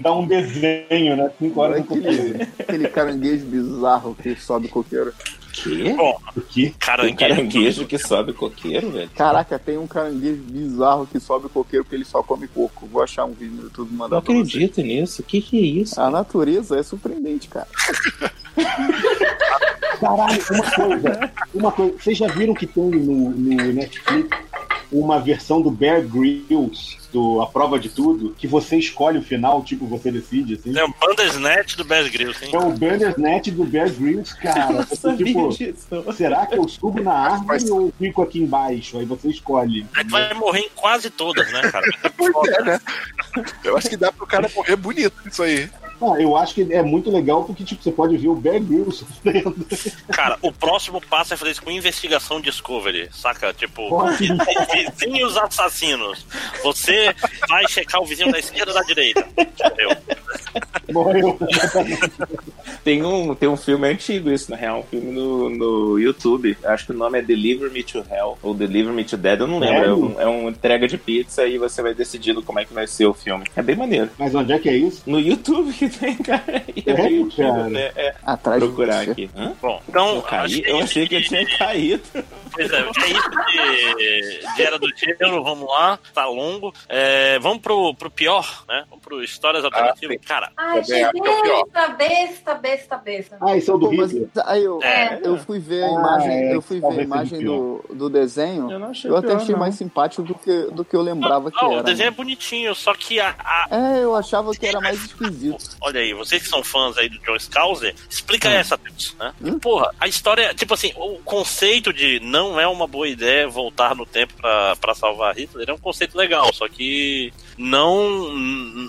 Speaker 5: Dá um desenho, né? 5 horas no
Speaker 7: coqueiro. Aquele caranguejo bizarro que sobe o coqueiro.
Speaker 10: Que?
Speaker 5: que?
Speaker 10: Caranguejo. caranguejo que sobe coqueiro, velho.
Speaker 7: Caraca, tem um caranguejo bizarro que sobe o coqueiro porque ele só come coco. Vou achar um vídeo no YouTube e mandar
Speaker 10: Não
Speaker 7: pra vocês.
Speaker 10: acredito nisso. O que, que é isso?
Speaker 7: A natureza é surpreendente, cara.
Speaker 5: Caralho, uma coisa. Uma coisa. Vocês já viram que tem no, no Netflix uma versão do Bear Grylls, do A Prova de Tudo, que você escolhe o final, tipo, você decide, assim?
Speaker 6: É o Bandersnatch do Bear Grylls, hein?
Speaker 5: É o Bandersnet do Bear Grylls, cara.
Speaker 6: Eu não
Speaker 5: Você,
Speaker 6: sabia
Speaker 5: tipo,
Speaker 6: disso.
Speaker 5: será que eu subo na árvore ou eu fico aqui embaixo? Aí você escolhe.
Speaker 6: Aí tu É vai morrer em quase todas, né, cara?
Speaker 12: né? Eu acho que dá pro cara morrer bonito isso aí.
Speaker 5: Ah, eu acho que é muito legal porque tipo, você pode ver o Bear Grylls sofrendo.
Speaker 6: Cara, o próximo passo é fazer isso com investigação Discovery, saca? Tipo,
Speaker 5: Nossa.
Speaker 6: vi- vi- vizinhos assassinos. Você vai checar o vizinho da esquerda ou da direita.
Speaker 5: Morreu.
Speaker 10: Tem um, tem um filme antigo isso, na real. Um filme no, no YouTube. Acho que o nome é Deliver Me to Hell ou Deliver Me to Dead, eu não lembro. É um, é uma entrega de pizza e você vai decidindo como é que vai ser o filme. É bem maneiro.
Speaker 5: Mas onde é que é isso?
Speaker 10: No YouTube que tem, cara. E
Speaker 5: É,
Speaker 10: bem antigo,
Speaker 5: cara.
Speaker 10: né? É.
Speaker 7: Atrás de
Speaker 10: procurar
Speaker 7: você.
Speaker 10: aqui. Hã?
Speaker 6: Bom, então.
Speaker 10: Eu, caí, eu achei que eu tinha caído.
Speaker 6: Pois é, é isso de, de Era do Gelo, vamos lá, tá longo. É, vamos pro, pro pior, né? Vamos pro Histórias
Speaker 7: Ah,
Speaker 6: Alternativas. Cara,
Speaker 3: Ai, gente, besta, besta, besta, besta.
Speaker 5: Ah, esse é o do
Speaker 7: mas
Speaker 5: Hitler.
Speaker 7: Aí eu,
Speaker 3: É.
Speaker 7: eu fui ver a
Speaker 3: Ah,
Speaker 7: imagem,
Speaker 3: é,
Speaker 7: eu fui ver a
Speaker 3: talvez
Speaker 7: imagem
Speaker 3: seja
Speaker 7: do, do desenho. Eu,
Speaker 6: não achei
Speaker 7: até
Speaker 6: pior,
Speaker 7: achei
Speaker 6: não.
Speaker 7: mais simpático do que, do que eu lembrava que
Speaker 6: não, o
Speaker 7: era. né?
Speaker 6: desenho é bonitinho, só que a- a,
Speaker 7: É, eu achava que era mais esquisito.
Speaker 6: Olha aí, vocês que são fãs aí do John Scalzi, explica essa, Deus, né? Porra, a história, tipo assim, o conceito de não é uma boa ideia voltar no tempo pra, pra salvar Hitler é um conceito legal, só que não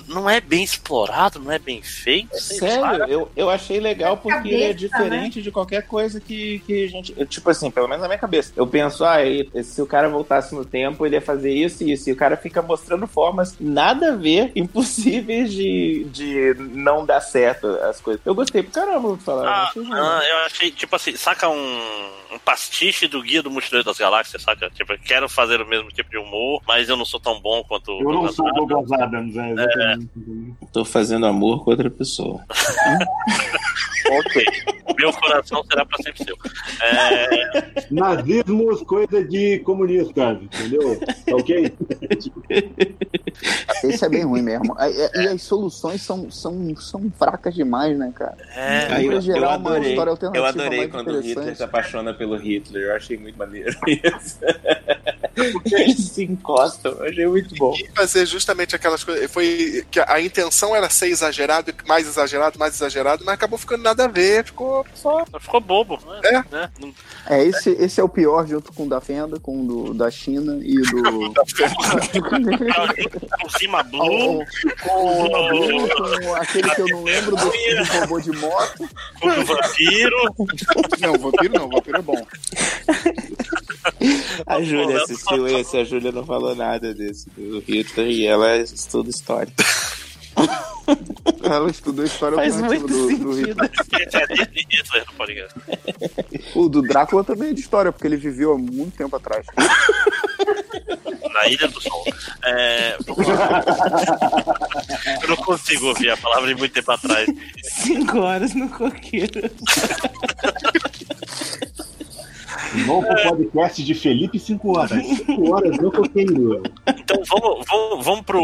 Speaker 6: não é bem explorado, não é bem feito. sei
Speaker 10: Sério,
Speaker 6: lá.
Speaker 10: eu, eu achei legal porque ele é
Speaker 6: Cabeça, né?
Speaker 10: diferente de qualquer coisa que, que a gente. eu, tipo assim, pelo menos na minha cabeça. Eu penso, ah, e- se o cara voltasse no tempo, ele ia fazer isso e isso. E o cara fica mostrando formas nada a ver, impossíveis de, de não dar certo as coisas. Eu gostei pra caramba, vou falar.
Speaker 6: Ah,
Speaker 10: achei maneiro.
Speaker 6: ah, eu achei, tipo assim, saca um, um pastiche do Guia do Mochileiro das Galáxias, saca? Tipo, eu quero fazer o mesmo tipo de humor, mas eu não sou tão bom quanto
Speaker 5: Eu não
Speaker 6: Douglas
Speaker 5: sou o
Speaker 6: Adams.
Speaker 5: Douglas Adams, é, exatamente.
Speaker 10: Tô fazendo amor com outra pessoa.
Speaker 6: Ok. Meu coração será pra sempre seu. É,
Speaker 5: Nazismos, coisa de comunista, entendeu? Tá ok?
Speaker 12: É
Speaker 7: Esse é bem ruim mesmo. E- E,
Speaker 10: É.
Speaker 7: e as soluções são, são, são fracas demais, né, cara?
Speaker 6: É,
Speaker 7: Em
Speaker 10: eu,
Speaker 7: geral,
Speaker 10: eu
Speaker 7: uma
Speaker 10: adorei,
Speaker 7: história
Speaker 10: eu
Speaker 7: alternativa
Speaker 10: adorei
Speaker 7: mais
Speaker 10: quando o Hitler
Speaker 7: interessante.
Speaker 10: se apaixona pelo Hitler. Eu achei muito maneiro isso. Eles se encostam. Eu achei muito bom.
Speaker 12: fazer justamente aquelas coisas. Foi que a intenção era ser exagerado, mais exagerado, mais exagerado, mas acabou ficando nada a ver, ficou
Speaker 6: só. Ficou bobo. né?
Speaker 12: É.
Speaker 6: Né? Não-
Speaker 7: É, esse, esse é o pior junto com o da Fenda, com o do, da China e do.
Speaker 6: Por cima Blue.
Speaker 7: com aquele que eu não lembro do, do robô de moto.
Speaker 6: Com o vampiro.
Speaker 7: Não, vampiro não, vampiro é bom.
Speaker 10: A Júlia assistiu esse, a Júlia não falou nada desse do Hitler e ela é estuda história.
Speaker 7: Ela estudou história
Speaker 10: Faz
Speaker 7: alternativa
Speaker 10: muito
Speaker 7: do, do
Speaker 10: sentido.
Speaker 7: Hitler.
Speaker 6: Esse é de Hitler no podcast.
Speaker 7: O do Drácula também é de história, porque ele viveu há muito tempo atrás.
Speaker 6: Na Ilha do Sol. É, vamos lá. Eu não consigo ouvir a palavra de muito tempo atrás.
Speaker 22: Cinco horas no coqueiro.
Speaker 5: Novo podcast de Felipe 5 horas. 5 horas no coqueiro.
Speaker 6: Então vamos, vamos, vamos pro,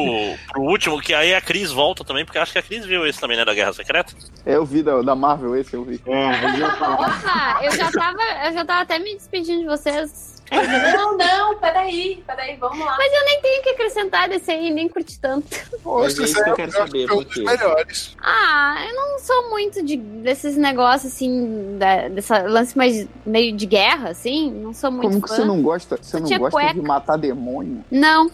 Speaker 6: pro último, que aí a Cris volta também, porque acho que a Cris viu esse também, né? Da Guerra Secreta.
Speaker 15: É, eu vi da, da Marvel esse, eu vi.
Speaker 5: É,
Speaker 1: Opa, eu já tava, eu já tava até me despedindo de vocês.
Speaker 3: Não, não, peraí, peraí, vamos lá.
Speaker 1: Mas eu nem tenho o que acrescentar desse aí, nem curti tanto.
Speaker 12: Poxa,
Speaker 6: Mas é isso
Speaker 12: sério,
Speaker 6: que eu quero saber,
Speaker 12: acho
Speaker 6: por quê?
Speaker 12: é um dos melhores.
Speaker 1: Ah, eu não sou muito de, desses negócios assim, da, dessa lance mais meio de guerra, assim. Não sou muito
Speaker 15: Como que
Speaker 1: fã.
Speaker 15: você não gosta, você não
Speaker 1: Tinha
Speaker 15: gosta de
Speaker 1: cueca.
Speaker 15: matar demônio?
Speaker 1: Não,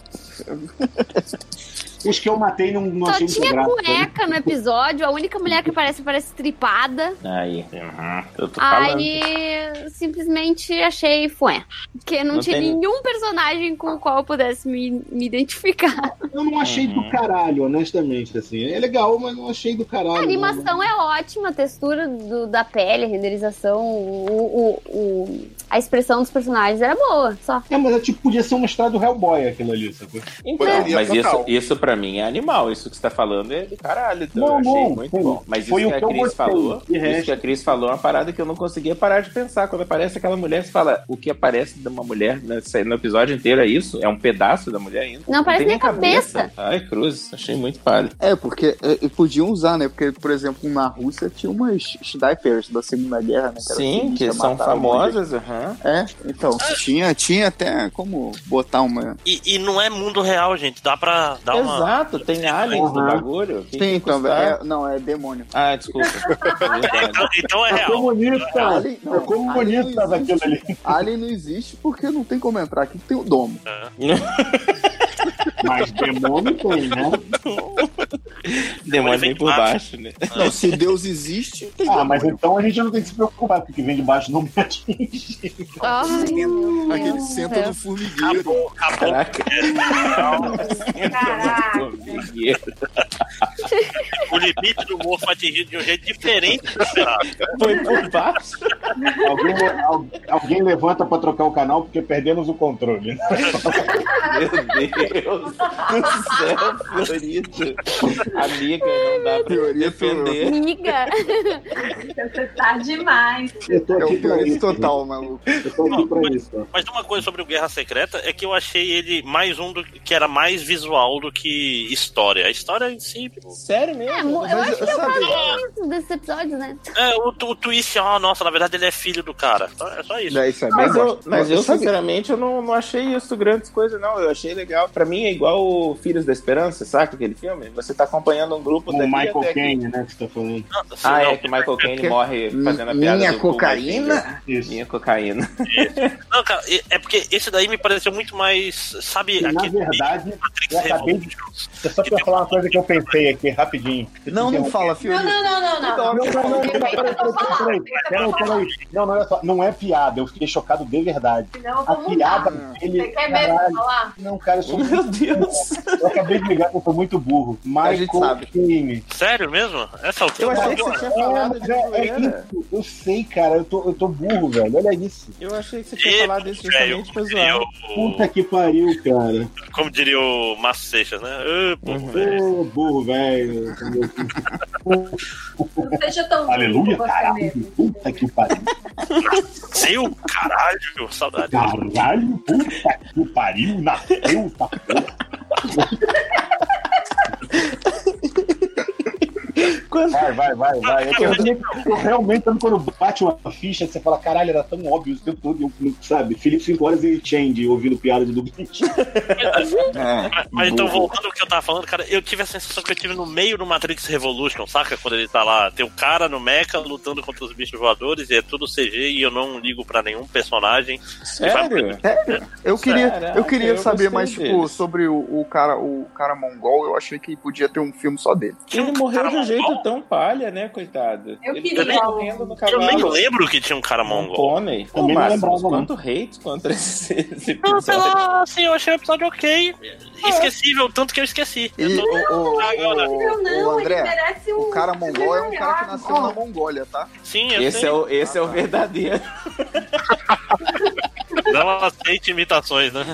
Speaker 5: Os que eu matei não, não
Speaker 1: só
Speaker 5: achei muito
Speaker 1: tinha
Speaker 5: graça.
Speaker 1: cueca no episódio. A única mulher que aparece, aparece tripada.
Speaker 10: Aí. Uhum, eu tô falando.
Speaker 1: Aí simplesmente achei fué. Porque não,
Speaker 10: Não
Speaker 1: tinha
Speaker 10: tem-
Speaker 1: nenhum personagem com o qual eu pudesse me, me identificar.
Speaker 5: Eu não achei
Speaker 10: Uhum.
Speaker 5: do caralho, honestamente, assim. É legal, mas não achei do caralho.
Speaker 1: A
Speaker 5: não.
Speaker 1: animação é ótima, a textura do- da pele, a renderização, o, o- o- a expressão dos personagens era boa, só.
Speaker 5: É, mas é tipo, podia ser uma história do Hellboy aquilo ali, sacou?
Speaker 10: Não, mas isso,
Speaker 5: total.
Speaker 10: isso pra mim é animal. Isso que você tá falando é do caralho. Então
Speaker 5: Não,
Speaker 10: eu achei
Speaker 5: não,
Speaker 10: muito
Speaker 5: foi- um-
Speaker 10: bom. Mas isso
Speaker 5: foi
Speaker 10: que,
Speaker 5: o que
Speaker 10: a
Speaker 5: eu
Speaker 10: Cris
Speaker 5: gostei.
Speaker 10: falou,
Speaker 5: De
Speaker 10: isso que a Cris falou é uma parada que eu não conseguia parar de pensar. Quando aparece aquela mulher, você fala, o que aparece de uma mulher nessa- no episódio inteiro é isso? É um pedaço da mulher ainda?
Speaker 1: Não, parece
Speaker 10: tem
Speaker 1: nem cabeça.
Speaker 10: Ai, cruz, achei muito padre.
Speaker 15: É, porque é, e podiam usar, né? Porque, por exemplo, na Rússia tinha umas snipers da Segunda Guerra, né? era
Speaker 10: Sim,
Speaker 7: assim,
Speaker 15: sinistra,
Speaker 10: que são
Speaker 7: um
Speaker 15: matavam
Speaker 10: famosas,
Speaker 15: muita um gente.
Speaker 10: aham.
Speaker 15: É, então, tinha, tinha até como botar uma...
Speaker 6: E, e não é mundo real, gente. Dá pra dar uma.
Speaker 10: Exato, tem aliens no
Speaker 6: Uhum.
Speaker 10: bagulho. que
Speaker 15: Tem, então,
Speaker 10: custar.
Speaker 15: é- não, é demônio.
Speaker 10: Ah, desculpa.
Speaker 6: então, então é
Speaker 15: É
Speaker 6: real.
Speaker 5: comunista!
Speaker 15: Alien, não,
Speaker 5: é comunista daquilo ali.
Speaker 15: Alien não existe porque não tem como entrar aqui, tem o domo.
Speaker 5: Mas demônio tem, né?
Speaker 10: Demônio vem por baixo, né?
Speaker 6: Ah.
Speaker 15: Não, se Deus existe, tem
Speaker 5: Ah,
Speaker 15: demônio.
Speaker 5: mas então a gente não tem que se preocupar, porque o que vem de baixo não me atinge.
Speaker 15: Aquele centro do formigueiro.
Speaker 10: Caraca.
Speaker 6: o limite do morro foi atingido de um jeito diferente do esperado.
Speaker 10: Foi por baixo.
Speaker 5: Alguém, le- al- alguém levanta pra trocar o canal porque perdemos o controle.
Speaker 10: Meu Deus do céu, Fiorito. Amiga, não dá pra defender.
Speaker 1: Amiga!
Speaker 3: Você tá demais.
Speaker 5: Eu tô
Speaker 15: aqui pra isso.
Speaker 7: né?
Speaker 15: total, maluco.
Speaker 5: Eu tô aqui pra isso.
Speaker 6: Mas uma coisa sobre o Guerra Secreta é que eu achei ele mais um do, que era mais visual do que história. A história em si.
Speaker 10: Sério mesmo?
Speaker 1: É, mo- eu
Speaker 6: Mas,
Speaker 1: acho que eu
Speaker 6: sabe-
Speaker 1: falei isso desses episódios, né?
Speaker 6: É, o, o twist, ah, nossa, na verdade ele é filho do cara. Só- É só isso.
Speaker 10: Mas eu, mas eu
Speaker 5: é
Speaker 6: Sabe-
Speaker 10: sinceramente, eu não, não achei isso grandes coisas, não. Eu achei legal. Pra mim é igual o Filhos da Esperança, saca aquele filme? Você tá acompanhando um grupo
Speaker 5: O
Speaker 10: daqui
Speaker 5: Michael
Speaker 10: até aqui.
Speaker 5: Caine, né, que você tá falando.
Speaker 10: Ah, é que o Michael Caine morre fazendo a piada
Speaker 5: Minha
Speaker 10: do Pulp
Speaker 5: cocaína?
Speaker 10: Fiction. Minha cocaína.
Speaker 6: Não, cara, e- é porque esse daí me pareceu muito mais. Sabe,
Speaker 5: Na
Speaker 6: aquele
Speaker 5: verdade,
Speaker 6: Matrix
Speaker 5: eu acabei de. Eu só quero falar uma coisa que eu pensei aqui, rapidinho.
Speaker 15: Não, não fala,
Speaker 3: Não,
Speaker 15: Fiorito.
Speaker 3: não, não, não, não.
Speaker 5: Não, não, não, não, peraí, peraí, peraí, peraí, peraí. Não, não, olha só, não é piada, eu fiquei chocado de verdade.
Speaker 3: Senão eu
Speaker 5: A
Speaker 3: vou mudar.
Speaker 5: piada
Speaker 3: Você
Speaker 5: dele.
Speaker 3: quer mesmo
Speaker 5: caralho.
Speaker 3: falar?
Speaker 5: Não, cara, eu sou um Meu
Speaker 10: Deus!
Speaker 5: Eu acabei de ligar que eu sou muito burro. Michael Caine.
Speaker 6: Sério mesmo? Essa é altura.
Speaker 10: Eu achei que você tinha falado
Speaker 5: mas
Speaker 10: de
Speaker 5: é- é
Speaker 10: zoeira.
Speaker 5: isso, Eu sei, cara, eu tô, eu tô burro, velho, olha isso.
Speaker 10: Eu achei que você tinha falado isso justamente pra zoar.
Speaker 5: Puta que pariu, cara.
Speaker 6: Como diria o Márcio Seixas, né? Ô, pô,
Speaker 10: Uhum.
Speaker 6: velho.
Speaker 5: Ô, burro, velho.
Speaker 3: Não seja tão duro
Speaker 5: Aleluia,
Speaker 3: com você mesmo.
Speaker 5: caralho, puta que pariu.
Speaker 6: Seu caralho, saudade.
Speaker 5: Caralho, puta que pariu, nasceu, tá Vai, vai, vai, vai. Eu, eu- eu realmente, quando- quando bate uma ficha, você fala, caralho, era tão óbvio o tempo todo, e eu, não- sabe? Felipe 5 horas e Change ouvindo piada de dublinho.
Speaker 6: Mas- Mas então, voltando ao que eu tava falando, cara, eu tive a sensação que eu tive no meio do Matrix Revolution, saca? Quando ele tá lá, tem o cara no mecha lutando contra os bichos voadores e é tudo CG e eu não ligo pra nenhum personagem.
Speaker 10: Sério?
Speaker 6: Eu
Speaker 7: queria, É, eu queria
Speaker 6: eu
Speaker 7: saber
Speaker 6: gostei
Speaker 7: mais tipo,
Speaker 6: deles.
Speaker 7: sobre o, o cara, o cara mongol. Eu achei que podia ter um filme só dele.
Speaker 10: Ele morreu de um jeito tão palha, né, coitado?
Speaker 3: Eu
Speaker 10: Ele
Speaker 3: queria
Speaker 10: tá
Speaker 3: um-
Speaker 10: correndo no
Speaker 6: Eu
Speaker 10: cavalo.
Speaker 6: nem lembro que tinha um cara mongol.
Speaker 10: Pônei. Ô,
Speaker 6: Também não
Speaker 10: Márcio,
Speaker 6: lembrava, não.
Speaker 10: quanto hate contra esse, esse
Speaker 6: Não, sei
Speaker 10: episódio.
Speaker 6: lá, assim, eu achei o episódio ok. É. Esquecível, tanto que eu esqueci. Eu tô- agora.
Speaker 7: Ô, André,
Speaker 3: merece
Speaker 7: o cara mongol é um cara que nasceu na Mongólia, tá?
Speaker 6: Sim, eu
Speaker 10: Esse
Speaker 6: sei.
Speaker 10: é, o, esse é o verdadeiro.
Speaker 6: Não aceite imitações, né?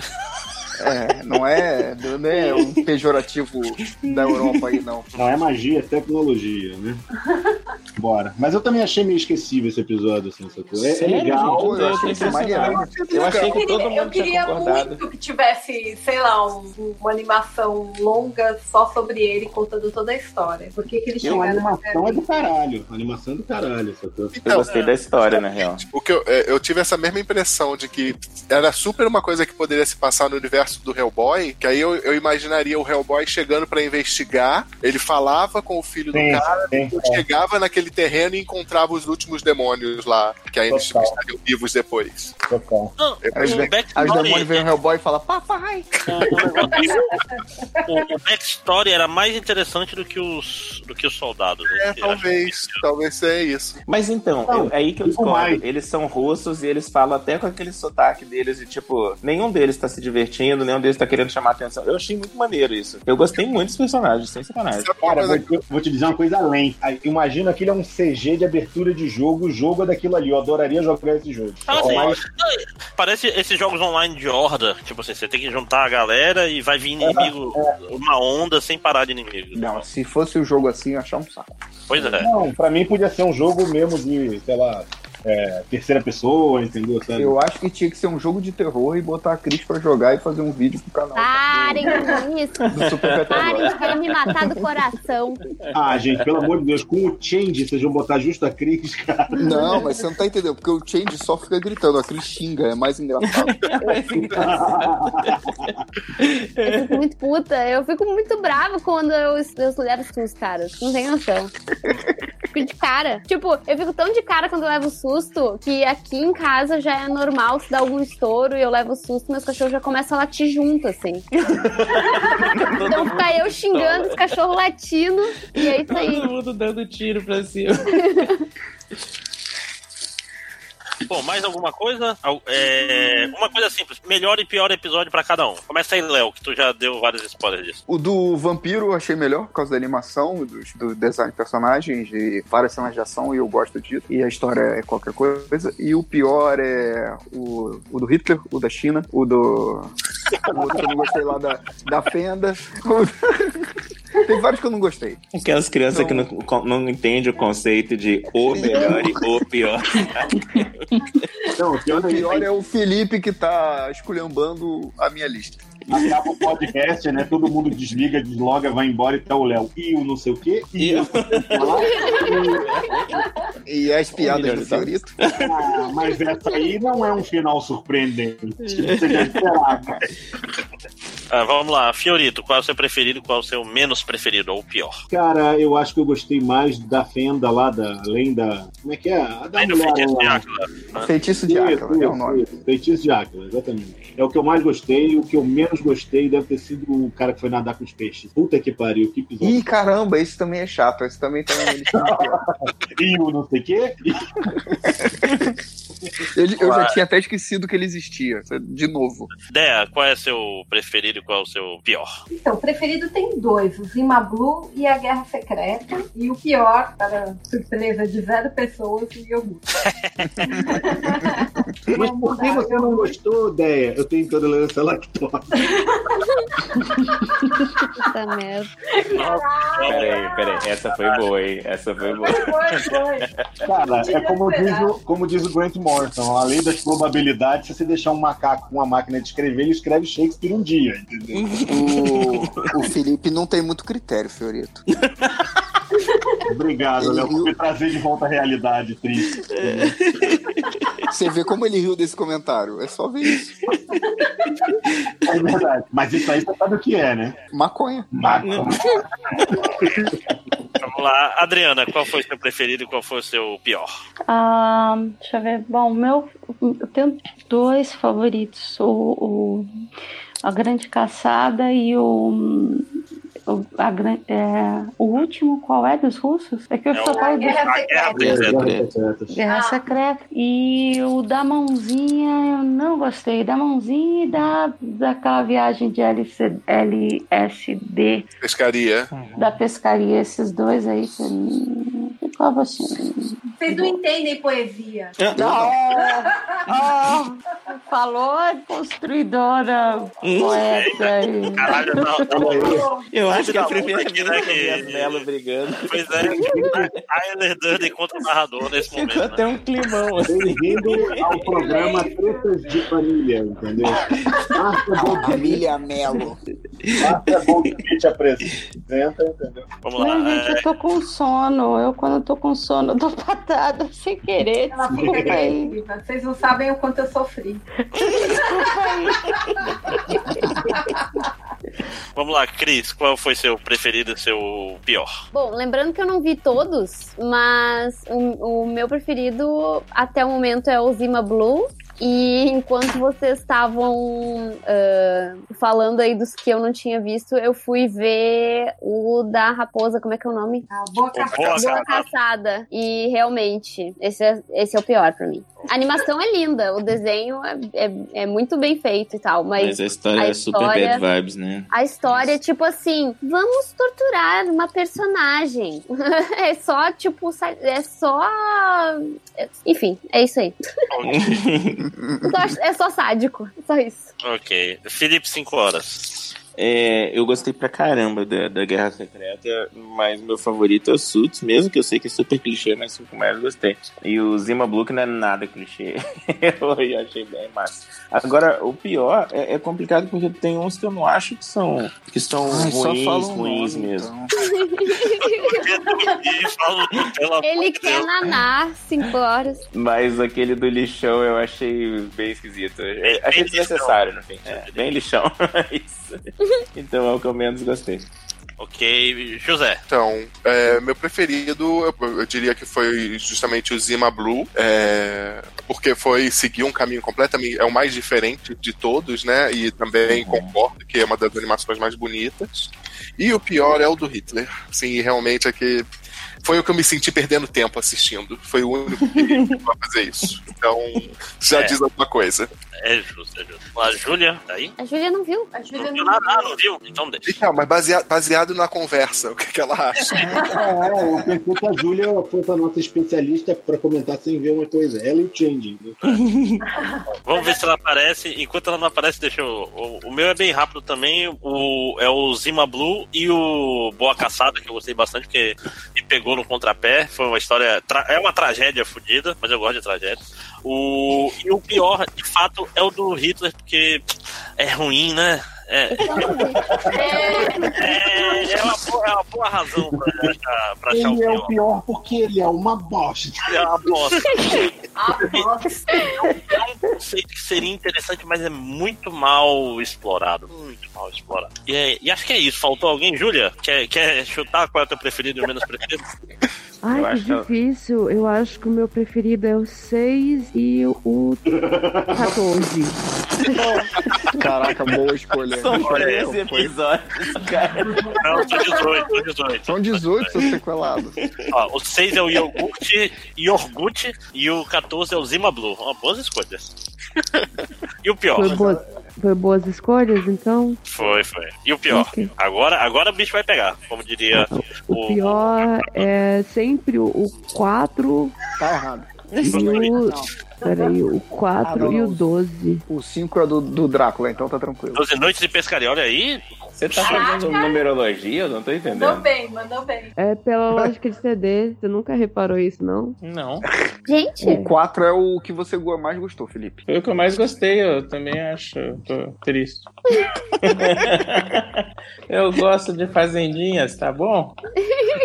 Speaker 7: É, não é, não é um pejorativo da Europa aí, não.
Speaker 5: Não é magia, é tecnologia, né? Bora. Mas eu também achei meio esquecível esse episódio, assim, sacou? É, é
Speaker 10: Sério,
Speaker 5: legal.
Speaker 10: gente? Eu achei sensacional. Eu achei que todo mundo
Speaker 3: Eu queria muito que tivesse, sei lá, um- uma animação longa só sobre ele, contando toda a história. Por que, que ele
Speaker 5: Não,
Speaker 3: chegou
Speaker 5: a animação é do caralho. A animação é do caralho, sacou?
Speaker 12: Eu gostei da
Speaker 10: história, na real.
Speaker 12: O que eu, é, eu tive essa mesma impressão de que era super uma coisa que poderia se passar no universo do Hellboy, que aí eu, eu imaginaria o Hellboy chegando pra investigar, ele falava com o filho
Speaker 5: Sim,
Speaker 12: do cara,
Speaker 5: sim,
Speaker 12: eu chegava naquele terreno e encontrava os últimos demônios lá, que ainda
Speaker 5: Total.
Speaker 12: estariam vivos depois. Eu
Speaker 7: Aí os,
Speaker 12: imaginei-
Speaker 7: de- aí os demônios veem o Hellboy e falam, papai!
Speaker 6: O, o backstory era mais interessante do que os, do que os soldados. assim.
Speaker 12: É, talvez, talvez seja isso.
Speaker 10: Mas então, eu- é aí que eu
Speaker 12: digo mais.
Speaker 10: discordo. Eles são russos e eles falam até com aquele sotaque deles de tipo, nenhum deles tá se divertindo, nenhum deles tá querendo chamar atenção. Eu achei muito maneiro isso. Eu gostei muito dos personagens, sem sacanagem.
Speaker 5: Cara, vou, te- vou te dizer uma coisa além. Aí, Imagina aquilo é um CG de abertura de jogo, o jogo é daquilo ali. Eu adoraria jogar esse jogo.
Speaker 6: Ah,
Speaker 10: assim.
Speaker 6: sim.
Speaker 5: Mas-
Speaker 6: Parece esses jogos online de horda. Tipo assim, você tem que juntar a galera e vai vir inimigo, uma onda sem parar de inimigo.
Speaker 7: Não, se fosse o jogo assim, eu ia achar um saco.
Speaker 6: Pois é.
Speaker 5: Não, pra mim podia ser um jogo mesmo de, sei lá, é, terceira pessoa, entendeu? Sabe?
Speaker 7: Eu acho que tinha que ser um jogo de terror e botar a Cris pra jogar e fazer um vídeo pro canal.
Speaker 1: Parem com
Speaker 7: Do
Speaker 1: isso.
Speaker 7: Super
Speaker 1: Parem de
Speaker 7: Petróleo.
Speaker 1: querer me matar do coração.
Speaker 5: Ah, gente, pelo amor de Deus, com o Change, vocês vão botar justo a Cris, cara.
Speaker 7: Não, mas você não tá entendendo, porque o Change só fica gritando, a Cris xinga, é mais engraçado.
Speaker 1: Eu fico muito puta. Eu fico muito brava quando eu, eu levo susto, cara. Não tem noção. Fico de cara. Tipo, eu fico tão de cara quando eu levo susto que aqui em casa já é normal se dá algum estouro e eu levo susto, meus cachorros já começam a latir junto, assim. então fica eu xingando os cachorros latindo e é isso aí.
Speaker 23: Todo mundo dando tiro pra cima.
Speaker 6: Bom, mais alguma coisa? Al- é, uma coisa simples. Melhor e pior episódio pra cada um. Começa aí, Léo, que tu já deu vários spoilers disso.
Speaker 7: O do vampiro eu achei melhor por causa da animação, dos- do, design de personagens, de várias cenas de ação e eu gosto disso. E a história é qualquer coisa. E o pior é o, o do Hitler, o da China, o do. O outro que eu não gostei lá da, da Fenda. O- Tem vários que eu não gostei.
Speaker 10: Aquelas crianças que não, não entendem o conceito de o melhor e o pior.
Speaker 5: Não, o
Speaker 7: pior, é o Felipe que tá esculhambando a minha lista.
Speaker 5: Acaba o podcast, né? Todo mundo desliga, desloga, vai embora e tá o Léo. E o não sei o quê. E o...
Speaker 7: E as piadas
Speaker 5: melhor
Speaker 7: do
Speaker 5: de todos.
Speaker 7: Fiorito.
Speaker 5: Ah, mas essa aí não é um final surpreendente. Você já esperava.
Speaker 6: Ah, vamos lá, Fiorito, qual é o seu preferido, qual é o seu menos preferido, ou o pior?
Speaker 5: Cara, eu acho que eu gostei mais da fenda lá, da, além da. Como é que é? A da mulher lá.
Speaker 6: né?
Speaker 7: Feitiço de Áquila, é o nome.
Speaker 5: isso, Feitiço de Áquila, exatamente. É o que eu mais gostei. O que eu menos gostei deve ter sido o cara que foi nadar com os peixes. Puta que pariu, que episódio.
Speaker 7: Ih, caramba, esse também é chato. Esse também tá na minha lista de pior.
Speaker 5: E o não sei o quê.
Speaker 7: Ele- eu já
Speaker 6: Claro.
Speaker 7: tinha até esquecido que ele existia. é De novo.
Speaker 6: Dea, qual é seu preferido e qual é o seu pior?
Speaker 3: Então, preferido tem dois, o Zima Blue e a Guerra Secreta. E o pior, para surpresa de zero pessoas, o iogurte.
Speaker 5: Mas por que você não gostou, Deia? Eu tenho intolerância à lactose.
Speaker 1: Puta merda.
Speaker 10: Peraí, peraí. Essa foi boa, hein? Essa foi boa.
Speaker 5: Cara, é como diz, o, como diz o Grant Morrison, além das probabilidades, se você deixar um macaco com uma máquina de escrever, ele escreve Shakespeare um dia, entendeu?
Speaker 7: O, o Felipe não tem muito critério, Fiorito.
Speaker 5: Obrigado, Léo, por me trazer de volta à realidade triste.
Speaker 7: É. Você vê como ele riu desse comentário. É só ver isso.
Speaker 5: É verdade. Mas isso aí você sabe o que é, né?
Speaker 7: Maconha.
Speaker 5: Maconha.
Speaker 6: Vamos lá, Adriana, qual foi seu preferido e qual foi o seu pior?
Speaker 2: Ah, deixa eu ver. Bom, meu, eu tenho dois favoritos: o, o- a Grande Caçada e o, o, a gran- é, o último. Qual é dos russos? É que eu
Speaker 3: É
Speaker 2: só
Speaker 3: o-
Speaker 2: falo dos-
Speaker 3: Guerra Secreta.
Speaker 5: Guerra Secreta.
Speaker 3: Ah.
Speaker 2: Guerra Secreta. E o da mãozinha eu não gostei. Da mãozinha e da, daquela viagem de LC, LSD
Speaker 12: Pescaria.
Speaker 2: da pescaria. Esses dois aí que eu não- ficava assim.
Speaker 3: Vocês não entendem poesia. Ah.
Speaker 11: Oh, falou a construidora
Speaker 6: Hum,
Speaker 11: poeta aí.
Speaker 6: Caralho, não. não.
Speaker 11: Eu acho que é a
Speaker 6: primeira aqui, né, que... Belo brigando. Pois é, a Eiler Durden contra o narrador nesse momento. né?
Speaker 5: Até um climão. Assim. Bem-vindo ao programa Tretas de Família, entendeu?
Speaker 6: Família
Speaker 5: Melo. Marta Goldschmidt apresenta, entendeu?
Speaker 6: Vamos
Speaker 11: Ai, gente, eu tô com sono. Eu, quando eu tô com sono, eu dou patada Ah, tá, sem querer.
Speaker 3: Ela fica
Speaker 11: Desculpa aí.
Speaker 3: agressiva. Vocês não sabem o quanto eu sofri.
Speaker 6: Vamos lá, Cris, qual foi seu preferido e seu pior?
Speaker 1: Bom, lembrando que eu não vi todos, mas o, o meu preferido até o momento é o Zima Blue. E enquanto vocês estavam ah, falando aí dos que eu não tinha visto, eu fui ver o da Raposa, como é que é o nome? Boa
Speaker 3: Boa Caçada.
Speaker 1: Caçada. E realmente, esse é, esse é o pior pra mim. A animação é linda, o desenho é, é- é muito bem feito e tal, mas.
Speaker 10: Mas a história
Speaker 1: a
Speaker 10: é super
Speaker 1: história-
Speaker 10: bad vibes, né?
Speaker 1: A história, é tipo assim, vamos torturar uma personagem. é só, tipo, sa- é só. é- Enfim, é isso aí. Só- é só sádico, só isso.
Speaker 6: ok. Felipe, 5 horas.
Speaker 10: É, eu gostei pra caramba da, da Guerra Secreta, mas meu favorito é o Suits, mesmo que eu sei que é super clichê, mas foi o que eu mais gostei. E o Zima Blue que não é nada clichê. eu achei bem massa. Agora, o pior é, é complicado porque tem uns que eu não acho que são que estão
Speaker 6: Ai, só
Speaker 10: ruins,
Speaker 6: fala um
Speaker 10: ruins mesmo.
Speaker 6: então.
Speaker 1: Ele quer naná, 5 horas.
Speaker 10: Mas aquele do lixão eu achei bem esquisito. Eu achei desnecessário, no fim. É, bem lixão. Isso. Então é o que eu menos gostei.
Speaker 6: Ok, José.
Speaker 12: Então, é, meu preferido, eu, eu diria que foi justamente o Zima Blue, é, porque foi seguir um caminho completamente, é o mais diferente de todos, né? E também concordo que é uma das animações mais bonitas. E o pior é o do Hitler. Sim, realmente é que foi o que eu me senti perdendo tempo assistindo. Foi o único que vai fazer isso. Então, já
Speaker 6: É.
Speaker 12: diz alguma coisa.
Speaker 6: É justo, é justo. A Júlia, tá aí?
Speaker 1: A Júlia não viu.
Speaker 3: A
Speaker 6: Não viu nada, Ah, não viu? Então deixa.
Speaker 12: Então, mas baseado, baseado na conversa, o que, que ela acha?
Speaker 5: É, eu pensei que a Júlia foi a nossa especialista para comentar sem ver uma coisa. É Ela e o Change.
Speaker 6: Vamos ver se ela aparece. Enquanto ela não aparece, deixa eu. O, o meu é bem rápido também. O, é o Zima Blue e o Boa Caçada, que eu gostei bastante, porque me pegou no contrapé. Foi uma história. tra- É uma tragédia fodida, mas eu gosto de tragédia. O, e o pior, de fato, é o do Hitler, porque é ruim, né? É, é, é uma, boa, é uma boa razão pra achar, né, pra achar o
Speaker 5: Ele é o
Speaker 6: pior.
Speaker 5: pior porque ele é uma bosta.
Speaker 6: É uma bosta. É um
Speaker 3: Nossa.
Speaker 6: conceito que seria interessante, mas é muito mal explorado. Muito mal explorado. E, é- e acho que é isso. Faltou alguém, Júlia? Quer, quer chutar qual é o teu preferido e o menos preferido?
Speaker 9: Ai,
Speaker 6: Eu
Speaker 9: que
Speaker 6: acho que-
Speaker 9: difícil. Eu acho que o meu preferido é o 6 e o 14.
Speaker 14: Caraca, boa escolha.
Speaker 5: um
Speaker 9: São
Speaker 14: Escolha
Speaker 9: três
Speaker 14: boa, foi.
Speaker 6: Não, são 18, são 18.
Speaker 14: São 18 seus sequelados.
Speaker 6: Ó, o 6 é o iogurte, iogurte e o 14 é o Zima Blue. Ó, boas escolhas. E o pior?
Speaker 9: Foi boas, foi boas escolhas, então?
Speaker 6: Foi, foi. E o pior?
Speaker 9: Ok.
Speaker 6: Agora, agora o bicho vai pegar, como diria
Speaker 9: O pior é sempre o- o 4.
Speaker 14: Tá errado. Tá
Speaker 9: E o. Peraí, o
Speaker 7: Ah,
Speaker 9: 4 e o 12.
Speaker 14: O 5 é do, do Drácula, então tá tranquilo.
Speaker 6: 12 Noites de Pescaria. Olha aí.
Speaker 10: Você tá fazendo numerologia? Eu não tô entendendo.
Speaker 3: Mandou bem, mandou bem.
Speaker 9: É pela lógica de CD. Você nunca reparou isso, não?
Speaker 21: Não.
Speaker 1: Gente.
Speaker 14: O 4 é o que você go- mais gostou, Felipe.
Speaker 21: Foi o que eu mais gostei, eu também acho. eu Tô triste. eu gosto de fazendinhas, tá bom?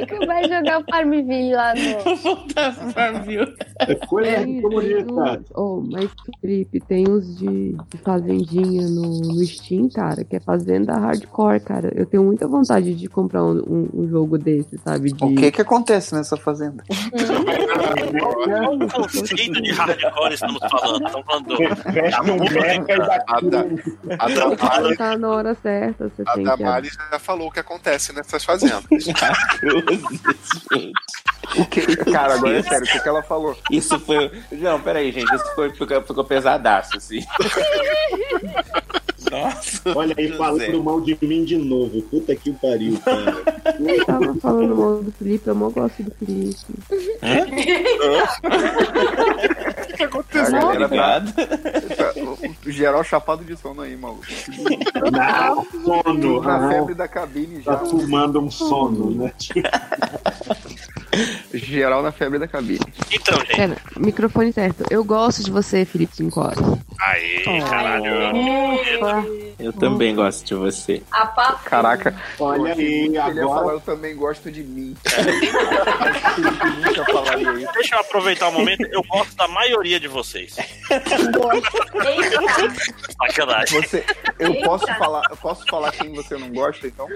Speaker 1: que vai jogar o Farmville lá
Speaker 21: no. Farmville.
Speaker 5: É coisa
Speaker 9: de
Speaker 5: comunista.
Speaker 9: Oh, mas Felipe, tem uns de, de fazendinha no, no Steam, cara, que é fazenda hardcore, cara. Eu tenho muita vontade de comprar um, um- um jogo desse, sabe? De...
Speaker 14: O que que acontece nessa fazenda?
Speaker 3: é,
Speaker 6: Conceito de hardcore estamos falando. Estamos falando do.
Speaker 12: Veste um meca e dá tá A Damares,
Speaker 9: tá é. na hora certa, você
Speaker 12: a
Speaker 9: tem
Speaker 12: Damares já falou o que acontece nessas fazendas.
Speaker 14: O que? Cara, agora é sério, o que, que ela falou?
Speaker 10: Isso foi. Não, peraí, gente. Isso foi, ficou, ficou pesadaço, assim.
Speaker 5: Olha aí, falando mal de mim de novo. Puta que pariu, cara.
Speaker 9: Eu tava falando mal do Felipe, eu mal gosto do Felipe.
Speaker 14: O que aconteceu?
Speaker 9: A galera
Speaker 14: Geral chapado de sono aí, maluco.
Speaker 5: Não, sono.
Speaker 14: Na
Speaker 5: não.
Speaker 14: febre da cabine já.
Speaker 5: Tá fumando um sono, né?
Speaker 14: Geral na febre da cabine.
Speaker 6: Então, gente.
Speaker 9: Pera, microfone certo. Eu gosto de você, Felipe 5 horas.
Speaker 6: Aí, caralho.
Speaker 10: Eu também gosto de você.
Speaker 3: A papo.
Speaker 14: Caraca.
Speaker 5: Olha aí,
Speaker 14: ele ia
Speaker 5: agora-
Speaker 14: falar, eu também gosto de mim.
Speaker 6: Deixa eu aproveitar o momento. Eu gosto da maioria de vocês. Sacanagem.
Speaker 14: Você, eu posso falar, eu posso falar quem você não gosta, então?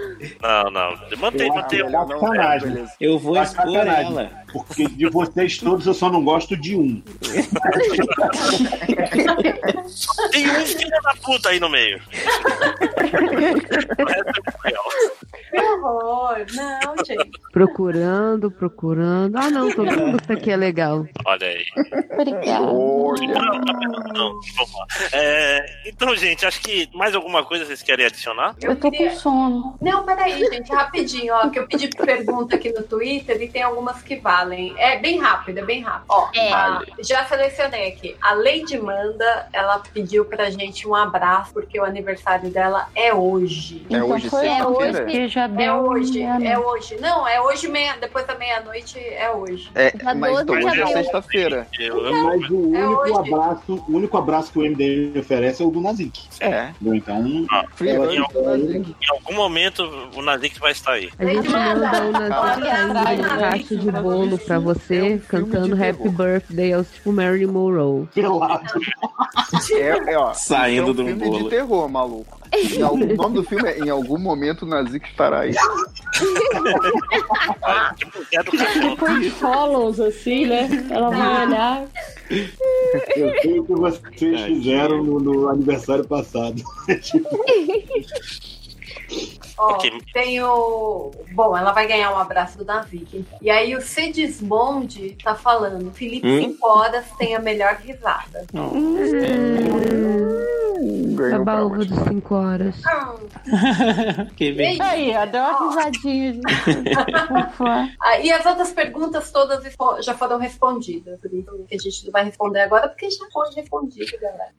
Speaker 6: Não, não. Mantém, mantém.
Speaker 14: melhor não,
Speaker 5: Sacanagem.
Speaker 14: beleza.
Speaker 10: Eu vou
Speaker 5: Tá
Speaker 10: expor
Speaker 5: sacanagem.
Speaker 10: ela.
Speaker 5: Porque de vocês todos eu só não gosto de um.
Speaker 6: Tem um filho da puta aí no meio. é
Speaker 3: Que horror. Não, gente.
Speaker 9: Procurando, procurando. Ah, não, todo mundo que tá aqui é legal.
Speaker 6: Olha aí.
Speaker 9: Obrigada.
Speaker 6: Não, tá pensando, não. Vamos lá. É, então, gente, acho que mais alguma coisa vocês querem adicionar?
Speaker 2: Eu tô com sono.
Speaker 3: Não, peraí, gente, rapidinho, ó, que eu pedi pergunta aqui no Twitter e tem algumas que valem. É bem rápido, é bem rápido. Ó,
Speaker 1: É.
Speaker 3: a- já selecionei aqui. A Lady Manda, ela pediu pra gente um abraço, porque o aniversário dela é hoje.
Speaker 2: É Então hoje, foi
Speaker 3: é
Speaker 2: sexta-feira?
Speaker 14: né?
Speaker 3: hoje.
Speaker 2: hoje que já
Speaker 3: é
Speaker 2: deu
Speaker 3: hoje,
Speaker 2: meia-noite.
Speaker 3: é hoje. Não, é hoje, meia, depois da meia-noite, é hoje.
Speaker 14: É,
Speaker 3: Dia
Speaker 14: mas
Speaker 3: 12
Speaker 14: então,
Speaker 3: de
Speaker 14: hoje é
Speaker 3: abril.
Speaker 14: sexta-feira.
Speaker 5: Mas o
Speaker 3: É
Speaker 5: único,
Speaker 3: hoje.
Speaker 5: abraço, o único abraço que o MDM oferece é o do Nazik.
Speaker 14: É.
Speaker 5: Então,
Speaker 6: Ah, Em, algum, em algum momento o Nazik vai estar aí.
Speaker 9: A
Speaker 2: Uhum.
Speaker 9: gente manda o Natal uma caixa um de bolo pra você, cantando Happy Birthday aos tipo Mary Monroe.
Speaker 14: É, é, ó, isso é
Speaker 10: Saindo
Speaker 14: um
Speaker 10: do
Speaker 14: filme
Speaker 10: bolo.
Speaker 14: de terror, maluco. Em algum- o nome do filme é Em Algum Momento o Nazik estará aí.
Speaker 24: Depois de follows, assim, né? Ela
Speaker 3: Ah.
Speaker 24: vai olhar.
Speaker 5: eu sei o que vocês
Speaker 14: É,
Speaker 5: fizeram no, no aniversário passado. Tipo,
Speaker 3: Ó,
Speaker 5: Ok.
Speaker 3: tem o. Bom, ela vai ganhar um abraço do Davi. então. E aí o Cedis Bond tá falando: Felipe
Speaker 14: Hum?
Speaker 3: 5 horas tem a melhor risada.
Speaker 14: Ganhou
Speaker 9: A uva Tá de 5 horas.
Speaker 10: Que
Speaker 24: Aí, ó, deu uma risadinha, gente.
Speaker 3: Ah, e as outras perguntas todas espo- já foram respondidas. Então, que a gente não vai responder agora porque já foi respondido, galera.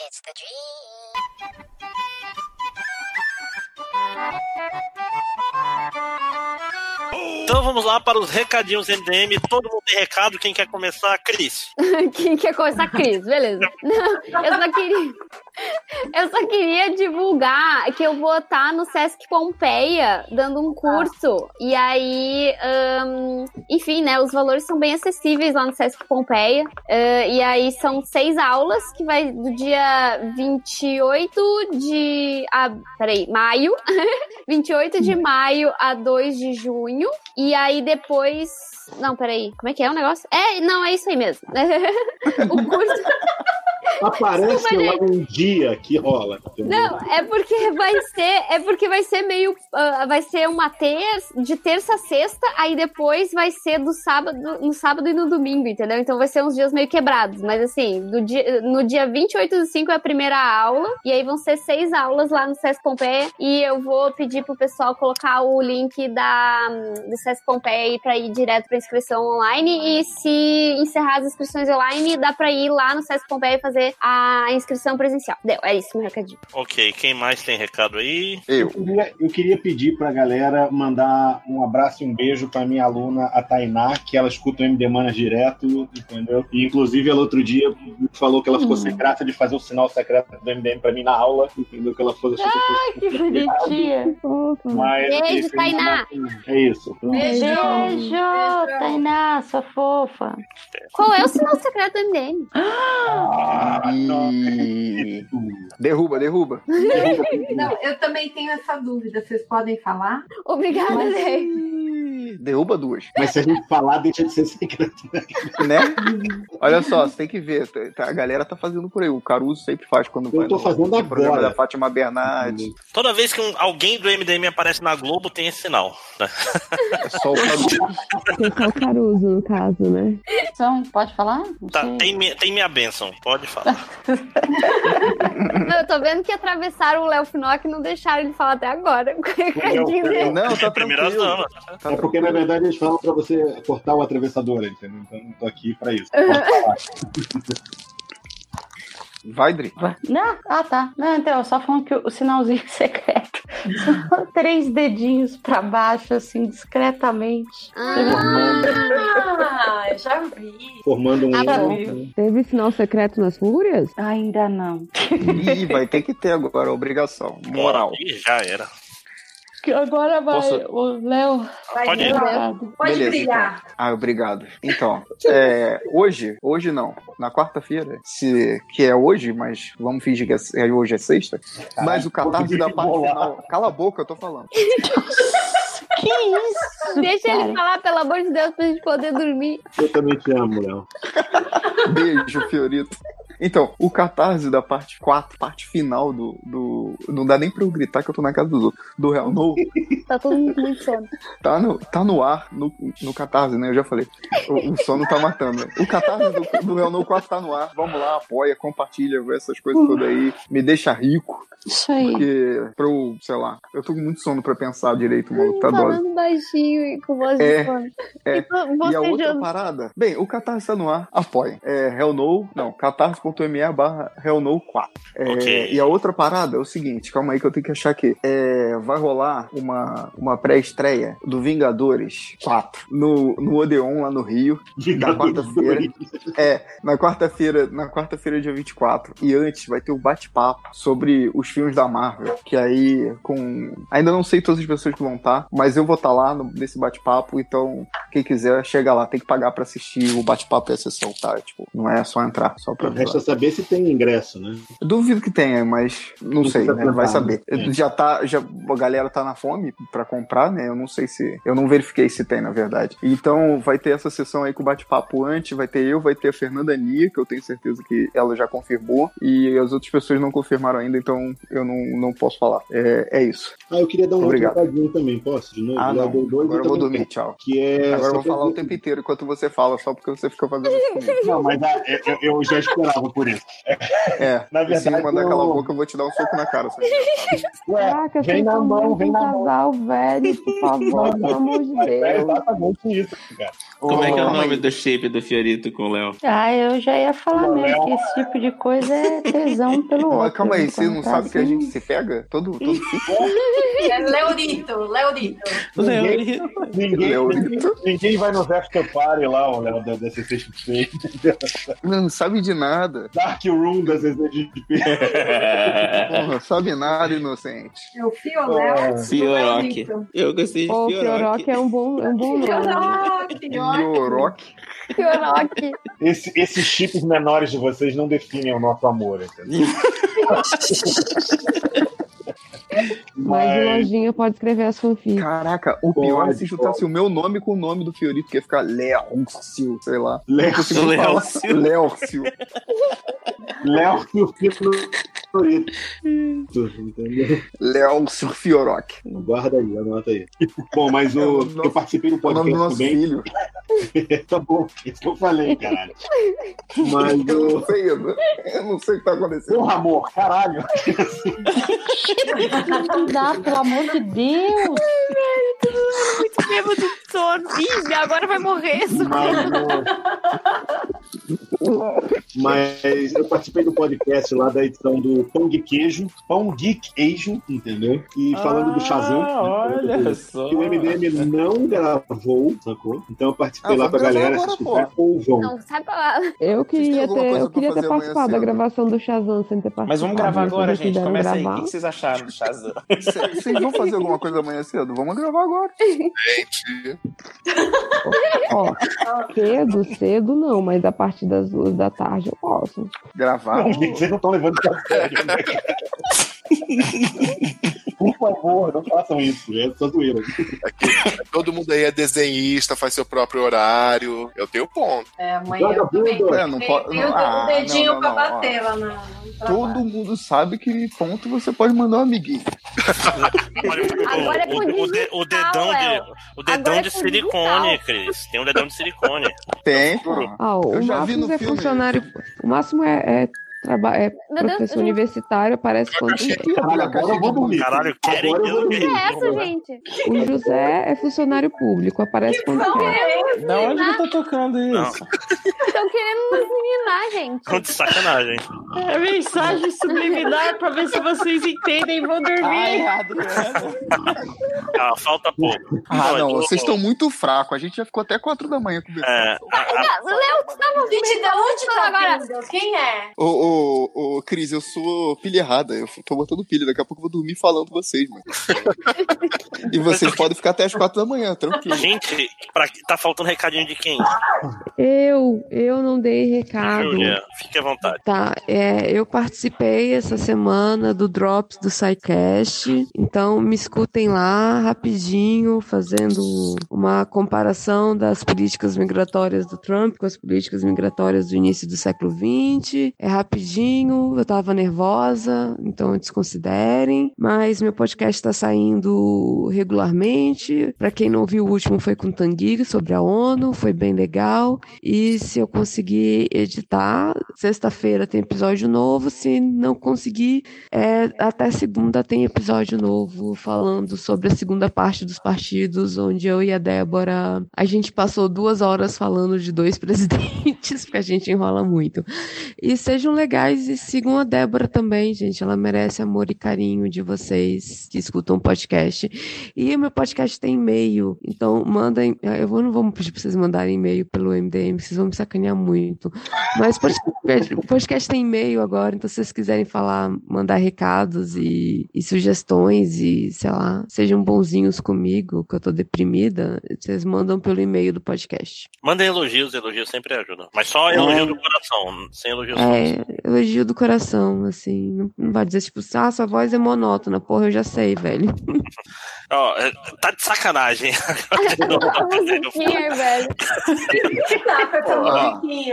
Speaker 25: It's the dream.
Speaker 6: Então vamos lá para os recadinhos MDM. Todo mundo tem recado. Quem quer começar? Cris.
Speaker 1: Quem quer começar, é Cris? Beleza. Não, eu só queria. Eu só queria divulgar que eu vou estar no Sesc Pompeia dando um curso. E aí, ahn, enfim, né? Os valores são bem acessíveis lá no Sesc Pompeia. Ah, e aí são seis aulas que vai do dia 28 de. Ah, peraí, maio. 28 de maio a 2 de junho. E aí depois. Não, peraí, como é que é o negócio? É, não, é isso aí mesmo. o curso.
Speaker 5: Aparece
Speaker 1: Desculpa,
Speaker 5: lá um dia que rola. entendeu?
Speaker 1: Não, é porque vai ser, é porque vai ser meio, ah, vai ser uma terça, de terça a sexta, aí depois vai ser do sábado, no sábado e no domingo, entendeu? Então vai ser uns dias meio quebrados, mas assim, do dia, no dia 28 do 5 é a primeira aula, e aí vão ser seis aulas lá no SESC Pompeia, e eu vou pedir pro pessoal colocar o link da, do SESC Pompeia aí pra ir direto pra inscrição online, e se encerrar as inscrições online, dá pra ir lá no SESC Pompeia e fazer a inscrição presencial. Deu, é isso, meu recadinho.
Speaker 6: Ok, quem mais tem recado aí?
Speaker 5: Eu queria, eu queria pedir pra galera mandar um abraço e um beijo pra minha aluna, a Tainá, que ela escuta o MD Manas direto, entendeu? E, inclusive, ela outro dia falou que ela ficou
Speaker 24: Hum.
Speaker 5: sem graça de fazer o sinal secreto do MDM pra mim na aula, entendeu? Que ela falou assim,
Speaker 24: Ai, que bonitinha.
Speaker 5: mas,
Speaker 24: Beijo,
Speaker 5: enfim,
Speaker 24: Tainá.
Speaker 5: É isso.
Speaker 24: Beijo. Beijo, Tainá, sua fofa.
Speaker 1: Qual é o sinal secreto do MDM?
Speaker 9: Ah!
Speaker 5: Ah,
Speaker 14: E... Derruba, derruba. derruba.
Speaker 3: Não, eu também tenho essa dúvida, vocês podem falar?
Speaker 1: Obrigada,
Speaker 3: Mas-
Speaker 1: Lei.
Speaker 14: Derruba duas.
Speaker 5: Mas se a gente falar, deixa de ser secreto.
Speaker 14: Né? Olha só, você tem que ver. tá- A galera tá fazendo por aí. O Caruso sempre faz quando vai
Speaker 5: tô
Speaker 14: no-
Speaker 5: fazendo
Speaker 14: no programa
Speaker 5: agora.
Speaker 14: da Fátima Bernardes.
Speaker 6: Toda vez que um- alguém do MDM aparece na Globo, tem esse sinal. né?
Speaker 14: É só o Caruso.
Speaker 9: Tem só o Caruso, no caso, né?
Speaker 2: Então, pode falar?
Speaker 6: Tá, tem, mi- tem minha bênção, pode falar.
Speaker 1: Não, eu tô vendo que atravessaram o Léo Finock e não deixaram ele falar até agora. Coitadinho dele.
Speaker 5: Não, tá
Speaker 6: Primeiras damas.
Speaker 5: É porque, na verdade, eles falam pra você cortar o atravessador, entendeu? Então, eu não tô aqui pra isso. Pode falar.
Speaker 7: Vai, Dri.
Speaker 2: Não? Ah, tá. Não, então, só falando que o sinalzinho secreto. São três dedinhos pra baixo, assim, discretamente.
Speaker 3: Ah, já vi.
Speaker 5: Formando um.
Speaker 2: Ah, tá
Speaker 5: ponto.
Speaker 9: Teve sinal secreto nas fúrias?
Speaker 2: Ainda não.
Speaker 7: Ih, vai ter que ter agora, obrigação. Moral.
Speaker 6: Ih, já era.
Speaker 26: Que agora vai
Speaker 7: Posso-
Speaker 26: o Léo.
Speaker 3: Vai
Speaker 7: Pode ir.
Speaker 26: Léo.
Speaker 7: Beleza, então. Ah, obrigado. Então, é, hoje, hoje não, na quarta-feira, se que é hoje, mas vamos fingir que é- é hoje é sexta, mas o catarse da parte final. Cala a boca, eu tô falando.
Speaker 1: Que isso? Deixa ele falar, pelo amor de Deus, pra gente poder dormir.
Speaker 5: Eu também te amo, Léo.
Speaker 7: Beijo, Fiorito. Então, o catarse da parte 4, parte final do, do. Não dá nem pra eu gritar que eu tô na casa dos outros. Do Real No,
Speaker 1: Tá todo mundo muito sono.
Speaker 7: tá no, tá no ar, no, no catarse, né? Eu já falei. O, o sono tá matando. O catarse do, do Real No 4 tá no ar. Vamos lá, apoia, compartilha, vê essas coisas todas aí. Me deixa rico.
Speaker 26: Isso aí.
Speaker 7: Porque, pra eu, sei lá, eu tô com muito sono pra pensar direito, mano. Tá doido.
Speaker 1: Falando baixinho e com voz
Speaker 7: É,
Speaker 1: de sono.
Speaker 7: É,
Speaker 1: E tu-
Speaker 7: e a outra
Speaker 1: bocejando.
Speaker 7: parada? Bem, o Catarse tá no ar, apoia. É Hellno, não, catarse.me barra Hellno 4. É,
Speaker 6: Ok.
Speaker 7: E a outra parada é o seguinte, calma aí que eu tenho que achar aqui. É, vai rolar uma, uma pré-estreia do Vingadores 4 no, no Odeon lá no Rio, na quarta-feira. É, na quarta-feira, na quarta-feira, dia 24. E antes vai ter o bate-papo sobre os filmes da Marvel. Que aí, com. Ainda não sei todas as pessoas que vão estar, mas eu vou estar lá no- nesse bate-papo, então quem quiser chega lá, tem que pagar pra assistir o bate-papo e a sessão, tá? Tipo, não é só entrar, só pra.
Speaker 5: Resta saber se tem ingresso, né?
Speaker 7: Duvido que tenha, mas não sei,
Speaker 5: precisa
Speaker 7: né? Vai
Speaker 5: comprar,
Speaker 7: saber.
Speaker 5: né? É.
Speaker 7: Já tá, já a galera tá na fome pra comprar, né? Eu não sei se, eu não verifiquei se tem, na verdade. Então vai ter essa sessão aí com bate-papo antes, vai ter eu, vai ter a Fernanda Nia, que eu tenho certeza que ela já confirmou, e as outras pessoas não confirmaram ainda, então eu não, não posso falar. É, é isso.
Speaker 5: Ah, eu queria dar um
Speaker 7: Obrigado.
Speaker 5: outro recadinho também, posso? De novo?
Speaker 7: Ah,
Speaker 5: Já
Speaker 7: não.
Speaker 5: dei dois,
Speaker 7: Agora eu
Speaker 5: então
Speaker 7: vou
Speaker 5: não
Speaker 7: dormir,
Speaker 5: tem.
Speaker 7: tchau.
Speaker 5: Que é
Speaker 7: Agora eu
Speaker 5: só
Speaker 7: vou falar o
Speaker 5: pra-
Speaker 7: tempo inteiro enquanto você fala, só porque você fica fazendo isso comigo.
Speaker 5: Não, mas ah, eu, eu- eu já esperava por isso.
Speaker 7: É,
Speaker 5: Na
Speaker 7: se eu
Speaker 5: verdade,
Speaker 7: mandar
Speaker 5: eu-
Speaker 7: aquela boca, eu vou te dar um soco na cara. sabe?
Speaker 5: vem
Speaker 9: Caraca, vocês
Speaker 5: na
Speaker 9: são
Speaker 5: mão,
Speaker 9: muito
Speaker 5: vem
Speaker 9: um
Speaker 5: na mão.
Speaker 9: casal velho, por favor, pelo amor de
Speaker 5: É
Speaker 9: Deus.
Speaker 5: exatamente isso, cara.
Speaker 10: Como é que é o
Speaker 5: Ô,
Speaker 10: nome do chip do Fiorito com o Léo?
Speaker 2: Ah, eu já ia falar mesmo que esse tipo de coisa é tesão pelo outro.
Speaker 7: Mas calma aí,
Speaker 2: né?
Speaker 7: você não
Speaker 2: Quando tá
Speaker 7: sabe que a
Speaker 2: assim.
Speaker 7: gente se pega? Todo, todo
Speaker 3: É Leorito, Leorito.
Speaker 5: Ninguém, ninguém, ninguém, ninguém vai no After Party lá, o Léo, da, da CCXP.
Speaker 7: Não sabe de nada.
Speaker 5: Dark Room da CCXP.
Speaker 7: Porra, sabe nada, inocente.
Speaker 3: É o Fio Léo.
Speaker 10: Fioroque. Eu gostei de
Speaker 9: Pô,
Speaker 10: Fioroque.
Speaker 9: Fioroque é um bom, é um bom nome.
Speaker 7: Fioroque.
Speaker 1: Fioroque.
Speaker 5: Esse, esses chips menores de vocês não definem o nosso amor, entendeu?
Speaker 9: Mas
Speaker 10: É.
Speaker 9: o Lojinha pode escrever as fanfics.
Speaker 7: Caraca, o pior é se juntasse o meu nome com o nome do Fiorito, que ia ficar Léo-cio, sei lá.
Speaker 5: Léo-
Speaker 7: Não consigo falar.
Speaker 5: Léo-cio.
Speaker 7: Léo-cio.
Speaker 5: Léo e o Pico Florito. Entendeu?
Speaker 7: Léo-cio Fioroque.
Speaker 5: Guarda aí, anota aí. Bom, mas o, eu participei do
Speaker 7: É O
Speaker 5: podcast
Speaker 7: nome do nosso
Speaker 5: também.
Speaker 7: filho.
Speaker 5: tá bom, isso que eu falei, caralho. Mas
Speaker 7: Eu não
Speaker 5: o.
Speaker 7: sei, eu não- eu não sei o que tá acontecendo.
Speaker 5: Porra, amor, caralho.
Speaker 2: Não dá, pelo amor de Deus.
Speaker 27: Muito bêbado de sono. Ih, agora vai morrer.
Speaker 5: Mas eu participei do podcast lá da edição do Pão de Queijo, Pão de Queijo, entendeu? E falando do Shazam. né,
Speaker 28: olha
Speaker 5: que
Speaker 28: só.
Speaker 5: Que o MDM não gravou, sacou? Então eu participei
Speaker 9: Ah,
Speaker 5: lá pra
Speaker 9: vamos
Speaker 5: galera
Speaker 9: gravar
Speaker 5: se
Speaker 9: agora,
Speaker 5: escutar ou vão.
Speaker 1: Não, sai pra lá.
Speaker 9: Eu queria
Speaker 1: alguma
Speaker 9: ter,
Speaker 1: coisa
Speaker 9: eu
Speaker 1: pra
Speaker 9: queria ter
Speaker 1: fazer amanhã
Speaker 9: participado da
Speaker 1: cedo?
Speaker 9: gravação do Shazam sem ter participado.
Speaker 10: Mas vamos gravar
Speaker 9: mas
Speaker 10: agora,
Speaker 9: vocês
Speaker 10: gente.
Speaker 9: quiseram
Speaker 10: Começa aí. O
Speaker 9: gravar.
Speaker 10: que que vocês acharam do Shazam?
Speaker 7: Vocês vão fazer alguma coisa amanhã cedo? Vamos gravar agora.
Speaker 12: Gente.
Speaker 9: Ó, cedo, cedo não, mas a partir das duas da tarde eu posso.
Speaker 7: Gravar.
Speaker 5: Não, gente, vocês não estão levando isso a sério. né? Por favor, não façam isso. É só zoeira.
Speaker 12: Todo mundo aí é desenhista, faz seu próprio horário. Eu tenho ponto.
Speaker 3: É, amanhã
Speaker 12: Joga
Speaker 3: eu também
Speaker 12: bunda.
Speaker 7: É, não
Speaker 3: tem-
Speaker 7: pode-
Speaker 3: tem o
Speaker 7: Ah,
Speaker 3: dedinho
Speaker 7: não, não,
Speaker 3: pra
Speaker 7: não,
Speaker 3: bater
Speaker 7: ó.
Speaker 3: lá na... no trabalho.
Speaker 7: Todo mundo sabe que ponto você pode mandar um amiguinho.
Speaker 1: Agora é com
Speaker 6: o, o, o, de- o dedão
Speaker 1: Léo.
Speaker 6: de, o dedão
Speaker 1: Agora é
Speaker 6: de
Speaker 1: com
Speaker 6: silicone, Cris. Tem um dedão de silicone.
Speaker 7: Tem,
Speaker 9: Ah, o máximo é funcionário. O máximo é, é traba- é
Speaker 1: Meu Deus,
Speaker 9: professor
Speaker 1: eu-
Speaker 9: universitário, aparece quando.
Speaker 5: Caralho, agora eu vou dormir.
Speaker 6: Caralho, querem
Speaker 5: Agora eu vou
Speaker 1: O que
Speaker 5: dormir.
Speaker 1: é essa, gente?
Speaker 9: O José é funcionário público, aparece quando é.
Speaker 1: Estão
Speaker 9: quer.
Speaker 3: é
Speaker 1: querendo
Speaker 21: Da
Speaker 1: nos
Speaker 21: onde
Speaker 1: minar.
Speaker 21: que tá tocando isso?
Speaker 1: Estão querendo nos minar, gente.
Speaker 6: Tô de sacanagem.
Speaker 11: É mensagem subliminar pra ver se vocês entendem e vão dormir.
Speaker 1: Ah,
Speaker 11: errado.
Speaker 6: Ah, falta pouco.
Speaker 14: Ah, não,
Speaker 6: eu tô-
Speaker 14: vocês estão muito fracos. A gente já ficou até quatro da manhã conversando.
Speaker 6: É, a- a-
Speaker 1: Léo, tu tá no
Speaker 3: Gente, da onde tá
Speaker 1: agora?
Speaker 3: vindo? Quem é?
Speaker 14: Ô, ô, ô, Cris, eu sou pilha errada. Eu tô botando pilha. Daqui a pouco eu vou dormir falando com vocês, mano. e vocês podem ficar até as quatro da manhã, tranquilo.
Speaker 6: Gente, pra... tá faltando recadinho de quem?
Speaker 9: Eu, eu não dei recado.
Speaker 6: Júlia, fique à vontade.
Speaker 9: Tá, é, eu participei essa semana do Drops do SciCast, então me escutem lá rapidinho, fazendo uma comparação das políticas migratórias do Trump com as políticas migratórias do início do século XX. É rapidinho, eu tava nervosa, então desconsiderem, mas meu podcast tá saindo regularmente. Pra quem não ouviu o último foi com o Tanguy sobre a ONU, foi bem legal. E se eu conseguir editar, sexta-feira tem episódio novo. Se não conseguir, é, até segunda tem episódio novo falando sobre a segunda parte dos partidos, onde eu e a Débora a gente passou duas horas falando de dois presidentes, porque a gente enrola muito. E sejam legais e sigam a Débora também, gente. Ela merece amor e carinho de vocês que escutam o podcast. E o meu podcast tem e-mail, então mandem. Eu vou- não vou pedir pra vocês mandarem e-mail pelo MDM, vocês vão me sacanear muito. Mas podcast, o podcast tem e-mail agora, então se vocês quiserem falar, mandar recados e, e sugestões e, sei lá, sejam bonzinhos comigo, que eu tô deprimida, vocês mandam pelo e-mail do podcast.
Speaker 6: Mandem elogios, elogios sempre ajudam. Mas só elogio do coração, sem elogios.
Speaker 9: É, elogio do coração, assim. Não, não vai dizer, tipo, ah, sua voz é monótona. Porra, eu já sei, velho.
Speaker 6: Ó, é, tá de sacanagem. tá
Speaker 1: A
Speaker 3: é
Speaker 1: musiquinha, velho.
Speaker 3: Tá, com essa
Speaker 14: Ó,
Speaker 3: musiquinha.
Speaker 14: o Nazi
Speaker 3: Quem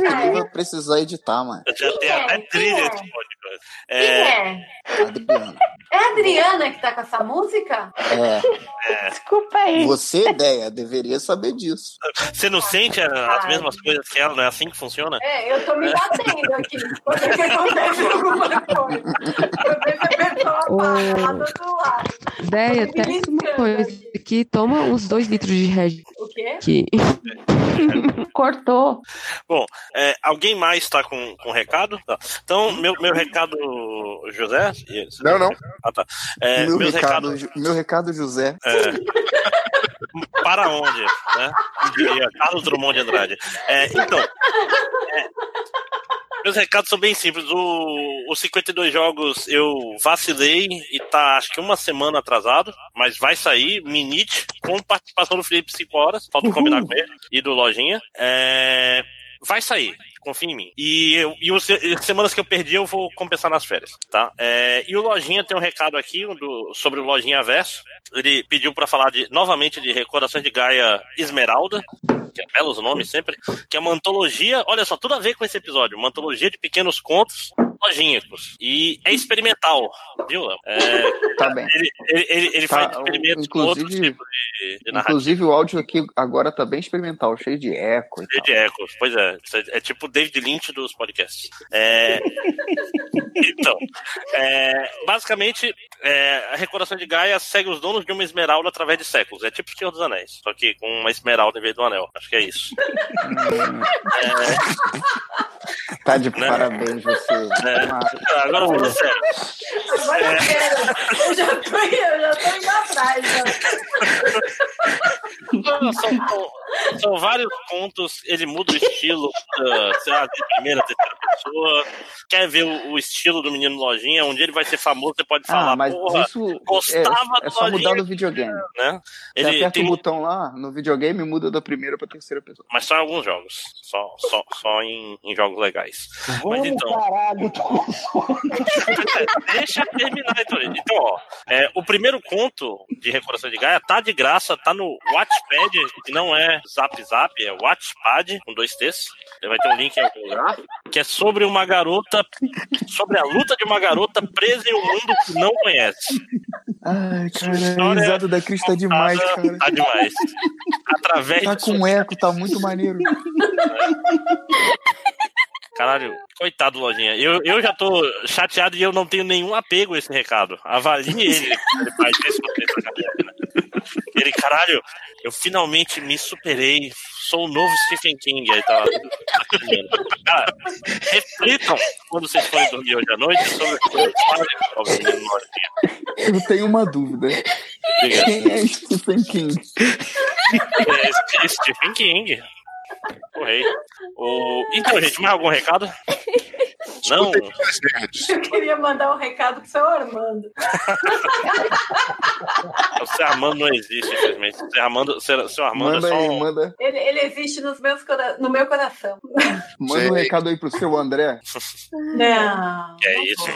Speaker 14: que
Speaker 3: é?
Speaker 14: Ah, vai precisar editar, mano.
Speaker 6: Já tem até né? trilha esse
Speaker 1: é.
Speaker 6: podcast.
Speaker 3: Quem
Speaker 6: É,
Speaker 3: é? É a Adriana que tá com essa música?
Speaker 14: É.
Speaker 3: Desculpa aí.
Speaker 14: Você, ideia, deveria saber disso.
Speaker 6: Você não sente a- as mesmas coisas que ela, não é assim que funciona?
Speaker 3: É, eu tô me batendo aqui. Quando é que acontece alguma coisa? Eu vejo a pessoa
Speaker 9: Tá
Speaker 3: parada do lado.
Speaker 9: Ideia, testa uma coisa aqui. Toma uns dois litros de Red.
Speaker 3: O quê?
Speaker 9: Aqui. Cortou.
Speaker 6: Bom, é, alguém mais está com, com recado? Tá. Então, meu, meu recado, José?
Speaker 14: Não, não.
Speaker 6: Ah, tá. É,
Speaker 14: meu,
Speaker 6: meus
Speaker 14: recado,
Speaker 6: recados-
Speaker 14: Ju- meu recado, José.
Speaker 6: É, para onde? Né? Diria Carlos Drummond de Andrade. É, então. é, meus recados são bem simples. O, os 52 jogos eu vacilei e tá acho que uma semana atrasado, mas vai sair, Minit, com participação do Felipe 5 horas, falta combinar com ele, e do Lojinha. É, vai sair, confia em mim. E, eu, e os- e as semanas que eu perdi eu vou compensar nas férias, tá? É, e o Lojinha tem um recado aqui um do- sobre o Lojinha Verso. Ele pediu para falar de, novamente de Recordações de Gaia Esmeralda, que é belos nomes sempre, que é uma antologia, olha só, tudo a ver com esse episódio, uma antologia de pequenos contos lojínhicos. E é experimental, viu, Léo? É,
Speaker 14: Tá bem.
Speaker 6: Ele, ele- ele- ele
Speaker 14: Tá,
Speaker 6: faz experimentos com
Speaker 14: inclusive-
Speaker 6: outros tipos de, de narrativa.
Speaker 14: Inclusive, o áudio aqui agora tá bem experimental, cheio de eco.
Speaker 6: Cheio de ecos, pois é. Isso é- É tipo o David Lynch dos podcasts. É, então, é, basicamente, é, a Recordação de Gaia segue os donos de uma esmeralda através de séculos. É tipo o Senhor dos Anéis, só que com uma esmeralda em vez do anel. Acho que é isso.
Speaker 14: Tá de parabéns você.
Speaker 6: Né? É, agora falando sério.
Speaker 3: Agora eu quero. Eu já tô, eu já tô indo atrás.
Speaker 6: Não, são, são- são vários contos, ele muda o estilo, muda, sei lá, de primeira, terceira pessoa. Quer ver o, o estilo do menino Lojinha? Um dia ele vai ser famoso, você pode falar,
Speaker 14: Ah, mas
Speaker 6: porra,
Speaker 14: isso é,
Speaker 6: gostava
Speaker 14: é
Speaker 6: do
Speaker 14: só mudar
Speaker 6: Lojinha.
Speaker 14: no videogame.
Speaker 6: Né?
Speaker 14: Você
Speaker 6: Ele
Speaker 14: aperta
Speaker 6: tem-
Speaker 14: o botão lá no videogame e muda da primeira pra terceira pessoa.
Speaker 6: Mas só em alguns jogos. Só, só, só em, em jogos legais. Mas então,
Speaker 5: Caralho, tô com sono.
Speaker 6: deixa eu terminar então. Então, ó, é, o primeiro conto de Recordação de Gaia tá de graça, tá no Watchpad, que não é Zap Zap, é Watchpad, com dois T's. Vai ter um link em algum lugar. Que é sobre uma garota, sobre a luta de uma garota presa em um mundo que não conhece.
Speaker 14: Ai, cara, a
Speaker 6: história é
Speaker 14: risada da
Speaker 7: é
Speaker 14: Cris tá demais, cara.
Speaker 6: Tá demais. Através
Speaker 14: Tá
Speaker 6: de
Speaker 14: com eco, tá muito maneiro.
Speaker 6: Caralho, coitado, Lojinha. Eu, eu já tô chateado e eu não tenho nenhum apego a esse recado. Avalie ele. Ele faz isso pra dentro da caverna. Ele, caralho, eu finalmente me superei. Sou o novo Stephen King. Aí tá lá. Cara, reflitam quando vocês forem dormir hoje à noite sobre o que vocês fazem com alguém
Speaker 7: Eu tenho uma dúvida.
Speaker 6: Diga.
Speaker 7: Quem é Stephen King?
Speaker 6: É Stephen King. O rei. O... Então, gente, mais algum recado? Não?
Speaker 3: Eu queria mandar um recado pro seu Armando.
Speaker 6: O seu Armando não existe, infelizmente. O seu Armando, seu seu Armando
Speaker 7: Manda
Speaker 6: é só
Speaker 7: aí,
Speaker 6: um-
Speaker 7: manda.
Speaker 3: Ele, ele existe nos meus, cora- no meu coração.
Speaker 7: Manda um recado aí pro seu André.
Speaker 3: Não,
Speaker 6: É isso.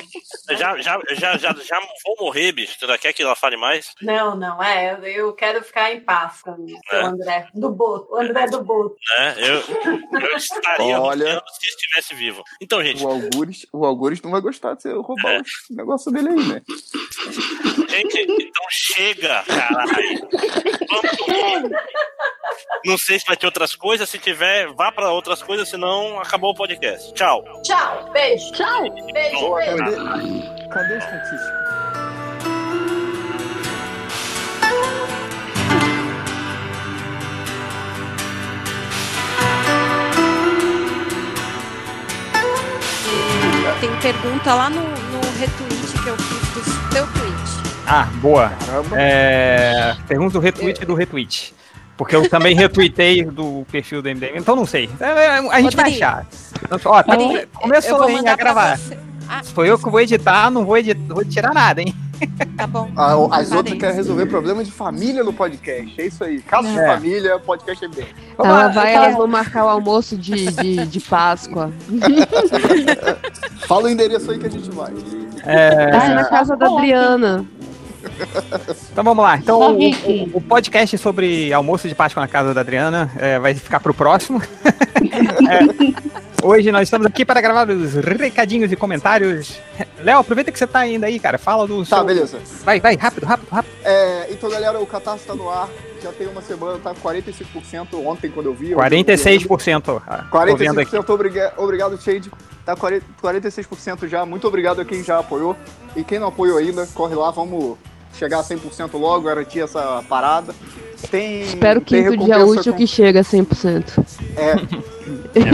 Speaker 6: Já, já, já, já, já vou morrer, bicho. Tu ainda quer que ela fale mais?
Speaker 3: não, não. É, eu- eu quero ficar em paz com o seu
Speaker 6: É.
Speaker 3: André do Boto. O André do Boto.
Speaker 6: Né? Eu, eu estaria
Speaker 7: Olha.
Speaker 6: rodeando se estivesse vivo. Então, gente, É.
Speaker 7: O Algures, o Algures não vai gostar de você roubar o negócio dele aí, né?
Speaker 6: gente, então chega, caralho. Vamos dormir. Não sei se vai ter outras coisas. Se tiver, vá pra outras coisas, senão acabou o podcast. Tchau.
Speaker 3: Tchau, beijo. Tchau, beijo,
Speaker 6: Boa,
Speaker 3: beijo.
Speaker 6: cara.
Speaker 7: né? Cadê o estatístico?
Speaker 29: Tem pergunta lá no, no retweet que eu fiz do teu tweet.
Speaker 30: Ah, boa. É, Pergunta o retweet do retweet. Porque eu também retuitei do perfil do MDM, então não sei. É, é, A gente vai achar. Ó, tá-
Speaker 29: Rodrigo, eu
Speaker 30: começou
Speaker 29: vou
Speaker 30: hein,
Speaker 29: mandar
Speaker 30: a
Speaker 29: pra
Speaker 30: gravar.
Speaker 29: você. Ah,
Speaker 30: Foi eu que vou editar, não vou, editar, vou tirar nada, hein?
Speaker 29: Tá bom.
Speaker 7: Ah, o- as outras querem resolver problema de família no podcast. É isso aí. Caso de
Speaker 30: É.
Speaker 7: família, podcast é bem.
Speaker 9: Ela vai, elas vão marcar o almoço de, de, de Páscoa.
Speaker 7: Fala o endereço aí que a gente vai.
Speaker 30: É...
Speaker 9: Vai na casa da Adriana.
Speaker 30: Então vamos lá. Então,
Speaker 9: Só
Speaker 30: o,
Speaker 9: Vicky.
Speaker 30: o- o podcast sobre almoço de Páscoa na casa da Adriana é, vai ficar pro próximo. É, hoje nós estamos aqui para gravar os recadinhos e comentários. Léo, aproveita que você tá ainda aí, cara. Fala do.
Speaker 7: Tá, beleza.
Speaker 30: Vai, vai, rápido, rápido, rápido.
Speaker 7: É, então, galera, o Catarse tá no ar. Já tem uma semana, tá 45% ontem quando eu vi. hoje eu vi ainda.
Speaker 30: 46%. ah, Tô vendo aqui.
Speaker 7: 45% obriga obrigado, Shade. Tá 40 46% já. Muito obrigado a quem já apoiou. E quem não apoiou ainda, corre lá, vamos chegar a 100% logo, garantir essa parada. Tem,
Speaker 9: Espero que
Speaker 7: tem
Speaker 9: o dia
Speaker 7: recompensa
Speaker 9: útil
Speaker 7: com-
Speaker 9: que chega a 100%.
Speaker 7: É. tem,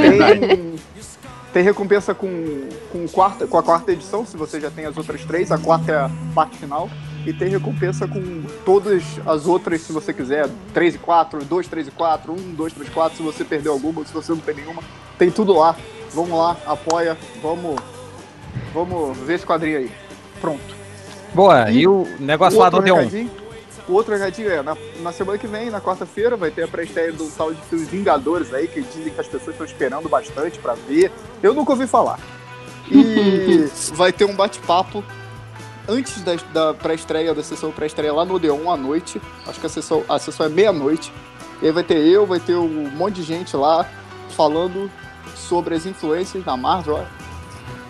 Speaker 7: tem recompensa com, com, quarta, com a quarta edição, se você já tem as outras três, a quarta é a parte final. E tem recompensa com todas as outras, se você quiser. 3 e 4, 2, 3 e 4, 1, 2, 3, 4, se você perdeu alguma, se você não tem nenhuma. Tem tudo lá. Vamos lá, apoia, vamos. Vamos ver esse quadrinho aí. Pronto.
Speaker 30: Boa, e o negócio
Speaker 7: O
Speaker 30: lá do um.
Speaker 7: outro
Speaker 30: Odeon.
Speaker 7: recadinho- O outro recadinho é, na, na semana que vem, na quarta-feira, vai ter a pré-estreia do tal de filme Vingadores aí, que dizem que as pessoas estão esperando bastante pra ver. Eu nunca ouvi falar. E vai ter um bate-papo antes da, da pré-estreia, da sessão pré-estreia lá no Odeon à noite. Acho que a sessão, a sessão é meia-noite. E aí vai ter eu, vai ter um monte de gente lá falando sobre as influências da Marvel. ó.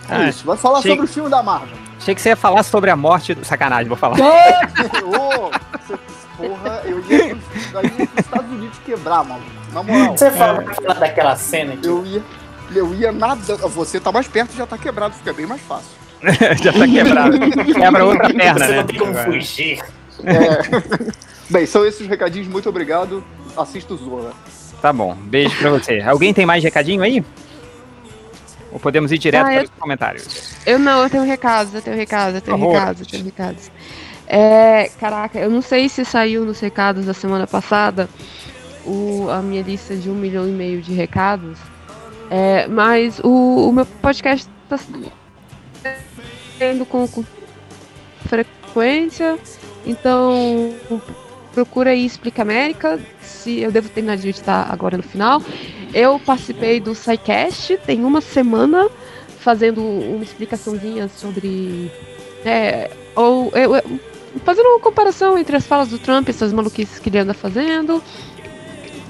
Speaker 7: É
Speaker 30: Ah,
Speaker 7: isso, vai falar
Speaker 30: achei-
Speaker 7: sobre o filme da Marvel.
Speaker 30: Achei que você ia falar sobre a morte do. Sacanagem, vou falar.
Speaker 7: Ô, você- porra, eu ia, pros- eu ia pros Estados Unidos quebrar, maluco. Na moral.
Speaker 5: Você fala lá daquela cena que
Speaker 7: Eu ia, eu ia nada. Você tá mais perto já tá quebrado, fica bem mais fácil.
Speaker 30: Já tá quebrado. Quebra outra perna,
Speaker 5: Você
Speaker 30: né?
Speaker 5: não
Speaker 7: tá
Speaker 5: tem como
Speaker 30: Agora.
Speaker 5: fugir.
Speaker 7: É. Bem, são esses recadinhos, muito obrigado. Assista o Zola.
Speaker 30: Tá bom, beijo pra você. Alguém tem mais recadinho aí? Ou podemos ir direto
Speaker 9: Ah,
Speaker 30: para
Speaker 9: eu-
Speaker 30: os comentários?
Speaker 9: Eu não, eu tenho recados, eu tenho recados, eu tenho
Speaker 30: Horror.
Speaker 9: recados, eu tenho recados. É, caraca, eu não sei se saiu nos recados da semana passada o- a minha lista de um milhão e meio de recados, é, mas o, o meu podcast tá saindo com, com frequência, então procura aí Explica América, se eu devo terminar de editar agora no final. Eu participei do SciCast, tem uma semana fazendo uma explicaçãozinha sobre. É, ou eu- eu- fazendo uma comparação entre as falas do Trump e essas maluquices que ele anda fazendo.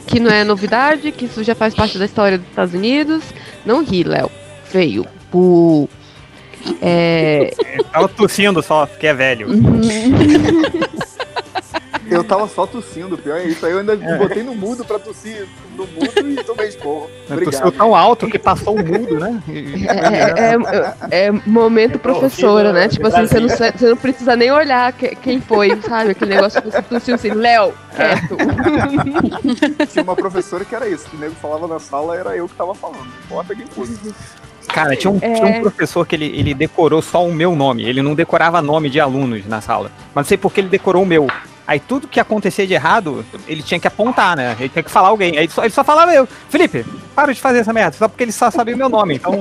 Speaker 9: Que não é novidade, que isso já faz parte da história dos Estados Unidos. Não ri, Léo. Feio. Pu. É. Uhum.
Speaker 30: Tava tossindo só, porque é velho.
Speaker 14: Eu tava só tossindo, pior é isso. Aí eu ainda
Speaker 30: É.
Speaker 14: botei no mudo pra tossir no mudo e tomei esporro.
Speaker 30: Tossiu
Speaker 14: Obrigado.
Speaker 30: tão alto que passou o mudo, né? E-
Speaker 9: É, é- é momento professora, né? Tipo assim, você não,
Speaker 30: Brasília.
Speaker 9: você não precisa nem olhar que- quem foi, sabe? Aquele negócio que você tossiu assim, Léo, quieto.
Speaker 14: Tinha uma professora que era isso. Que o nego falava na sala, era eu que tava falando. Não importa quem fosse.
Speaker 30: Cara, tinha um,
Speaker 14: É.
Speaker 30: tinha um professor que ele, ele decorou só o meu nome. Ele não decorava nome de alunos na sala. Mas não sei por que ele decorou o meu. Aí tudo que acontecia de errado, ele tinha que apontar, né? Ele tinha que falar alguém. Aí só- ele só falava eu. Felipe, para de fazer essa merda. Só porque ele só sabia o meu nome. Então,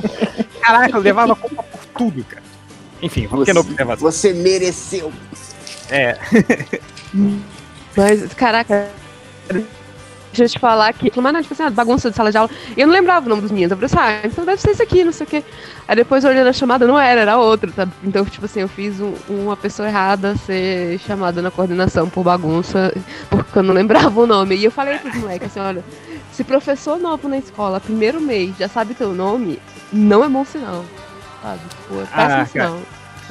Speaker 30: caraca, eu levava culpa por tudo, cara. Enfim, você,
Speaker 5: Você mereceu.
Speaker 30: É.
Speaker 9: Mas, caraca. Deixa eu te falar que. Mas não, tipo assim, ah, bagunça de sala de aula. E eu não lembrava o nome dos meninos. Eu falei assim, ah, então deve ser isso aqui, não sei o quê. Aí depois olhando a chamada, não era, era outro, tá? Então, tipo assim, eu fiz um- uma pessoa errada ser chamada na coordenação por bagunça, porque eu não lembrava o nome. E eu falei pros moleques assim, olha, se professor novo na escola, primeiro mês, já sabe teu nome, não é bom sinal. Sabe? Tipo, é péssimo
Speaker 30: Ah, cara,
Speaker 9: sinal.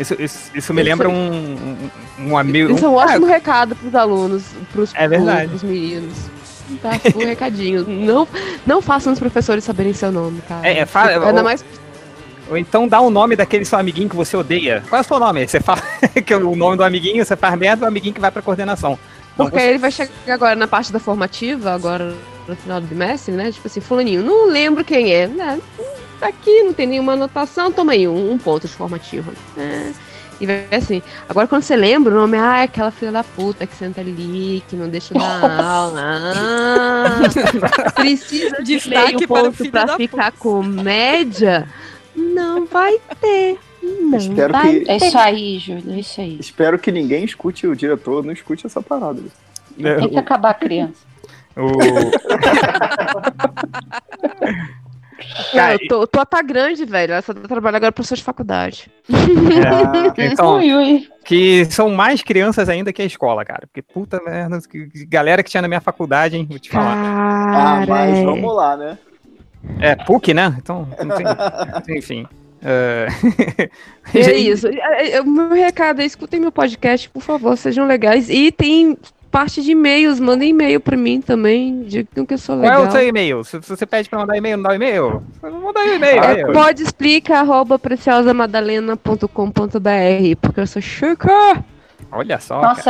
Speaker 30: isso, isso, isso me lembra
Speaker 9: Isso-
Speaker 30: um, um, um amigo.
Speaker 9: Isso é
Speaker 30: um-
Speaker 9: um ótimo recado pros alunos, pros,
Speaker 30: É verdade.
Speaker 9: pros meninos. Tá, um recadinho. Não, não façam os professores saberem seu nome, cara.
Speaker 30: É, é, fala-
Speaker 9: Ainda
Speaker 30: ou-
Speaker 9: mais.
Speaker 30: Ou então dá o nome daquele seu amiguinho que você odeia. Qual é o seu nome? Você fala que é o nome do amiguinho, você faz merda, o amiguinho que vai pra coordenação. Então, Bom,
Speaker 9: Porque aí ele vai chegar agora na parte da formativa, agora no final do bimestre, né? Tipo assim, fulaninho, não lembro quem é, né? Tá aqui, não tem nenhuma anotação, toma aí um, um ponto de formativa. né? E vai assim. Agora quando você lembra o nome, ah, é aquela filha da puta que senta ali, que não deixa eu dar aula. Ah, precisa de
Speaker 31: Destaque para
Speaker 9: meio
Speaker 31: o
Speaker 9: ponto
Speaker 31: filho
Speaker 9: pra
Speaker 31: da
Speaker 9: ficar com média? Não vai ter. Não
Speaker 14: Espero
Speaker 9: vai
Speaker 14: que-
Speaker 9: ter.
Speaker 14: É isso
Speaker 2: aí, Júlio, é isso aí.
Speaker 14: Espero que ninguém escute o diretor, não escute essa parada.
Speaker 30: É,
Speaker 9: É
Speaker 2: Tem que acabar a criança.
Speaker 9: Não, É, eu tô, tô tá grande, velho. Ela só trabalha agora professor de faculdade.
Speaker 30: É, então, que são mais crianças ainda que a escola, cara. Porque puta merda, que- que galera que tinha na minha faculdade, hein, vou te falar.
Speaker 14: Ah, mas vamos lá, né?
Speaker 30: É, PUC, né? Então, não tem- enfim. É,
Speaker 9: É
Speaker 30: Gente,
Speaker 9: isso. É, é, O meu recado é escutem meu podcast, por favor, sejam legais. E tem parte de e-mails, mandem e-mail pra mim também. Digam que eu sou
Speaker 30: Qual
Speaker 9: legal.
Speaker 30: é o seu e-mail? Se se você pede pra mandar e-mail, não dá o e-mail? Não manda o e-mail.
Speaker 14: Ah,
Speaker 9: É,
Speaker 30: e-mail.
Speaker 9: pode explica arroba preciosamadalena.com.br porque eu sou chica.
Speaker 30: Olha só.
Speaker 2: Nossa,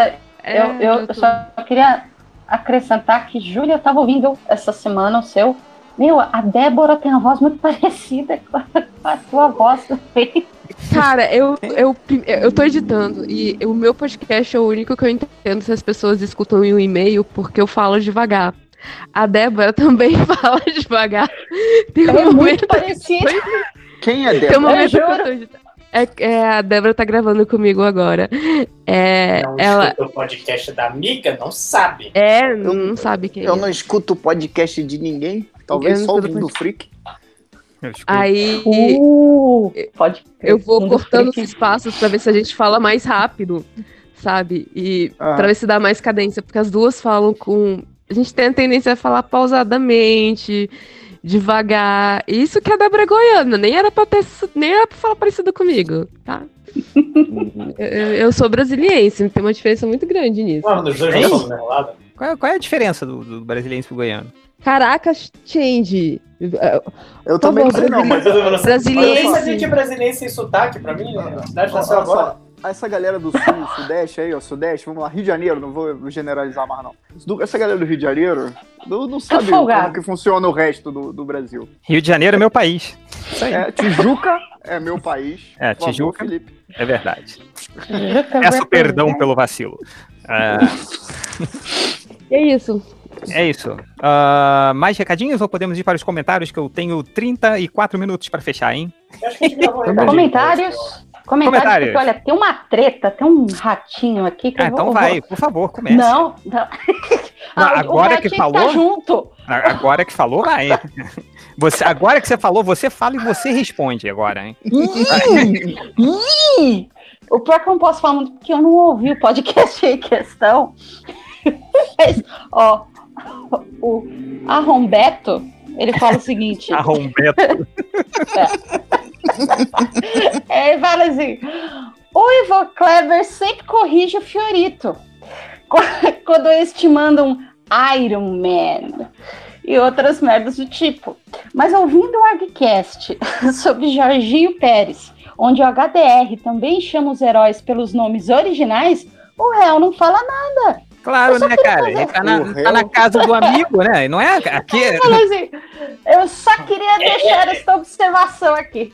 Speaker 30: cara.
Speaker 2: eu, eu só queria acrescentar que Júlia eu tava ouvindo essa semana o seu. Meu, a Débora tem uma voz muito parecida com a, com a sua voz também.
Speaker 9: Cara, eu, eu, eu tô editando e o meu podcast é o único que eu entendo se as pessoas escutam em um e-mail porque eu falo devagar. A Débora também fala devagar. Tem um
Speaker 2: É muito
Speaker 9: momento-
Speaker 2: parecida.
Speaker 14: Quem é
Speaker 9: Tem um
Speaker 14: Débora?
Speaker 9: momento que eu tô editando. É, é, a Débora tá gravando comigo agora. É, ela.
Speaker 4: O podcast da amiga não sabe.
Speaker 9: É, não, sabe quem
Speaker 14: Eu
Speaker 9: é.
Speaker 14: não escuto podcast de ninguém. Talvez
Speaker 9: Eu
Speaker 14: só
Speaker 9: não escuto
Speaker 14: ouvindo do Freak.
Speaker 4: Tipo,
Speaker 14: Uh!
Speaker 9: Aí.
Speaker 2: pode
Speaker 9: eu vou cortando os espaços pra ver se a gente fala mais rápido, sabe? E
Speaker 14: Ah.
Speaker 9: pra ver se dá mais cadência, porque as duas falam com. A gente tem a tendência a falar pausadamente, devagar. E Isso que a Débora é goiana, nem era pra ter. Nem era pra falar parecido comigo, tá? eu, eu sou brasiliense, então tem uma diferença muito grande nisso.
Speaker 30: Hein?
Speaker 4: lado.
Speaker 30: Qual, é- qual é a diferença do, do brasileiro pro goiano?
Speaker 9: Caraca, change.
Speaker 14: Eu
Speaker 4: também não sei não, mas eu lembro-
Speaker 9: Brasiliense.
Speaker 4: Mas eu nem sabia que é brasiliense sem sotaque, pra mim, né? na cidade nasceu
Speaker 14: Olha só,
Speaker 4: Ah, tá agora.
Speaker 14: Essa galera do sul, sudeste aí, ó, sudeste, vamos lá, Rio de Janeiro, não vou generalizar mais não. Do- Essa galera do Rio de Janeiro não, não sabe
Speaker 30: folgado.
Speaker 14: como que funciona o resto do, do Brasil.
Speaker 30: Rio de Janeiro é meu país.
Speaker 14: É, Tijuca é meu país.
Speaker 30: É,
Speaker 14: Por favor,
Speaker 30: Tijuca.
Speaker 14: Felipe.
Speaker 30: É verdade.
Speaker 2: é
Speaker 14: Tijuca
Speaker 30: Peço
Speaker 14: vai
Speaker 30: perdão
Speaker 14: pegar.
Speaker 30: pelo vacilo. Ah,
Speaker 9: É isso.
Speaker 30: É, isso. Ah, mais recadinhos ou podemos ir para os comentários que eu tenho 34 minutos para fechar, hein?
Speaker 2: Comentários. Comentários,
Speaker 30: Comentários.
Speaker 2: porque olha, tem uma treta, tem um ratinho aqui que
Speaker 30: Ah,
Speaker 2: eu vou,
Speaker 30: então
Speaker 2: eu
Speaker 30: vai,
Speaker 2: vou-
Speaker 30: por favor, comece.
Speaker 2: Não, não. Ah, o- o
Speaker 30: agora que
Speaker 2: ratinho
Speaker 30: falou.
Speaker 2: Tá junto.
Speaker 30: A- Agora que falou, vai. Você, agora que você falou, você fala e você responde agora, hein?
Speaker 2: Ih, ih. Hum, o pior que eu não posso falar muito, porque eu não ouvi o podcast em questão. Mas, ó, o Arrombeto, ele fala o seguinte.
Speaker 30: Arrombeto.
Speaker 2: É, ele fala assim: o Ivo Kleber sempre corrige o Fiorito. quando eles te mandam Iron Man e outras merdas do tipo. Mas ouvindo o Argcast sobre Jorginho Pérez, onde o HDR também chama os heróis pelos nomes originais, o réu não fala nada.
Speaker 30: Claro, né, cara? Ele tá na, tá na casa do amigo, né? Não é aqui.
Speaker 2: Ele falou assim, eu só queria deixar essa observação aqui.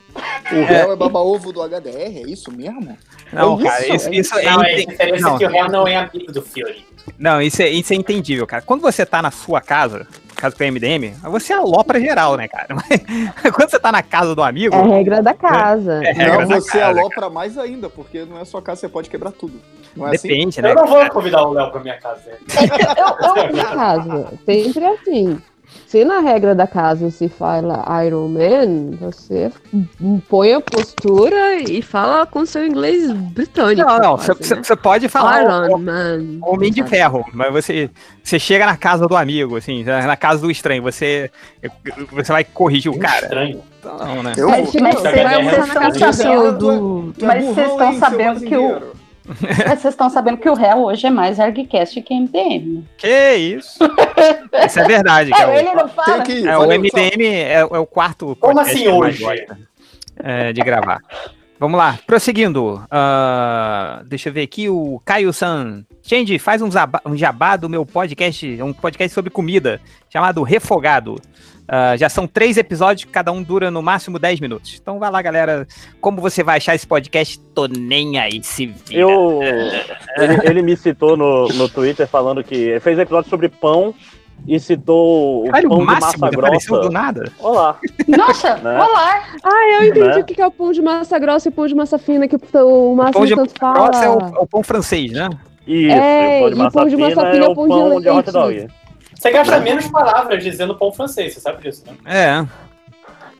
Speaker 14: O réu é baba-ovo do HDR, é isso mesmo?
Speaker 30: Não,
Speaker 14: É
Speaker 30: cara, isso, isso é.
Speaker 4: Não, é
Speaker 30: inte-
Speaker 4: diferente
Speaker 30: não.
Speaker 4: que o réu não é amigo do Fury.
Speaker 30: Não, isso é, isso é entendível, cara. Quando você tá na sua casa, caso que é MDM, você é alopra geral, né, cara? Mas quando você tá na casa do amigo.
Speaker 9: É a regra da casa.
Speaker 30: É, regra
Speaker 14: não,
Speaker 30: da
Speaker 14: você
Speaker 30: casa,
Speaker 14: alopra mais ainda, porque não é sua casa, você pode quebrar tudo. Não é
Speaker 30: Depende,
Speaker 14: assim?
Speaker 30: né, Eu não vou cara?
Speaker 4: convidar o Léo pra minha casa.
Speaker 32: é
Speaker 9: da
Speaker 32: assim.
Speaker 9: casa. Sempre assim. Se na regra da casa se fala Iron Man, você põe a postura e fala com seu inglês britânico.
Speaker 30: Não, não,
Speaker 9: quase,
Speaker 30: você
Speaker 9: né?
Speaker 30: você pode falar
Speaker 9: Iron
Speaker 30: o-
Speaker 9: Man.
Speaker 30: Homem de Ferro, mas você, você chega na casa do amigo, assim, na na casa do estranho, você, você vai corrigir o cara.
Speaker 4: Um Estranho. é
Speaker 30: Não, né?
Speaker 2: Eu- Mas, tipo, vocês estão sabendo- mas vocês estão sabendo que o. Mas vocês estão sabendo que o réu hoje é mais Argcast que MDM.
Speaker 30: Que isso? Isso é verdade. que
Speaker 2: É, ele não fala.
Speaker 30: É
Speaker 2: Tem que-
Speaker 30: o
Speaker 32: um
Speaker 2: olha,
Speaker 30: MDM é, é o quarto
Speaker 4: Como
Speaker 30: podcast
Speaker 4: assim
Speaker 30: que eu mais
Speaker 4: hoje?
Speaker 30: gosto, é, de gravar. Vamos lá, prosseguindo. Ah, deixa eu ver aqui o Caio San. Change, faz um, zaba- um jabá do meu podcast, um podcast sobre comida, chamado Refogado. Ah, já são três episódios, cada um dura no máximo 10 minutos. Então vai lá, galera. Como você vai achar esse podcast? Tô nem aí, se vira.
Speaker 32: Eu, ele, ele me citou no, no Twitter falando que ele fez episódio sobre pão e citou o
Speaker 30: Caralho,
Speaker 32: pão
Speaker 30: o
Speaker 32: de
Speaker 30: Máximo
Speaker 32: massa
Speaker 30: apareceu
Speaker 32: grossa.
Speaker 30: do nada.
Speaker 32: Olá.
Speaker 2: Nossa,
Speaker 32: Né?
Speaker 2: olá!
Speaker 9: Ah, eu entendi
Speaker 32: Né?
Speaker 9: o que que é o pão de massa grossa e o pão de massa fina que o o
Speaker 30: Pão
Speaker 9: Máximo
Speaker 30: de
Speaker 9: tanto fala.
Speaker 30: grossa é o, é o pão francês, né?
Speaker 32: Isso,
Speaker 9: É,
Speaker 32: e o pão de massa fina é o pão de hot
Speaker 4: é.
Speaker 32: dog.
Speaker 4: Você gasta menos palavras dizendo pão francês, você sabe disso, né?
Speaker 30: É.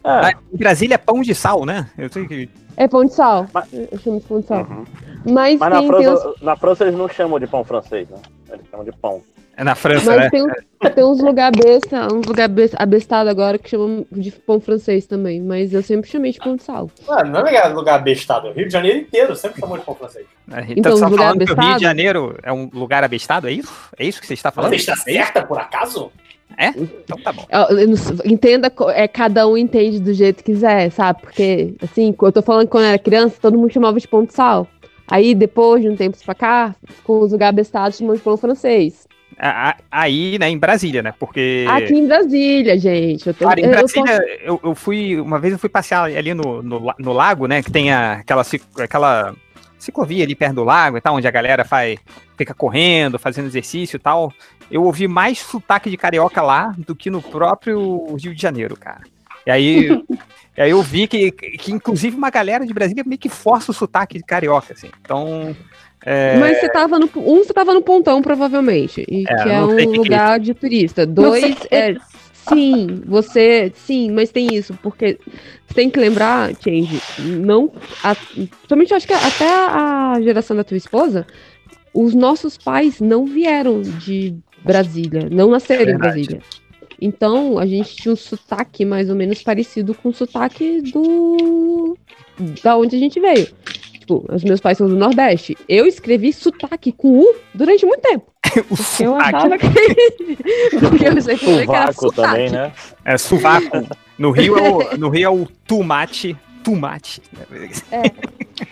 Speaker 30: Ah, Em Brasília é pão de sal, né? Eu sei que.
Speaker 9: É pão de sal. Eu chamo de pão de sal. Mas,
Speaker 32: Uhum. Mas na
Speaker 9: tem, tem
Speaker 32: França,
Speaker 9: uns,
Speaker 32: na França eles não chamam de pão francês, né? Eles chamam de pão.
Speaker 30: É na França,
Speaker 9: mas tem, uns- ah, tem uns lugar besta, uns lugar besta, abestado agora que chamam de pão francês também. Mas eu sempre chamei de pão de sal.
Speaker 4: Mano, não é lugar- lugar abestado. O Rio de Janeiro inteiro sempre chamou de pão francês.
Speaker 30: A gente
Speaker 9: Então,
Speaker 30: tá só
Speaker 9: lugar
Speaker 30: falando que o Rio
Speaker 9: abestado?
Speaker 30: de Janeiro é um lugar abestado, é isso? É isso que você está falando?
Speaker 4: Você está certa, por acaso?
Speaker 30: É? Então tá bom.
Speaker 9: Eu- eu não s- Entenda, co- é, cada um entende do jeito que quiser, sabe? Porque, assim, eu tô falando que quando eu era criança, todo mundo chamava de pão de sal. Aí, depois de um tempo pra cá, ficou os lugares abestados chamando de pão francês.
Speaker 30: A- a- Aí, né, em Brasília, né? Porque.
Speaker 9: Aqui em Brasília, gente. Eu tô,
Speaker 30: Cara, em
Speaker 9: eu- eu
Speaker 30: Brasília,
Speaker 9: posso-
Speaker 30: eu, eu fui. Uma vez eu fui passear ali no, no, la- no lago, né? Que tem a- aquela, ci- aquela ciclovia ali perto do lago e tal, onde a galera faz, fica correndo, fazendo exercício e tal. Eu ouvi mais sotaque de carioca lá do que no próprio Rio de Janeiro, cara. E aí, e aí eu vi que, que, inclusive, uma galera de Brasília meio que força o sotaque de carioca, assim. Então. é,
Speaker 9: Mas você tava no. Um, você tava no pontão, provavelmente. E
Speaker 30: É,
Speaker 9: que é
Speaker 30: não sei o
Speaker 9: um
Speaker 30: que que é
Speaker 9: lugar de turista. Dois. É, sim, você. Sim, mas tem isso, porque você tem que lembrar, Change, não. A, somente acho que até a geração da tua esposa, os nossos pais não vieram de Brasília, não nasceram em
Speaker 24: Verdade.
Speaker 9: Brasília. Então, a gente tinha um sotaque mais ou menos parecido com o sotaque do. da onde a gente veio. Tipo, os meus pais são do Nordeste. Eu escrevi sotaque com U durante muito tempo.
Speaker 30: Porque
Speaker 9: eu achava que. Porque eu sempre falei que era
Speaker 32: Sovaco
Speaker 9: sotaque.
Speaker 32: também, né?
Speaker 30: É sovaco. No Rio é o, no Rio é o tomate. Tomate.
Speaker 9: É.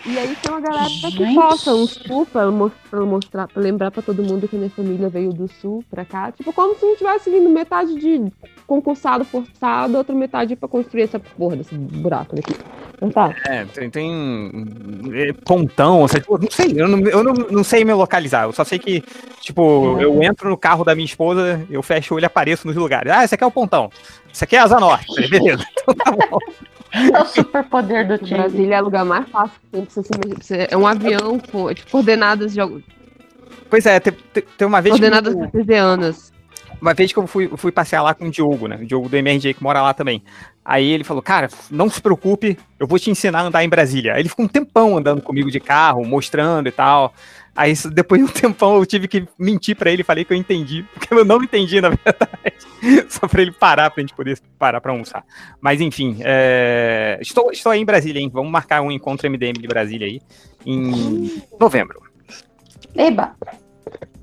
Speaker 9: E aí tem uma galera que força um sul pra, mo- pra mostrar, pra lembrar pra todo mundo que minha família veio do sul pra cá. Tipo, como se não tivesse vindo metade de concursado forçado, outra metade pra construir essa porra desse buraco daqui. Não tá?
Speaker 30: É, tem, tem, é, pontão, essa- eu não sei, eu, não, eu não, não sei me localizar, eu só sei que, tipo, eu entro no carro da minha esposa, eu fecho o olho e apareço nos lugares. Ah, esse aqui é o pontão, esse aqui é a Asa Norte, beleza.
Speaker 2: É o superpoder do time.
Speaker 9: Brasília é o lugar mais fácil. que tem pra você se mexer, pra você- É um avião com tipo, coordenadas de algum.
Speaker 30: Pois é, tem, tem- tem uma vez
Speaker 9: Coordenadas
Speaker 30: que...
Speaker 9: cartesianas.
Speaker 30: Uma vez que eu fui, eu fui passear lá com o Diogo, né? O Diogo do MRG que mora lá também. Aí ele falou, cara, não se preocupe, eu vou te ensinar a andar em Brasília. Aí ele ficou um tempão andando comigo de carro, mostrando e tal. Aí isso- depois de um tempão eu tive que mentir pra ele, falei que eu entendi, porque eu não entendi, na verdade. Só pra ele parar, pra gente poder parar pra almoçar. Mas enfim, é, estou, estou aí em Brasília, hein? Vamos marcar um encontro MDM de Brasília aí em novembro.
Speaker 2: Eba!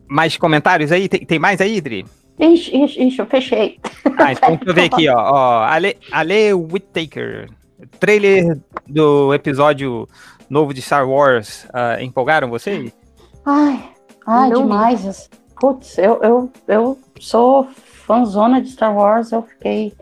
Speaker 30: Mais comentários aí? Tem, tem mais aí, Idri?
Speaker 2: Ixi, ixi, ixi, eu fechei.
Speaker 30: Ah, então deixa eu ver aqui, ó. ó Ale, Ale Whittaker. Trailer do episódio novo de Star Wars. ah, empolgaram vocês?
Speaker 2: Ai, ai,
Speaker 30: Não
Speaker 2: demais. assim. Putz, eu, eu, eu sou fãzona de Star Wars, eu fiquei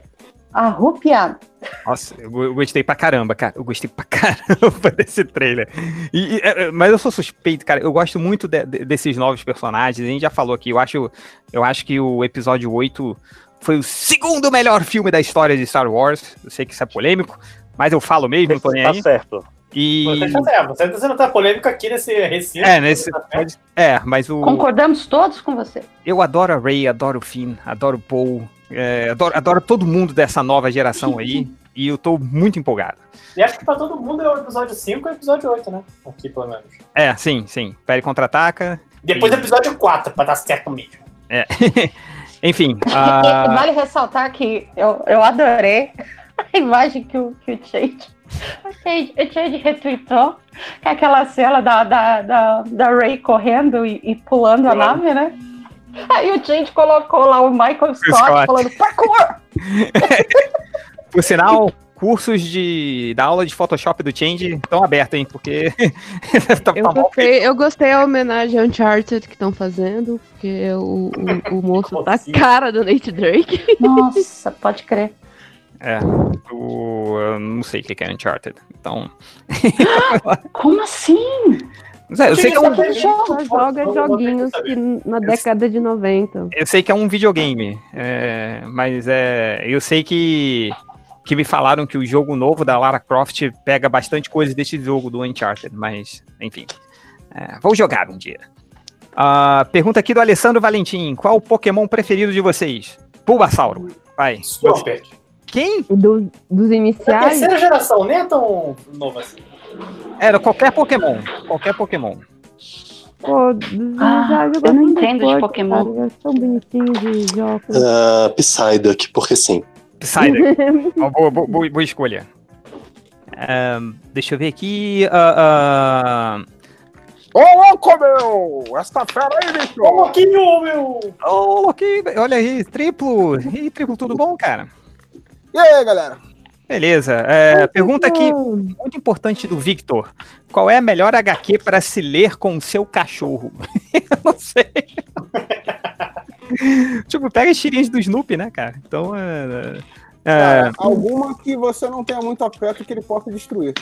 Speaker 2: arrupiada.
Speaker 30: Nossa, eu go- eu gostei pra caramba, cara. Eu gostei pra caramba desse trailer. E- e, é, é, mas eu sou suspeito, cara. Eu gosto muito de- de- desses novos personagens. A gente já falou aqui. Eu acho, eu acho que o episódio 8 foi o segundo melhor filme da história de Star Wars. Eu sei que isso é polêmico, mas eu falo mesmo, não tô nem
Speaker 4: tá
Speaker 30: aí.
Speaker 4: certo.
Speaker 30: E.
Speaker 4: Você tá certo, você tá sendo tá polêmico aqui nesse recinto.
Speaker 30: É, nesse- É, mas o.
Speaker 2: Concordamos todos com você.
Speaker 30: Eu adoro a Ray, adoro o Finn, adoro o Paul, é, adoro, adoro todo mundo dessa nova geração aí. e eu tô muito empolgado.
Speaker 4: E acho que pra todo mundo é o episódio 5 e o episódio 8, né? Aqui, pelo menos.
Speaker 30: É, sim, sim. Pele contra-ataca.
Speaker 4: Depois do episódio 4, pra dar certo mesmo.
Speaker 30: É. Enfim.
Speaker 2: E
Speaker 30: ah,
Speaker 2: vale ressaltar que eu, eu adorei a imagem que o, que o Change. O Change, o Change retweetou que é aquela cena da, da, da, da Ray correndo e, e pulando a nave, né? Aí o Change colocou lá o Michael Scott,
Speaker 30: Scott.
Speaker 2: falando parkour!
Speaker 30: Por sinal, cursos de, da aula de Photoshop do Change estão abertos, hein? Porque. tá, tá mal feito.
Speaker 9: Gostei- eu gostei da homenagem a Uncharted que estão fazendo, porque o, o, o moço tá
Speaker 30: assim?
Speaker 9: a cara do Nate Drake.
Speaker 2: Nossa, pode crer.
Speaker 30: É. o- eu não sei o que que é Uncharted. Então.
Speaker 2: Como assim?
Speaker 30: eu sei
Speaker 2: tá
Speaker 30: que é um.
Speaker 9: Só joga joguinhos que na década de 90.
Speaker 30: Eu sei que é um videogame, é, mas é, eu sei que que me falaram que o jogo novo da Lara Croft pega bastante coisa desse jogo do Uncharted, mas enfim, É, vou jogar um dia. Ah, pergunta aqui do Alessandro Valentim: Qual o Pokémon preferido de vocês? Bulbasauro. Vai.
Speaker 4: Super.
Speaker 30: Quem? É
Speaker 9: Do, dos
Speaker 4: Da
Speaker 9: iniciais.
Speaker 4: terceira geração,
Speaker 30: né,
Speaker 4: nem é tão novo assim.
Speaker 30: Era qualquer Pokémon. Qualquer Pokémon.
Speaker 9: Pô, dos iniciais eu
Speaker 2: Ah, eu não
Speaker 9: gosto do
Speaker 2: entendo de
Speaker 9: Port,
Speaker 2: Pokémon.
Speaker 9: cara, eles São bonitinhos de óculos.
Speaker 8: Ah, Psyduck, porque sim.
Speaker 30: Psyduck. Uma boa, boa- boa- boa escolha. Ahn, deixa eu ver aqui. ah, ah, Ô, louco, meu! Essa fera aí, bicho! Ô,
Speaker 4: louquinho, meu!
Speaker 30: Ô, louquinho! Olha aí, triplo! E aí, triplo, tudo bom, cara?
Speaker 33: E aí, galera?
Speaker 30: Beleza. é, pergunta aqui, muito importante do Victor. Qual é a melhor HQ para se ler com o seu cachorro? Eu não sei. tipo, pega as tirinhas do Snoopy, né, cara? Então, é...
Speaker 33: Cara,
Speaker 30: é,
Speaker 33: Alguma que você não tenha muito afeto que ele possa destruir.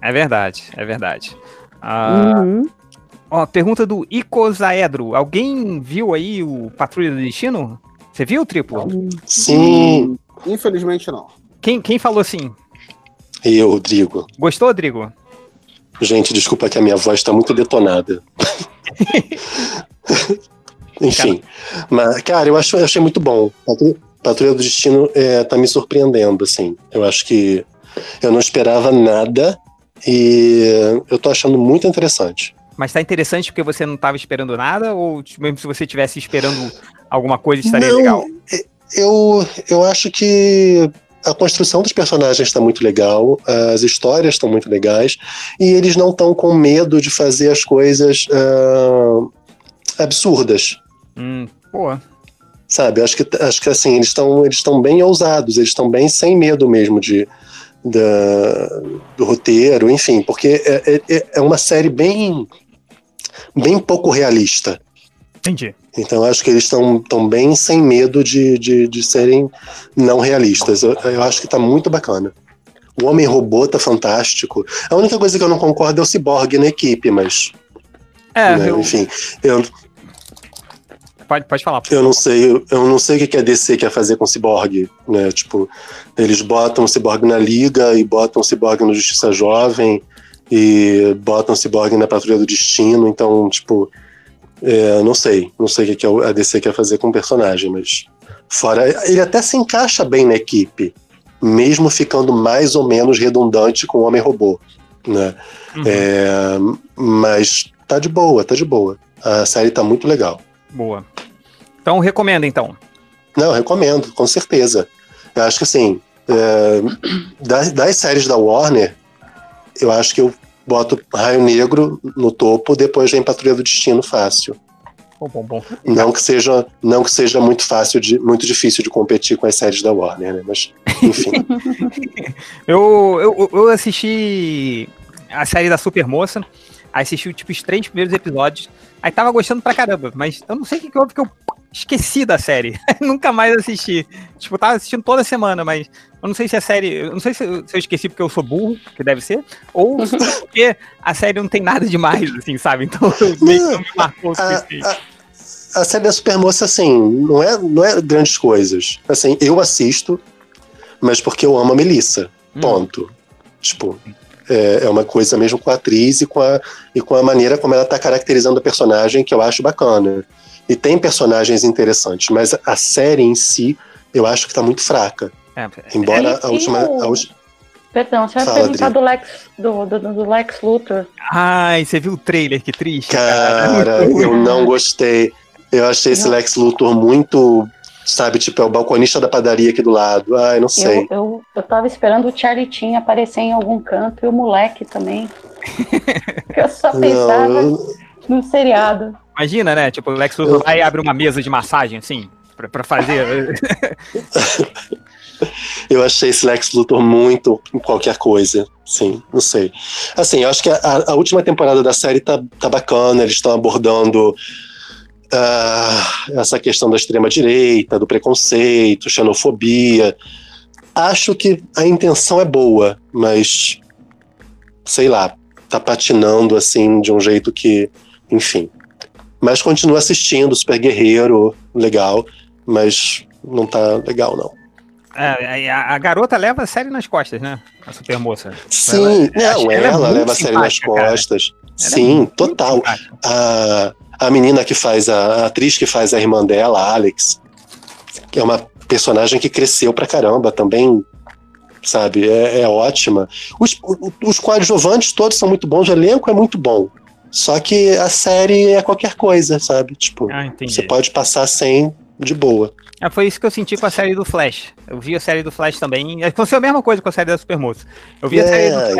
Speaker 30: É verdade, é verdade. Ah, Ó, pergunta do Icosaedro. Alguém viu aí o Patrulha do Destino? Você viu, Triplo?
Speaker 8: Sim.
Speaker 33: Infelizmente não.
Speaker 30: Quem, quem falou assim?
Speaker 8: E eu, Rodrigo.
Speaker 30: Gostou, Rodrigo?
Speaker 8: Gente, desculpa que a minha voz tá muito detonada. Enfim. Mas, cara, eu, acho, eu achei muito bom. Patru- Patrulha do Destino é, tá me surpreendendo, assim. Eu acho que eu não esperava nada e eu tô achando muito interessante.
Speaker 30: Mas tá interessante porque você não tava esperando nada? Ou tipo, mesmo se você estivesse esperando alguma coisa, estaria
Speaker 8: Não, é,
Speaker 30: legal?
Speaker 8: Eu, eu acho que a construção dos personagens está muito legal, as histórias estão muito legais, e eles não estão com medo de fazer as coisas ah, absurdas,
Speaker 30: Hum, pô.
Speaker 8: sabe? Acho que, acho que assim, eles estão eles tão bem ousados, eles estão bem sem medo mesmo de, da- do roteiro, enfim, porque é, é, é uma série bem, bem pouco realista.
Speaker 30: Entendi.
Speaker 8: Então acho que eles estão tão bem sem medo de, de, de serem não realistas. Eu, eu acho que tá muito bacana. O homem robô tá fantástico. A única coisa que eu não concordo é o ciborgue na equipe, mas.
Speaker 30: É,
Speaker 8: né,
Speaker 30: eu-
Speaker 8: enfim. Eu,
Speaker 30: Pode, pode falar.
Speaker 8: eu não sei, eu, eu não sei o que que a DC quer fazer com o ciborgue, né? Tipo, eles botam o ciborgue na liga e botam o ciborgue no Justiça Jovem e botam o ciborgue na Patrulha do Destino, então, tipo, é, não sei, não sei o que que a DC quer fazer com o personagem, mas fora, ele até se encaixa bem na equipe, mesmo ficando mais ou menos redundante com o Homem-Robô, né? É, mas tá de boa, tá de boa. A série tá muito legal.
Speaker 30: Boa. Então recomenda, então.
Speaker 8: Não, eu recomendo, com certeza. Eu acho que assim, é, das, das séries da Warner, eu acho que eu boto Raio Negro no topo, depois vem Patrulha do Destino fácil.
Speaker 21: Bom, bom, bom.
Speaker 8: Não que seja, não que seja muito fácil, de, muito difícil de competir com as séries da Warner, né? Mas, enfim.
Speaker 30: Eu, eu, eu assisti a série da Supermoça, aí assisti tipo, os três primeiros episódios, aí tava gostando pra caramba, mas eu não sei o que, que houve que eu esqueci da série. Nunca mais assisti. Tipo, tava assistindo toda semana, mas eu não sei se a série. Eu não sei se eu, se eu esqueci porque eu sou burro, que deve ser, ou porque a série não tem nada demais, assim, sabe? Então eu meio que não me marcou o suficiente.
Speaker 8: A série da Supermoça, assim, não é, não é grandes coisas. Assim, eu assisto, mas porque eu amo a Melissa.
Speaker 30: Hum.
Speaker 8: Ponto. Tipo, é, é uma coisa mesmo com a atriz e com a, e com a maneira como ela tá caracterizando a personagem, que eu acho bacana e tem personagens interessantes, mas a série em si eu acho que tá muito fraca.
Speaker 30: É,
Speaker 8: Embora
Speaker 2: e
Speaker 8: a última.
Speaker 2: o-
Speaker 8: a ulti-
Speaker 2: Perdão, você vai
Speaker 8: Fala,
Speaker 2: perguntar
Speaker 8: Adri.
Speaker 2: do Lex, do, do, do Lex Luthor.
Speaker 30: Ai, você viu o trailer, que triste. É
Speaker 8: Cara, eu não gostei. Eu achei esse Lex Luthor muito. Sabe, tipo, é o balconista da padaria aqui do lado. Ai, não sei.
Speaker 2: Eu, eu, eu tava esperando o Charlie Chin aparecer em algum canto e o moleque também. eu só pensava
Speaker 30: eu-
Speaker 2: no seriado.
Speaker 30: Imagina, né? Tipo, o Lex Luthor vai e abre uma mesa de massagem, assim, pra, pra fazer.
Speaker 8: Eu achei esse Lex Luthor muito em qualquer coisa. Sim, não sei. Assim, eu acho que a, a última temporada da série tá, tá bacana, eles estão abordando ah, essa questão da extrema-direita, do preconceito, xenofobia. Acho que a intenção é boa, mas sei lá, tá patinando assim de um jeito que, enfim. Mas continua assistindo, Super Guerreiro, legal, mas não tá legal não.
Speaker 30: É, a, a- a garota leva a série nas costas, né? A super moça.
Speaker 8: Sim,
Speaker 30: é
Speaker 8: não, ela,
Speaker 30: muito
Speaker 8: leva a série nas
Speaker 30: simpática, cara. é
Speaker 8: costas. Sim, total. A, a menina que faz, a, a atriz que faz a irmã dela, a Alex, que é uma personagem que cresceu pra caramba também, sabe? É, é ótima. Os, o- os coadjuvantes todos são muito bons, o elenco é muito bom. Só que a série é qualquer coisa, sabe? Tipo, você pode passar sem de boa.
Speaker 30: É, foi isso que eu senti com a série do Flash. Eu vi a série do Flash também. É, Aconteceu a mesma coisa com a série da Supermoça. Eu vi a
Speaker 8: É.
Speaker 30: série do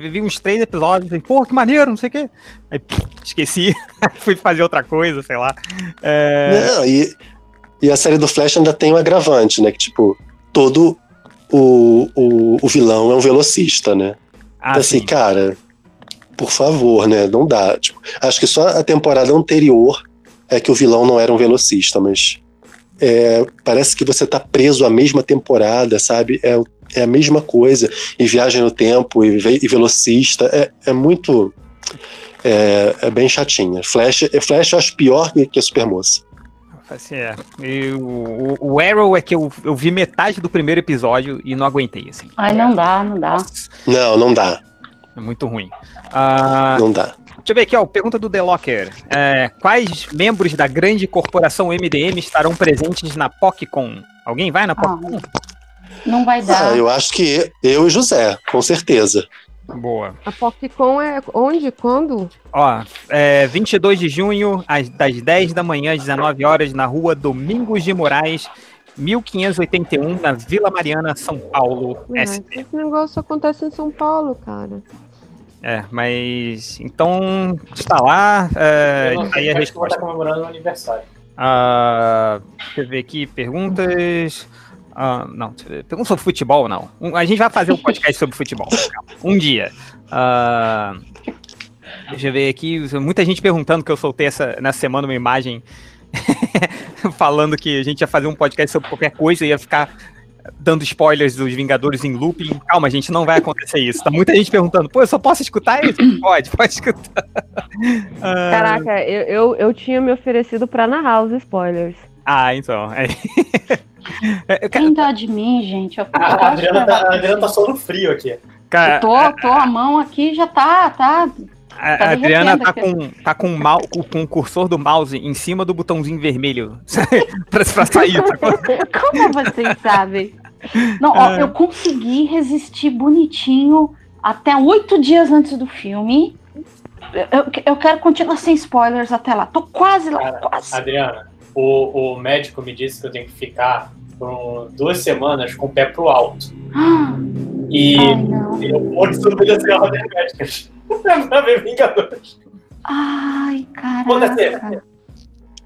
Speaker 30: Flash, vi uns três episódios, falei, pô, que maneiro, não sei o quê. Aí pff, esqueci, fui fazer outra coisa, sei lá. É,
Speaker 8: Não, e, e a série do Flash ainda tem um agravante, né? Que, tipo, todo o, o, o vilão é um velocista, né? então, assim, cara, por favor, né? Não dá. Tipo, acho que só a temporada anterior é que o vilão não era um velocista, mas é, parece que você tá preso à mesma temporada, sabe? É, o- é a mesma coisa. E viagem no tempo, e, ve- e velocista, é, é muito. É, é bem chatinha. Flash, Flash eu acho pior que que a Supermoça.
Speaker 30: assim, é. E o, o- o Arrow é que eu, eu vi metade do primeiro episódio e não aguentei, assim.
Speaker 2: Ai, não dá, não dá.
Speaker 8: Não, não dá.
Speaker 30: É muito ruim. Ah,
Speaker 8: Não dá.
Speaker 30: Deixa eu ver aqui, ó. Pergunta do The Locker. É, quais membros da grande corporação MDM estarão presentes na PocCon? Alguém vai na PocCon?
Speaker 2: Não vai
Speaker 9: Tá.
Speaker 8: Ah, eu acho que eu e José, com certeza.
Speaker 30: Boa.
Speaker 9: A PopCon é onde? Quando?
Speaker 30: Ó, é, 22 de junho, às, das 10 da manhã às 19 horas, na rua Domingos de Moraes, 1581, na Vila Mariana, São Paulo, É,
Speaker 9: Ah,
Speaker 30: SP.
Speaker 9: esse negócio acontece em São Paulo, cara.
Speaker 30: É, mas. Então, está lá. É,
Speaker 4: Eu não
Speaker 30: aí
Speaker 4: sei,
Speaker 30: a
Speaker 4: acho que eu vou estar
Speaker 30: resposta.
Speaker 4: comemorando o aniversário.
Speaker 30: Ah, deixa eu ver aqui, perguntas. Ah, não, deixa eu ver. pergunta sobre futebol, não. Um- a gente vai fazer um podcast sobre futebol. calma. Um dia. Ah, deixa eu ver aqui. Muita gente perguntando que eu soltei essa, nessa semana uma imagem falando que a gente ia fazer um podcast sobre qualquer coisa e ia ficar dando spoilers dos Vingadores em looping. Calma, gente, não vai acontecer isso. Tá muita gente perguntando, pô, eu só posso escutar isso? Pode, pode escutar. Ah,
Speaker 9: Caraca, eu, eu, eu tinha me oferecido pra narrar os spoilers.
Speaker 30: Ah, então. é.
Speaker 2: Tem dó tá de mim, gente. Eu, eu
Speaker 4: A
Speaker 2: acho
Speaker 4: Adriana
Speaker 8: é
Speaker 2: que-
Speaker 4: tá, a Adriana tá só no frio aqui.
Speaker 30: Cara,
Speaker 2: Tô, tô, a mão aqui já tá, tá.
Speaker 30: A
Speaker 2: Tá
Speaker 30: a Adriana
Speaker 2: derretendo
Speaker 30: tá
Speaker 2: aqui.
Speaker 30: com, tá com, o mau- com- com o cursor do mouse em cima do botãozinho vermelho sabe? pra, pra sair.
Speaker 2: Como vocês sabem? Não, ó,
Speaker 30: Ah.
Speaker 2: eu consegui resistir bonitinho até oito dias antes do filme. Eu, eu- eu quero continuar sem spoilers até lá. Tô quase lá, quase.
Speaker 4: Adriana, o, o médico me disse que eu tenho que ficar por um- duas semanas com o pé pro alto. E
Speaker 8: Ah,
Speaker 4: eu vou subir as ordens médicas. pra ver Vingadores.
Speaker 2: Ai,
Speaker 4: Foda-se.
Speaker 2: caraca.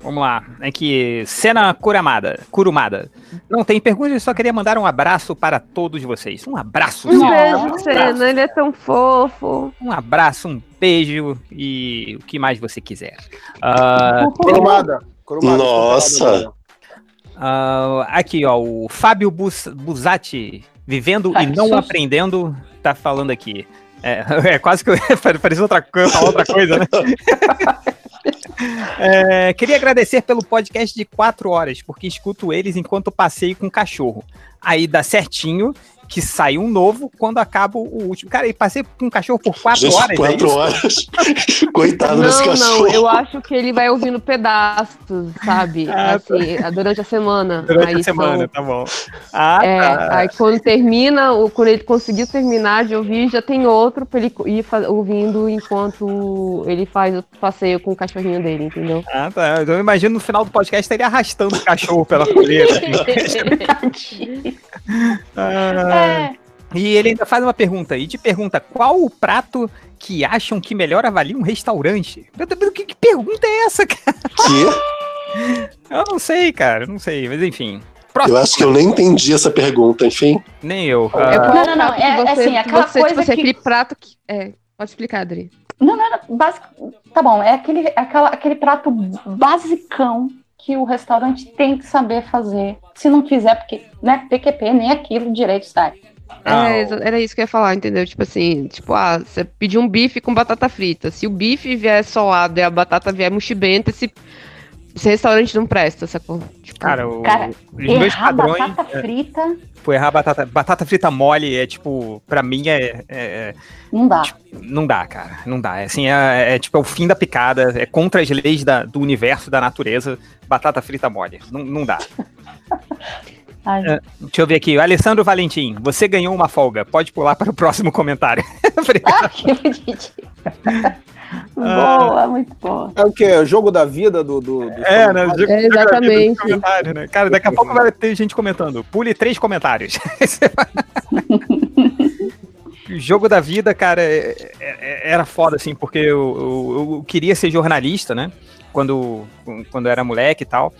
Speaker 30: Vamos lá. É que cena Kuramada. Kurumada. Não tem perguntas, eu só queria mandar um abraço para todos vocês. Um abraço,
Speaker 9: Um
Speaker 30: Senna.
Speaker 9: beijo,
Speaker 30: abraço.
Speaker 9: Senna. Ele é tão fofo.
Speaker 30: Um abraço, um beijo e o que mais você quiser. Ah,
Speaker 33: Corumada. Corumada.
Speaker 30: Nossa! Ah, aqui, ó, o Fábio Bus Busatti, vivendo
Speaker 33: Ai,
Speaker 30: e
Speaker 33: que
Speaker 30: não
Speaker 33: susto.
Speaker 30: aprendendo, tá falando aqui. É, é quase que eu parecia outra, co- falar outra coisa, né? É, queria agradecer pelo podcast de quatro horas, porque escuto eles enquanto passeio com o cachorro. Aí dá certinho que sai um novo quando acaba o último. Cara, e passei com o cachorro por quatro
Speaker 8: Gente,
Speaker 9: é
Speaker 30: horas. é
Speaker 8: quatro horas.
Speaker 30: Tá
Speaker 8: Coitado desse
Speaker 9: Não,
Speaker 8: cachorro.
Speaker 9: não, eu acho que ele vai ouvindo pedaços, sabe?
Speaker 30: Ah, tá.
Speaker 9: Assim, durante a semana.
Speaker 30: Durante
Speaker 9: Aí
Speaker 30: a semana,
Speaker 9: são-
Speaker 30: tá bom. Ah,
Speaker 9: É,
Speaker 30: tá.
Speaker 9: aí quando termina, o- quando ele conseguiu terminar de ouvir, já tem outro pra ele co- ir fa- ouvindo enquanto ele faz o passeio com o cachorrinho dele, entendeu?
Speaker 30: Ah, tá. Então eu imagino no final do podcast ele arrastando o cachorro pela coleira. assim. Ah, E ele ainda faz uma pergunta. E te pergunta qual o prato que acham que melhor avalia um restaurante? Meu Deus, que, que pergunta é essa, cara?
Speaker 8: Que?
Speaker 30: Eu não sei, cara. Não sei, mas enfim.
Speaker 8: Eu acho que eu nem entendi essa pergunta, enfim.
Speaker 30: Nem eu.
Speaker 8: É
Speaker 30: Ah,
Speaker 8: qual-
Speaker 9: Não, não,
Speaker 2: é- é assim, aquela
Speaker 9: você,
Speaker 2: coisa
Speaker 9: tipo, assim,
Speaker 2: que-
Speaker 9: aquele prato que... É, pode explicar, Adri.
Speaker 2: Não, não, não. basic- Tá bom, é aquele, aquela- aquele prato basicão que o restaurante tem que saber fazer. Se não quiser, porque, né, PQP, nem aquilo direito sai.
Speaker 30: Ah,
Speaker 9: É, exa- era isso que eu ia falar, entendeu? Tipo assim, tipo, ah, você pediu um bife com batata frita. Se o bife vier solado e a batata vier mochibenta, esse, esse restaurante não presta, sacou? Tipo,
Speaker 30: Cara, o- os meus padrões. é,
Speaker 2: frita
Speaker 30: Tipo, errar batata, batata frita mole é tipo, pra mim é. é- é-
Speaker 2: não dá.
Speaker 30: não dá, cara. Não dá. É Assim, é, é, tipo, é o fim da picada, é contra as leis da- do universo, da natureza. Batata frita mole. Não, não dá.
Speaker 2: Ai.
Speaker 30: É, deixa eu ver aqui. Alessandro Valentim, você ganhou uma folga. Pode pular para o próximo comentário.
Speaker 2: Ah,
Speaker 30: Ah.
Speaker 2: Boa, muito boa.
Speaker 33: É o que? O jogo da vida do. do, do
Speaker 30: É, né? Digo-
Speaker 9: É, exatamente.
Speaker 30: Comentário, né? Cara, daqui a pouco vai ter gente comentando. Pule três comentários. O jogo da vida, cara, é- é- era foda, assim, porque eu, eu- eu queria ser jornalista, né? Quando, quando eu era moleque e tal.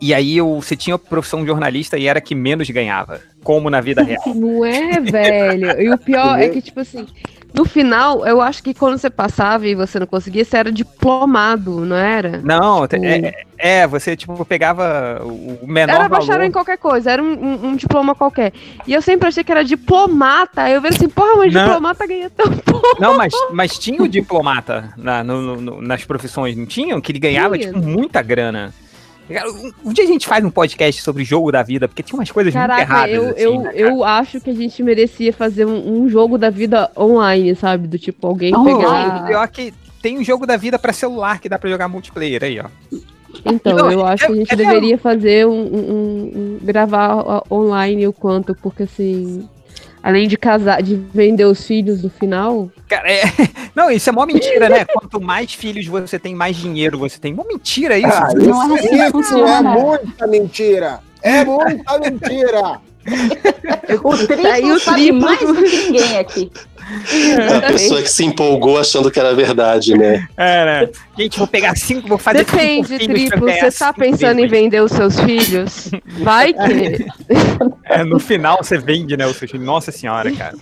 Speaker 30: E aí eu, você tinha a profissão de jornalista e era a que menos ganhava, como na vida real.
Speaker 9: Não é, velho. E o pior é que, tipo assim, no final, eu acho que quando você passava e você não conseguia, você era diplomado, não era?
Speaker 30: Não, te- é, é, você, tipo, pegava o o menor
Speaker 9: era
Speaker 30: valor.
Speaker 9: bacharel em qualquer coisa, era um, um- um diploma qualquer. E eu sempre achei que era diplomata. Aí eu vejo assim, porra, mas
Speaker 30: Não.
Speaker 9: diplomata ganha tão
Speaker 30: Não, mas, mas tinha o diplomata na- no- no- no- nas profissões, não tinham? Que ele ganhava,
Speaker 9: Tinha.
Speaker 30: tipo, muita grana. Cara, Um, um dia a gente faz um podcast sobre jogo da vida, porque tinha umas coisas muito
Speaker 9: Caraca,
Speaker 30: erradas.
Speaker 9: eu,
Speaker 30: assim,
Speaker 9: eu,
Speaker 30: né, cara?
Speaker 9: eu acho que a gente merecia fazer um, um jogo da vida online, sabe? Do tipo, alguém
Speaker 30: O
Speaker 9: pegar.
Speaker 30: Pior que tem um jogo da vida pra celular que dá pra jogar multiplayer aí, ó.
Speaker 9: Então,
Speaker 30: Não,
Speaker 9: eu acho que a gente
Speaker 30: é- é-
Speaker 9: deveria fazer um, um- um- um- gravar o- online o quanto, porque assim. Além de casar, de vender os filhos no final.
Speaker 30: Cara, é- Não, isso é mó mentira, né? Quanto mais filhos você tem, mais dinheiro você tem. Mó
Speaker 2: é
Speaker 30: mentira isso.
Speaker 33: Ah, isso,
Speaker 9: assim
Speaker 33: isso é muita mentira. É muita mentira.
Speaker 2: O
Speaker 9: Tá Aí
Speaker 2: triplo
Speaker 9: o
Speaker 2: sabe
Speaker 9: triplo.
Speaker 2: mais do que ninguém aqui.
Speaker 8: É a pessoa que se empolgou achando que era verdade, né?
Speaker 30: É, né? Gente, vou pegar cinco, vou fazer tipo um
Speaker 9: Depende,
Speaker 30: cinco filhos pra
Speaker 9: triplo.
Speaker 30: ganhar
Speaker 9: Você tá
Speaker 30: cinco
Speaker 9: pensando em
Speaker 30: vezes.
Speaker 9: vender os seus filhos? Vai que.
Speaker 30: É, no final você vende, né? O sushi. Nossa senhora, cara.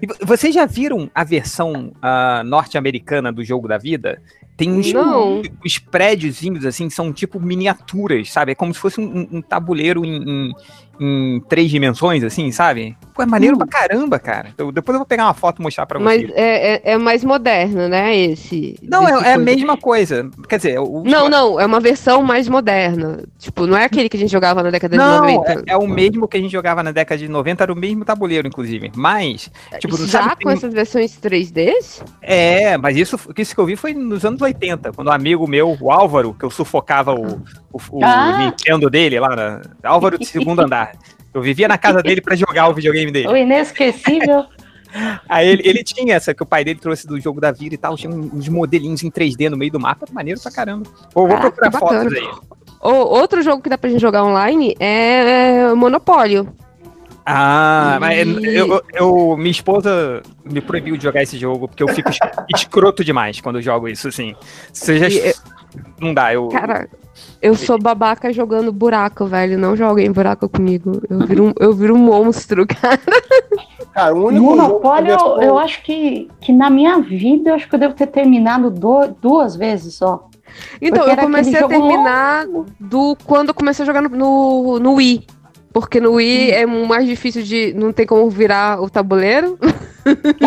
Speaker 30: E vo- vocês já viram a versão ah, norte-americana do jogo da vida? Tem uns,
Speaker 9: Não.
Speaker 30: os prédiozinhos, assim, são tipo miniaturas, sabe? É como se fosse um- um, um tabuleiro em, em- em três dimensões, assim, sabe? Pô, é maneiro pra caramba, cara. Eu- depois eu vou pegar uma foto e mostrar pra
Speaker 9: Hum. Mas
Speaker 30: vocês.
Speaker 9: é, é, é mais moderno, né? Esse.
Speaker 30: Não,
Speaker 9: desse
Speaker 30: é, é a
Speaker 9: coisa.
Speaker 30: mesma coisa. Quer dizer, o,
Speaker 9: Não, não, é uma versão mais moderna. Tipo, não é aquele que a gente jogava na década
Speaker 30: Não,
Speaker 9: de
Speaker 30: é,
Speaker 9: 90.
Speaker 30: é o mesmo que a gente jogava na década de 90, era o mesmo tabuleiro, inclusive. Mas, tipo, não
Speaker 9: Já
Speaker 30: sabe,
Speaker 9: com
Speaker 30: tem-
Speaker 9: essas versões 3Ds?
Speaker 30: É, mas isso, isso que eu vi foi nos anos 80, quando um amigo meu, o Álvaro, que eu sufocava o, o, o
Speaker 9: Ah!
Speaker 30: Nintendo dele lá, na, Álvaro de segundo andar. Eu vivia na casa dele pra jogar o videogame dele.
Speaker 2: O inesquecível.
Speaker 30: Aí ele, ele tinha essa que o pai dele trouxe do jogo da vida e tal, tinha uns modelinhos em 3D no meio do mapa, maneiro pra caramba. Vou, vou
Speaker 9: Ah,
Speaker 30: procurar
Speaker 9: que
Speaker 30: fotos
Speaker 9: bacana.
Speaker 30: aí.
Speaker 9: Ou outro jogo que dá pra gente jogar online é Monopólio.
Speaker 30: Ah, mas
Speaker 9: Ih.
Speaker 30: eu, eu- minha esposa me proibiu de jogar esse jogo, porque eu fico es- escroto demais quando eu jogo isso, assim. Você já.
Speaker 9: E- é
Speaker 30: Não dá, eu.
Speaker 9: Cara, Eu sou babaca jogando buraco, velho. Não joguem buraco comigo. Eu viro um, eu viro um monstro, cara.
Speaker 33: Cara, o único jogo
Speaker 2: No
Speaker 33: que
Speaker 2: Monopólio,
Speaker 33: começou-
Speaker 2: eu, eu acho que, que na minha vida, eu acho que eu devo ter terminado do- duas vezes só.
Speaker 9: Então,
Speaker 2: Porque
Speaker 9: eu
Speaker 2: era
Speaker 9: comecei a
Speaker 2: aquele jogo
Speaker 9: terminar do quando eu comecei a jogar no, no, no Wii. Porque no Wii é mais difícil de. Não tem como virar o tabuleiro.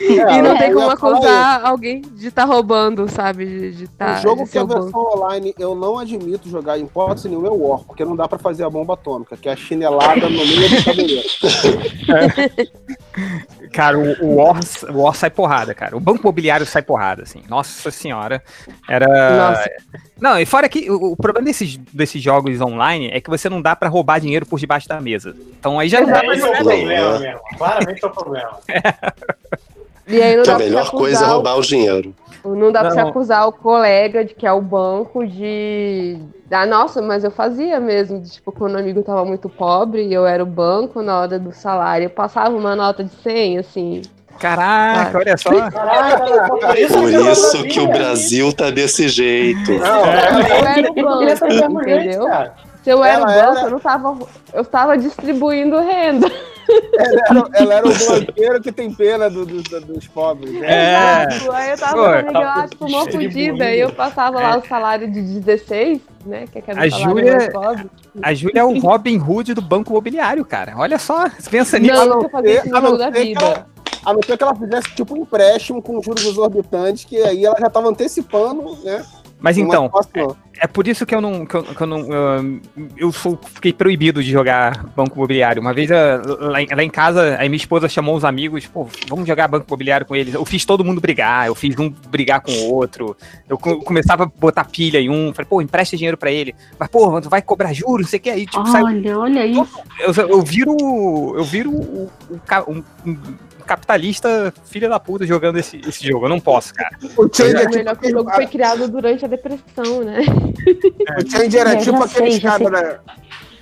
Speaker 9: e não
Speaker 33: é,
Speaker 9: tem
Speaker 33: eu
Speaker 9: como
Speaker 33: ia falar
Speaker 9: acusar
Speaker 33: isso.
Speaker 9: alguém de estar roubando, sabe? De, de tá,
Speaker 33: Um jogo
Speaker 9: de
Speaker 33: que
Speaker 9: ser
Speaker 33: é
Speaker 9: o bom.
Speaker 33: versão online, eu não admito jogar em hipótese nenhuma é o War, porque não dá pra fazer a bomba atômica, que é a chinelada no meio do tabuleiro.
Speaker 30: Cara, o, o, War, o War sai porrada, cara. O Banco Imobiliário sai porrada, assim. Nossa senhora. Era.
Speaker 9: Nossa.
Speaker 30: Não, e fora que o, o problema desses, desses jogos online é que você não dá pra roubar dinheiro por debaixo da mesa. Então aí já não dá pra
Speaker 4: Esse é o
Speaker 30: jogar bem.
Speaker 4: problema mesmo. Claramente é o problema.
Speaker 9: E aí não dá
Speaker 30: A
Speaker 9: pra
Speaker 30: melhor
Speaker 9: acusar
Speaker 30: coisa é
Speaker 9: o-
Speaker 30: roubar
Speaker 8: o dinheiro.
Speaker 9: Não dá pra você
Speaker 8: Não.
Speaker 9: acusar o colega de que é o banco de. Ah, nossa, mas eu fazia mesmo. de, tipo, quando o amigo tava muito pobre e eu era o banco na hora do salário, eu passava uma nota de 100, assim.
Speaker 30: Caraca, olha só.
Speaker 2: Ah, tá
Speaker 8: Por isso, que o Brasil tá desse jeito.
Speaker 30: É.
Speaker 9: Eu
Speaker 8: Ele
Speaker 9: era o banco,
Speaker 8: tá jogando
Speaker 9: entendeu?
Speaker 8: gente, cara.
Speaker 9: Se eu era o
Speaker 33: Ela
Speaker 9: banco,
Speaker 33: era-
Speaker 9: eu não tava. Eu tava distribuindo renda.
Speaker 33: Ela, ela era o blogueiro que tem pena do- do- do- dos pobres. né?
Speaker 9: É. Exato. Aí eu
Speaker 30: Pô,
Speaker 9: tava Pô,
Speaker 30: tava
Speaker 9: lá, tipo, mó fodida. Aí eu passava lá o salário de 16, né? Que é aquele
Speaker 30: A
Speaker 9: salário
Speaker 30: Júlia-
Speaker 9: mais pobre.
Speaker 30: A Júlia é o Robin Hood do Banco Imobiliário, cara. Olha só, você pensa nisso.
Speaker 9: Não, nunca fazia isso no
Speaker 33: a não
Speaker 9: jogo
Speaker 33: ser
Speaker 9: da
Speaker 33: que
Speaker 9: vida.
Speaker 33: ela- A não ser que ela fizesse tipo um empréstimo com juros exorbitantes, que aí ela já tava antecipando, né?
Speaker 30: Mas
Speaker 33: uma
Speaker 30: então,
Speaker 33: situação.
Speaker 30: é por isso que eu não. Que eu, que eu não ahn, eu sou- fiquei proibido de jogar banco imobiliário. Uma vez ah, lá, em, lá em casa, aí minha esposa chamou os amigos, pô, vamos jogar banco imobiliário com eles. Eu fiz todo mundo brigar, eu fiz um brigar com o outro. Eu co- começava a botar pilha em um, falei, pô, empresta dinheiro pra ele. Mas, pô, mano, tu vai cobrar juros, não sei o que aí. Tipo, sai-
Speaker 24: Olha, olha isso.
Speaker 30: eu, eu viro. Eu viro um, um- um capitalista filha da puta jogando esse, esse jogo. Eu não posso, cara.
Speaker 33: O
Speaker 30: é
Speaker 9: O melhor
Speaker 30: tipo
Speaker 9: que o jogo foi criado durante a depressão, né?
Speaker 30: é,
Speaker 33: O Change era
Speaker 9: Eu já
Speaker 33: tipo
Speaker 9: sei,
Speaker 33: aqueles
Speaker 9: já sei.
Speaker 33: caras né,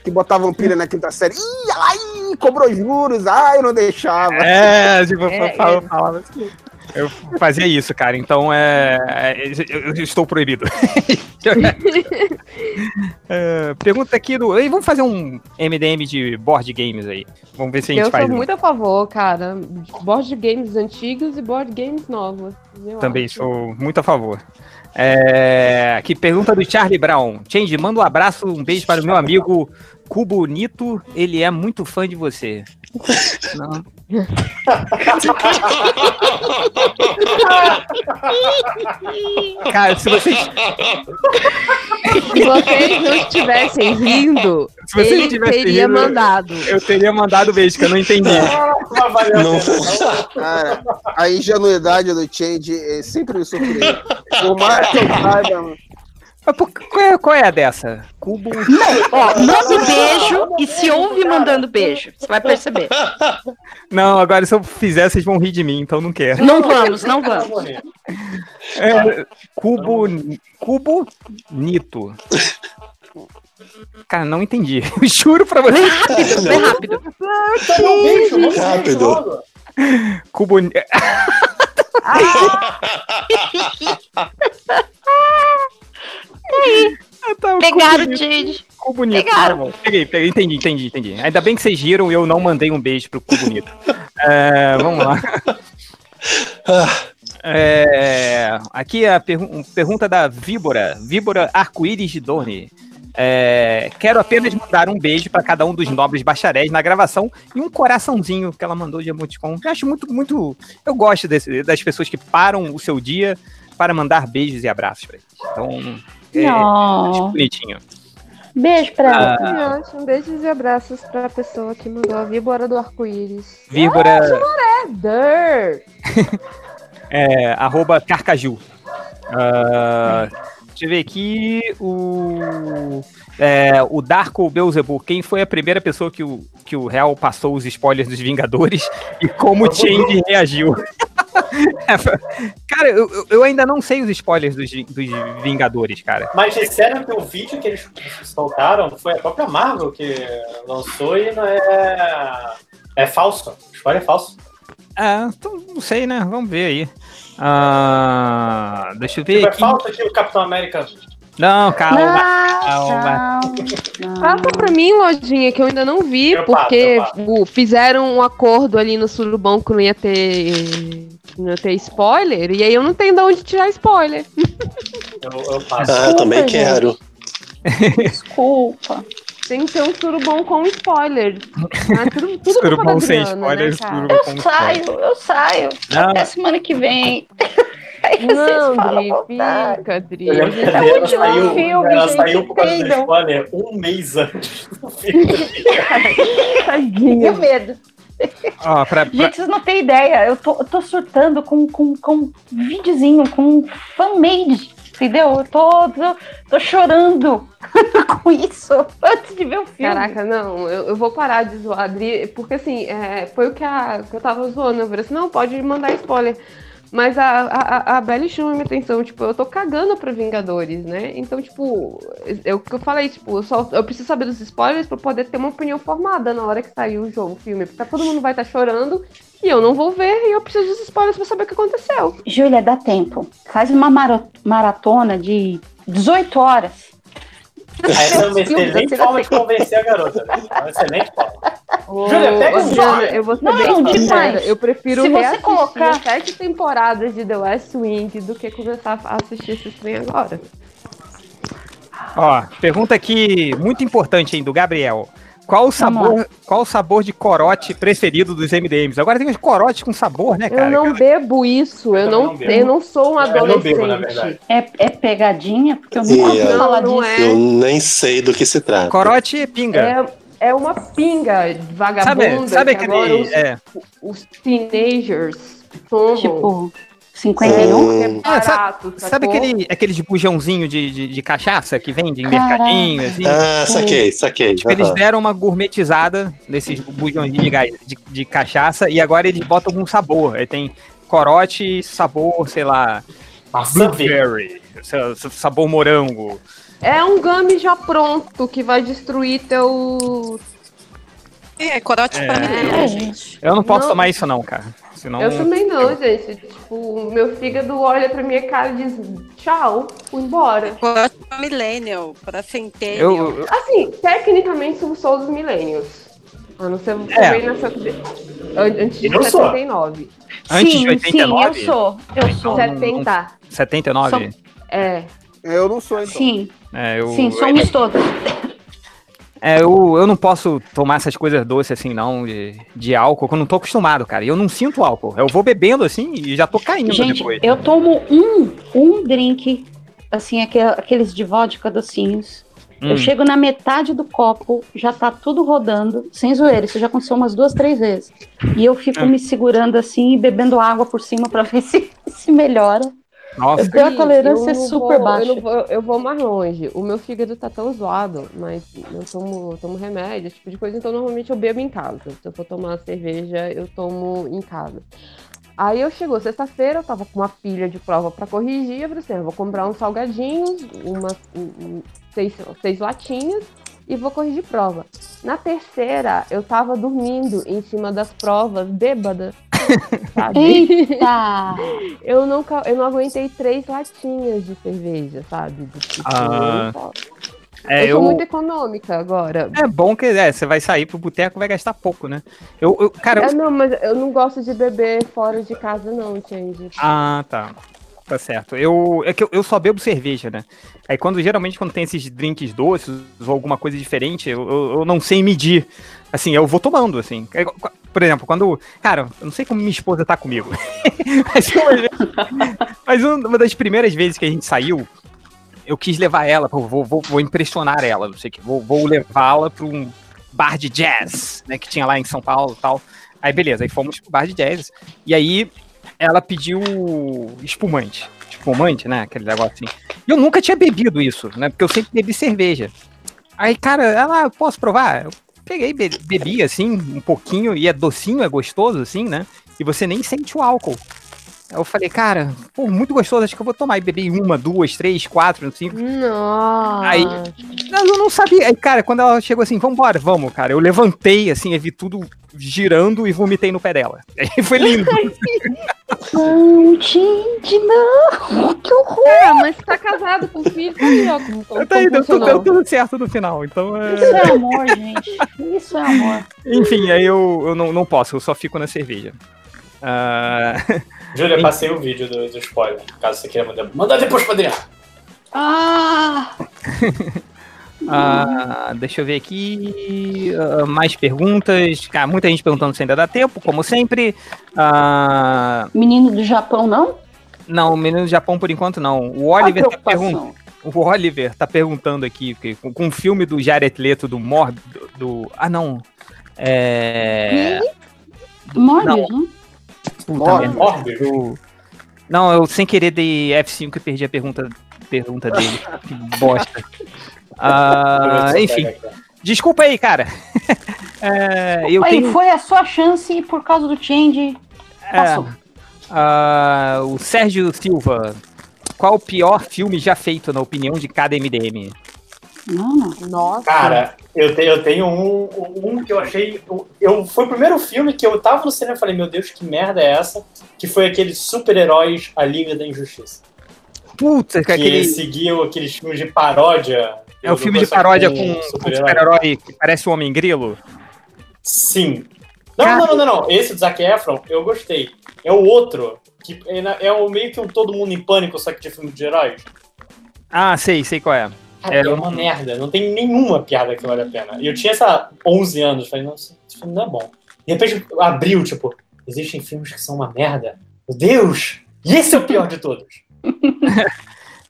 Speaker 33: que botavam pilha na quinta série. Ih, olha lá, ih, cobrou juros, ai, não deixava.
Speaker 30: É, tipo, eu
Speaker 33: É,
Speaker 30: falava,
Speaker 33: é.
Speaker 30: falava assim. Eu fazia isso, cara. Então é. é, Eu, eu estou proibido. É, pergunta aqui do. Ei, vamos fazer um MDM de board games aí. Vamos ver se a gente
Speaker 9: eu
Speaker 30: faz.
Speaker 9: sou
Speaker 30: um.
Speaker 9: muito a favor, cara. de Board games antigos e board games novos. Eu
Speaker 30: Também sou muito a favor. É, aqui, pergunta do Charlie Brown. Change, manda um abraço, um beijo para o meu amigo Cubonito. Ele é muito fã de você. Não. Cara, se vocês.
Speaker 9: acho. Se vocês não estivessem rindo,
Speaker 30: Se vocês
Speaker 9: ele
Speaker 30: tivessem
Speaker 9: teria
Speaker 30: rido,
Speaker 9: mandado.
Speaker 30: Eu teria mandado beijo, que eu não entendi.
Speaker 33: Cara, a ingenuidade do Change é sempre me surpreende. Por mais que eu saiba, mano.
Speaker 30: Qual é, qual é a dessa? Cubo.
Speaker 11: Ó, manda um beijo e se ouve mandando beijo. Você vai perceber.
Speaker 30: Tá Não, agora se eu fizer, vocês vão rir de mim, então não quero.
Speaker 11: Não vamos, não vamos.
Speaker 30: É, cubo. Cubo Nito. Cara, não entendi. Eu juro pra você.
Speaker 11: rápido,
Speaker 30: bem
Speaker 11: rápido.
Speaker 30: Rápido.
Speaker 11: Tá
Speaker 30: Cubo.
Speaker 11: Pegaram o Jade.
Speaker 30: Cubo Nito. Tá bom. Peguei, peguei, entendi, entendi, entendi. Ainda bem que vocês riram e eu não mandei um beijo pro Cubo Nito. É, vamos lá. É, aqui a pergu- pergunta da Víbora, Víbora Arco-Íris de Dorne. É, quero apenas mandar um beijo para cada um dos nobres bacharéis na gravação e um coraçãozinho que ela mandou de emoticon. Eu acho muito, muito. Eu gosto desse- das pessoas que param o seu dia para mandar beijos e abraços pra eles. Então, é,
Speaker 9: Não.
Speaker 30: acho bonitinho.
Speaker 2: Beijo
Speaker 30: pra ela. Ah.
Speaker 9: Um beijo e abraços pra pessoa que mandou a víbora do arco-íris.
Speaker 30: Víbora-
Speaker 9: Ah, Choreder.
Speaker 30: É, arroba Carcaju. Ah, deixa eu ver aqui o. É, o Darko Beelzebub. Quem foi a primeira pessoa que o, que o Hell passou os spoilers dos Vingadores e como o Change reagiu? É, cara, eu, eu- eu ainda não sei os spoilers dos, Vin- dos Vingadores, cara. É,
Speaker 4: Mas disseram que o vídeo que eles soltaram foi a própria Marvel que lançou e não é. É falso. A história é falsa.
Speaker 30: Ah, então, não sei, né? Vamos ver aí. Ah, deixa eu ver
Speaker 4: Tipo, é
Speaker 30: aqui.
Speaker 4: falso que o Capitão América
Speaker 30: Não, calma.
Speaker 9: Ah, Calma. Passa pra mim, Lojinha, que eu ainda não vi,
Speaker 30: Eu passo,
Speaker 9: porque
Speaker 30: eu passo.
Speaker 9: tipo, fizeram um acordo ali no Surubão que não ia ter. Não ia ter spoiler, e aí eu não tenho de onde tirar spoiler.
Speaker 4: Eu, eu
Speaker 8: Ah,
Speaker 4: passo.
Speaker 8: também
Speaker 9: gente.
Speaker 8: quero.
Speaker 9: Desculpa. Tem que ter um surubão com spoiler. Ah, tudo, tudo culpa
Speaker 30: Surubão
Speaker 9: da
Speaker 30: sem
Speaker 9: Adriana,
Speaker 30: spoiler,
Speaker 9: né, cara?
Speaker 30: surubão Eu com spoiler.
Speaker 2: Saio, eu saio.
Speaker 30: Não.
Speaker 2: Até semana que vem.
Speaker 9: Não, Dri, fica, Dri.
Speaker 4: Eu lembro que a Adriana
Speaker 2: é
Speaker 4: saiu, ela saiu por causa do
Speaker 2: entendam.
Speaker 4: spoiler um mês antes.
Speaker 2: Meu medo.
Speaker 30: Ó, pra, É pra-
Speaker 2: Gente, vocês não têm ideia. Eu tô, eu tô surtando com, com, com um videozinho, com um fan-made. Entendeu? Eu tô, tô, tô chorando com isso antes de ver o filme.
Speaker 9: Caraca, não, eu, eu vou parar de zoar a Adri, porque assim, é, foi o que, a- que eu tava zoando. Eu falei assim, não, pode mandar spoiler. Mas a, a, a- a Belly chama minha atenção, tipo, eu tô cagando pra Vingadores, né? Então, tipo, é o que eu falei, tipo, eu, só, eu preciso saber dos spoilers pra poder ter uma opinião formada na hora que sair o jogo, o filme. Porque todo mundo vai estar chorando e eu não vou ver e eu preciso dos spoilers pra saber o que aconteceu.
Speaker 2: Júlia, dá tempo. Faz uma maro- maratona de 18 horas.
Speaker 4: Essa é uma
Speaker 2: Filme da
Speaker 4: excelente
Speaker 2: Cena
Speaker 4: forma de convencer a garota. Né? É Uma excelente forma.
Speaker 9: Ô,
Speaker 4: Júlia, pega o
Speaker 9: Adriana,
Speaker 4: jogo.
Speaker 9: Eu vou ser
Speaker 4: Não,
Speaker 9: bem
Speaker 4: não, tipo-
Speaker 9: sincera,
Speaker 4: demais.
Speaker 9: Eu prefiro
Speaker 4: Se você
Speaker 9: reassistir
Speaker 4: colocar-
Speaker 9: sete temporadas de The West Wing do que começar a assistir esse trem agora.
Speaker 30: ó, pergunta aqui muito importante, hein, do Gabriel. Qual o sabor, qual o sabor de corote preferido dos MDMs? Agora tem uns corote com sabor, né, cara?
Speaker 9: eu não bebo isso, eu, não,
Speaker 30: não bebo.
Speaker 9: eu não sou um
Speaker 30: Eu não
Speaker 9: adolescente.
Speaker 30: bebo, né, na verdade.
Speaker 2: É, é pegadinha? Porque eu
Speaker 8: E,
Speaker 2: nunca ouvi
Speaker 8: ah,
Speaker 2: falar disso.
Speaker 8: Eu nem sei do que se trata.
Speaker 30: Corote e pinga.
Speaker 9: É, é uma pinga É, vagabunda.
Speaker 30: Sabe- sabe
Speaker 9: que
Speaker 30: aquele-
Speaker 9: agora os,
Speaker 30: é.
Speaker 9: os teenagers tomam.
Speaker 2: Tipo,
Speaker 30: Hum.
Speaker 9: É barato,
Speaker 30: Sabe
Speaker 9: sacou?
Speaker 30: aquele, aqueles bujãozinho de, de, de cachaça que vende em
Speaker 9: Caraca.
Speaker 30: mercadinho? Assim?
Speaker 8: Ah, saquei, saquei.
Speaker 30: Tipo, eles
Speaker 8: aham.
Speaker 30: deram uma gourmetizada nesses bujãozinhos de, gás- de, de cachaça e agora eles botam algum sabor. Aí tem corote, sabor, sei lá, blueberry, sei lá, sabor morango.
Speaker 9: É um game já pronto que vai destruir teu.
Speaker 31: É, corote
Speaker 30: É.
Speaker 31: pra mim.
Speaker 9: É,
Speaker 30: Eu não posso
Speaker 9: Não.
Speaker 30: tomar isso não, é cara. Senão...
Speaker 9: Eu também não, gente. Tipo, meu fígado olha pra minha cara e diz tchau, fui embora.
Speaker 31: Corote pra millennial, pra centennial.
Speaker 30: Eu- eu-
Speaker 9: Assim, tecnicamente eu sou dos millennials. A não ser você
Speaker 30: É.
Speaker 9: bem nessa... an- Antes de
Speaker 30: Eu sou.
Speaker 9: 79.
Speaker 30: Antes de 89?
Speaker 9: Sim, eu sou. Eu sou.
Speaker 30: Então,
Speaker 9: 70.
Speaker 30: 79?
Speaker 9: É.
Speaker 33: Eu não sou, então.
Speaker 2: Sim,
Speaker 30: É, eu,
Speaker 2: sim,
Speaker 9: um
Speaker 2: somos todos.
Speaker 30: É, eu, eu não posso tomar essas coisas doces assim, não, de, de álcool, que eu não tô acostumado, cara. E eu não sinto álcool. Eu vou bebendo assim e já tô caindo
Speaker 2: Gente,
Speaker 30: depois.
Speaker 2: eu tomo um, um drink, assim, aque- aqueles de vodka docinhos.
Speaker 30: Hum.
Speaker 2: Eu chego na metade do copo, já tá tudo rodando, sem zoeira. Isso já aconteceu umas duas, três vezes. E eu fico
Speaker 30: Ah.
Speaker 2: me segurando assim, e bebendo água por cima pra ver se, se melhora.
Speaker 30: Nossa.
Speaker 2: Eu tenho a tolerância
Speaker 9: Eu não
Speaker 2: super
Speaker 9: vou-
Speaker 2: baixa.
Speaker 9: Eu, não vou, eu vou mais longe. O meu fígado tá tão zoado, mas eu tomo, eu tomo remédio, esse tipo de coisa, então normalmente eu bebo em casa. Se eu for tomar cerveja, eu tomo em casa. Aí eu chegou sexta-feira, eu tava com uma pilha de prova pra corrigir, eu falei assim, eu vou comprar uns salgadinhos, umas um- um- seis, seis latinhas e vou corrigir prova. Na terceira, eu tava dormindo em cima das provas, bêbada. sabe?
Speaker 2: Eita!
Speaker 9: Eu nunca, eu não aguentei três latinhas de cerveja, sabe? Do tipo,
Speaker 30: Ah,
Speaker 9: eu,
Speaker 30: é,
Speaker 9: sou muito
Speaker 30: eu,
Speaker 9: econômica agora.
Speaker 30: é bom que é, você vai sair pro boteco vai gastar pouco, né? Eu, eu- cara,
Speaker 9: É,
Speaker 30: eu-
Speaker 9: não, mas eu não gosto de beber fora de casa, não, Change.
Speaker 30: Ah, tá. Tá certo. Eu, é que eu, eu só bebo cerveja, né? Aí quando geralmente quando tem esses drinks doces ou alguma coisa diferente, eu, eu, eu não sei medir. Assim, eu vou tomando, assim. É igual- Por exemplo, quando. Cara, eu não sei como minha esposa tá comigo. mas, uma vez- mas uma das primeiras vezes que a gente saiu, eu quis levar ela, pô, vou, vou, vou impressionar ela, não sei o que, vou, vou levá-la para um bar de jazz, né, que tinha lá em São Paulo e tal. Aí beleza, aí fomos pro bar de jazz, e aí ela pediu espumante, espumante, né, aquele negócio assim. E eu nunca tinha bebido isso, né, porque eu sempre bebi cerveja. Aí, cara, ela, "Eu posso provar? Eu peguei, be- bebi, assim, um pouquinho, e é docinho, é gostoso, assim, né, e você nem sente o álcool. Aí eu falei, cara, pô, muito gostoso, acho que eu vou tomar. E bebi uma, duas, três, quatro, cinco.
Speaker 9: Nossa.
Speaker 30: Aí, eu não sabia. Aí, cara, quando ela chegou assim, vambora, vamos, cara. Eu levantei, assim, eu vi tudo girando e vomitei no pé dela. Aí foi lindo.
Speaker 1: Gente, não! Que horror! É, mas tá casado com filho, tá aí, ó, como, como,
Speaker 30: Tá aí,
Speaker 1: como
Speaker 30: deu tudo, deu
Speaker 1: funcionou.
Speaker 30: tudo certo no final. Então é.
Speaker 2: Isso é amor, gente. Isso é amor.
Speaker 30: Enfim, aí eu, eu não, não posso, eu só fico na cerveja. Ah,
Speaker 4: Júlia, passei o vídeo do, do spoiler, caso você queira mandar. Manda depois pra Adriano.
Speaker 1: Ah!
Speaker 30: ah, deixa eu ver aqui. ah, mais perguntas. Cara, muita gente perguntando se ainda dá tempo, como sempre. Ah,
Speaker 2: Menino do Japão, não?
Speaker 30: Não, o menino do Japão por enquanto não. O
Speaker 2: Qual a
Speaker 30: Oliver tá
Speaker 2: preocupação?
Speaker 30: perguntando. O Oliver tá perguntando aqui, porque com, com o filme do Jared Leto do Mor do, do- Ah, não. É.
Speaker 2: Hum? Morbius, né? não?
Speaker 30: Puta
Speaker 2: Morbius.
Speaker 30: merda. Do- Não, eu sem querer dei F5 e perdi a pergunta, pergunta dele. que bosta. Ah, enfim. Desculpa aí, cara. É, eu
Speaker 2: Aí
Speaker 30: tenho-
Speaker 2: foi a sua chance e por causa do change.
Speaker 30: é, ah, o Sérgio Silva. Qual o pior filme já feito, na opinião de cada MDM?
Speaker 9: Nossa.
Speaker 4: Cara, eu, te- eu tenho um, um que eu achei. eu- Eu, foi o primeiro filme que eu tava no cinema e falei, meu Deus, que merda é essa? Que foi aquele super-heróis A Liga da Injustiça.
Speaker 30: Puta,
Speaker 4: Que
Speaker 30: que é aquele.
Speaker 4: seguiu aqueles filmes de paródia.
Speaker 30: É o
Speaker 4: do-
Speaker 30: filme
Speaker 4: do-
Speaker 30: de paródia com com um
Speaker 4: super-herói.
Speaker 30: super-herói que parece um homem grilo?
Speaker 4: Sim. Não, não, não, não, não. Esse do Zac Efron, eu gostei. É o outro, que é na- é o meio que um todo mundo em pânico, só que de filme de heróis.
Speaker 30: Ah, sei, sei qual é.
Speaker 4: Cara, é,
Speaker 30: eu
Speaker 4: uma
Speaker 30: não-
Speaker 4: merda. Não tem nenhuma piada que vale a pena. E eu tinha, sei lá, 11 anos. Falei, nossa, esse filme não é bom. De repente abriu, tipo, existem filmes que são uma merda. Meu Deus! E esse é o pior de todos.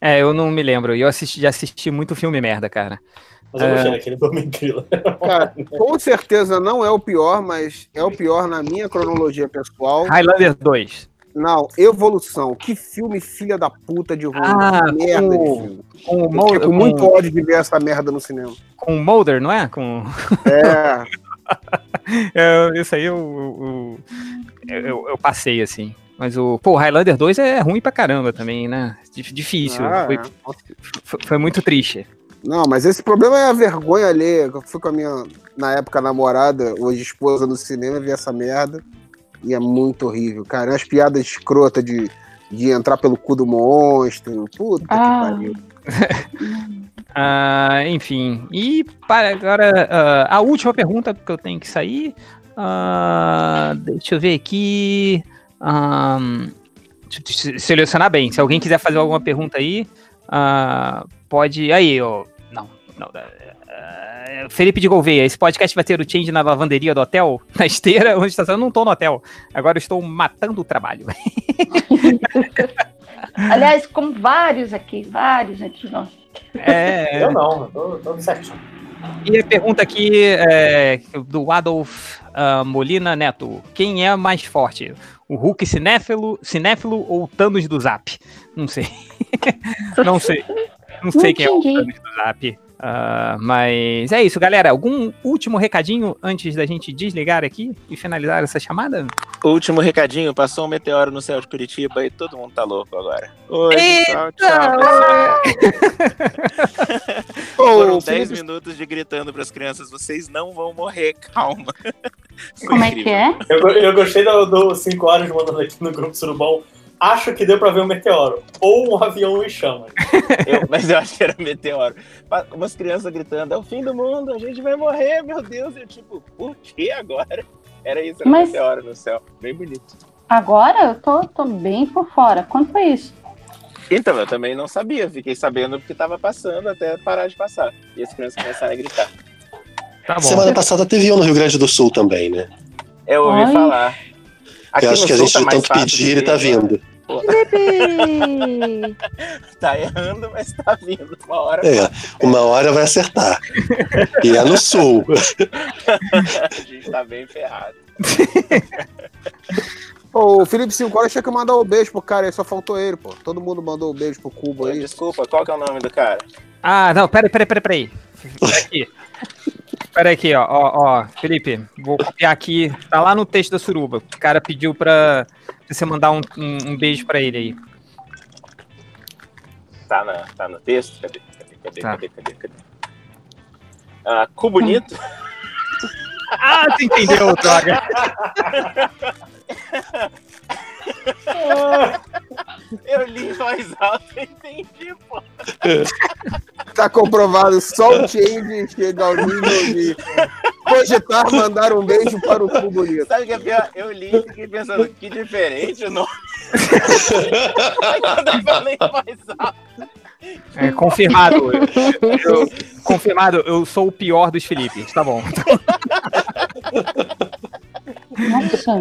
Speaker 30: É, eu não me lembro. Eu assisti, já assisti muito filme merda, cara.
Speaker 4: Mas eu
Speaker 30: É,
Speaker 4: gostei daquele do Homem Grilo.
Speaker 33: Cara, com certeza não é o pior, mas é o pior na minha cronologia pessoal.
Speaker 30: Highlander 2.
Speaker 33: Não, Evolução. Que filme filha da puta de evolução.
Speaker 30: Ah,
Speaker 33: Que merda de
Speaker 30: com-
Speaker 33: filme.
Speaker 30: com o
Speaker 33: Eu fiquei
Speaker 30: Mo-
Speaker 33: com muito
Speaker 30: com-
Speaker 33: ódio de ver essa merda no cinema.
Speaker 30: Com o Mulder, não é? Com...
Speaker 33: É.
Speaker 30: É, isso aí eu, eu, eu- eu- eu passei, assim. Mas o. Pô, Highlander 2 é ruim pra caramba também, né? Dif- Difícil.
Speaker 33: Ah,
Speaker 30: foi,
Speaker 33: é.
Speaker 30: foi- foi muito triste.
Speaker 33: Não, mas esse problema é a vergonha alheia. Eu fui com a minha, na época, namorada, hoje esposa, no cinema e vi essa merda. E é muito horrível, cara. As piadas escrotas de, de entrar pelo cu do monstro. Puta que pariu.
Speaker 30: Ah, enfim. E para agora, ah, a última pergunta, porque eu tenho que sair. Ah, deixa eu ver aqui. Ahn, deixa eu se- selecionar bem. Se alguém quiser fazer alguma pergunta aí, ah, pode. Aí, ó. Não, não. ah, Felipe de Gouveia, esse podcast vai ter o change na lavanderia do hotel? Na esteira? Onde está? Eu não estou no hotel. Agora eu estou matando o trabalho.
Speaker 2: Aliás, como vários aqui, vários aqui de nós.
Speaker 30: É.
Speaker 4: Eu não, eu tô, tô certinho.
Speaker 30: E a pergunta aqui é do Adolf ah, Molina Neto: quem é mais forte? O Hulk cinéfilo, cinéfilo ou o Thanos do Zap? Não sei. não sei. Não sei
Speaker 6: Não
Speaker 30: quem é o
Speaker 6: entendi.
Speaker 30: Thanos do Zap. Ah, mas é isso, galera. Algum último recadinho antes da gente desligar aqui e finalizar essa chamada?
Speaker 10: Último recadinho, passou um meteoro no céu de Curitiba e todo mundo tá louco agora. Oi, pessoal,
Speaker 6: Ah,
Speaker 10: tchau. Foram 10 minutos de gritando pras crianças, vocês não vão morrer, calma. Foi
Speaker 4: é
Speaker 10: incrível.
Speaker 4: Eu, go- eu gostei do- do 5 horas mandando aqui no grupo Surubão. Acho que deu pra ver um meteoro. Ou um avião em chamas.
Speaker 10: Eu- mas eu acho que era meteoro. Pa- Umas crianças gritando, é o fim do mundo, a gente vai morrer, meu Deus. Eu tipo, por que agora? Era isso, era um
Speaker 2: Mas-
Speaker 10: meteoro no céu. Bem bonito.
Speaker 2: Agora eu tô, tô bem por fora. Quanto foi isso?
Speaker 10: Então, eu também não sabia, fiquei sabendo porque tava passando até parar de passar. E as crianças começaram a gritar.
Speaker 8: Semana passada teve um no Rio Grande do Sul também, né?
Speaker 10: Eu ouvi
Speaker 8: Ai.
Speaker 10: falar. Aqui
Speaker 8: eu acho
Speaker 10: no
Speaker 8: que a
Speaker 10: sul
Speaker 8: gente
Speaker 10: tá
Speaker 8: de
Speaker 10: mais
Speaker 8: tanto
Speaker 10: fácil
Speaker 8: pedir,
Speaker 10: de
Speaker 8: ele
Speaker 10: ver,
Speaker 8: tá
Speaker 10: né?
Speaker 8: vindo.
Speaker 10: tá errando, mas tá vindo uma hora.
Speaker 8: É, uma hora vai acertar. E é no sul.
Speaker 10: a gente tá bem ferrado.
Speaker 33: Ô, o Felipe Cinco Horas tinha que mandar um beijo pro cara aí, só faltou ele, pô. Todo mundo mandou um beijo pro Cubo aí.
Speaker 10: Desculpa, qual que é o nome do cara?
Speaker 30: Ah, não, peraí, peraí, peraí, peraí. Peraí aqui. Peraí aqui, ó, ó, ó, Felipe, vou copiar aqui, tá lá no texto da Suruba, o cara pediu pra você mandar um, um- um beijo pra ele aí.
Speaker 10: Tá, na, tá no texto? Cadê? Cadê? Cadê? Cadê? Cadê? cadê? Ah, cu bonito?
Speaker 30: Ah, tu entendeu, droga.
Speaker 5: Eu li em voz alta e entendi, pô.
Speaker 7: Tá comprovado, só o Change chega ao nível de cogitar mandar um beijo para o cu bonito.
Speaker 5: Sabe o que é pior? Eu li e fiquei pensando, que diferente o nome. Aí quando eu falei mais alto.
Speaker 30: É, confirmado. Eu- eu- confirmado, eu sou o pior dos Filipes. Tá bom.
Speaker 2: Nossa.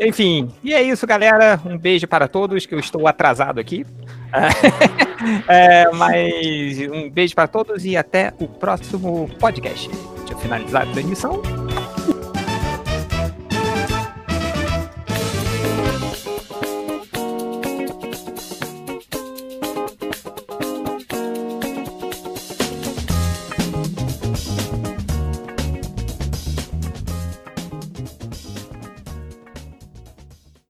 Speaker 30: Enfim, e é isso, galera. Um beijo para todos, que eu estou atrasado aqui. É, mas um beijo para todos e até o próximo podcast. Deixa eu finalizar a transmissão.